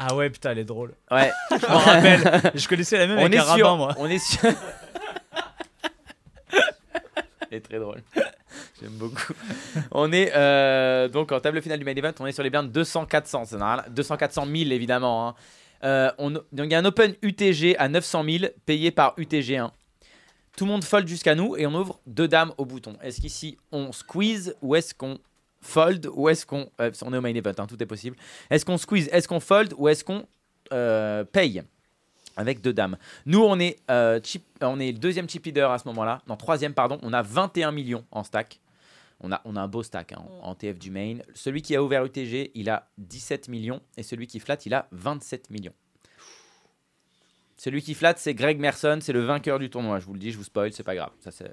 Speaker 2: Ah ouais, putain, elle est drôle.
Speaker 3: Ouais,
Speaker 2: Je m'en
Speaker 3: <laughs>
Speaker 2: rappelle. Je connaissais la même
Speaker 3: on
Speaker 2: avec un
Speaker 3: est
Speaker 2: rabbin,
Speaker 3: sûr.
Speaker 2: moi.
Speaker 3: On est sûr. <laughs> est très drôle. J'aime beaucoup. On est euh, donc en table finale du main event, on est sur les blindes 200-400. ça n'a rien- 200-400 000 évidemment. hein. Euh, on- donc il y a un open UTG à 900 000 payé par UTG1. Tout le monde fold jusqu'à nous et on ouvre deux dames au bouton. Est-ce qu'ici on squeeze ou est-ce qu'on fold ou est-ce qu'on... euh, on est au main event, hein, tout est possible. Est-ce qu'on squeeze, est-ce qu'on fold ou est-ce qu'on euh, paye avec deux dames nous, on est, euh, chip- euh, on est le deuxième chip leader à ce moment-là. Non, troisième, pardon. On a 21 millions en stack. On a, on a un beau stack hein, en en TF du main. Celui qui a ouvert UTG, il a 17 millions. Et celui qui flatte, il a 27 millions. Celui qui flatte, c'est Greg Merson. C'est le vainqueur du tournoi. Je vous le dis, je vous spoil, c'est pas grave. Ça, c'est...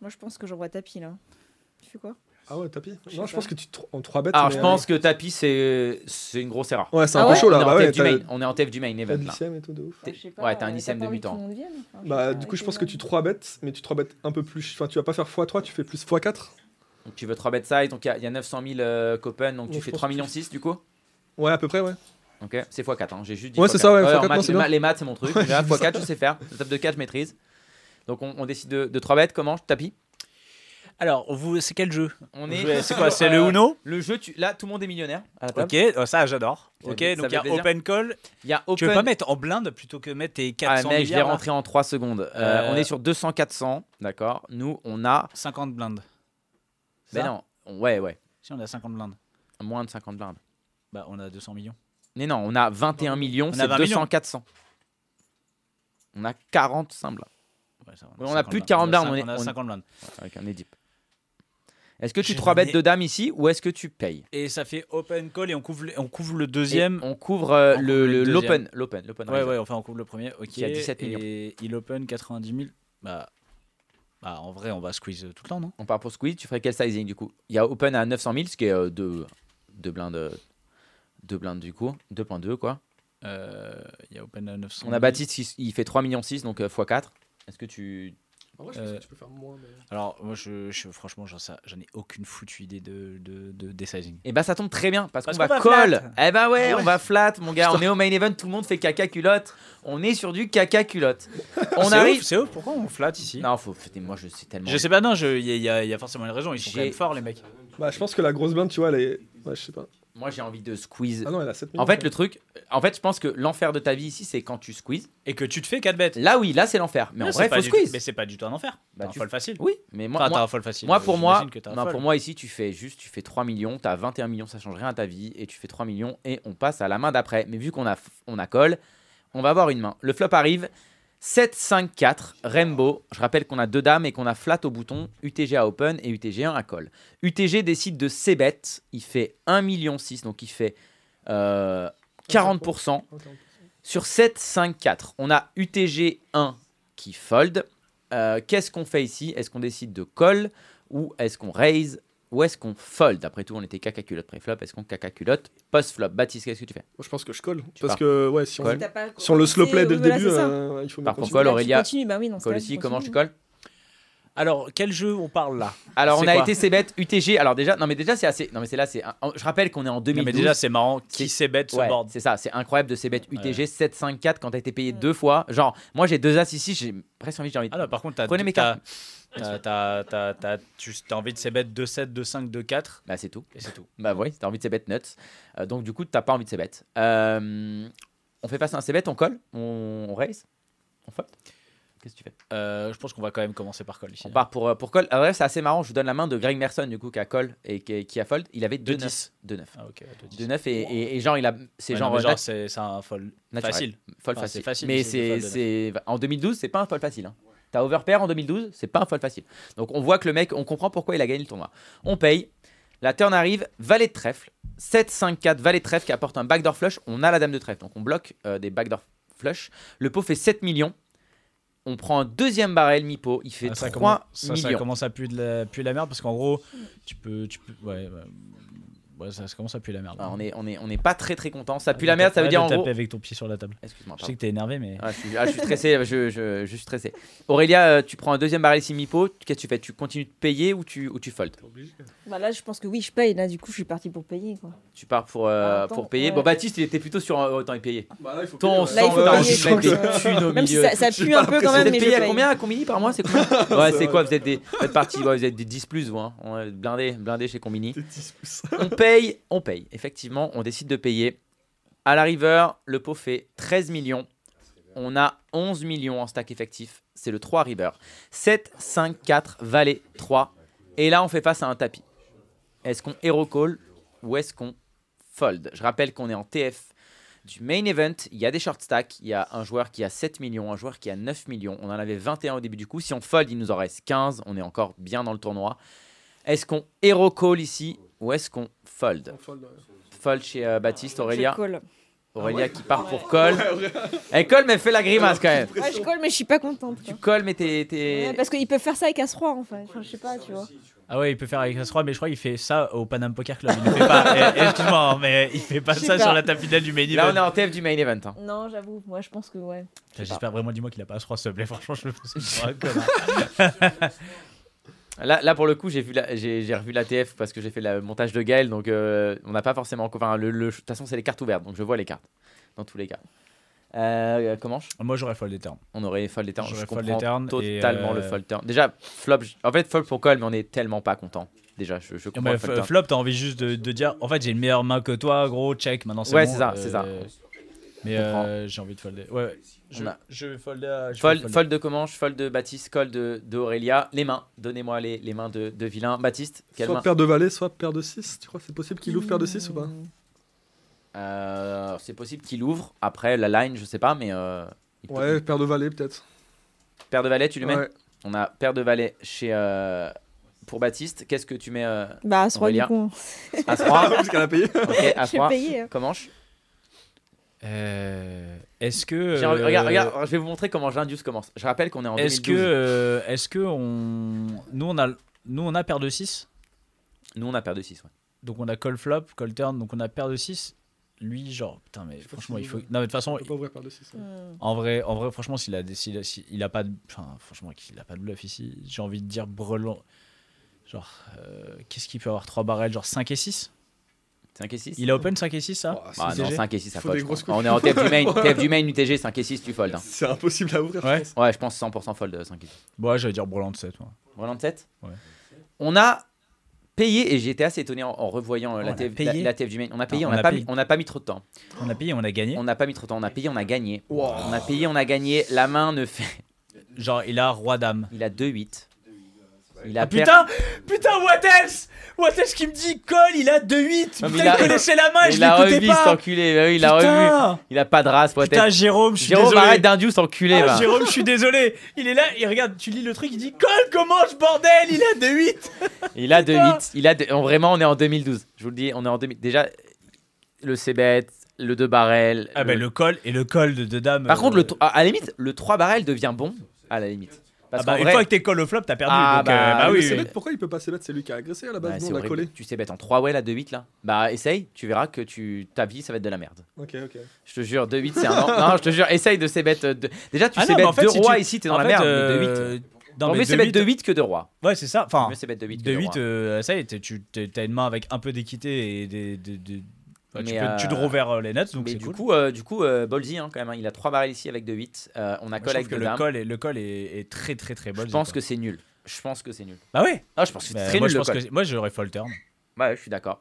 Speaker 7: Moi je pense que j'envoie tapis là. Tu fais quoi
Speaker 4: Ah ouais, tapis.
Speaker 7: Je sais
Speaker 4: Non, je
Speaker 7: pas.
Speaker 4: pense que tu te- en 3 bêtes.
Speaker 3: Alors,
Speaker 4: Ah, mais,
Speaker 3: Ah, je pense que tapis, c'est, c'est une grosse erreur.
Speaker 4: euh, Ouais, c'est un
Speaker 7: Ah
Speaker 4: peu
Speaker 7: ouais
Speaker 4: chaud
Speaker 3: on,
Speaker 4: là.
Speaker 3: est
Speaker 4: Bah
Speaker 3: en
Speaker 4: ouais,
Speaker 3: TF du
Speaker 4: t'as-
Speaker 3: main. on est en TF du main
Speaker 4: t'as
Speaker 3: event.
Speaker 4: le
Speaker 3: là.
Speaker 4: lycème et tout de ouf.
Speaker 3: T'es- ouais,
Speaker 7: euh,
Speaker 3: t'es un ICM débutant.
Speaker 4: Bah, du coup, je pense que tu 3 bêtes, mais tu 3 bêtes un peu plus. Enfin, tu vas pas faire x3, tu fais plus x4.
Speaker 3: Donc, tu veux 3 bet size. Donc, il y a- il y, a 900 000 euh, copains. Donc, tu
Speaker 4: Donc, je
Speaker 3: fais
Speaker 4: pense
Speaker 3: 3
Speaker 4: que tu-
Speaker 3: millions 6 du coup
Speaker 4: Ouais, à peu près, ouais.
Speaker 3: Ok, c'est x4, hein. j'ai juste dit
Speaker 4: Ouais,
Speaker 3: x4.
Speaker 4: c'est ça, ouais,
Speaker 3: en
Speaker 4: x4, non,
Speaker 3: maths,
Speaker 4: c'est
Speaker 3: les,
Speaker 4: bien.
Speaker 3: ma- les maths, c'est mon truc. Déjà, x4, je sais faire. Le top de 4, je maîtrise. Donc on, on décide de, 3 bêtes, comment je tapis
Speaker 2: Alors, vous, c'est quel jeu
Speaker 3: On
Speaker 2: Vous
Speaker 3: est.
Speaker 2: jouez- C'est quoi C'est le
Speaker 3: Euh,
Speaker 2: Uno
Speaker 3: Le jeu, tu... là, tout le monde est millionnaire. à la table.
Speaker 2: Ok, euh, ça j'adore.
Speaker 3: Ça
Speaker 2: Ok,
Speaker 3: fait- ça
Speaker 2: donc il y
Speaker 3: fait
Speaker 2: a
Speaker 3: plaisir.
Speaker 2: open call.
Speaker 3: Il y a
Speaker 2: Tu
Speaker 3: Open.
Speaker 2: veux pas mettre en blinde plutôt que mettre tes
Speaker 3: Ah,
Speaker 2: 400
Speaker 3: mec, je vais
Speaker 2: milliards là
Speaker 3: rentrer en 3 secondes. Euh,
Speaker 2: Euh,
Speaker 3: On est sur 200-400, d'accord Nous, on a.
Speaker 2: 50 blindes.
Speaker 3: Ben
Speaker 2: Ça
Speaker 3: non, on- ouais, ouais.
Speaker 2: Si on a 50 blindes.
Speaker 3: Moins de 50 blindes.
Speaker 2: Bah, on a 200 millions.
Speaker 3: Mais non, on a 21 millions,
Speaker 2: On a
Speaker 3: c'est
Speaker 2: 20
Speaker 3: 200,
Speaker 2: millions.
Speaker 3: 400. On a 40 symboles
Speaker 2: Ouais, ça,
Speaker 3: On a
Speaker 2: 50
Speaker 3: plus de 40 blindes,
Speaker 2: On, a
Speaker 3: on est-
Speaker 2: cin- on a
Speaker 3: on est-
Speaker 2: 50 blindes.
Speaker 3: avec un édip. Est-ce que tu
Speaker 2: J'ai
Speaker 3: 3 bêtes
Speaker 2: donné-
Speaker 3: de dame ici ou est-ce que tu payes
Speaker 2: Et ça fait open call et on couvre, le- on couvre le
Speaker 3: Et
Speaker 2: deuxième.
Speaker 3: On couvre euh,
Speaker 2: on
Speaker 3: le-
Speaker 2: couvre le
Speaker 3: le-
Speaker 2: deuxième.
Speaker 3: l'open. L'open. L'open.
Speaker 2: Ouais,
Speaker 3: riser.
Speaker 2: ouais, enfin, on couvre le premier. Ok.
Speaker 3: Qui a 17 millions.
Speaker 2: Et il open 90 000. Bah, bah en vrai, on va squeeze euh, tout le temps, non
Speaker 3: On part pour squeeze. Tu ferais quel sizing du coup Il y a open à 900 000, ce qui est 2 deux, deux blindes. euh, deux blindes du coup. 2.2 quoi.
Speaker 2: Euh, Il y a open à 900.
Speaker 3: On a
Speaker 2: 000.
Speaker 3: Baptiste, qui s- il fait 3 millions 6, donc x4. Est-ce que tu.
Speaker 4: En vrai, je pense
Speaker 2: Euh,
Speaker 4: que tu peux faire moins. Mais...
Speaker 2: Alors, moi, je, je- franchement, j'en sais- j'en ai aucune foutue idée de, de, de, des sizing.
Speaker 3: Eh ben ça tombe très bien parce,
Speaker 2: Parce
Speaker 3: qu'on
Speaker 2: qu'on
Speaker 3: va,
Speaker 2: va
Speaker 3: call.
Speaker 2: flat. Ah
Speaker 3: Eh ben ouais, on va flat, mon gars. On est au main event, tout le monde fait caca culotte. On est sur du caca
Speaker 2: <laughs>
Speaker 3: culotte. On
Speaker 2: C'est
Speaker 3: arrive.
Speaker 2: ouf, C'est ouf, pourquoi on flatte ici
Speaker 3: Non, faut. putain, Moi, je sais tellement.
Speaker 2: Je sais pas, non, je- il y, a- il y a il y a forcément une raison, ils sont quand
Speaker 3: J'ai-
Speaker 2: même forts, les mecs.
Speaker 4: Bah, je pense que la grosse blinde, tu vois, elle est. Ouais, je sais pas.
Speaker 3: Moi, j'ai envie de squeeze.
Speaker 4: Ah non, elle a 7 millions.
Speaker 3: En fait, le truc, en fait, je pense que l'enfer de ta vie ici, c'est quand tu squeezes.
Speaker 2: Et que tu te fais 4 bêtes.
Speaker 3: Là, oui, là, c'est l'enfer. Mais en
Speaker 2: Non,
Speaker 3: vrai,
Speaker 2: c'est pas
Speaker 3: faut
Speaker 2: du-
Speaker 3: squeeze.
Speaker 2: Mais c'est pas du tout un enfer.
Speaker 3: Bah,
Speaker 2: T'as un
Speaker 3: tu-
Speaker 2: fold facile.
Speaker 3: Oui, mais moi,
Speaker 2: Enfin,
Speaker 3: moi,
Speaker 2: t'as un fold facile.
Speaker 3: moi, pour moi,
Speaker 2: j'imagine que t'as un
Speaker 3: non,
Speaker 2: fold.
Speaker 3: pour moi ici, tu fais juste, tu fais 3 millions, t'as 21 millions, ça change rien à ta vie, et tu fais 3 millions, et on passe à la main d'après. Mais vu qu'on a, on a call, on va avoir une main. Le flop arrive. 7, 5, 4, Rainbow. Je rappelle qu'on a deux dames et qu'on a flat au bouton, UTG à open et UTG 1 à call. UTG décide de ses bêtes. Il fait 1,6 million, donc il fait euh, 40%. Sur 7, 5, 4, on a UTG 1 qui fold. Euh, Qu'est-ce qu'on fait ici Est-ce qu'on décide de call ou est-ce qu'on raise ou est-ce qu'on fold Après tout, on était caca culotte pré-flop. Est-ce qu'on caca culotte post-flop Baptiste, qu'est-ce que tu fais
Speaker 4: Moi, je pense que je colle.
Speaker 3: Tu
Speaker 4: Parce
Speaker 3: pars.
Speaker 4: que, ouais, si on,
Speaker 3: Call.
Speaker 7: T'as pas-
Speaker 4: si on le slow play
Speaker 7: C'est-
Speaker 4: dès le
Speaker 7: voilà,
Speaker 4: début,
Speaker 7: c'est ça.
Speaker 4: euh, il faut
Speaker 3: Par
Speaker 4: mieux
Speaker 3: contre,
Speaker 4: continuer.
Speaker 3: call,
Speaker 7: Là, tu
Speaker 3: Aurélia.
Speaker 7: continues, bah oui, dans ce
Speaker 3: Call
Speaker 7: cas-là,
Speaker 3: aussi,
Speaker 7: tu
Speaker 3: comment tu
Speaker 7: continues.
Speaker 3: call
Speaker 2: Alors, quel jeu on parle là
Speaker 3: Alors, on
Speaker 2: C'est
Speaker 3: a
Speaker 2: quoi
Speaker 3: été ces bêtes UTG. Alors, déjà, non, mais déjà, c'est assez. Non, mais c'est là, c'est. un- Je rappelle qu'on est en 2012.
Speaker 2: Non, mais déjà, c'est marrant.
Speaker 3: C'est-
Speaker 2: Qui c'est bête ce
Speaker 3: Ouais,
Speaker 2: board
Speaker 3: c'est ça, c'est incroyable de ces bêtes
Speaker 2: Ouais.
Speaker 3: UTG 7, 5, 4 quand t'as été payé deux fois. Genre, moi j'ai deux as ici, j'ai presque envie, j'ai envie de.
Speaker 2: Ah non, par contre, t'as.
Speaker 3: Prenez mes
Speaker 2: t'as- t'as- t'as- t'as- t'as- Tu as envie de ces bêtes 2-7, 2-5, 2-4,
Speaker 3: Bah, c'est tout.
Speaker 2: et c'est tout.
Speaker 3: Bah oui, t'as envie de ces bêtes nuts. Euh, donc du coup, t'as pas envie de ces bêtes. Euh, on fait face à un ces bêtes, on colle, on, on raise, on fold. Qu'est-ce que tu fais
Speaker 2: Euh, je pense qu'on va quand même commencer par call ici.
Speaker 3: On part pour, euh, pour call. Ah ouais, c'est assez marrant, je vous donne la main de Greg Merson du coup qui a call et qui, qui a fold. Il avait 2
Speaker 2: 2
Speaker 3: 9
Speaker 2: 10.
Speaker 3: 2 9
Speaker 2: Ah, ok, ouais, 2-10.
Speaker 3: 2 9 et, et- et genre il a c'est
Speaker 2: Ouais, non,
Speaker 3: genre,
Speaker 2: mais
Speaker 3: euh, nat-
Speaker 2: c'est c'est un fold
Speaker 3: naturel.
Speaker 2: facile.
Speaker 3: fold
Speaker 2: enfin,
Speaker 3: facile.
Speaker 2: c'est facile
Speaker 3: Mais
Speaker 2: ici de
Speaker 3: c'est
Speaker 2: fold,
Speaker 3: c'est- en 2012, c'est pas un fold facile hein. T'as overpair en 2012, c'est pas un fold facile. Donc on voit que le mec, on comprend pourquoi il a gagné le tournoi. On paye. La turn arrive, valet de trèfle, 7-5-4, valet de trèfle qui apporte un backdoor flush. On a la dame de trèfle, donc on bloque euh, des backdoor flush. Le pot fait 7 millions. On prend un deuxième barrel mi-pot, il fait
Speaker 2: Ah, ça
Speaker 3: 3
Speaker 2: commence- ça, ça
Speaker 3: millions.
Speaker 2: commence à puer de la, puer la merde parce qu'en gros, tu peux. Tu peux ouais, ouais, ouais, ça, ça commence à puer la merde.
Speaker 3: Alors, Ah, on, est, on, est, on est pas très très content. Ça pue la
Speaker 2: Arrête
Speaker 3: merde, ça veut
Speaker 2: de
Speaker 3: dire en
Speaker 2: taper
Speaker 3: gros.
Speaker 2: avec ton pied sur la table.
Speaker 3: Excuse-moi,
Speaker 2: Je
Speaker 3: pardon.
Speaker 2: sais que t'es énervé, mais.
Speaker 3: Ah, je, suis, ah, je suis stressé, je, je- je suis stressé. Aurélia, euh, tu prends un deuxième barrel ici mi-pot, qu'est-ce que tu fais Tu continues de payer ou tu, ou tu fold
Speaker 4: T'es obligé.
Speaker 7: Bah là, je pense que oui, je paye. Là, du coup, je suis partie pour payer. Quoi.
Speaker 3: Tu pars pour, euh,
Speaker 7: Ah, attends,
Speaker 3: pour payer.
Speaker 7: ouais.
Speaker 3: Bon, Baptiste, il était plutôt sur un- autant y payer.
Speaker 4: Bah, là, il faut
Speaker 3: Ton
Speaker 4: payer,
Speaker 7: Là, il
Speaker 3: sang,
Speaker 7: faut
Speaker 3: t'as
Speaker 7: payer,
Speaker 3: envie de
Speaker 7: je
Speaker 3: mettre
Speaker 7: pense,
Speaker 3: des
Speaker 7: ouais.
Speaker 3: thunes au
Speaker 7: Même si
Speaker 3: milieu.
Speaker 7: ça, ça pue un peu quand
Speaker 3: Vous
Speaker 7: même,
Speaker 3: êtes
Speaker 7: mais je
Speaker 3: payé à
Speaker 7: paye.
Speaker 3: combien À Combini
Speaker 7: <laughs>
Speaker 3: par mois C'est combien Ouais, c'est
Speaker 4: vrai.
Speaker 3: quoi Vous êtes des, vous êtes partis, ouais, vous êtes des 10 plus, vous. Hein. On est blindés, blindés chez Combini.
Speaker 4: T'es 10 pouces.
Speaker 3: On paye, on paye. Effectivement, on décide de payer. À la river, le pot fait 13 millions. On a 11 millions en stack effectif. C'est le 3 river. 7, 5, 4, valet, 3. Et là, on fait face à un tapis. Est-ce qu'on hero call ou est-ce qu'on fold Je rappelle qu'on est en TF du main event. Il y a des short stacks. Il y a un joueur qui a 7 millions, un joueur qui a 9 millions. On en avait 21 au début du coup. Si on fold, il nous en reste 15. On est encore bien dans le tournoi. Est-ce qu'on hero call ici ou est-ce qu'on fold
Speaker 4: On fold, ouais.
Speaker 3: Fold chez euh, Baptiste, Aurélia.
Speaker 7: Je colle.
Speaker 3: Aurélia qui part pour call. Elle colle, mais elle fait la grimace quand même.
Speaker 7: Ouais, je colle, mais je suis pas contente.
Speaker 3: Tu
Speaker 7: quoi.
Speaker 3: colles, mais t'es. t'es-
Speaker 7: Ouais, parce qu'ils peuvent faire ça avec As-Roi, en fait. Enfin, je sais pas, tu vois.
Speaker 2: Ah ouais, il peut faire avec S3, mais je crois qu'il fait ça au Panam Poker Club. Il ne fait pas. <laughs> eh, Excuse-moi, hein, mais il fait pas
Speaker 7: Je sais
Speaker 2: ça
Speaker 7: pas.
Speaker 2: sur la table finale du main
Speaker 3: Là,
Speaker 2: event.
Speaker 3: on est en TF du main event. hein.
Speaker 7: Non, j'avoue, moi, je pense que ouais.
Speaker 2: Putain, J'espère vraiment, dis-moi qu'il a pas S3, s'il te plaît. Franchement, je le fais
Speaker 3: <laughs>
Speaker 2: un connard.
Speaker 3: Là, là, pour le coup, j'ai vu la- j'ai j'ai revu la TF parce que j'ai fait le montage de Gaël, donc euh, on n'a pas forcément. Enfin, le- le- de toute façon, c'est les cartes ouvertes, donc je vois les cartes dans tous les cas. Euh, comment je-
Speaker 2: Moi, j'aurais fold des turns.
Speaker 3: On aurait fold les turns.
Speaker 2: J'aurais
Speaker 3: Je
Speaker 2: fold
Speaker 3: comprends
Speaker 2: les turns et,
Speaker 3: totalement
Speaker 2: euh,
Speaker 3: le fold turn. Déjà, flop. je- En fait, fold pour call, mais on est tellement pas content. Déjà, je, je
Speaker 2: Non,
Speaker 3: comprends.
Speaker 2: mais
Speaker 3: le fold
Speaker 2: Eh ben, f-
Speaker 3: turn.
Speaker 2: flop, t'as envie juste de, de dire en fait, j'ai une meilleure main que toi, gros, check, maintenant c'est
Speaker 3: Ouais,
Speaker 2: bon,
Speaker 3: c'est ça,
Speaker 2: euh,
Speaker 3: c'est ça.
Speaker 2: Mais
Speaker 3: Je comprends.
Speaker 2: euh, j'ai envie de folder. Ouais, ouais. Je,
Speaker 3: On a-
Speaker 2: je vais folder. à- je vais
Speaker 3: Fold,
Speaker 2: folder.
Speaker 3: fold de Comanche, fold de Baptiste, call de, de Aurélia. Les mains, donnez-moi les, les mains de, de Vilain. Baptiste, quelle
Speaker 4: Soit
Speaker 3: main
Speaker 7: Hmm.
Speaker 4: paire de valets, soit paire de 6. Tu crois que c'est possible qu'il ouvre paire de 6 ou pas
Speaker 3: Euh, c'est possible qu'il ouvre. Après, la line, je sais pas, mais. euh, il peut-
Speaker 4: Ouais, paire de valets peut-être.
Speaker 3: Père de Valet, tu le mets
Speaker 4: Ouais.
Speaker 3: On a Père de Valet chez. euh, Pour Baptiste, qu'est-ce que tu mets euh,
Speaker 7: Bah, à ce roi, du
Speaker 3: Aurélien.
Speaker 7: coup.
Speaker 3: à 3
Speaker 4: Ah, <laughs> parce qu'elle a payé.
Speaker 3: Ok, à
Speaker 7: Je vais
Speaker 3: 3.
Speaker 7: payer.
Speaker 3: Comment je...
Speaker 2: Euh, est-ce que.
Speaker 3: J'ai envie-
Speaker 2: euh,
Speaker 3: Regarde, regarde, je vais vous montrer comment Jindius commence. Je rappelle qu'on est en
Speaker 2: Est-ce
Speaker 3: 2012.
Speaker 2: que. euh, est-ce que on. Nous, on a, nous, on a paire de 6.
Speaker 3: Nous, on a paire de 6. Ouais.
Speaker 2: Donc, on a call flop, call turn. Donc, on a paire de 6. Lui, genre, putain, mais
Speaker 4: sais pas
Speaker 2: franchement,
Speaker 4: si
Speaker 2: il
Speaker 4: il
Speaker 2: faut.
Speaker 4: veut.
Speaker 2: Non, mais de toute façon,
Speaker 4: On peut pas ouvrir paire de 6.
Speaker 7: Hmm.
Speaker 2: en vrai, en vrai franchement, s'il a, des- s'il a, s'il a pas de. Enfin, franchement, qu'il a pas de bluff ici, j'ai envie de dire brelan. Genre, euh, qu'est-ce qu'il peut avoir 3 barrels Genre 5 et 6
Speaker 3: 5 et 6
Speaker 2: Il a open 5 et 6 ça
Speaker 3: Ah non,
Speaker 2: CG.
Speaker 3: 5 et 6, ça
Speaker 4: Faut des
Speaker 3: fold. je
Speaker 4: grosses
Speaker 3: crois. Ah, On est en TF du main, TF du main, UTG, 5 et 6, tu fold. hein. Euh,
Speaker 4: C'est impossible à ouvrir.
Speaker 2: Ouais.
Speaker 3: Ouais, je pense 100% fold euh, 5 et 6.
Speaker 2: Bon, ouais, j'allais dire brelan de 7, moi.
Speaker 3: Roland 7
Speaker 2: Ouais.
Speaker 3: On a payé, et j'étais assez étonné en, en revoyant euh,
Speaker 2: Oh, on
Speaker 3: la,
Speaker 2: a
Speaker 3: TF, la,
Speaker 2: payé.
Speaker 3: la TF du main. On a payé,
Speaker 2: Ah,
Speaker 3: on
Speaker 2: on
Speaker 3: n'a
Speaker 2: a
Speaker 3: pas,
Speaker 2: payé.
Speaker 3: mis- on n'a pas mis trop de temps.
Speaker 2: On a payé, on a gagné.
Speaker 3: On n'a pas mis trop de temps, on a payé, on a gagné.
Speaker 4: Wow.
Speaker 3: On a payé, on a gagné. La main ne fait.
Speaker 2: Genre, il a roi dame.
Speaker 3: Il a 2-8. Il a
Speaker 2: Ah,
Speaker 3: per-
Speaker 2: putain Putain, what else What else qui me dit Call, il a 2-8 Putain,
Speaker 3: Non, mais
Speaker 2: il,
Speaker 3: il a-
Speaker 2: connaissait la main,
Speaker 3: Mais
Speaker 2: je
Speaker 3: il a
Speaker 2: l'écoutais
Speaker 3: revu, cet
Speaker 2: pas
Speaker 3: enculé. bah oui, il a revu.
Speaker 2: Putain
Speaker 3: Il a pas de race, peut-être.
Speaker 2: Putain, Jérôme, je suis
Speaker 3: Jérôme,
Speaker 2: désolé.
Speaker 3: arrête d'indius, cet enculé.
Speaker 2: Ah,
Speaker 3: va.
Speaker 2: Jérôme, je suis désolé. Il est là, il regarde, tu lis le truc, il dit Call, comment je bordel Il a 2-8
Speaker 3: Il a 2
Speaker 2: Putain.
Speaker 3: hits. Il a deux- on- vraiment, on est en 2012. Je vous le dis, on est en 2000. Déjà, le CBET, le 2 barrel.
Speaker 2: Ah,
Speaker 3: le-
Speaker 2: bah, le call et le call de, de dame.
Speaker 3: Par contre, le
Speaker 2: euh,
Speaker 3: to- à à la limite, le 3 barrel devient bon. À la limite. Parce
Speaker 2: ah bah,
Speaker 3: qu'en
Speaker 2: une
Speaker 3: vrai,
Speaker 2: fois que t'es call au flop, t'as perdu.
Speaker 3: Ah,
Speaker 2: donc,
Speaker 3: bah,
Speaker 2: euh, bah
Speaker 4: Ah
Speaker 2: oui,
Speaker 4: oui,
Speaker 2: oui.
Speaker 4: pourquoi il peut pas se mettre C'est lui qui a agressé à la
Speaker 3: bah,
Speaker 4: base, nous
Speaker 3: c'est
Speaker 4: on a
Speaker 3: horrible.
Speaker 4: collé.
Speaker 3: tu sais bête en 3 well à 2-8 là. Bah essaye, tu verras que tu... ta vie ça va être de la merde.
Speaker 4: Ok, ok.
Speaker 3: Je te jure, 2-8 c'est
Speaker 2: <laughs>
Speaker 3: un an. Non, je te jure, essaye de ces bêtes. De... Déjà, tu
Speaker 2: Ah
Speaker 3: sais
Speaker 2: non, mais
Speaker 3: bête
Speaker 2: en fait,
Speaker 3: 2
Speaker 2: si
Speaker 3: rois
Speaker 2: tu-
Speaker 3: ici, t'es
Speaker 2: en
Speaker 3: dans la
Speaker 2: fait,
Speaker 3: merde. mais 2-8.
Speaker 2: euh, Non,
Speaker 3: Vaut
Speaker 2: mais
Speaker 3: mieux c'est bête
Speaker 2: 2-8.
Speaker 3: 2-8 que de rois.
Speaker 2: Ouais, c'est ça.
Speaker 3: Vaut
Speaker 2: Enfin, euh,
Speaker 3: mieux c'est bête 2-8 que
Speaker 2: de
Speaker 3: de
Speaker 2: 8,
Speaker 3: rois.
Speaker 2: ça y est, t'es- tu t'es- t'as une main avec un peu d'équité et des. des- des- enfin, tu,
Speaker 3: Mais,
Speaker 2: peux-
Speaker 3: euh,
Speaker 2: tu draws vers euh, les nets, donc
Speaker 3: Mais
Speaker 2: c'est
Speaker 3: du,
Speaker 2: cool.
Speaker 3: coup, euh, du coup, euh, Bolzi, hein, quand même, hein, il a 3 barrels ici avec 2-8. Euh, on
Speaker 2: Moi,
Speaker 3: a
Speaker 2: je
Speaker 3: call
Speaker 2: trouve
Speaker 3: avec
Speaker 2: que
Speaker 3: 2
Speaker 2: le
Speaker 3: dames.
Speaker 2: col, est, le col est, est très très très bon.
Speaker 3: Je pense que c'est nul. Je pense que c'est nul.
Speaker 2: Bah ouais.
Speaker 3: Ah, je pense que c'est
Speaker 2: Bah,
Speaker 3: très
Speaker 2: moi,
Speaker 3: nul.
Speaker 2: je
Speaker 3: le
Speaker 2: pense
Speaker 3: call.
Speaker 2: que moi j'aurais fall turn.
Speaker 3: Ouais, je suis d'accord.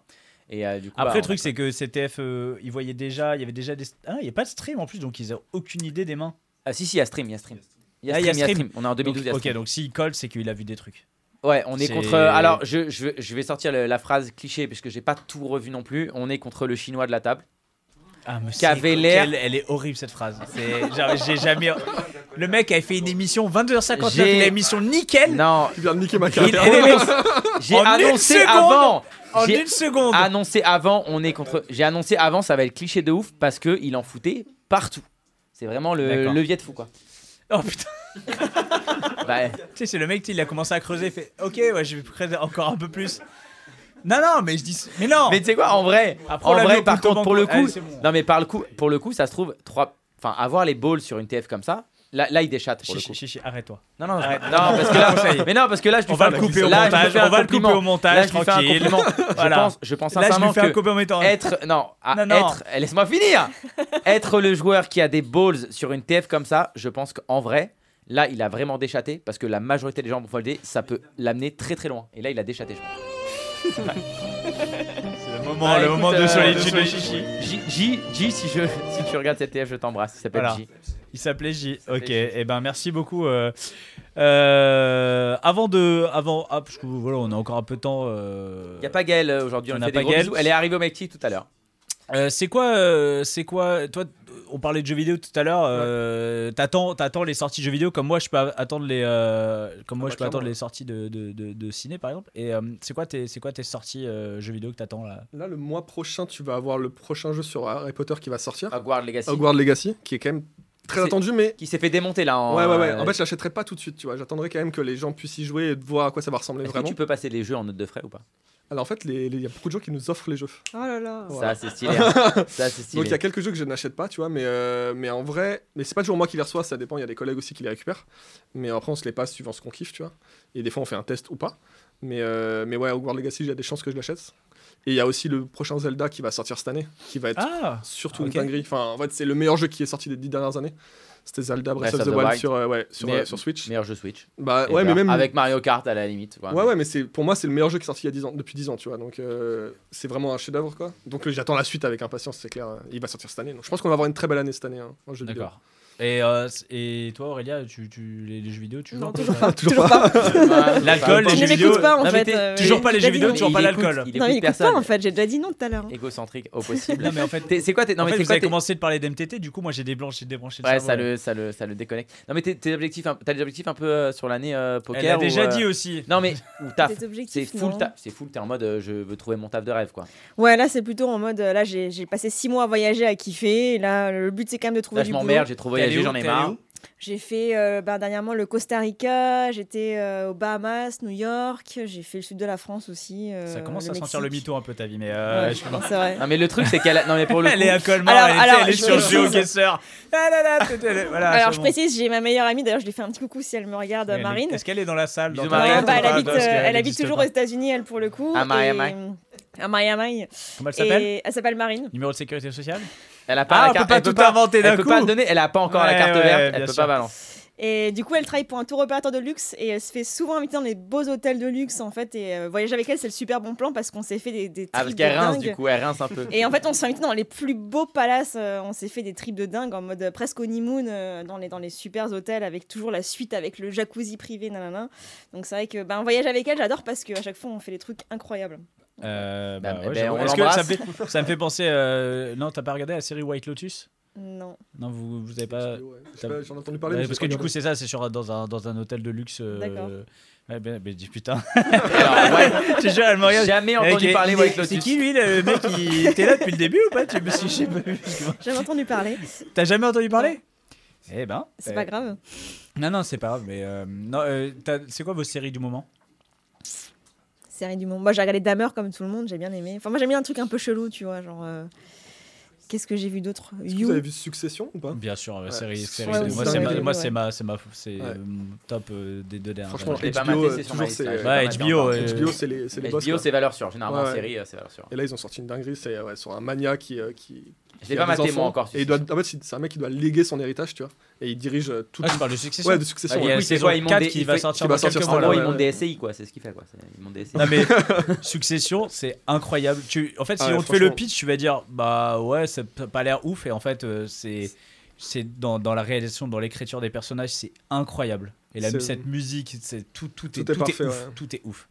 Speaker 3: Et euh, du coup,
Speaker 2: Après
Speaker 3: bah,
Speaker 2: le
Speaker 3: on
Speaker 2: truc
Speaker 3: a-
Speaker 2: c'est que CTF euh, ils voyaient déjà, il y avait déjà des ah, il y a pas de stream en plus donc ils ont aucune idée des mains.
Speaker 3: Ah, si, si, il y a stream. Il y a stream. Il y a
Speaker 2: Ah, il y a
Speaker 3: stream. il y a
Speaker 2: stream.
Speaker 3: stream. On est en 2012. il y a
Speaker 2: donc, OK,
Speaker 3: stream.
Speaker 2: donc s'il colle c'est qu'il a vu des trucs.
Speaker 3: Ouais, on est,
Speaker 2: C'est-
Speaker 3: contre. Alors, je, je, je vais sortir le- la phrase cliché puisque j'ai pas tout revu non plus. On est contre le chinois de la table.
Speaker 2: Ah mais
Speaker 3: Qui avait l'air-
Speaker 2: quelle- elle est horrible cette phrase. C'est j'avais- j'ai jamais le mec avait fait une émission 22h59,
Speaker 3: J'ai-
Speaker 2: une émission nickel.
Speaker 3: Non,
Speaker 4: Tu viens de niquer ma
Speaker 3: il-
Speaker 4: carte.
Speaker 2: <laughs>
Speaker 3: j'ai
Speaker 2: En une
Speaker 3: annoncé
Speaker 2: seconde
Speaker 3: avant.
Speaker 2: En
Speaker 3: J'ai-
Speaker 2: une seconde.
Speaker 3: annoncé avant, on est contre. J'ai annoncé avant, ça va être cliché de ouf parce que il en foutait partout. C'est vraiment le
Speaker 2: D'accord.
Speaker 3: levier de fou quoi.
Speaker 2: Oh putain, <laughs>
Speaker 3: Bah,
Speaker 2: tu sais c'est le mec il a commencé à creuser, il fait OK, ouais, je vais creuser encore un peu plus. Non non, mais je dis mais non.
Speaker 3: mais tu sais quoi, en vrai,
Speaker 2: Après, on
Speaker 3: en
Speaker 2: l'a vu
Speaker 3: vrai,
Speaker 2: au
Speaker 3: par
Speaker 2: Punto
Speaker 3: contre, pour le
Speaker 2: Banco.
Speaker 3: coup,
Speaker 2: Allez, c'est bon.
Speaker 3: non mais par le coup, pour le coup, ça se trouve trois, enfin avoir les balls sur une TF comme ça, là, là il déchatte pour le
Speaker 2: Chichi,
Speaker 3: coup.
Speaker 2: chichi, arrête-toi.
Speaker 3: Non non, je-
Speaker 2: Arrête.
Speaker 3: non parce que là, mais non parce que là je lui
Speaker 2: On va
Speaker 3: fais un
Speaker 2: le couper au
Speaker 3: là, je lui
Speaker 2: montage,
Speaker 3: fais un
Speaker 2: on va le couper
Speaker 3: compliment.
Speaker 2: au montage,
Speaker 3: Là, je lui fais un
Speaker 2: tranquille.
Speaker 3: compliment. Je
Speaker 2: Voilà.
Speaker 3: pense, je pense
Speaker 2: Là, je
Speaker 3: sincèrement
Speaker 2: lui fais un
Speaker 3: que
Speaker 2: copain en mettant.
Speaker 3: être non, à
Speaker 2: Non, non.
Speaker 3: être eh,
Speaker 2: <laughs>
Speaker 3: laisse-moi finir être le joueur qui a des balls sur une TF comme ça je pense qu'en vrai là il a vraiment déchaté parce que la majorité des gens vont folder ça peut l'amener très très loin et là il a déchaté je pense
Speaker 2: Le moment,
Speaker 3: Ah,
Speaker 2: le
Speaker 3: écoute,
Speaker 2: moment de
Speaker 3: euh,
Speaker 2: solitude
Speaker 3: de
Speaker 2: de Chichi.
Speaker 3: J, J, J, si, je, <laughs> si tu regardes cette TF je t'embrasse ça s'appelle
Speaker 2: Voilà.
Speaker 3: J
Speaker 2: Il s'appelait J.
Speaker 3: s'appelait
Speaker 2: Ok,
Speaker 3: J.
Speaker 2: et ben merci beaucoup. euh, euh, avant de. Avant, ah, parce que voilà, on a encore un peu de temps. euh,
Speaker 3: il a pas Gaël euh, aujourd'hui on,
Speaker 2: On
Speaker 3: lui
Speaker 2: a
Speaker 3: fait
Speaker 2: pas
Speaker 3: des gros
Speaker 2: Gaël.
Speaker 3: bisous. elle est arrivée au Mekti tout à l'heure
Speaker 2: euh, c'est quoi, euh, c'est quoi, toi, on parlait de jeux vidéo tout à l'heure. euh, T'attends, t'attends les sorties jeux vidéo comme moi, je peux attendre les, euh, comme moi,
Speaker 4: bah,
Speaker 2: je peux attendre
Speaker 4: clairement.
Speaker 2: les sorties de, de, de, de ciné par exemple. Et euh, c'est quoi tes, c'est quoi tes sorties euh, jeux vidéo que t'attends là
Speaker 4: Là, le mois prochain, tu vas avoir le prochain jeu sur Harry Potter qui va sortir.
Speaker 3: Hogwarts Legacy
Speaker 4: Hogwarts Legacy, qui est quand même très
Speaker 3: C'est-
Speaker 4: attendu, mais
Speaker 3: qui s'est fait démonter là en,
Speaker 4: ouais, ouais, ouais.
Speaker 3: euh,
Speaker 4: En fait, je l'achèterai pas tout de suite, tu vois. J'attendrai quand même que les gens puissent y jouer et de voir à quoi ça va ressembler
Speaker 3: est-ce que
Speaker 4: vraiment.
Speaker 3: tu peux passer les jeux en note de frais ou pas
Speaker 4: Alors, en fait, les- les- il y a beaucoup de gens qui nous offrent les jeux.
Speaker 7: Oh là là.
Speaker 4: Voilà.
Speaker 3: ça c'est stylé hein. ça c'est
Speaker 4: Donc, il y
Speaker 3: stylé
Speaker 4: a quelques jeux que je n'achète pas, tu vois, mais, euh, mais en vrai, mais c'est pas toujours moi qui les reçois, ça dépend. Il y a des collègues aussi qui les récupèrent. Mais après, on se les passe suivant ce qu'on kiffe, tu vois. Et des fois, on fait un test ou pas. Mais, euh, mais ouais, Hogwarts Legacy, il y a des chances que je l'achète. Et il y a aussi le prochain Zelda qui va sortir cette année, qui va être
Speaker 2: Ah,
Speaker 4: surtout
Speaker 2: ok.
Speaker 4: une dinguerie. Enfin, en fait, c'est le meilleur jeu qui est sorti des dix dernières années. C'était Zelda Breath, of the, Wild, sur, euh, ouais, sur,
Speaker 3: Mais-
Speaker 4: euh, sur Switch.
Speaker 3: meilleur jeu Switch
Speaker 4: bah
Speaker 3: Et
Speaker 4: ouais,
Speaker 3: ben,
Speaker 4: mais même.
Speaker 3: avec Mario Kart à la limite
Speaker 4: Ouais, ouais, mais c'est pour moi, c'est le meilleur jeu qui est sorti il y a 10 ans, depuis 10 ans, tu vois. Donc, euh, c'est vraiment un chef-d'œuvre, quoi. Donc, euh, j'attends la suite avec impatience, c'est clair. Il va sortir cette année. Donc, je pense qu'on va avoir une très belle année cette année. hein, en jeu vidéo.
Speaker 2: d'accord. Et, euh, c- et toi, Aurélia, tu, tu- les, les jeux vidéo, tu joues
Speaker 5: Non,
Speaker 2: un peu
Speaker 5: toujours
Speaker 2: ça
Speaker 4: <laughs>
Speaker 5: pas. Toujours pas.
Speaker 3: <laughs>
Speaker 2: L'alcool,
Speaker 5: Je
Speaker 2: les jeux
Speaker 5: ne m'écoute
Speaker 2: vidéo.
Speaker 5: pas en
Speaker 3: Non, mais
Speaker 5: fait.
Speaker 3: t'es-
Speaker 5: euh,
Speaker 2: toujours pas les
Speaker 5: j'ai
Speaker 2: jeux
Speaker 5: dit
Speaker 2: vidéo,
Speaker 5: non.
Speaker 2: toujours pas
Speaker 5: <laughs>
Speaker 2: l'alcool.
Speaker 5: Non, mais il écoute pas en fait. J'ai déjà dit non tout à l'heure. hein.
Speaker 3: Égocentrique au possible.
Speaker 2: <laughs> Non, mais en fait,
Speaker 3: T'es- C'est quoi tes. Non,
Speaker 2: en
Speaker 3: mais
Speaker 2: fait,
Speaker 3: c'est
Speaker 2: vous
Speaker 3: quoi
Speaker 2: avez
Speaker 3: tes-
Speaker 2: commencé de parler d'MTT, du coup, moi j'ai débranché, débranché le
Speaker 3: Ouais,
Speaker 2: cerveau,
Speaker 3: ça
Speaker 2: là.
Speaker 3: le, ça, le, ça le déconnecte. Non, mais t'es- tes objectifs, un- t'as des objectifs un peu euh, sur l'année euh, poker
Speaker 2: Elle a
Speaker 3: ou,
Speaker 2: déjà
Speaker 3: euh,
Speaker 2: dit aussi.
Speaker 3: Non,
Speaker 2: <laughs>
Speaker 3: mais ou taf.
Speaker 5: Des
Speaker 3: C'est
Speaker 5: objectifs,
Speaker 3: full
Speaker 5: non.
Speaker 3: taf. C'est full, t'es en mode euh, je veux trouver mon taf de rêve, quoi.
Speaker 5: Ouais, là c'est plutôt en mode. euh, Là j'ai j'ai passé six mois à voyager, à kiffer. Et Là le but c'est quand même de trouver
Speaker 3: Là,
Speaker 5: du
Speaker 3: je
Speaker 5: boulot.
Speaker 3: m'emmerde, j'ai trop
Speaker 2: T'es allé
Speaker 3: voyagé,
Speaker 2: où
Speaker 3: j'en ai
Speaker 2: T'es allé
Speaker 3: marre.
Speaker 2: où
Speaker 5: J'ai fait euh, bah, dernièrement le Costa Rica, j'étais euh, aux Bahamas, New York, j'ai fait le sud de la France aussi. euh,
Speaker 2: Ça commence
Speaker 5: le
Speaker 2: à sentir le
Speaker 5: Mexique.
Speaker 2: mytho un peu ta vie, mais
Speaker 5: Ouais,
Speaker 2: euh, je
Speaker 5: non, c'est vrai.
Speaker 3: Non, mais le truc, c'est qu'elle a. Non, mais pour le
Speaker 2: <laughs> Elle est
Speaker 3: coup.
Speaker 2: à Colmar,
Speaker 5: Alors-
Speaker 2: elle, était-
Speaker 5: alors,
Speaker 2: elle est
Speaker 5: je
Speaker 2: sur
Speaker 5: précise-
Speaker 2: GeoGuessr. <laughs> Ah là là, tout est- voilà,
Speaker 5: Alors
Speaker 2: c'est
Speaker 5: je
Speaker 2: bon.
Speaker 5: précise, j'ai ma meilleure amie, d'ailleurs je lui fais un petit coucou si elle me regarde,
Speaker 2: Mais elle est-
Speaker 5: Marine.
Speaker 2: Est-ce qu'elle est dans la salle dans
Speaker 3: Bisous,
Speaker 2: ta
Speaker 3: Marine.
Speaker 2: tête
Speaker 5: Non, bah,
Speaker 2: ou
Speaker 5: elle
Speaker 2: pas
Speaker 5: habite,
Speaker 2: Parce
Speaker 5: euh,
Speaker 2: qu'elle
Speaker 5: elle habite
Speaker 2: n'existe
Speaker 5: toujours
Speaker 2: pas.
Speaker 5: aux États-Unis, elle pour le coup.
Speaker 3: À Miami.
Speaker 5: et- euh, À Miami.
Speaker 2: Comment elle s'appelle
Speaker 5: Et Elle s'appelle Marine.
Speaker 2: Numéro de sécurité sociale
Speaker 3: Elle a pas
Speaker 2: Ah,
Speaker 3: la
Speaker 2: on
Speaker 3: carte-
Speaker 2: peut pas
Speaker 3: elle
Speaker 2: tout inventer d'un
Speaker 3: Elle peut pas
Speaker 2: coup.
Speaker 3: donner, elle a pas encore la
Speaker 2: Ouais,
Speaker 3: carte
Speaker 2: ouais,
Speaker 3: verte, elle
Speaker 2: bien
Speaker 3: peut
Speaker 2: sûr.
Speaker 3: pas balancer.
Speaker 5: Et du coup, elle travaille pour un tour opérateur de luxe et elle se fait souvent inviter dans les beaux hôtels de luxe en fait. Et euh, voyager avec elle, c'est le super bon plan parce qu'on s'est fait des, des
Speaker 3: Ah, parce
Speaker 5: trips
Speaker 3: qu'elle
Speaker 5: de
Speaker 3: rince
Speaker 5: dingue.
Speaker 3: du coup, elle rince un
Speaker 5: <laughs>
Speaker 3: peu.
Speaker 5: Et en fait, on s'est invité dans les plus beaux palaces. euh, on s'est fait des trips de dingue en mode euh, presque honeymoon euh, dans les dans les super hôtels avec toujours la suite avec le jacuzzi privé, nanana. Donc c'est vrai que ben voyage avec elle, j'adore parce qu'à chaque fois on fait des trucs incroyables.
Speaker 2: Euh, bah,
Speaker 3: Bah,
Speaker 2: ouais,
Speaker 3: ben,
Speaker 2: j'avoue.
Speaker 3: on
Speaker 2: Est-ce que ça me,
Speaker 3: l'embrasse.
Speaker 2: fait, ça me fait penser. euh, Non, t'as pas regardé la série White Lotus
Speaker 5: Non.
Speaker 2: Non, vous, vous avez pas.
Speaker 4: Bah, Ouais, je sais pas, J'en ai entendu parler.
Speaker 2: Ouais,
Speaker 4: mais j'ai
Speaker 2: Bah, parce que
Speaker 4: pas
Speaker 2: du coup,
Speaker 4: regardé.
Speaker 2: c'est ça, c'est sur euh, dans un, dans un hôtel de luxe. euh,
Speaker 5: D'accord.
Speaker 2: Ouais, ben, ben, dis
Speaker 5: <laughs>
Speaker 2: putain.
Speaker 3: Alors, ouais,
Speaker 2: J'ai jure, elle me
Speaker 3: j'ai
Speaker 2: regarde.
Speaker 3: jamais entendu
Speaker 2: Ok,
Speaker 3: parler
Speaker 2: il-
Speaker 3: White
Speaker 2: C'est
Speaker 3: Lotus.
Speaker 2: qui lui le mec qui <laughs> était là depuis le début ou pas Tu me suis- je sais pas, excuse-moi.
Speaker 5: J'avais entendu parler.
Speaker 2: T'as jamais entendu parler Eh ben.
Speaker 5: C'est
Speaker 2: euh,
Speaker 5: pas grave.
Speaker 2: Non non c'est pas grave mais euh, non euh, t'as- c'est quoi vos séries du moment
Speaker 5: Série du monde. Moi, j'ai regardé Damer comme tout le monde. J'ai bien aimé. Enfin, moi, j'aime bien un truc un peu chelou, tu vois, genre. euh, Qu'est-ce que j'ai vu d'autre
Speaker 4: Est-ce que vous
Speaker 5: You.
Speaker 4: avez vu Succession ou pas
Speaker 2: Bien sûr euh,
Speaker 4: Ouais.
Speaker 2: série série
Speaker 5: Ouais,
Speaker 2: de-
Speaker 5: aussi,
Speaker 2: moi
Speaker 4: c'est
Speaker 2: c'est
Speaker 4: un
Speaker 2: ma
Speaker 5: peu,
Speaker 2: moi
Speaker 5: ouais.
Speaker 2: c'est ma c'est ma c'est
Speaker 4: Ouais.
Speaker 2: euh, top euh, des deux dernières.
Speaker 4: Franchement,
Speaker 3: Je l'ai pas
Speaker 4: HBO,
Speaker 3: maté, c'est
Speaker 4: euh,
Speaker 3: sur ma
Speaker 4: toujours,
Speaker 3: liste.
Speaker 4: c'est-
Speaker 3: là,
Speaker 2: Ouais,
Speaker 3: je l'ai pas
Speaker 2: HBO,
Speaker 3: maté.
Speaker 2: ouais.
Speaker 4: HBO, c'est les, c'est les boss.
Speaker 3: HBO,
Speaker 4: quoi.
Speaker 3: c'est valeur sûre. Généralement, en
Speaker 4: Ouais.
Speaker 3: série, euh, c'est valeur sûre.
Speaker 4: Et là, ils ont sorti une dinguerie. C'est ouais, sur un mania qui. euh, qui
Speaker 3: Je
Speaker 4: qui
Speaker 3: l'ai
Speaker 4: a
Speaker 3: pas
Speaker 4: des
Speaker 3: maté, moi
Speaker 4: enfants.
Speaker 3: encore.
Speaker 4: Et il doit, en fait, c'est c'est un mec qui doit léguer son héritage, tu vois. Et il dirige euh, tout.
Speaker 2: Ah, tu parles de Succession.
Speaker 4: Ouais, de
Speaker 3: Ah,
Speaker 4: Succession.
Speaker 2: Il y
Speaker 4: ouais.
Speaker 2: a
Speaker 3: Oui,
Speaker 2: la
Speaker 3: c'est
Speaker 2: saison
Speaker 3: quoi, ils montent
Speaker 2: 4
Speaker 3: des-
Speaker 2: qui
Speaker 3: ils
Speaker 2: va
Speaker 3: fait-
Speaker 2: sortir
Speaker 4: qui va
Speaker 2: dans quelques
Speaker 4: sortir
Speaker 3: En
Speaker 4: sur
Speaker 2: mois.
Speaker 4: le
Speaker 2: là,
Speaker 3: gros,
Speaker 4: ouais,
Speaker 3: ils
Speaker 2: ouais.
Speaker 3: montent
Speaker 4: ouais.
Speaker 3: des SCI, quoi. C'est ce qu'ils font, quoi. C'est- Ils montent des SCI.
Speaker 2: Non
Speaker 4: <laughs>
Speaker 2: mais c'est- Succession, c'est incroyable. Tu, en fait, si
Speaker 4: Ah ouais,
Speaker 2: on te fait le
Speaker 4: franchement.
Speaker 2: pitch, tu vas dire bah ouais, ça n'a pas l'air ouf et en fait euh, c'est c'est dans, dans la réalisation, dans l'écriture des personnages, c'est incroyable. Et la,
Speaker 4: C'est-
Speaker 2: cette musique, c'est tout tout, est,
Speaker 4: Tout est
Speaker 2: tout
Speaker 4: parfait,
Speaker 2: est ouf,
Speaker 4: ouais.
Speaker 2: tout est ouf.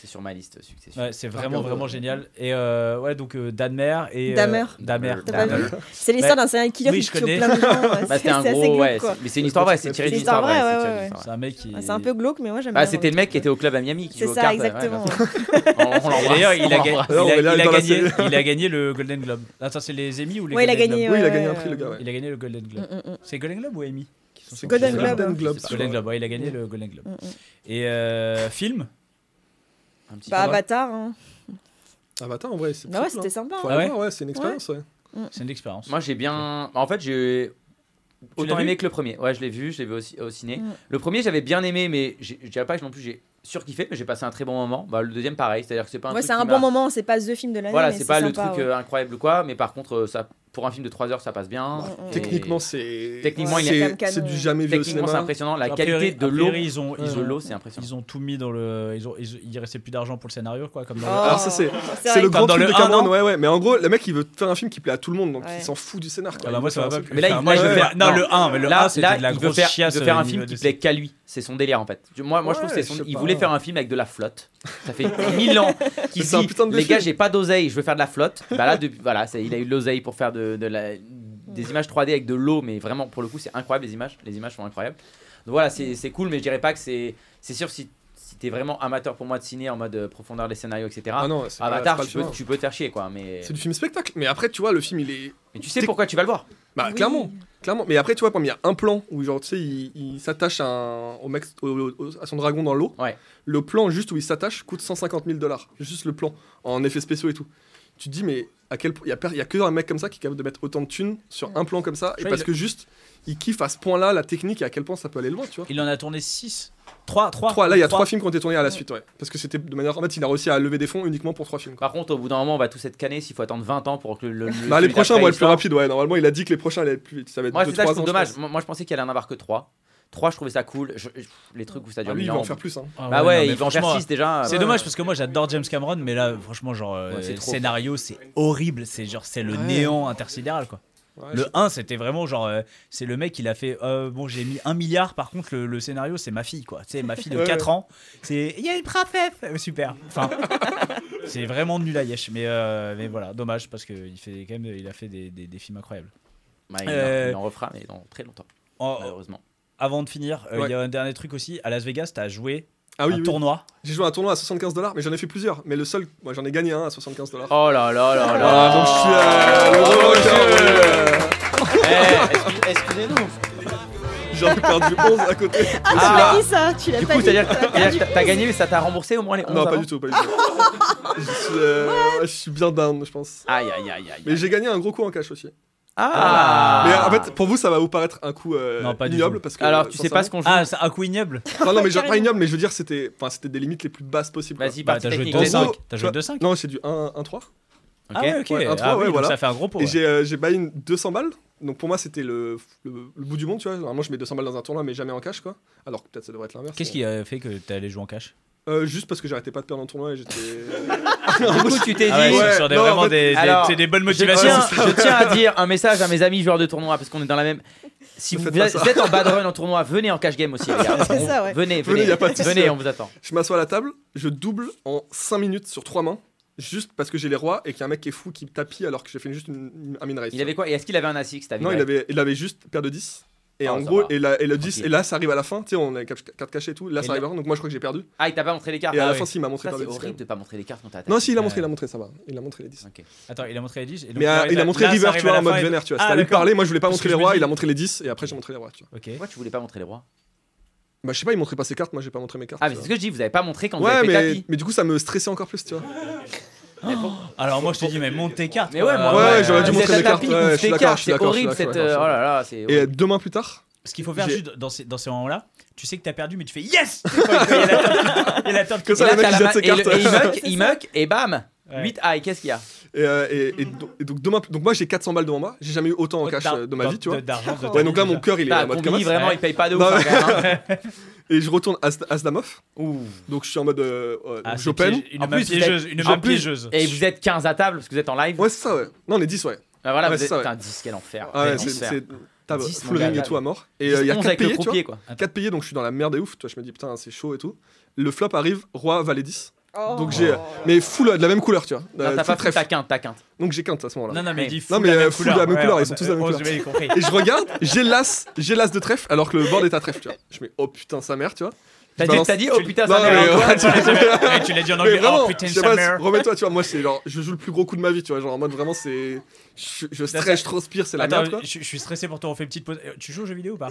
Speaker 3: C'est sur ma liste, succession.
Speaker 2: Ouais, c'est vraiment
Speaker 4: regarder,
Speaker 2: vraiment
Speaker 4: ouais.
Speaker 2: génial. Et euh, ouais donc euh, Danmer et euh,
Speaker 5: Dahmer.
Speaker 2: Dahmer.
Speaker 5: T'as pas
Speaker 2: Dahmer.
Speaker 5: vu C'est l'histoire d'un serial killer
Speaker 2: Oui,
Speaker 5: qui
Speaker 2: je
Speaker 5: tue
Speaker 2: connais.
Speaker 5: plein de gens. ouais.
Speaker 3: Bah,
Speaker 5: C'est
Speaker 3: c'était un
Speaker 5: c'est assez
Speaker 3: gros,
Speaker 5: glauque,
Speaker 3: ouais.
Speaker 5: quoi.
Speaker 3: c'est- Mais c'est une histoire vraie, c'est tiré
Speaker 4: C'est
Speaker 3: d'une
Speaker 4: une
Speaker 3: histoire vraie.
Speaker 5: histoire vraie,
Speaker 3: c'est
Speaker 5: ouais,
Speaker 3: tiré d'une
Speaker 5: ouais,
Speaker 3: histoire
Speaker 2: C'est un mec qui
Speaker 5: Ouais, C'est un peu glauque, mais moi j'aime
Speaker 3: vraie. Ah,
Speaker 5: bien,
Speaker 3: c'était
Speaker 5: ouais.
Speaker 3: le mec qui était au club à Miami qui
Speaker 5: C'est
Speaker 3: joue aux
Speaker 5: ça,
Speaker 3: cartes. ouais,
Speaker 5: exactement.
Speaker 3: ouais, on- on l'embrasse.
Speaker 2: Et D'ailleurs, il, a, ga- il,
Speaker 4: on
Speaker 2: a-
Speaker 4: est là
Speaker 2: il a
Speaker 4: dans la
Speaker 2: gagné,
Speaker 4: série.
Speaker 2: il a gagné le Golden Globe. Attends, c'est les Emmy ou les
Speaker 5: Ouais, il a
Speaker 2: Golden
Speaker 5: gagné.
Speaker 2: Globe
Speaker 4: Oui, il a
Speaker 5: ouais,
Speaker 4: gagné un
Speaker 5: ouais,
Speaker 4: prix, le gars. ouais.
Speaker 2: Il a gagné le Golden
Speaker 5: Mm,
Speaker 2: Globe.
Speaker 5: mm, mm.
Speaker 2: C'est Golden Globe ou Emmy qui sont-
Speaker 5: Golden Globe.
Speaker 4: Golden Globe. sur-
Speaker 2: Golden Globe, ouais, il a gagné le Golden Globe.
Speaker 5: Mm, mm.
Speaker 2: Et euh, film
Speaker 3: Un petit
Speaker 5: Bah,
Speaker 3: peu.
Speaker 5: Avatar. hein.
Speaker 4: Avatar, Ah, en vrai, c'est.
Speaker 5: Bah, ouais,
Speaker 4: cool,
Speaker 5: c'était
Speaker 4: hein.
Speaker 5: sympa.
Speaker 4: Faut
Speaker 2: Ah
Speaker 4: aller
Speaker 2: ouais
Speaker 4: voir, ouais, c'est une expérience, ouais.
Speaker 2: C'est une expérience.
Speaker 3: Moi j'ai bien. En fait, j'ai autant
Speaker 2: l'as
Speaker 3: aimé
Speaker 2: vu
Speaker 3: que le premier. Ouais, je l'ai vu, je l'ai vu au, ci- au ciné.
Speaker 5: Mm.
Speaker 3: Le premier, j'avais bien aimé, mais j'ai- je dirais pas que non plus j'ai surkiffé, mais j'ai passé un très bon moment. Bah, le deuxième, pareil, c'est-à-dire que c'est pas un
Speaker 5: Ouais,
Speaker 3: truc
Speaker 5: c'est
Speaker 3: qui
Speaker 5: un
Speaker 3: m'a-
Speaker 5: bon moment, c'est pas The film de l'année.
Speaker 3: Voilà,
Speaker 5: mais
Speaker 3: c'est pas le
Speaker 5: sympa,
Speaker 3: truc
Speaker 5: ouais.
Speaker 3: euh, incroyable ou quoi, mais par contre, euh, ça pour un film de 3 heures, ça passe bien.
Speaker 5: Ouais, ouais.
Speaker 3: Et-
Speaker 4: Techniquement, c'est.
Speaker 3: Techniquement, il est
Speaker 4: c'est-
Speaker 5: quand même canon,
Speaker 4: C'est du
Speaker 5: ouais.
Speaker 4: jamais vu au
Speaker 3: Techniquement, c'est
Speaker 4: cinéma.
Speaker 3: impressionnant. La
Speaker 2: A
Speaker 3: qualité
Speaker 2: priori-
Speaker 3: de
Speaker 2: a
Speaker 3: l'eau,
Speaker 2: priori, ils ont, ils
Speaker 3: de
Speaker 2: ont,
Speaker 3: l'eau, c'est impressionnant.
Speaker 2: ils ont tout mis dans le. Ils ont, ils- il restait plus d'argent pour le scénario, quoi. Comme dans
Speaker 5: Oh.
Speaker 2: le-
Speaker 4: Alors, ça, c'est.
Speaker 5: C'est
Speaker 4: C'est
Speaker 5: vrai
Speaker 4: le
Speaker 5: que-
Speaker 4: grand
Speaker 2: Comme dans
Speaker 4: truc
Speaker 2: le
Speaker 4: de
Speaker 2: un an.
Speaker 4: Cameron, ouais, ouais. Mais en gros, le mec, il veut faire un film qui plaît à tout le monde, donc
Speaker 5: Ouais.
Speaker 4: il s'en fout du scénar. quoi.
Speaker 2: Ah bah, moi, ça m'a
Speaker 4: Il veut
Speaker 2: pas
Speaker 4: faire
Speaker 2: plu.
Speaker 4: un
Speaker 3: Mais là,
Speaker 2: Enfin,
Speaker 3: il
Speaker 2: moi, je
Speaker 4: voulait-
Speaker 2: vais faire- Non,
Speaker 3: non.
Speaker 2: le 1, mais le 1,
Speaker 3: Là,
Speaker 2: c'était
Speaker 3: là
Speaker 2: de la
Speaker 3: il veut
Speaker 2: grosse
Speaker 3: faire, il
Speaker 2: chiasse.
Speaker 3: veut faire
Speaker 2: au
Speaker 3: un
Speaker 2: niveau
Speaker 3: film
Speaker 2: de
Speaker 3: qui
Speaker 2: ses-
Speaker 3: plaît qu'à lui. C'est son délire en fait. Je- Moi, moi je trouve
Speaker 4: Ouais,
Speaker 3: que c'est son.
Speaker 4: je sais
Speaker 3: Il
Speaker 4: pas.
Speaker 3: voulait faire un film avec de la flotte. Ça fait 1000 ans
Speaker 4: <laughs>
Speaker 3: qu'il
Speaker 4: Mais c'est un
Speaker 3: dit
Speaker 4: putain de
Speaker 3: les gars,
Speaker 4: film.
Speaker 3: j'ai pas d'oseille, je veux faire de la flotte. Bah là, depuis- voilà, c'est- il a eu de l'oseille pour faire de, de la- des images 3D avec de l'eau, mais vraiment pour le coup, c'est incroyable les images. Les images sont incroyables. Donc voilà, c'est c'est cool, mais je dirais pas que c'est. C'est sûr si, si t'es vraiment amateur pour moi de ciné en mode euh, profondeur des scénarios, etc.
Speaker 4: Ah non, c'est pas-
Speaker 3: Avatar,
Speaker 4: c'est pas le
Speaker 3: tu, peux,
Speaker 4: film.
Speaker 3: tu peux te faire chier quoi, mais,
Speaker 4: C'est du film spectacle. Mais après, tu vois, le film, il est.
Speaker 3: mais tu sais pourquoi tu vas le voir.
Speaker 4: Bah,
Speaker 5: Oui.
Speaker 4: clairement. Clairement. Mais après, tu vois, par exemple, il y a un plan où, genre, tu sais, il, il s'attache à, un- au mec, au- au- à son dragon dans l'eau.
Speaker 3: Ouais.
Speaker 4: Le plan, juste où il s'attache, coûte 150 000 dollars. Juste le plan, en effets spéciaux et tout. Tu te dis, mais à quel point. Il n'y a, per- il y a que un mec comme ça qui est capable de mettre autant de thunes sur un plan comme ça.
Speaker 2: Je
Speaker 4: Et
Speaker 2: crois
Speaker 4: parce
Speaker 2: il-
Speaker 4: que juste, il kiffe à ce point-là la technique et à quel point ça peut aller loin, tu vois.
Speaker 2: Il en a tourné 6. 3, 3.
Speaker 4: Trois, là, il y a trois films qui ont été tournés à la suite, ouais. Parce que c'était de manière. En fait, il a réussi à lever des fonds uniquement pour trois films, quoi.
Speaker 3: Par contre, au bout d'un moment, on va tous être canés s'il faut attendre 20 ans pour que le. le-
Speaker 4: Bah,
Speaker 3: celui
Speaker 4: les prochains
Speaker 3: d'après, il
Speaker 4: vont être plus
Speaker 3: sorte.
Speaker 4: rapides, ouais. Normalement, il a dit que les prochains allaient être plus vite. Ça va être
Speaker 3: Moi,
Speaker 4: de
Speaker 3: c'est ça, je
Speaker 4: trois ans.
Speaker 3: trouve
Speaker 4: je
Speaker 3: dommage.
Speaker 4: pense.
Speaker 3: Moi, moi, je pensais qu'il allait en avoir que 3. 3, je trouvais ça cool. Je- je- les trucs où ça
Speaker 4: Ah,
Speaker 3: dure
Speaker 4: lui, il
Speaker 3: mille
Speaker 4: va en
Speaker 3: ans.
Speaker 4: faire plus, hein.
Speaker 3: Bah ouais,
Speaker 2: Ah il
Speaker 3: il va en faire 6 déjà.
Speaker 2: C'est dommage parce que moi j'adore James Cameron, mais là franchement, genre, euh,
Speaker 3: ah, Ouais, c'est trop.
Speaker 2: scénario c'est horrible, c'est genre c'est le néant intersidéral quoi. Ouais, le 1, c'était vraiment genre. euh, c'est le mec, il a fait. euh, bon, j'ai mis un milliard, par contre, le, le scénario, c'est ma fille, quoi. C'est ma fille de
Speaker 4: Ouais,
Speaker 2: 4 ans. C'est. Il y a une princesse Euh, Super. Enfin, <laughs> c'est vraiment nul à Yesh. Mais, euh, mais voilà, dommage, parce qu'il fait quand même. Il a fait des, des- des films incroyables.
Speaker 3: Bah, il, en-
Speaker 2: Euh,
Speaker 3: il en refera, mais dans très longtemps,
Speaker 4: Oh.
Speaker 2: En-
Speaker 3: malheureusement.
Speaker 2: avant de finir, euh, il
Speaker 4: Ouais.
Speaker 2: y a un dernier truc aussi. À Las Vegas, t'as joué
Speaker 4: Ah oui,
Speaker 2: un
Speaker 4: oui.
Speaker 2: tournoi.
Speaker 4: J'ai joué à un tournoi à 75 dollars, mais j'en ai fait plusieurs. Mais le seul, moi j'en ai gagné un à 75 dollars.
Speaker 3: Oh là là là là.
Speaker 4: Voilà, Ah, donc je suis euh, le
Speaker 3: Bravo,
Speaker 4: gros
Speaker 3: monsieur.
Speaker 4: rocker. <laughs>
Speaker 3: Eh, excuse- Excusez-nous.
Speaker 4: J'en ai perdu 11 à côté.
Speaker 7: Ah, tu
Speaker 3: Ah.
Speaker 7: l'as dit ça, tu l'as
Speaker 3: Du
Speaker 7: pas
Speaker 3: coup,
Speaker 7: dit.
Speaker 3: c'est-à-dire que t'as- t'as gagné, mais ça t'a remboursé au moins les 11
Speaker 4: Non, pas
Speaker 3: avant
Speaker 4: du tout, pas du tout. je, suis, euh, ouais, je suis bien down, je pense.
Speaker 3: Aïe, aïe, aïe, aïe.
Speaker 4: Mais j'ai gagné un gros coup en cash aussi.
Speaker 3: Ah
Speaker 4: Mais en fait, pour vous, ça va vous paraître un coup euh,
Speaker 2: Non, pas du
Speaker 4: ignoble
Speaker 2: tout.
Speaker 4: parce que.
Speaker 3: Alors, tu sais pas ce qu'on joue
Speaker 2: Ah, c'est un coup ignoble.
Speaker 4: qu'on. Non, non, mais genre, pas ignoble, mais je veux dire, c'était, enfin, c'était des limites les plus basses possibles.
Speaker 3: Vas-y,
Speaker 2: Bah,
Speaker 3: partie
Speaker 2: t'as joué
Speaker 3: technique.
Speaker 4: En
Speaker 3: let's
Speaker 4: gros,
Speaker 2: 2-5.
Speaker 3: go.
Speaker 2: T'as
Speaker 4: tu
Speaker 2: joué
Speaker 4: vois-
Speaker 2: 2-5.
Speaker 4: Non, c'est du 1-3.
Speaker 2: Ah ouais, ok.
Speaker 4: Ouais, un
Speaker 2: Ah
Speaker 4: trois,
Speaker 2: oui,
Speaker 4: ouais,
Speaker 2: donc
Speaker 4: voilà.
Speaker 2: Ça fait un gros pot.
Speaker 4: Et
Speaker 2: ouais.
Speaker 4: j'ai, euh, j'ai buy une 200 balles. Donc pour moi, c'était le, le, le bout du monde, tu vois. Normalement, je mets 200 balles dans un tournoi, mais jamais en cash, quoi. Alors que peut-être ça devrait être l'inverse.
Speaker 2: Qu'est-ce
Speaker 4: mais-
Speaker 2: qui a fait que t'es allé jouer en cash
Speaker 4: Euh, Juste parce que j'arrêtais pas de perdre dans le tournoi et j'étais. <laughs>
Speaker 3: Du coup, tu t'es
Speaker 2: Ah ouais,
Speaker 3: dit.
Speaker 4: ouais,
Speaker 2: c'est sur des-
Speaker 4: non, en
Speaker 2: vraiment
Speaker 4: fait-
Speaker 2: des, des-
Speaker 3: Alors,
Speaker 2: c'est des bonnes
Speaker 3: Je
Speaker 2: motivations.
Speaker 3: tiens, je tiens à dire un message à mes amis joueurs de tournoi parce qu'on est dans la même. Si
Speaker 4: Ne
Speaker 3: vous,
Speaker 4: faites pas ça.
Speaker 3: vous êtes en bad run en tournoi, venez en cash game aussi. les gars.
Speaker 7: C'est ça, ouais.
Speaker 3: Venez,
Speaker 4: Venez,
Speaker 3: venez,
Speaker 4: y a pas de souci.
Speaker 3: venez, on vous attend.
Speaker 4: Je m'assois à la table, je double en 5 minutes sur 3 mains, juste parce que j'ai les rois et qu'il y a un mec qui est fou qui me tapit alors que j'ai fait juste une, un min raise.
Speaker 3: Il avait quoi Et est-ce qu'il avait un assis que t'as vu
Speaker 4: Non, il avait, il avait juste paire de 10. Et
Speaker 3: Ah,
Speaker 4: en
Speaker 3: ça
Speaker 4: gros,
Speaker 3: va.
Speaker 4: et, la- et le 10,
Speaker 3: Tranquille.
Speaker 4: et là ça arrive à la fin, tu sais, on a les cap- cartes cachées et tout, là
Speaker 3: Et
Speaker 4: ça arrive à la fin, donc moi je crois que j'ai perdu.
Speaker 3: Ah, il t'a pas montré les cartes.
Speaker 4: Et à
Speaker 3: Ah
Speaker 4: la
Speaker 3: ouais.
Speaker 4: fin, s'il m'a montré
Speaker 3: Ça,
Speaker 4: par
Speaker 3: c'est
Speaker 4: le 10, quand
Speaker 3: horrible
Speaker 4: même.
Speaker 3: de pas montrer les cartes quand t'as
Speaker 4: Non, si, il a montré,
Speaker 2: Ouais.
Speaker 4: il a montré, ça va. Il a montré les 10.
Speaker 2: Attends, il a montré les 10. et donc
Speaker 4: Mais euh,
Speaker 2: là,
Speaker 4: il a montré
Speaker 2: là, ça
Speaker 4: River,
Speaker 2: arrive
Speaker 4: tu vois,
Speaker 2: à
Speaker 4: en
Speaker 2: la
Speaker 4: mode
Speaker 2: fin,
Speaker 4: vénère, tu vois.
Speaker 2: Ah,
Speaker 4: C'était à lui
Speaker 2: d'accord.
Speaker 4: parler, moi je voulais pas
Speaker 2: Parce
Speaker 4: montrer
Speaker 2: que
Speaker 4: les
Speaker 2: je me
Speaker 4: rois,
Speaker 2: dis-
Speaker 4: il a montré les 10 et après j'ai montré les rois, tu vois.
Speaker 2: Ok.
Speaker 3: Pourquoi tu voulais pas montrer les rois
Speaker 4: Bah je sais pas, il montrait pas ses cartes, moi j'ai pas montré mes cartes.
Speaker 3: Ah, mais
Speaker 4: tu
Speaker 3: c'est
Speaker 4: vois.
Speaker 3: ce que je dis, vous avez pas montré quand vous
Speaker 4: Ouais,
Speaker 3: avez fait
Speaker 4: mais,
Speaker 3: tapis.
Speaker 4: mais du coup ça me stressait encore plus, tu vois.
Speaker 2: Alors moi je te dis, mais monte tes cartes.
Speaker 3: Mais ouais, moi,
Speaker 4: Ouais,
Speaker 3: moi,
Speaker 4: j'aurais dû
Speaker 3: vous
Speaker 4: montrer
Speaker 3: êtes
Speaker 4: les
Speaker 3: à
Speaker 4: cartes,
Speaker 3: tapis,
Speaker 4: ouais,
Speaker 3: vous
Speaker 4: je
Speaker 3: faites
Speaker 4: suis
Speaker 3: les
Speaker 4: d'accord,
Speaker 3: cartes,
Speaker 4: je suis
Speaker 3: c'est
Speaker 4: d'accord, je suis
Speaker 3: horrible cette.
Speaker 4: d'accord, je suis
Speaker 3: euh, Oh là là, c'est.
Speaker 4: Et
Speaker 3: horrible.
Speaker 4: euh, deux mains plus tard,
Speaker 2: Ce qu'il faut faire
Speaker 4: J'ai-
Speaker 2: juste dans ces, dans ces moments-là, tu sais que t'as perdu, mais tu fais yes Tu sais pas, Il y a la tarte- il y a la tarte
Speaker 4: Comme
Speaker 2: qui
Speaker 4: ça,
Speaker 3: Et
Speaker 4: le mec,
Speaker 3: là,
Speaker 4: il
Speaker 3: t'as
Speaker 4: jette ses
Speaker 3: la main- et le-
Speaker 4: cartes.
Speaker 3: et il muck, il muck, et bam
Speaker 2: Ouais.
Speaker 3: 8 high, qu'est-ce qu'il y a
Speaker 4: <laughs> et, euh, et, et do- et donc deux mains plus- Donc moi j'ai 400 balles devant moi, j'ai jamais eu autant en cash euh, de ma vie, tu vois.
Speaker 2: D'argent de
Speaker 4: Ouais, donc là mon cœur il est
Speaker 3: Bah,
Speaker 4: en mode
Speaker 3: Combi,
Speaker 4: Kamas.
Speaker 3: vraiment,
Speaker 2: Ouais.
Speaker 3: il paye pas de ouf
Speaker 4: Non,
Speaker 3: hein,
Speaker 4: mais-
Speaker 3: quand même. hein.
Speaker 4: Et je retourne à Asdamov,
Speaker 3: Ouh.
Speaker 4: donc je suis en mode euh, euh,
Speaker 2: Ah, c'est
Speaker 4: j'open.
Speaker 2: piège- Une
Speaker 3: En
Speaker 2: main
Speaker 3: plus, vous
Speaker 2: piégeuse. Une
Speaker 3: en
Speaker 2: main
Speaker 3: plus-
Speaker 2: piégeuse.
Speaker 3: Et vous êtes 15 à table parce que vous êtes en live.
Speaker 4: Ouais, c'est ça, ouais. Non, on est 10, ouais.
Speaker 3: Bah voilà,
Speaker 4: ouais,
Speaker 3: vous
Speaker 4: c'est
Speaker 3: êtes.
Speaker 4: ça, ouais.
Speaker 3: Putain, 10, quel enfer.
Speaker 4: Ah, ouais,
Speaker 3: quel
Speaker 4: c'est.
Speaker 3: enfer.
Speaker 4: c'est- t'as-
Speaker 3: 10,
Speaker 4: Full
Speaker 3: mon
Speaker 4: ring
Speaker 3: gars,
Speaker 4: et tout à mort. Et
Speaker 3: 10,
Speaker 4: euh, il y a
Speaker 3: 11
Speaker 4: 4
Speaker 3: avec le
Speaker 4: payés, tu vois.
Speaker 3: croupier, quoi.
Speaker 4: 4 payés, donc je suis dans la merde et ouf. Tu vois, je me dis putain, c'est chaud et tout. Le flop arrive, roi, valet 10.
Speaker 7: Oh.
Speaker 4: Donc j'ai. Mais full euh, de la même couleur, tu vois. Euh,
Speaker 3: Non, t'as
Speaker 4: full
Speaker 3: pas fait ta
Speaker 4: trèfle.
Speaker 3: quinte, ta quinte.
Speaker 4: Donc j'ai quinte à ce moment-là.
Speaker 2: Non, non, mais
Speaker 3: Ouais.
Speaker 2: dis
Speaker 4: Non,
Speaker 2: full
Speaker 4: mais,
Speaker 2: la
Speaker 4: euh,
Speaker 2: même
Speaker 4: full la même
Speaker 2: ouais,
Speaker 4: couleur, ils
Speaker 2: on-
Speaker 4: sont tous la même
Speaker 2: on-
Speaker 4: couleur.
Speaker 2: on avait compris.
Speaker 4: Et je regarde, j'ai l'as, j'ai l'as de trèfle alors que le bord est à trèfle, tu vois. Je mets oh putain sa mère, tu vois.
Speaker 3: T'as
Speaker 4: Je
Speaker 3: dit,
Speaker 4: balance-
Speaker 3: t'as dit, oh putain,
Speaker 4: Non,
Speaker 3: ça
Speaker 4: mais,
Speaker 3: merde.
Speaker 4: euh,
Speaker 3: Antoine.
Speaker 2: Ouais, Tu l'as dit en
Speaker 4: Mais
Speaker 2: anglais.
Speaker 4: vraiment,
Speaker 2: Oh putain,
Speaker 4: je sais
Speaker 2: sa
Speaker 4: pas,
Speaker 2: mère.
Speaker 4: remets-toi, tu vois, moi c'est genre, je joue le plus gros coup de ma vie, tu vois, genre en mode vraiment c'est, je, je stresse, je transpire, c'est la
Speaker 2: Attends,
Speaker 4: merde quoi.
Speaker 2: je, je suis stressé pour toi, on fait une petite pause. Euh, Tu joues aux jeux vidéo ou pas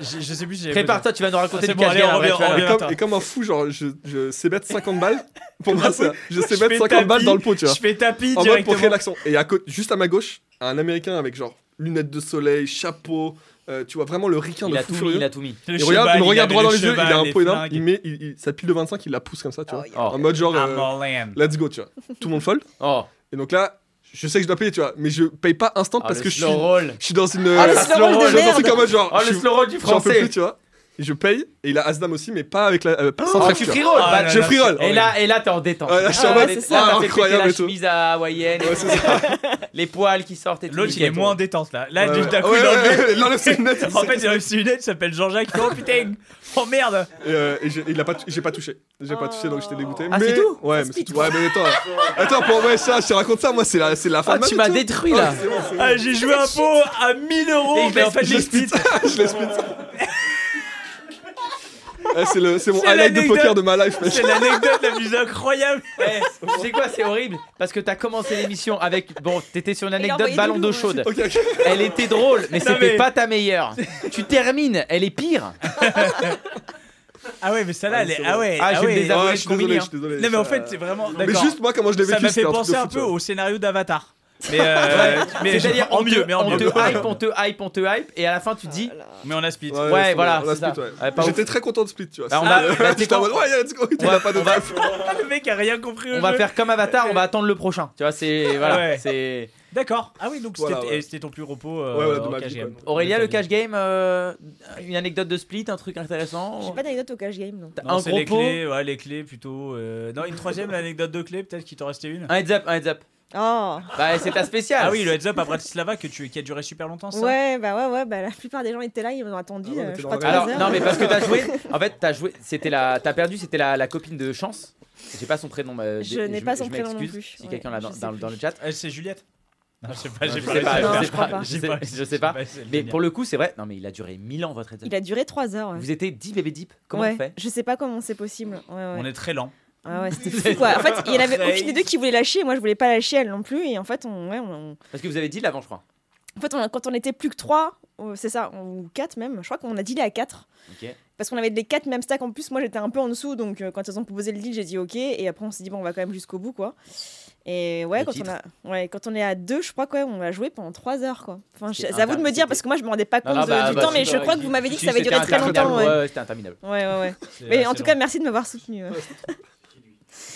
Speaker 2: je, je sais plus si j'avais
Speaker 3: Prépare-toi, tu vas nous
Speaker 2: C'est
Speaker 3: raconter
Speaker 2: bon,
Speaker 3: du cash
Speaker 2: allez,
Speaker 3: game,
Speaker 2: on
Speaker 3: après,
Speaker 2: revient,
Speaker 3: tu vas
Speaker 2: on
Speaker 3: le-
Speaker 4: Et
Speaker 2: revient.
Speaker 4: comme,
Speaker 2: attends.
Speaker 4: et comme un fou, genre, je, je sais 50 balles. Pour moi, ça, je sais
Speaker 2: fais
Speaker 4: 50
Speaker 2: tapis,
Speaker 4: balles dans le pot, tu vois.
Speaker 2: Je fais tapis
Speaker 4: En mode pour créer
Speaker 2: directement.
Speaker 4: l'action. Et à côté, juste à ma gauche, un américain avec genre lunettes de soleil, chapeau, euh, tu vois vraiment le ricain
Speaker 3: Il
Speaker 4: de
Speaker 3: a
Speaker 4: fou
Speaker 3: tout mis,
Speaker 4: furieux.
Speaker 3: il a tout mis.
Speaker 4: Il regarde, il me regarde droit dans les yeux, il a un pot énorme, il met il- il- sa pile de 25, il la pousse comme ça, tu vois. En
Speaker 3: Oh,
Speaker 4: mode genre, euh,
Speaker 2: I'm all in.
Speaker 4: let's go, tu vois. Tout le monde fold.
Speaker 3: oh.
Speaker 4: Et donc là, je sais que je dois payer, tu vois, mais je paye pas instant
Speaker 3: Ah,
Speaker 4: parce
Speaker 3: le
Speaker 4: que je suis,
Speaker 3: slow roll.
Speaker 4: je suis dans une.
Speaker 3: Ah, le
Speaker 4: euh,
Speaker 3: slow roll
Speaker 4: je suis dans un
Speaker 3: de
Speaker 4: truc en
Speaker 3: merde.
Speaker 4: mode genre,
Speaker 3: Oh,
Speaker 4: je
Speaker 3: le
Speaker 4: suis-
Speaker 3: slow roll du
Speaker 4: j'en peux
Speaker 3: français.
Speaker 4: plus, tu vois. Et Je paye, et il a Asdam aussi, mais pas avec la. euh, pas- sans
Speaker 3: Oh,
Speaker 4: trèfle,
Speaker 3: tu
Speaker 4: tu vois.
Speaker 3: free roll.
Speaker 2: Ah,
Speaker 3: bah,
Speaker 2: là,
Speaker 4: Je
Speaker 2: là,
Speaker 4: free roll.
Speaker 3: Et là, et là, t'es en détente.
Speaker 4: Ouais, là, je suis en
Speaker 3: Ah,
Speaker 4: mode,
Speaker 3: t'es- là,
Speaker 4: c'est
Speaker 3: t'as fait péter
Speaker 4: incroyable
Speaker 3: la
Speaker 4: et tout.
Speaker 3: chemise à hawaïenne, et
Speaker 4: Ouais, c'est ça.
Speaker 3: les poils qui sortent et tout.
Speaker 2: L'autre, il est
Speaker 3: Nickel.
Speaker 2: moins en détente là. Là,
Speaker 4: Ouais,
Speaker 2: du- d'un coup,
Speaker 4: ouais,
Speaker 2: il enlève-
Speaker 4: ouais, ouais, il enlève ses lunettes.
Speaker 2: En fait, il a ses lunettes, il s'appelle Jean-Jacques. Oh putain Oh merde
Speaker 4: Et, euh, et j'ai- il a pas, tou- j'ai pas touché. J'ai pas touché donc j'étais dégoûté.
Speaker 3: Ah,
Speaker 4: mais...
Speaker 3: c'est tout
Speaker 7: Ça
Speaker 4: Ouais, mais
Speaker 7: se
Speaker 4: c'est
Speaker 7: pique.
Speaker 4: tout. Ouais, mais attends. attends, pour ouais, ça, je te raconte ça, moi, c'est la, c'est la fin
Speaker 3: Ah,
Speaker 4: de ma
Speaker 3: tu
Speaker 4: vie,
Speaker 3: m'as
Speaker 4: vois.
Speaker 3: détruit
Speaker 4: Ouais,
Speaker 3: là.
Speaker 4: c'est bon, c'est bon.
Speaker 2: Ah, J'ai joué un pot à 1000 euros,
Speaker 3: Et il
Speaker 2: mais en
Speaker 3: laisse
Speaker 2: fait,
Speaker 3: plus
Speaker 2: je
Speaker 3: de
Speaker 2: split.
Speaker 4: <laughs> Je l'explique. Ouais, Eh, c'est le, c'est mon
Speaker 2: C'est
Speaker 4: highlight de
Speaker 2: l'anecdote.
Speaker 4: poker de ma life, mec.
Speaker 2: C'est l'anecdote la plus incroyable.
Speaker 3: Eh, tu sais quoi, c'est horrible parce que t'as commencé l'émission avec bon, t'étais sur une
Speaker 7: a
Speaker 3: anecdote
Speaker 7: envoyé du
Speaker 3: ballon d'eau
Speaker 7: lourd,
Speaker 3: chaude.
Speaker 4: <laughs> Ok, ok.
Speaker 3: Elle était drôle, mais
Speaker 2: Non,
Speaker 3: c'était
Speaker 2: mais-
Speaker 3: pas ta meilleure. tu termines, elle est pire.
Speaker 2: Ah ouais, mais celle-là, elle est. Ah ouais,
Speaker 3: Ah, je vais me
Speaker 2: ouais.
Speaker 3: désavouer.
Speaker 4: Ouais,
Speaker 3: le
Speaker 4: je suis désolé,
Speaker 3: combiné,
Speaker 4: je suis désolé.
Speaker 2: Non, mais en
Speaker 4: Ça-
Speaker 2: fait, c'est vraiment.
Speaker 4: Mais
Speaker 2: d'accord.
Speaker 4: juste, moi, comment je l'ai
Speaker 2: Ça
Speaker 4: vécu,
Speaker 2: m'a fait
Speaker 4: c'était truc
Speaker 2: penser
Speaker 4: de
Speaker 2: un
Speaker 4: fou,
Speaker 2: peu
Speaker 4: tu vois.
Speaker 2: au scénario d'Avatar. Mais, euh, mais
Speaker 3: C'est-à-dire
Speaker 2: en
Speaker 3: on te-
Speaker 2: mieux, mais en
Speaker 3: on te
Speaker 2: mieux.
Speaker 3: hype, on te hype, on te hype, et à la fin tu dis,
Speaker 2: Mais on a split.
Speaker 4: Ouais,
Speaker 3: Ouais,
Speaker 4: c'est
Speaker 3: voilà,
Speaker 4: bon, on a
Speaker 3: c'est ça.
Speaker 4: split, ouais.
Speaker 3: Ouais, pas ouf.
Speaker 4: J'étais très content de split, tu vois.
Speaker 3: Bah, on va-
Speaker 4: C'est- euh,
Speaker 3: bah, tu sais
Speaker 4: J'étais en
Speaker 3: quoi
Speaker 4: mode, ouais, let's go,
Speaker 3: On va-
Speaker 4: t'as pas de
Speaker 3: on va-
Speaker 4: trèfle.
Speaker 2: Ah, Le mec a rien compris. au
Speaker 3: on va
Speaker 2: jeu.
Speaker 3: faire comme Avatar, on va attendre le prochain. Tu vois, c'est voilà,
Speaker 2: Ah Ouais.
Speaker 3: c'est
Speaker 2: D'accord. Ah oui, donc c'était
Speaker 4: Voilà, ouais.
Speaker 2: et c'était ton plus repos. euh,
Speaker 4: Ouais, voilà,
Speaker 2: en
Speaker 4: de ma vie,
Speaker 2: KGM.
Speaker 4: quoi.
Speaker 3: Aurélia
Speaker 2: De
Speaker 3: le
Speaker 2: ta vie.
Speaker 3: cash game, euh, une anecdote de split, un truc
Speaker 7: J'ai
Speaker 3: intéressant.
Speaker 7: pas d'anecdote au cash game, non.
Speaker 3: T'as
Speaker 2: Non,
Speaker 3: un
Speaker 2: c'est
Speaker 3: gros
Speaker 2: les
Speaker 3: pot,
Speaker 2: clés, ouais, les clés plutôt. euh, Non, une troisième, l'anecdote de clés, peut-être qu'il t'en restait une.
Speaker 3: un heads up, un heads up.
Speaker 5: Oh.
Speaker 3: Bah, c'est ta spéciale.
Speaker 2: Ah oui, le heads up à Bratislava que tu, qui a duré super longtemps, ça
Speaker 5: Ouais, bah ouais, ouais, bah la plupart des gens étaient là, ils m'ont attendu.
Speaker 4: Ah ouais,
Speaker 5: euh,
Speaker 4: t'es
Speaker 5: je
Speaker 4: dans
Speaker 5: crois
Speaker 4: la
Speaker 5: trois
Speaker 4: rue.
Speaker 3: Alors,
Speaker 5: heures.
Speaker 3: non, mais parce que t'as
Speaker 5: <laughs>
Speaker 3: joué. En fait, t'as joué. C'était la. T'as perdu. C'était la, la copine de Chance. J'ai pas son prénom. mais-
Speaker 5: Je n'ai pas son prénom non
Speaker 3: m'excuse
Speaker 5: plus,
Speaker 3: Si
Speaker 5: ouais,
Speaker 3: quelqu'un l'a dans,
Speaker 5: je sais
Speaker 3: dans-
Speaker 5: plus.
Speaker 3: dans le chat.
Speaker 2: Euh, c'est Juliette. Non, je sais pas,
Speaker 3: Non,
Speaker 2: j'ai
Speaker 3: je
Speaker 2: pas
Speaker 3: sais
Speaker 2: réussi
Speaker 3: pas,
Speaker 2: à le
Speaker 3: je
Speaker 2: faire.
Speaker 3: sais pas, je
Speaker 2: J'ai
Speaker 3: sais-
Speaker 2: réussi,
Speaker 3: je sais
Speaker 2: j'ai
Speaker 3: pas.
Speaker 2: réussi à le
Speaker 3: Mais
Speaker 2: faire.
Speaker 3: pour le coup, c'est vrai. Non, mais il a duré 1000 ans votre état.
Speaker 5: Il a duré 3 heures. ouais.
Speaker 3: Vous étiez 10 bébés deep. Comment
Speaker 5: Ouais,
Speaker 3: on fait
Speaker 5: Je sais pas comment c'est possible. Ouais, ouais.
Speaker 2: On est très lent.
Speaker 5: Ah ouais,
Speaker 3: <laughs>
Speaker 5: c'était fou quoi. En fait, il y en avait aucune des deux qui voulait lâcher, et moi je voulais pas lâcher elle non plus. Et en fait, on, ouais, on- on-
Speaker 3: Parce que vous avez dit l'avant, je crois.
Speaker 5: en fait on- quand on était plus que trois, euh, c'est ça, ou quatre même, je crois qu'on a dealé à quatre.
Speaker 3: Ok.
Speaker 5: Parce qu'on avait les quatre mêmes stacks en plus, moi j'étais un peu en dessous, donc euh, quand ils ont proposé le deal, j'ai dit ok, et après on s'est dit bon, on va quand même jusqu'au bout quoi. Et ouais,
Speaker 3: Le
Speaker 5: quand on,
Speaker 3: titre.
Speaker 5: a, ouais quand on est à deux, je crois quoi, on a joué pendant trois heures quoi. Enfin,
Speaker 3: C'était
Speaker 5: je- j'avoue de me dire
Speaker 3: interminable.
Speaker 5: parce que moi je me rendais pas compte
Speaker 3: Non, non,
Speaker 5: de-
Speaker 3: bah,
Speaker 5: du
Speaker 3: bah,
Speaker 5: temps, mais
Speaker 3: si,
Speaker 5: je
Speaker 3: bah,
Speaker 5: crois
Speaker 3: si,
Speaker 5: que vous m'avez dit que
Speaker 3: si,
Speaker 5: ça avait
Speaker 3: c'était
Speaker 5: duré très
Speaker 3: interminable.
Speaker 5: longtemps. Ouais,
Speaker 3: Ouais, c'était interminable.
Speaker 5: ouais, ouais. ouais.
Speaker 2: C'est
Speaker 5: Mais en
Speaker 2: assez
Speaker 5: tout cas,
Speaker 2: lent.
Speaker 5: merci de m'avoir soutenu.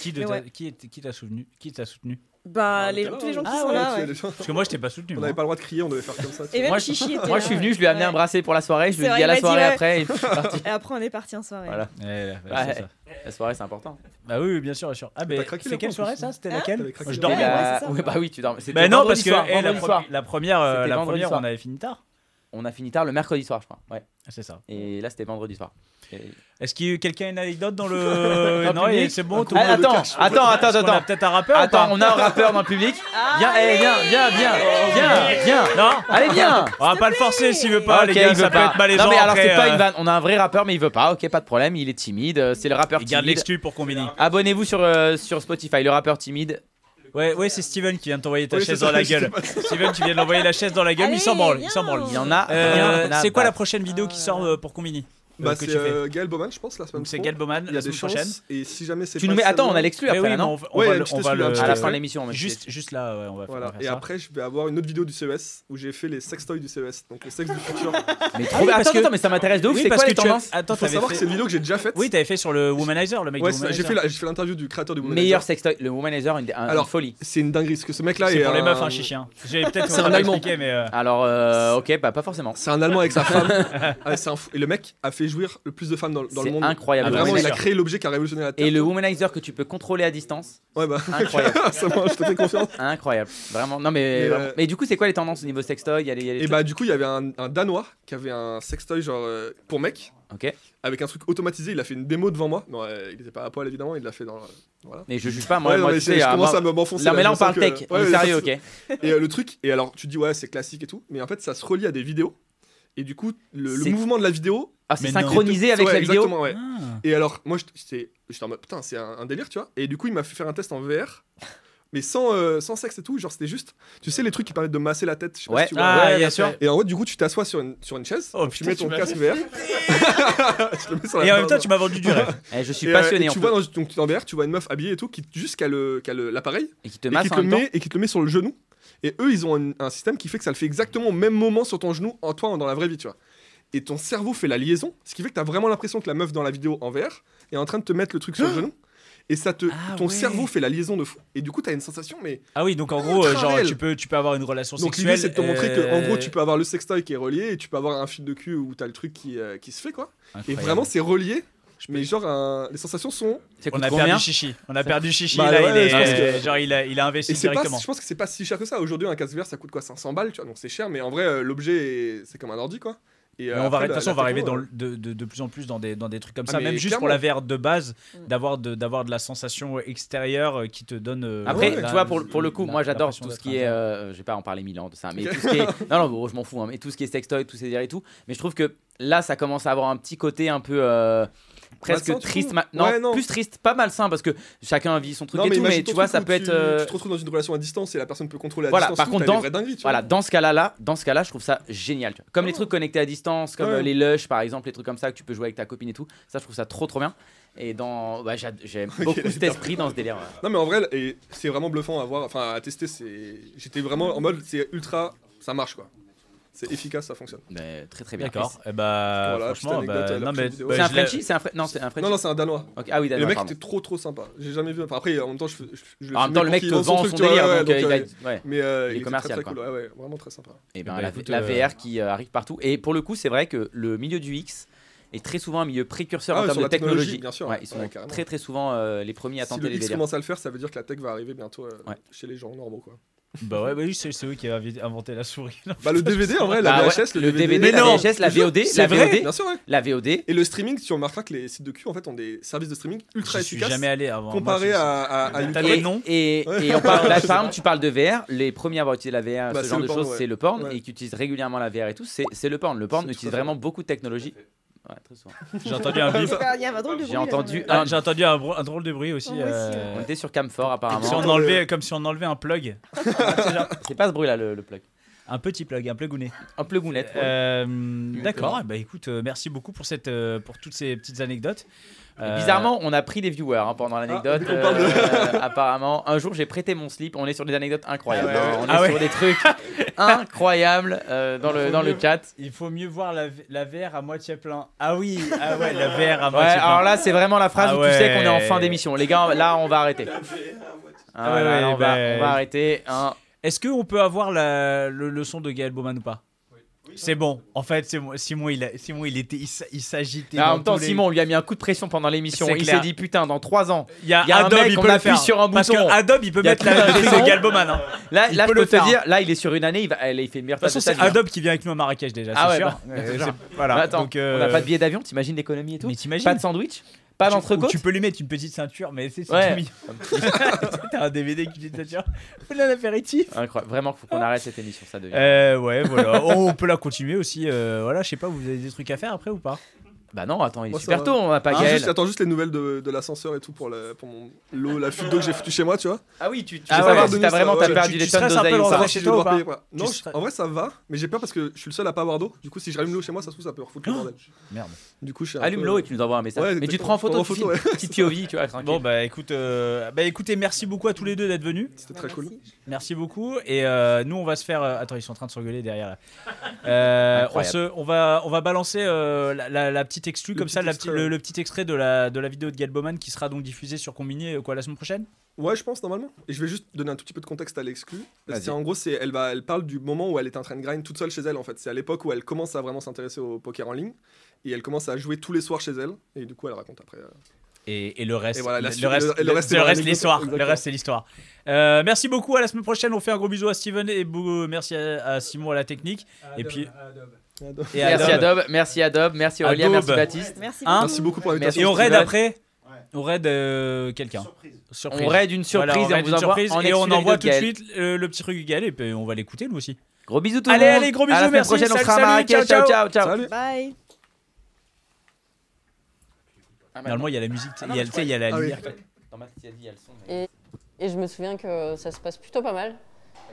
Speaker 2: qui de
Speaker 5: Mais
Speaker 2: ta-
Speaker 5: ouais.
Speaker 2: qui est- qui t'a soutenu Qui t'a soutenu
Speaker 5: Bah, les,
Speaker 4: Ah,
Speaker 5: tous les gens qui
Speaker 4: ouais,
Speaker 5: sont
Speaker 4: ouais,
Speaker 5: là.
Speaker 4: tu-
Speaker 5: ouais.
Speaker 4: les gens-
Speaker 2: Parce que moi, je t'ai pas soutenu.
Speaker 4: On
Speaker 2: moi.
Speaker 4: n'avait pas le droit de crier, on devait faire comme ça. tu
Speaker 5: Et même
Speaker 3: Moi, je- <laughs>
Speaker 5: Chichi était
Speaker 3: Moi,
Speaker 5: là,
Speaker 3: je suis
Speaker 5: ouais.
Speaker 3: venu, je lui ai amené un
Speaker 5: Ouais.
Speaker 3: bracelet pour la soirée. Je lui ai
Speaker 5: C'est
Speaker 3: dit
Speaker 5: vrai,
Speaker 3: à
Speaker 5: il
Speaker 3: la
Speaker 5: m'a dit,
Speaker 3: soirée
Speaker 5: ouais.
Speaker 3: après. et puis je suis <laughs> parti.
Speaker 5: Et après, on est parti en soirée.
Speaker 3: Voilà.
Speaker 2: Ouais, là,
Speaker 3: Ouais.
Speaker 2: c'est ça.
Speaker 3: La soirée, c'est important.
Speaker 2: Bah oui, oui, bien sûr, bien sûr. Ah, mais
Speaker 4: craqué,
Speaker 2: c'est
Speaker 4: là,
Speaker 2: quelle
Speaker 4: en
Speaker 2: soirée
Speaker 4: plus.
Speaker 2: ça C'était
Speaker 5: Hein
Speaker 2: laquelle
Speaker 4: T'avais craqué.
Speaker 2: Je
Speaker 3: Et
Speaker 5: ouais,
Speaker 2: dormais.
Speaker 5: ouais,
Speaker 3: la-
Speaker 5: c'est ça.
Speaker 3: ouais, bah oui, tu dormais. C'était
Speaker 2: Bah non,
Speaker 3: vendredi
Speaker 2: parce que
Speaker 3: soir,
Speaker 2: eh, la,
Speaker 3: vendredi
Speaker 2: pre-
Speaker 3: soir.
Speaker 2: la première, euh,
Speaker 3: C'était
Speaker 2: la
Speaker 3: vendredi
Speaker 2: première
Speaker 3: soir.
Speaker 2: on avait fini tard.
Speaker 3: On a fini tard le mercredi soir, je crois. Ouais.
Speaker 2: Ah, C'est ça.
Speaker 3: Et là, c'était vendredi soir. Et-
Speaker 2: Est-ce qu'il y a eu quelqu'un une anecdote dans le.
Speaker 3: Dans le
Speaker 2: et
Speaker 3: public
Speaker 2: c'est bon, tout le
Speaker 3: Ah,
Speaker 2: monde.
Speaker 3: attends, attends, attends,
Speaker 2: Est-ce qu'on a
Speaker 3: attends.
Speaker 2: peut-être un rappeur ou
Speaker 3: Attends,
Speaker 2: pas
Speaker 3: on a un rappeur dans le public. Viens, eh, viens, viens, viens, viens, viens.
Speaker 2: Non
Speaker 3: Allez, viens.
Speaker 2: On va pas le forcer s'il veut pas,
Speaker 3: Ok,
Speaker 2: les gars,
Speaker 3: il
Speaker 2: ça
Speaker 3: veut
Speaker 2: peut
Speaker 3: pas.
Speaker 2: être malaisant.
Speaker 3: Non mais alors
Speaker 2: après,
Speaker 3: c'est pas
Speaker 2: euh,
Speaker 3: une vanne. On a un vrai rappeur mais il veut pas. Ok, pas de problème. Il est timide. euh, C'est le rappeur
Speaker 2: Il garde
Speaker 3: timide.
Speaker 2: l'exclu pour combiner.
Speaker 3: Abonnez-vous sur euh, sur Spotify. Le rappeur timide.
Speaker 2: Ouais, ouais, c'est Steven qui vient de t'envoyer ta
Speaker 4: Oui, c'est
Speaker 2: chaise
Speaker 4: ça,
Speaker 2: dans la
Speaker 4: <laughs> je sais
Speaker 2: gueule. Steven, tu viens de l'envoyer la chaise dans la gueule, mais il s'en
Speaker 5: Allez,
Speaker 2: branle, il
Speaker 5: viens.
Speaker 2: s'en branle.
Speaker 3: Il y en a.
Speaker 2: Euh,
Speaker 3: il y en a
Speaker 2: c'est quoi la
Speaker 3: pas.
Speaker 2: prochaine vidéo qui sort euh, pour Combini
Speaker 4: Bah,
Speaker 2: que
Speaker 4: c'est
Speaker 2: tu fais
Speaker 4: euh, Gaël Bowman, je pense, la semaine
Speaker 2: Donc c'est
Speaker 4: pro.
Speaker 2: Galboman
Speaker 4: Il y a
Speaker 2: la
Speaker 4: des
Speaker 2: semaine
Speaker 4: chances.
Speaker 2: prochaine.
Speaker 4: Et si jamais c'est
Speaker 3: Tu
Speaker 4: pas
Speaker 3: nous mets. Attends, on
Speaker 4: celle-là-
Speaker 3: a l'exclu
Speaker 2: Mais
Speaker 3: après
Speaker 2: oui,
Speaker 3: là,
Speaker 2: mais
Speaker 3: non
Speaker 2: on va- on
Speaker 4: Ouais,
Speaker 2: va
Speaker 4: un
Speaker 2: le-
Speaker 4: petit
Speaker 2: on va
Speaker 4: extrait, un
Speaker 2: le
Speaker 4: petit
Speaker 3: À la
Speaker 4: extrait.
Speaker 3: fin de l'émission, on met.
Speaker 2: Juste, juste là, ouais, on va on
Speaker 4: Voilà.
Speaker 2: va faire
Speaker 4: Et
Speaker 2: ça.
Speaker 4: après, je vais avoir une autre vidéo du CES où j'ai fait les sextoys du CES, donc les sexes du futur.
Speaker 3: Mais
Speaker 2: Ah oui,
Speaker 3: trop. bien.
Speaker 2: parce
Speaker 3: Attends,
Speaker 2: que-
Speaker 3: attends, mais ça m'intéresse de ouf.
Speaker 2: Oui,
Speaker 3: C'est
Speaker 2: parce
Speaker 3: quoi les
Speaker 2: que tu as- Ah,
Speaker 3: tendances
Speaker 2: Attends,
Speaker 4: Faut
Speaker 2: t'avais
Speaker 4: savoir que c'est
Speaker 2: fait...
Speaker 4: une vidéo que j'ai déjà faite.
Speaker 2: Oui, t'avais fait sur le Womanizer, le mec
Speaker 4: Ouais,
Speaker 2: du
Speaker 4: c'est ça,
Speaker 2: Womanizer.
Speaker 4: j'ai fait la- j'ai fait l'interview du créateur du Womanizer.
Speaker 3: Meilleur sextoy. Le womanizer, une, un- une
Speaker 4: Alors-
Speaker 3: folie.
Speaker 4: C'est une dinguerie, parce que ce mec-là
Speaker 2: C'est
Speaker 4: est
Speaker 2: pour les
Speaker 4: un-
Speaker 2: meufs, hein, un chichien. J'ai peut-être
Speaker 4: C'est
Speaker 2: on
Speaker 4: un
Speaker 2: l'a
Speaker 4: Allemand.
Speaker 2: expliqué, mais... euh,
Speaker 3: Alors, euh, ok, bah pas forcément.
Speaker 4: C'est un Allemand avec sa femme. Ah, c'est un fou. Et le mec a fait jouir le plus de femmes dans, dans le
Speaker 3: C'est
Speaker 4: monde.
Speaker 3: incroyable.
Speaker 4: Et
Speaker 2: Ah,
Speaker 3: le
Speaker 2: bah,
Speaker 4: vraiment,
Speaker 2: oui,
Speaker 4: il a
Speaker 2: d'accord.
Speaker 4: créé l'objet qui a révolutionné la Terre.
Speaker 3: Et le womanizer que tu peux contrôler
Speaker 2: <laughs>
Speaker 3: à distance,
Speaker 4: Ouais, bah.
Speaker 3: incroyable,
Speaker 4: <laughs> c'est bon, je te fais confiance.
Speaker 3: incroyable, vraiment. Non mais,
Speaker 4: Et,
Speaker 3: vraiment.
Speaker 4: euh,
Speaker 3: mais du coup, c'est quoi les tendances au niveau sextoy Il y a les- il y a les
Speaker 2: eh
Speaker 4: Et
Speaker 3: trucs-
Speaker 4: bah, du coup, il y avait un, un Danois qui avait un sextoy genre euh, pour mec.
Speaker 2: bah,
Speaker 3: Ok.
Speaker 4: Avec un truc automatisé. Il a fait une démo devant moi. Non, euh, il était pas à poil évidemment. Il l'a fait dans. euh, Voilà.
Speaker 3: Mais je juge pas, moi,
Speaker 4: Ouais, non,
Speaker 3: moi
Speaker 4: mais
Speaker 3: tu sais,
Speaker 4: je
Speaker 3: à-
Speaker 4: commence
Speaker 3: moi-
Speaker 4: à m'enfoncer.
Speaker 3: Non mais là on
Speaker 4: je
Speaker 3: parle
Speaker 4: sens que-
Speaker 3: tech,
Speaker 4: Ouais,
Speaker 3: on est
Speaker 4: ouais,
Speaker 3: sérieux, ok.
Speaker 4: Et euh, le truc, et alors tu dis ouais c'est classique et tout, mais en fait ça se relie à des vidéos. Et du coup, le, le
Speaker 3: C'est-
Speaker 4: mouvement de la vidéo.
Speaker 3: Ah, c'est
Speaker 2: Mais non.
Speaker 3: synchronisé avec
Speaker 4: Ouais,
Speaker 3: la vidéo.
Speaker 4: Exactement, ouais.
Speaker 2: ah.
Speaker 4: Et alors, moi, j'étais- j'étais j'étais en mode putain, c'est un, un délire, tu vois. Et du coup, il m'a fait faire un test en VR, mais sans, euh, sans sexe et tout. Genre, c'était juste, tu sais, les trucs qui permettent de masser la tête. je sais pas
Speaker 3: Ouais.
Speaker 4: si tu vois.
Speaker 2: Ah,
Speaker 3: Ouais,
Speaker 2: bien
Speaker 3: bien
Speaker 2: sûr.
Speaker 3: sûr.
Speaker 4: Et en gros, du coup, tu t'assois sur une, sur une chaise,
Speaker 2: Oh,
Speaker 4: tu
Speaker 2: putain,
Speaker 4: mets ton
Speaker 2: tu m'as
Speaker 4: casque VR. <laughs> Tu le mets sur la
Speaker 2: Et en même
Speaker 4: barre,
Speaker 2: temps,
Speaker 4: genre.
Speaker 2: tu m'as vendu du rêve.
Speaker 3: Eh, Je
Speaker 4: Et,
Speaker 3: suis
Speaker 4: euh,
Speaker 3: passionné
Speaker 4: et
Speaker 3: en
Speaker 4: tu
Speaker 3: plus.
Speaker 4: vois, dans, donc, tu- en VR, tu vois une meuf habillée et tout qui juste qu'à le- qu'à le- l'appareil
Speaker 3: Et qui te
Speaker 4: et qui
Speaker 3: masse
Speaker 4: te
Speaker 3: en
Speaker 4: le
Speaker 3: même temps.
Speaker 4: met- et qui te le met sur le genou. Et eux, ils ont un, un système qui fait que ça le fait exactement au même moment sur ton genou, en toi, dans la vraie vie, tu vois. Et ton cerveau fait la liaison, ce qui fait que t'as vraiment l'impression que la meuf dans la vidéo en VR est en train de te mettre le truc sur le genou. Et ça te,
Speaker 2: Ah
Speaker 4: ton
Speaker 2: ouais.
Speaker 4: cerveau fait la liaison de fou. Et du coup, t'as une sensation, mais.
Speaker 2: Ah oui, donc en gros, euh,
Speaker 4: Ultra
Speaker 2: genre,
Speaker 4: réel.
Speaker 2: tu peux, tu peux avoir une relation
Speaker 4: Donc
Speaker 2: sexuelle.
Speaker 4: l'idée, c'est de te montrer que, en
Speaker 2: euh,
Speaker 4: gros, tu peux avoir le sextoy qui est relié et tu peux avoir un fil de cul où t'as le truc qui, euh, qui se fait, quoi.
Speaker 2: Incroyable.
Speaker 4: Et vraiment, c'est relié. Mais genre, un- les sensations sont.
Speaker 3: Ça
Speaker 2: On
Speaker 3: coûte
Speaker 2: a
Speaker 3: combien
Speaker 2: perdu Chichi. On a
Speaker 3: Ça-
Speaker 2: perdu Chichi.
Speaker 4: Bah
Speaker 2: là,
Speaker 4: ouais,
Speaker 2: il est, euh,
Speaker 4: je pense que-
Speaker 2: genre, il a, il a investi
Speaker 4: Et c'est pas,
Speaker 2: directement.
Speaker 4: je pense que c'est pas si cher que ça. Aujourd'hui, un casque VR, ça coûte quoi 500 balles, tu vois. Donc c'est cher, mais en vrai, euh, l'objet, est- c'est comme un ordi, quoi. Et
Speaker 2: Mais
Speaker 4: euh,
Speaker 2: on va,
Speaker 4: après,
Speaker 2: de toute
Speaker 4: la-
Speaker 2: façon, on
Speaker 4: la
Speaker 2: va
Speaker 4: techno,
Speaker 2: arriver dans
Speaker 4: euh,
Speaker 2: le- de, de, de plus en plus dans des, dans des trucs comme
Speaker 4: Ah,
Speaker 2: ça,
Speaker 4: mais
Speaker 2: même juste pour la
Speaker 4: clairement.
Speaker 2: VR de base,
Speaker 5: Mm.
Speaker 2: d'avoir de- d'avoir de la sensation extérieure euh, qui te donne. euh,
Speaker 3: Après,
Speaker 2: la-
Speaker 3: tu vois, pour, pour le coup,
Speaker 2: la-
Speaker 3: moi j'adore
Speaker 2: l'impression
Speaker 3: tout ce
Speaker 2: d'être
Speaker 3: qui
Speaker 2: un
Speaker 3: est.
Speaker 2: genre.
Speaker 3: euh, je vais pas en parler mille ans de ça,
Speaker 4: <laughs>
Speaker 3: mais tout ce qui est. Non, non, bon, je m'en fous, hein, mais tout ce qui est sextoy, tous ces délires et tout. Mais je trouve que là, ça commence à avoir un petit côté un peu. euh, presque
Speaker 4: Malsain, tu
Speaker 3: triste
Speaker 4: trouves
Speaker 3: maintenant.
Speaker 4: Ouais, non.
Speaker 3: plus triste, pas malsain, parce que chacun vit son truc et tout,
Speaker 4: imagine
Speaker 3: mais
Speaker 4: ton
Speaker 3: tu vois,
Speaker 4: truc
Speaker 3: ça
Speaker 4: où
Speaker 3: peut
Speaker 4: tu-
Speaker 3: être. euh,
Speaker 4: Tu te retrouves dans une relation à distance et la personne peut contrôler à
Speaker 3: Voilà,
Speaker 4: distance.
Speaker 3: par
Speaker 4: tout,
Speaker 3: contre,
Speaker 4: t'as des
Speaker 3: dans-
Speaker 4: vraies dingueries, tu
Speaker 3: Voilà,
Speaker 4: vois.
Speaker 3: dans ce cas-là, là, dans ce cas-là, je trouve ça génial. tu vois. Comme les trucs connectés à distance, comme
Speaker 4: Ah. Ouais.
Speaker 3: euh, les lush par exemple, les trucs comme ça que tu peux jouer avec ta copine et tout. Ça, je trouve ça trop trop bien. Et dans, bah, j'ad-
Speaker 4: <laughs>
Speaker 3: j'aime beaucoup cet esprit dans ce délire. ouais.
Speaker 4: Non, mais en vrai, et c'est vraiment bluffant à voir, enfin à tester. C'est, j'étais vraiment en mode, c'est ultra, ça marche quoi. C'est efficace, ça fonctionne.
Speaker 3: Mais très très bien.
Speaker 2: D'accord. Et bah,
Speaker 4: Voilà,
Speaker 2: franchement,
Speaker 4: petite anecdote,
Speaker 2: bah,
Speaker 4: elle a
Speaker 2: non
Speaker 4: pris une
Speaker 2: mais.
Speaker 4: vidéo.
Speaker 2: bah,
Speaker 3: C'est un
Speaker 2: je l'ai-
Speaker 3: Frenchie, c'est un, Fre- non, c'est un Frenchie.
Speaker 4: Non, non, c'est un danois.
Speaker 3: Ok, Ah oui,
Speaker 4: Et
Speaker 3: d'accord.
Speaker 4: le mec
Speaker 3: pardon.
Speaker 4: était trop trop sympa. J'ai jamais vu. Enfin, après, en même temps, je, je, je le
Speaker 3: en même temps,
Speaker 4: filmais pour
Speaker 3: le mec
Speaker 4: qu'il
Speaker 3: te
Speaker 4: vend son
Speaker 3: vend
Speaker 4: truc,
Speaker 3: son
Speaker 4: tu vois,
Speaker 3: délire,
Speaker 4: ouais,
Speaker 3: donc euh, il
Speaker 4: euh,
Speaker 3: va- ouais.
Speaker 4: Mais euh,
Speaker 3: il est
Speaker 4: il était
Speaker 3: commercial,
Speaker 4: très, très
Speaker 3: quoi.
Speaker 4: cool. Ouais, ouais, vraiment très sympa.
Speaker 3: Et
Speaker 2: Eh
Speaker 3: ben,
Speaker 2: ben,
Speaker 3: la,
Speaker 2: écoute,
Speaker 3: la
Speaker 2: euh,
Speaker 3: VR qui euh, arrive partout. Et pour le coup, c'est vrai que le milieu du X est très souvent un milieu précurseur
Speaker 4: Ah
Speaker 3: en
Speaker 4: ouais,
Speaker 3: termes
Speaker 4: sur
Speaker 3: de
Speaker 4: la technologie,
Speaker 3: technologie.
Speaker 4: bien sûr.
Speaker 3: Ouais, ils sont
Speaker 4: Ouais, carrément.
Speaker 3: très très souvent euh, les premiers à
Speaker 4: Si
Speaker 3: tenter
Speaker 4: le
Speaker 3: les
Speaker 4: X
Speaker 3: délires.
Speaker 4: commence à le faire, ça veut dire que la tech va arriver bientôt euh,
Speaker 3: Ouais.
Speaker 4: chez les gens normaux. Quoi.
Speaker 2: Bah ouais, bah oui, c'est c'est eux qui avaient inventé la souris.
Speaker 4: Bah, le DVD, en vrai, la
Speaker 3: Bah ouais,
Speaker 4: VHS,
Speaker 3: le DVD,
Speaker 4: Mais
Speaker 3: la
Speaker 4: non,
Speaker 3: VHS, la
Speaker 4: je te jure,
Speaker 3: VOD,
Speaker 4: c'est
Speaker 3: la
Speaker 4: vrai,
Speaker 3: VOD.
Speaker 4: Bien sûr, ouais.
Speaker 3: La VOD,
Speaker 4: Et le streaming, si on remarquera que les sites de cul en fait ont des services de streaming ultra
Speaker 2: Je suis
Speaker 4: efficaces
Speaker 2: jamais allé avant.
Speaker 4: comparé
Speaker 2: Moi, c'est-
Speaker 4: à, à, à
Speaker 2: T'as
Speaker 4: YouTube.
Speaker 2: les
Speaker 3: Et-
Speaker 2: noms
Speaker 3: Et,
Speaker 4: Ouais.
Speaker 3: et on parle,
Speaker 4: <laughs>
Speaker 3: là, par exemple, tu parles de VR. Les premiers à avoir utilisé la VR,
Speaker 4: Bah,
Speaker 3: ce
Speaker 4: c'est
Speaker 3: genre
Speaker 4: le
Speaker 3: de
Speaker 4: porn,
Speaker 3: choses,
Speaker 4: ouais.
Speaker 3: c'est le porn
Speaker 4: Ouais.
Speaker 3: et qui utilisent régulièrement la VR et tout. C'est c'est le porn. Le porn
Speaker 4: C'est tout
Speaker 3: utilise
Speaker 4: à fait.
Speaker 3: vraiment beaucoup de technologie. Ouais, très souvent.
Speaker 2: J'ai entendu un bip.
Speaker 7: Il y a un drôle de
Speaker 3: J'ai
Speaker 7: bruit, là,
Speaker 3: entendu-
Speaker 7: dans le-
Speaker 2: Ah, J'ai entendu un, bro- un drôle de bruit aussi.
Speaker 7: Moi aussi,
Speaker 2: euh,
Speaker 3: On était sur Camfort apparemment.
Speaker 2: comme si on
Speaker 4: euh,
Speaker 2: enlevait, comme si on enlevait un plug,
Speaker 3: C'est pas ce bruit là le, le plug.
Speaker 2: un petit plug, un plugounet.
Speaker 3: Un plug ou net.
Speaker 2: Euh, D'accord. Bah écoute, euh, merci beaucoup pour cette, euh, pour toutes ces petites anecdotes. Euh,
Speaker 3: Bizarrement, on a pris des viewers hein, pendant l'anecdote.
Speaker 4: Ah, on parle de-
Speaker 3: euh, apparemment, un jour j'ai prêté mon slip. On est sur des anecdotes incroyables.
Speaker 4: Ah ouais,
Speaker 3: hein.
Speaker 4: ouais.
Speaker 3: On est
Speaker 2: Ah
Speaker 3: sur
Speaker 2: ouais.
Speaker 3: des
Speaker 4: <laughs>
Speaker 3: trucs incroyables euh, dans le dans le chat.
Speaker 2: il faut mieux voir la, la verre à moitié plein. Ah oui, ah ouais, <laughs> la verre à
Speaker 3: Ouais,
Speaker 2: moitié plein.
Speaker 3: alors là, c'est vraiment la phrase
Speaker 2: Ah
Speaker 3: où tu sais qu'on est en
Speaker 2: ouais.
Speaker 3: fin d'émission. Les gars, là, on va arrêter.
Speaker 2: hein,
Speaker 3: Ah,
Speaker 2: ouais,
Speaker 3: là, là, on, va,
Speaker 2: ben-
Speaker 3: on va arrêter. hein.
Speaker 2: Est-ce qu'on peut avoir la- le, le son de Gaël Bowman ou pas C'est bon. En fait, c'est bon. Simon, il a- Simon, il était, il s- il s'agitait.
Speaker 3: Mais Bah, en
Speaker 2: dans
Speaker 3: même temps,
Speaker 2: tous les-
Speaker 3: Simon, on lui a mis un coup de pression pendant l'émission.
Speaker 2: C'est
Speaker 3: Il s'est
Speaker 2: clair.
Speaker 3: dit, putain, dans 3 ans.
Speaker 2: il y a,
Speaker 3: il y a un
Speaker 2: Adobe,
Speaker 3: mec,
Speaker 2: il
Speaker 3: on
Speaker 2: peut le
Speaker 3: appuie
Speaker 2: faire.
Speaker 3: sur un
Speaker 2: Parce
Speaker 3: bouton.
Speaker 2: que Adobe, il peut
Speaker 3: Il y a
Speaker 2: mettre
Speaker 3: tout
Speaker 2: la,
Speaker 3: un
Speaker 2: le truc
Speaker 3: raison.
Speaker 2: de Gaël Bowman. hein.
Speaker 3: Là,
Speaker 2: Il
Speaker 3: là je
Speaker 2: peut
Speaker 3: peux
Speaker 2: le
Speaker 3: te
Speaker 2: faire.
Speaker 3: dire, là, il est sur une année. Il, va, elle, il fait une meilleure
Speaker 2: De toute façon,
Speaker 3: place.
Speaker 2: c'est Adobe qui vient avec nous à Marrakech déjà,
Speaker 3: Ah
Speaker 2: c'est
Speaker 3: ouais,
Speaker 2: sûr.
Speaker 3: bah,
Speaker 2: Euh,
Speaker 3: c'est
Speaker 2: c'est-
Speaker 3: genre.
Speaker 2: voilà.
Speaker 3: attends,
Speaker 2: Donc, euh,
Speaker 3: on n'a pas de billet d'avion, t'imagines l'économie et tout
Speaker 2: Mais t'imagines
Speaker 3: Pas de sandwich Pas
Speaker 2: Tu- ou
Speaker 3: d'entrecôte
Speaker 2: Tu peux lui mettre une petite ceinture, mais c'est c'est
Speaker 3: Ouais.
Speaker 2: tout mignon. <laughs> T'as un DVD qui dit
Speaker 3: <laughs>
Speaker 2: ceinture. Voilà l'apéritif.
Speaker 3: Incroyable. Vraiment, faut
Speaker 2: Ah.
Speaker 3: qu'on arrête cette émission, ça devient.
Speaker 2: Euh, ouais, voilà. Oh, on peut la continuer aussi. euh, voilà, je sais pas, vous avez des trucs à faire après ou pas
Speaker 3: Bah non, attends, il est
Speaker 4: Moi, ça
Speaker 3: super
Speaker 4: va.
Speaker 3: tôt, on n'a pas
Speaker 4: Ah,
Speaker 3: Gaël.
Speaker 4: juste- J'attends juste les nouvelles de, de l'ascenseur et tout pour, la, pour mon, l'eau, la fuite d'eau que j'ai foutue chez moi, tu vois.
Speaker 3: Ah oui, tu, tu
Speaker 4: Ah
Speaker 3: veux
Speaker 4: ouais,
Speaker 3: savoir si
Speaker 4: Denis,
Speaker 3: t'as
Speaker 4: ça
Speaker 3: vraiment
Speaker 4: va.
Speaker 3: t'as
Speaker 4: Tu-
Speaker 3: perdu
Speaker 2: tu
Speaker 3: des
Speaker 2: stresses
Speaker 3: tonnes
Speaker 2: un peu
Speaker 3: d'oseille ou
Speaker 2: le
Speaker 3: pas
Speaker 2: revers. chez
Speaker 4: Je
Speaker 2: toi ou
Speaker 4: vais devoir
Speaker 2: pas
Speaker 4: payer, voilà. Non,
Speaker 2: Tu
Speaker 4: je-
Speaker 2: serais-
Speaker 4: en vrai, ça va, mais j'ai peur parce que je suis le seul à pas avoir d'eau. Du coup, si je rallume l'eau chez moi, ça se trouve, ça peut refoutre
Speaker 3: <gasps>
Speaker 4: le bordel.
Speaker 2: Merde.
Speaker 4: Du coup, je suis un
Speaker 3: Allume
Speaker 4: peu-
Speaker 3: l'eau et tu nous envoies un message.
Speaker 4: Ouais,
Speaker 3: Mais tu te
Speaker 4: exactement.
Speaker 3: prends en photo,
Speaker 4: Je prends en
Speaker 3: petit-
Speaker 4: photo, ouais.
Speaker 3: petite POV, tu vois, tranquille.
Speaker 2: Bon, bah écoute, euh, bah écoutez, merci beaucoup à tous les deux d'être venus.
Speaker 4: C'était très cool.
Speaker 2: Merci beaucoup. Et euh, nous, on va se faire. euh, attends, ils sont en train de s'engueuler derrière là. Euh, on,
Speaker 3: Incroyable.
Speaker 2: se- on va, on va balancer euh, la, la- la petite exclue,
Speaker 4: Le
Speaker 2: comme
Speaker 4: petit
Speaker 2: ça, la
Speaker 4: extrait,
Speaker 2: petite- le,
Speaker 4: ouais.
Speaker 2: le petit extrait de la, de la vidéo de Gaël Bowman qui sera donc diffusée sur Combiné euh, quoi, la semaine prochaine
Speaker 4: Ouais, je pense normalement. Et je vais juste donner un tout petit peu de contexte à l'exclu. Parce
Speaker 3: Vas-y.
Speaker 4: qu'en gros, c'est elle va, elle parle du moment où elle était en train de grind toute seule chez elle. En fait, c'est à l'époque où elle commence à vraiment s'intéresser au poker en ligne et elle commence à jouer tous les soirs chez elle. Et du coup, elle raconte après. euh,
Speaker 2: Et, et le reste,
Speaker 4: Et voilà, la
Speaker 2: le,
Speaker 4: suite,
Speaker 2: reste,
Speaker 4: et le reste,
Speaker 2: le
Speaker 4: c'est
Speaker 2: reste,
Speaker 4: dans la
Speaker 2: l'histoire.
Speaker 4: anecdote.
Speaker 2: Le reste, c'est l'histoire. Euh, merci beaucoup. À la semaine prochaine. On fait un gros bisou à Steven et Bou- merci à, à Simon à la technique. et puis, et à
Speaker 3: Merci
Speaker 2: Adobe.
Speaker 3: Adobe, merci Adobe, merci Aurélien,
Speaker 2: Adobe.
Speaker 3: merci Baptiste.
Speaker 7: Merci
Speaker 5: Ah
Speaker 2: Hein
Speaker 4: Merci beaucoup pour l'invitation.
Speaker 2: Et on
Speaker 3: Steven.
Speaker 2: raid après On raid euh, quelqu'un. Surprise.
Speaker 3: On raid une
Speaker 2: Voilà,
Speaker 3: surprise
Speaker 2: on
Speaker 3: et
Speaker 2: raid une
Speaker 3: on vous envoie
Speaker 2: surprise
Speaker 3: en
Speaker 2: et on
Speaker 3: exclu les
Speaker 2: envoie
Speaker 3: vidéos
Speaker 2: tout de
Speaker 3: de Gaël.
Speaker 2: suite euh, le petit truc du Gaël et puis on va l'écouter nous aussi.
Speaker 3: Gros bisous tout
Speaker 2: Allez,
Speaker 3: le monde.
Speaker 2: allez, gros
Speaker 3: À la
Speaker 2: bisous,
Speaker 3: semaine
Speaker 2: merci,
Speaker 3: prochaine, on
Speaker 2: salut,
Speaker 3: sera à
Speaker 2: salut,
Speaker 3: Marrakech.
Speaker 2: ciao,
Speaker 3: Ciao, ciao, ciao.
Speaker 4: Salut.
Speaker 7: Bye.
Speaker 3: Ah, bah,
Speaker 2: Normalement, il y a la musique, il y a, tu sais, il y a la
Speaker 4: Ah oui.
Speaker 2: lumière.
Speaker 3: dans ma petite, il y a le son, mais-
Speaker 8: Et, et je me souviens que ça se passe plutôt pas mal.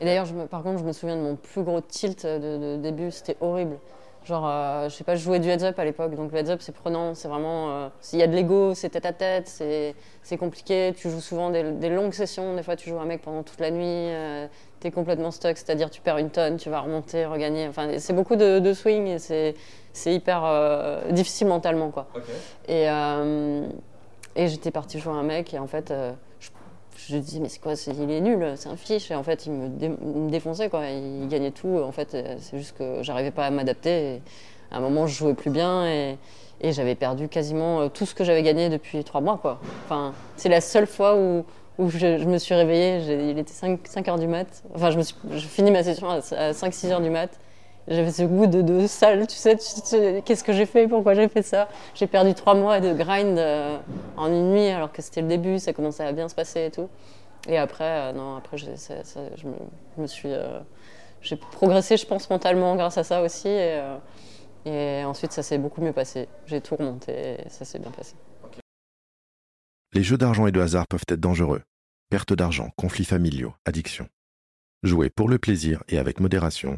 Speaker 8: Et d'ailleurs, je me- par contre, je me souviens de mon plus gros tilt de, de début, c'était horrible. Genre, euh, je sais pas, je jouais du heads-up à l'époque, donc le heads-up c'est prenant, c'est vraiment. euh, S'il y a de l'ego, c'est tête à tête, c'est c'est compliqué, tu joues souvent des, des longues sessions, des fois tu joues un mec pendant toute la nuit, euh, t'es complètement stuck, c'est-à-dire tu perds une tonne, tu vas remonter, regagner. Enfin, c'est beaucoup de, de swing et c'est c'est hyper euh, difficile mentalement, quoi. Et, euh, et j'étais partie jouer à un mec et en fait, euh, je, je lui dis mais c'est quoi, c'est- il est nul, c'est un fiche. Et en fait, il me, dé- il me défonçait quoi, il, gagnait tout. En fait, euh, c'est juste que j'arrivais pas à m'adapter. Et À un moment, je jouais plus bien et, et j'avais perdu quasiment euh, tout ce que j'avais gagné depuis trois mois quoi. Enfin, c'est la seule fois où où je, je me suis réveillée, j'ai- il était 5, 5 heures du mat. Enfin, je, me suis, je finis ma session à 5-6 heures du mat. J'avais ce goût de, de sale, tu sais, tu- tu- qu'est-ce que j'ai fait, pourquoi j'ai fait ça. J'ai perdu trois mois de grind euh, en une nuit, alors que c'était le début, ça commençait à bien se passer et tout. Et après, euh, non, après, j'ai- ça- ça- je, me, je me suis. euh, j'ai progressé, je pense, mentalement grâce à ça aussi. Et, euh, et ensuite, ça s'est beaucoup mieux passé. J'ai tout remonté et ça s'est bien passé.
Speaker 9: Les jeux d'argent et de hasard peuvent être dangereux. Perte d'argent, conflits familiaux, addiction. Jouez pour le plaisir et avec modération.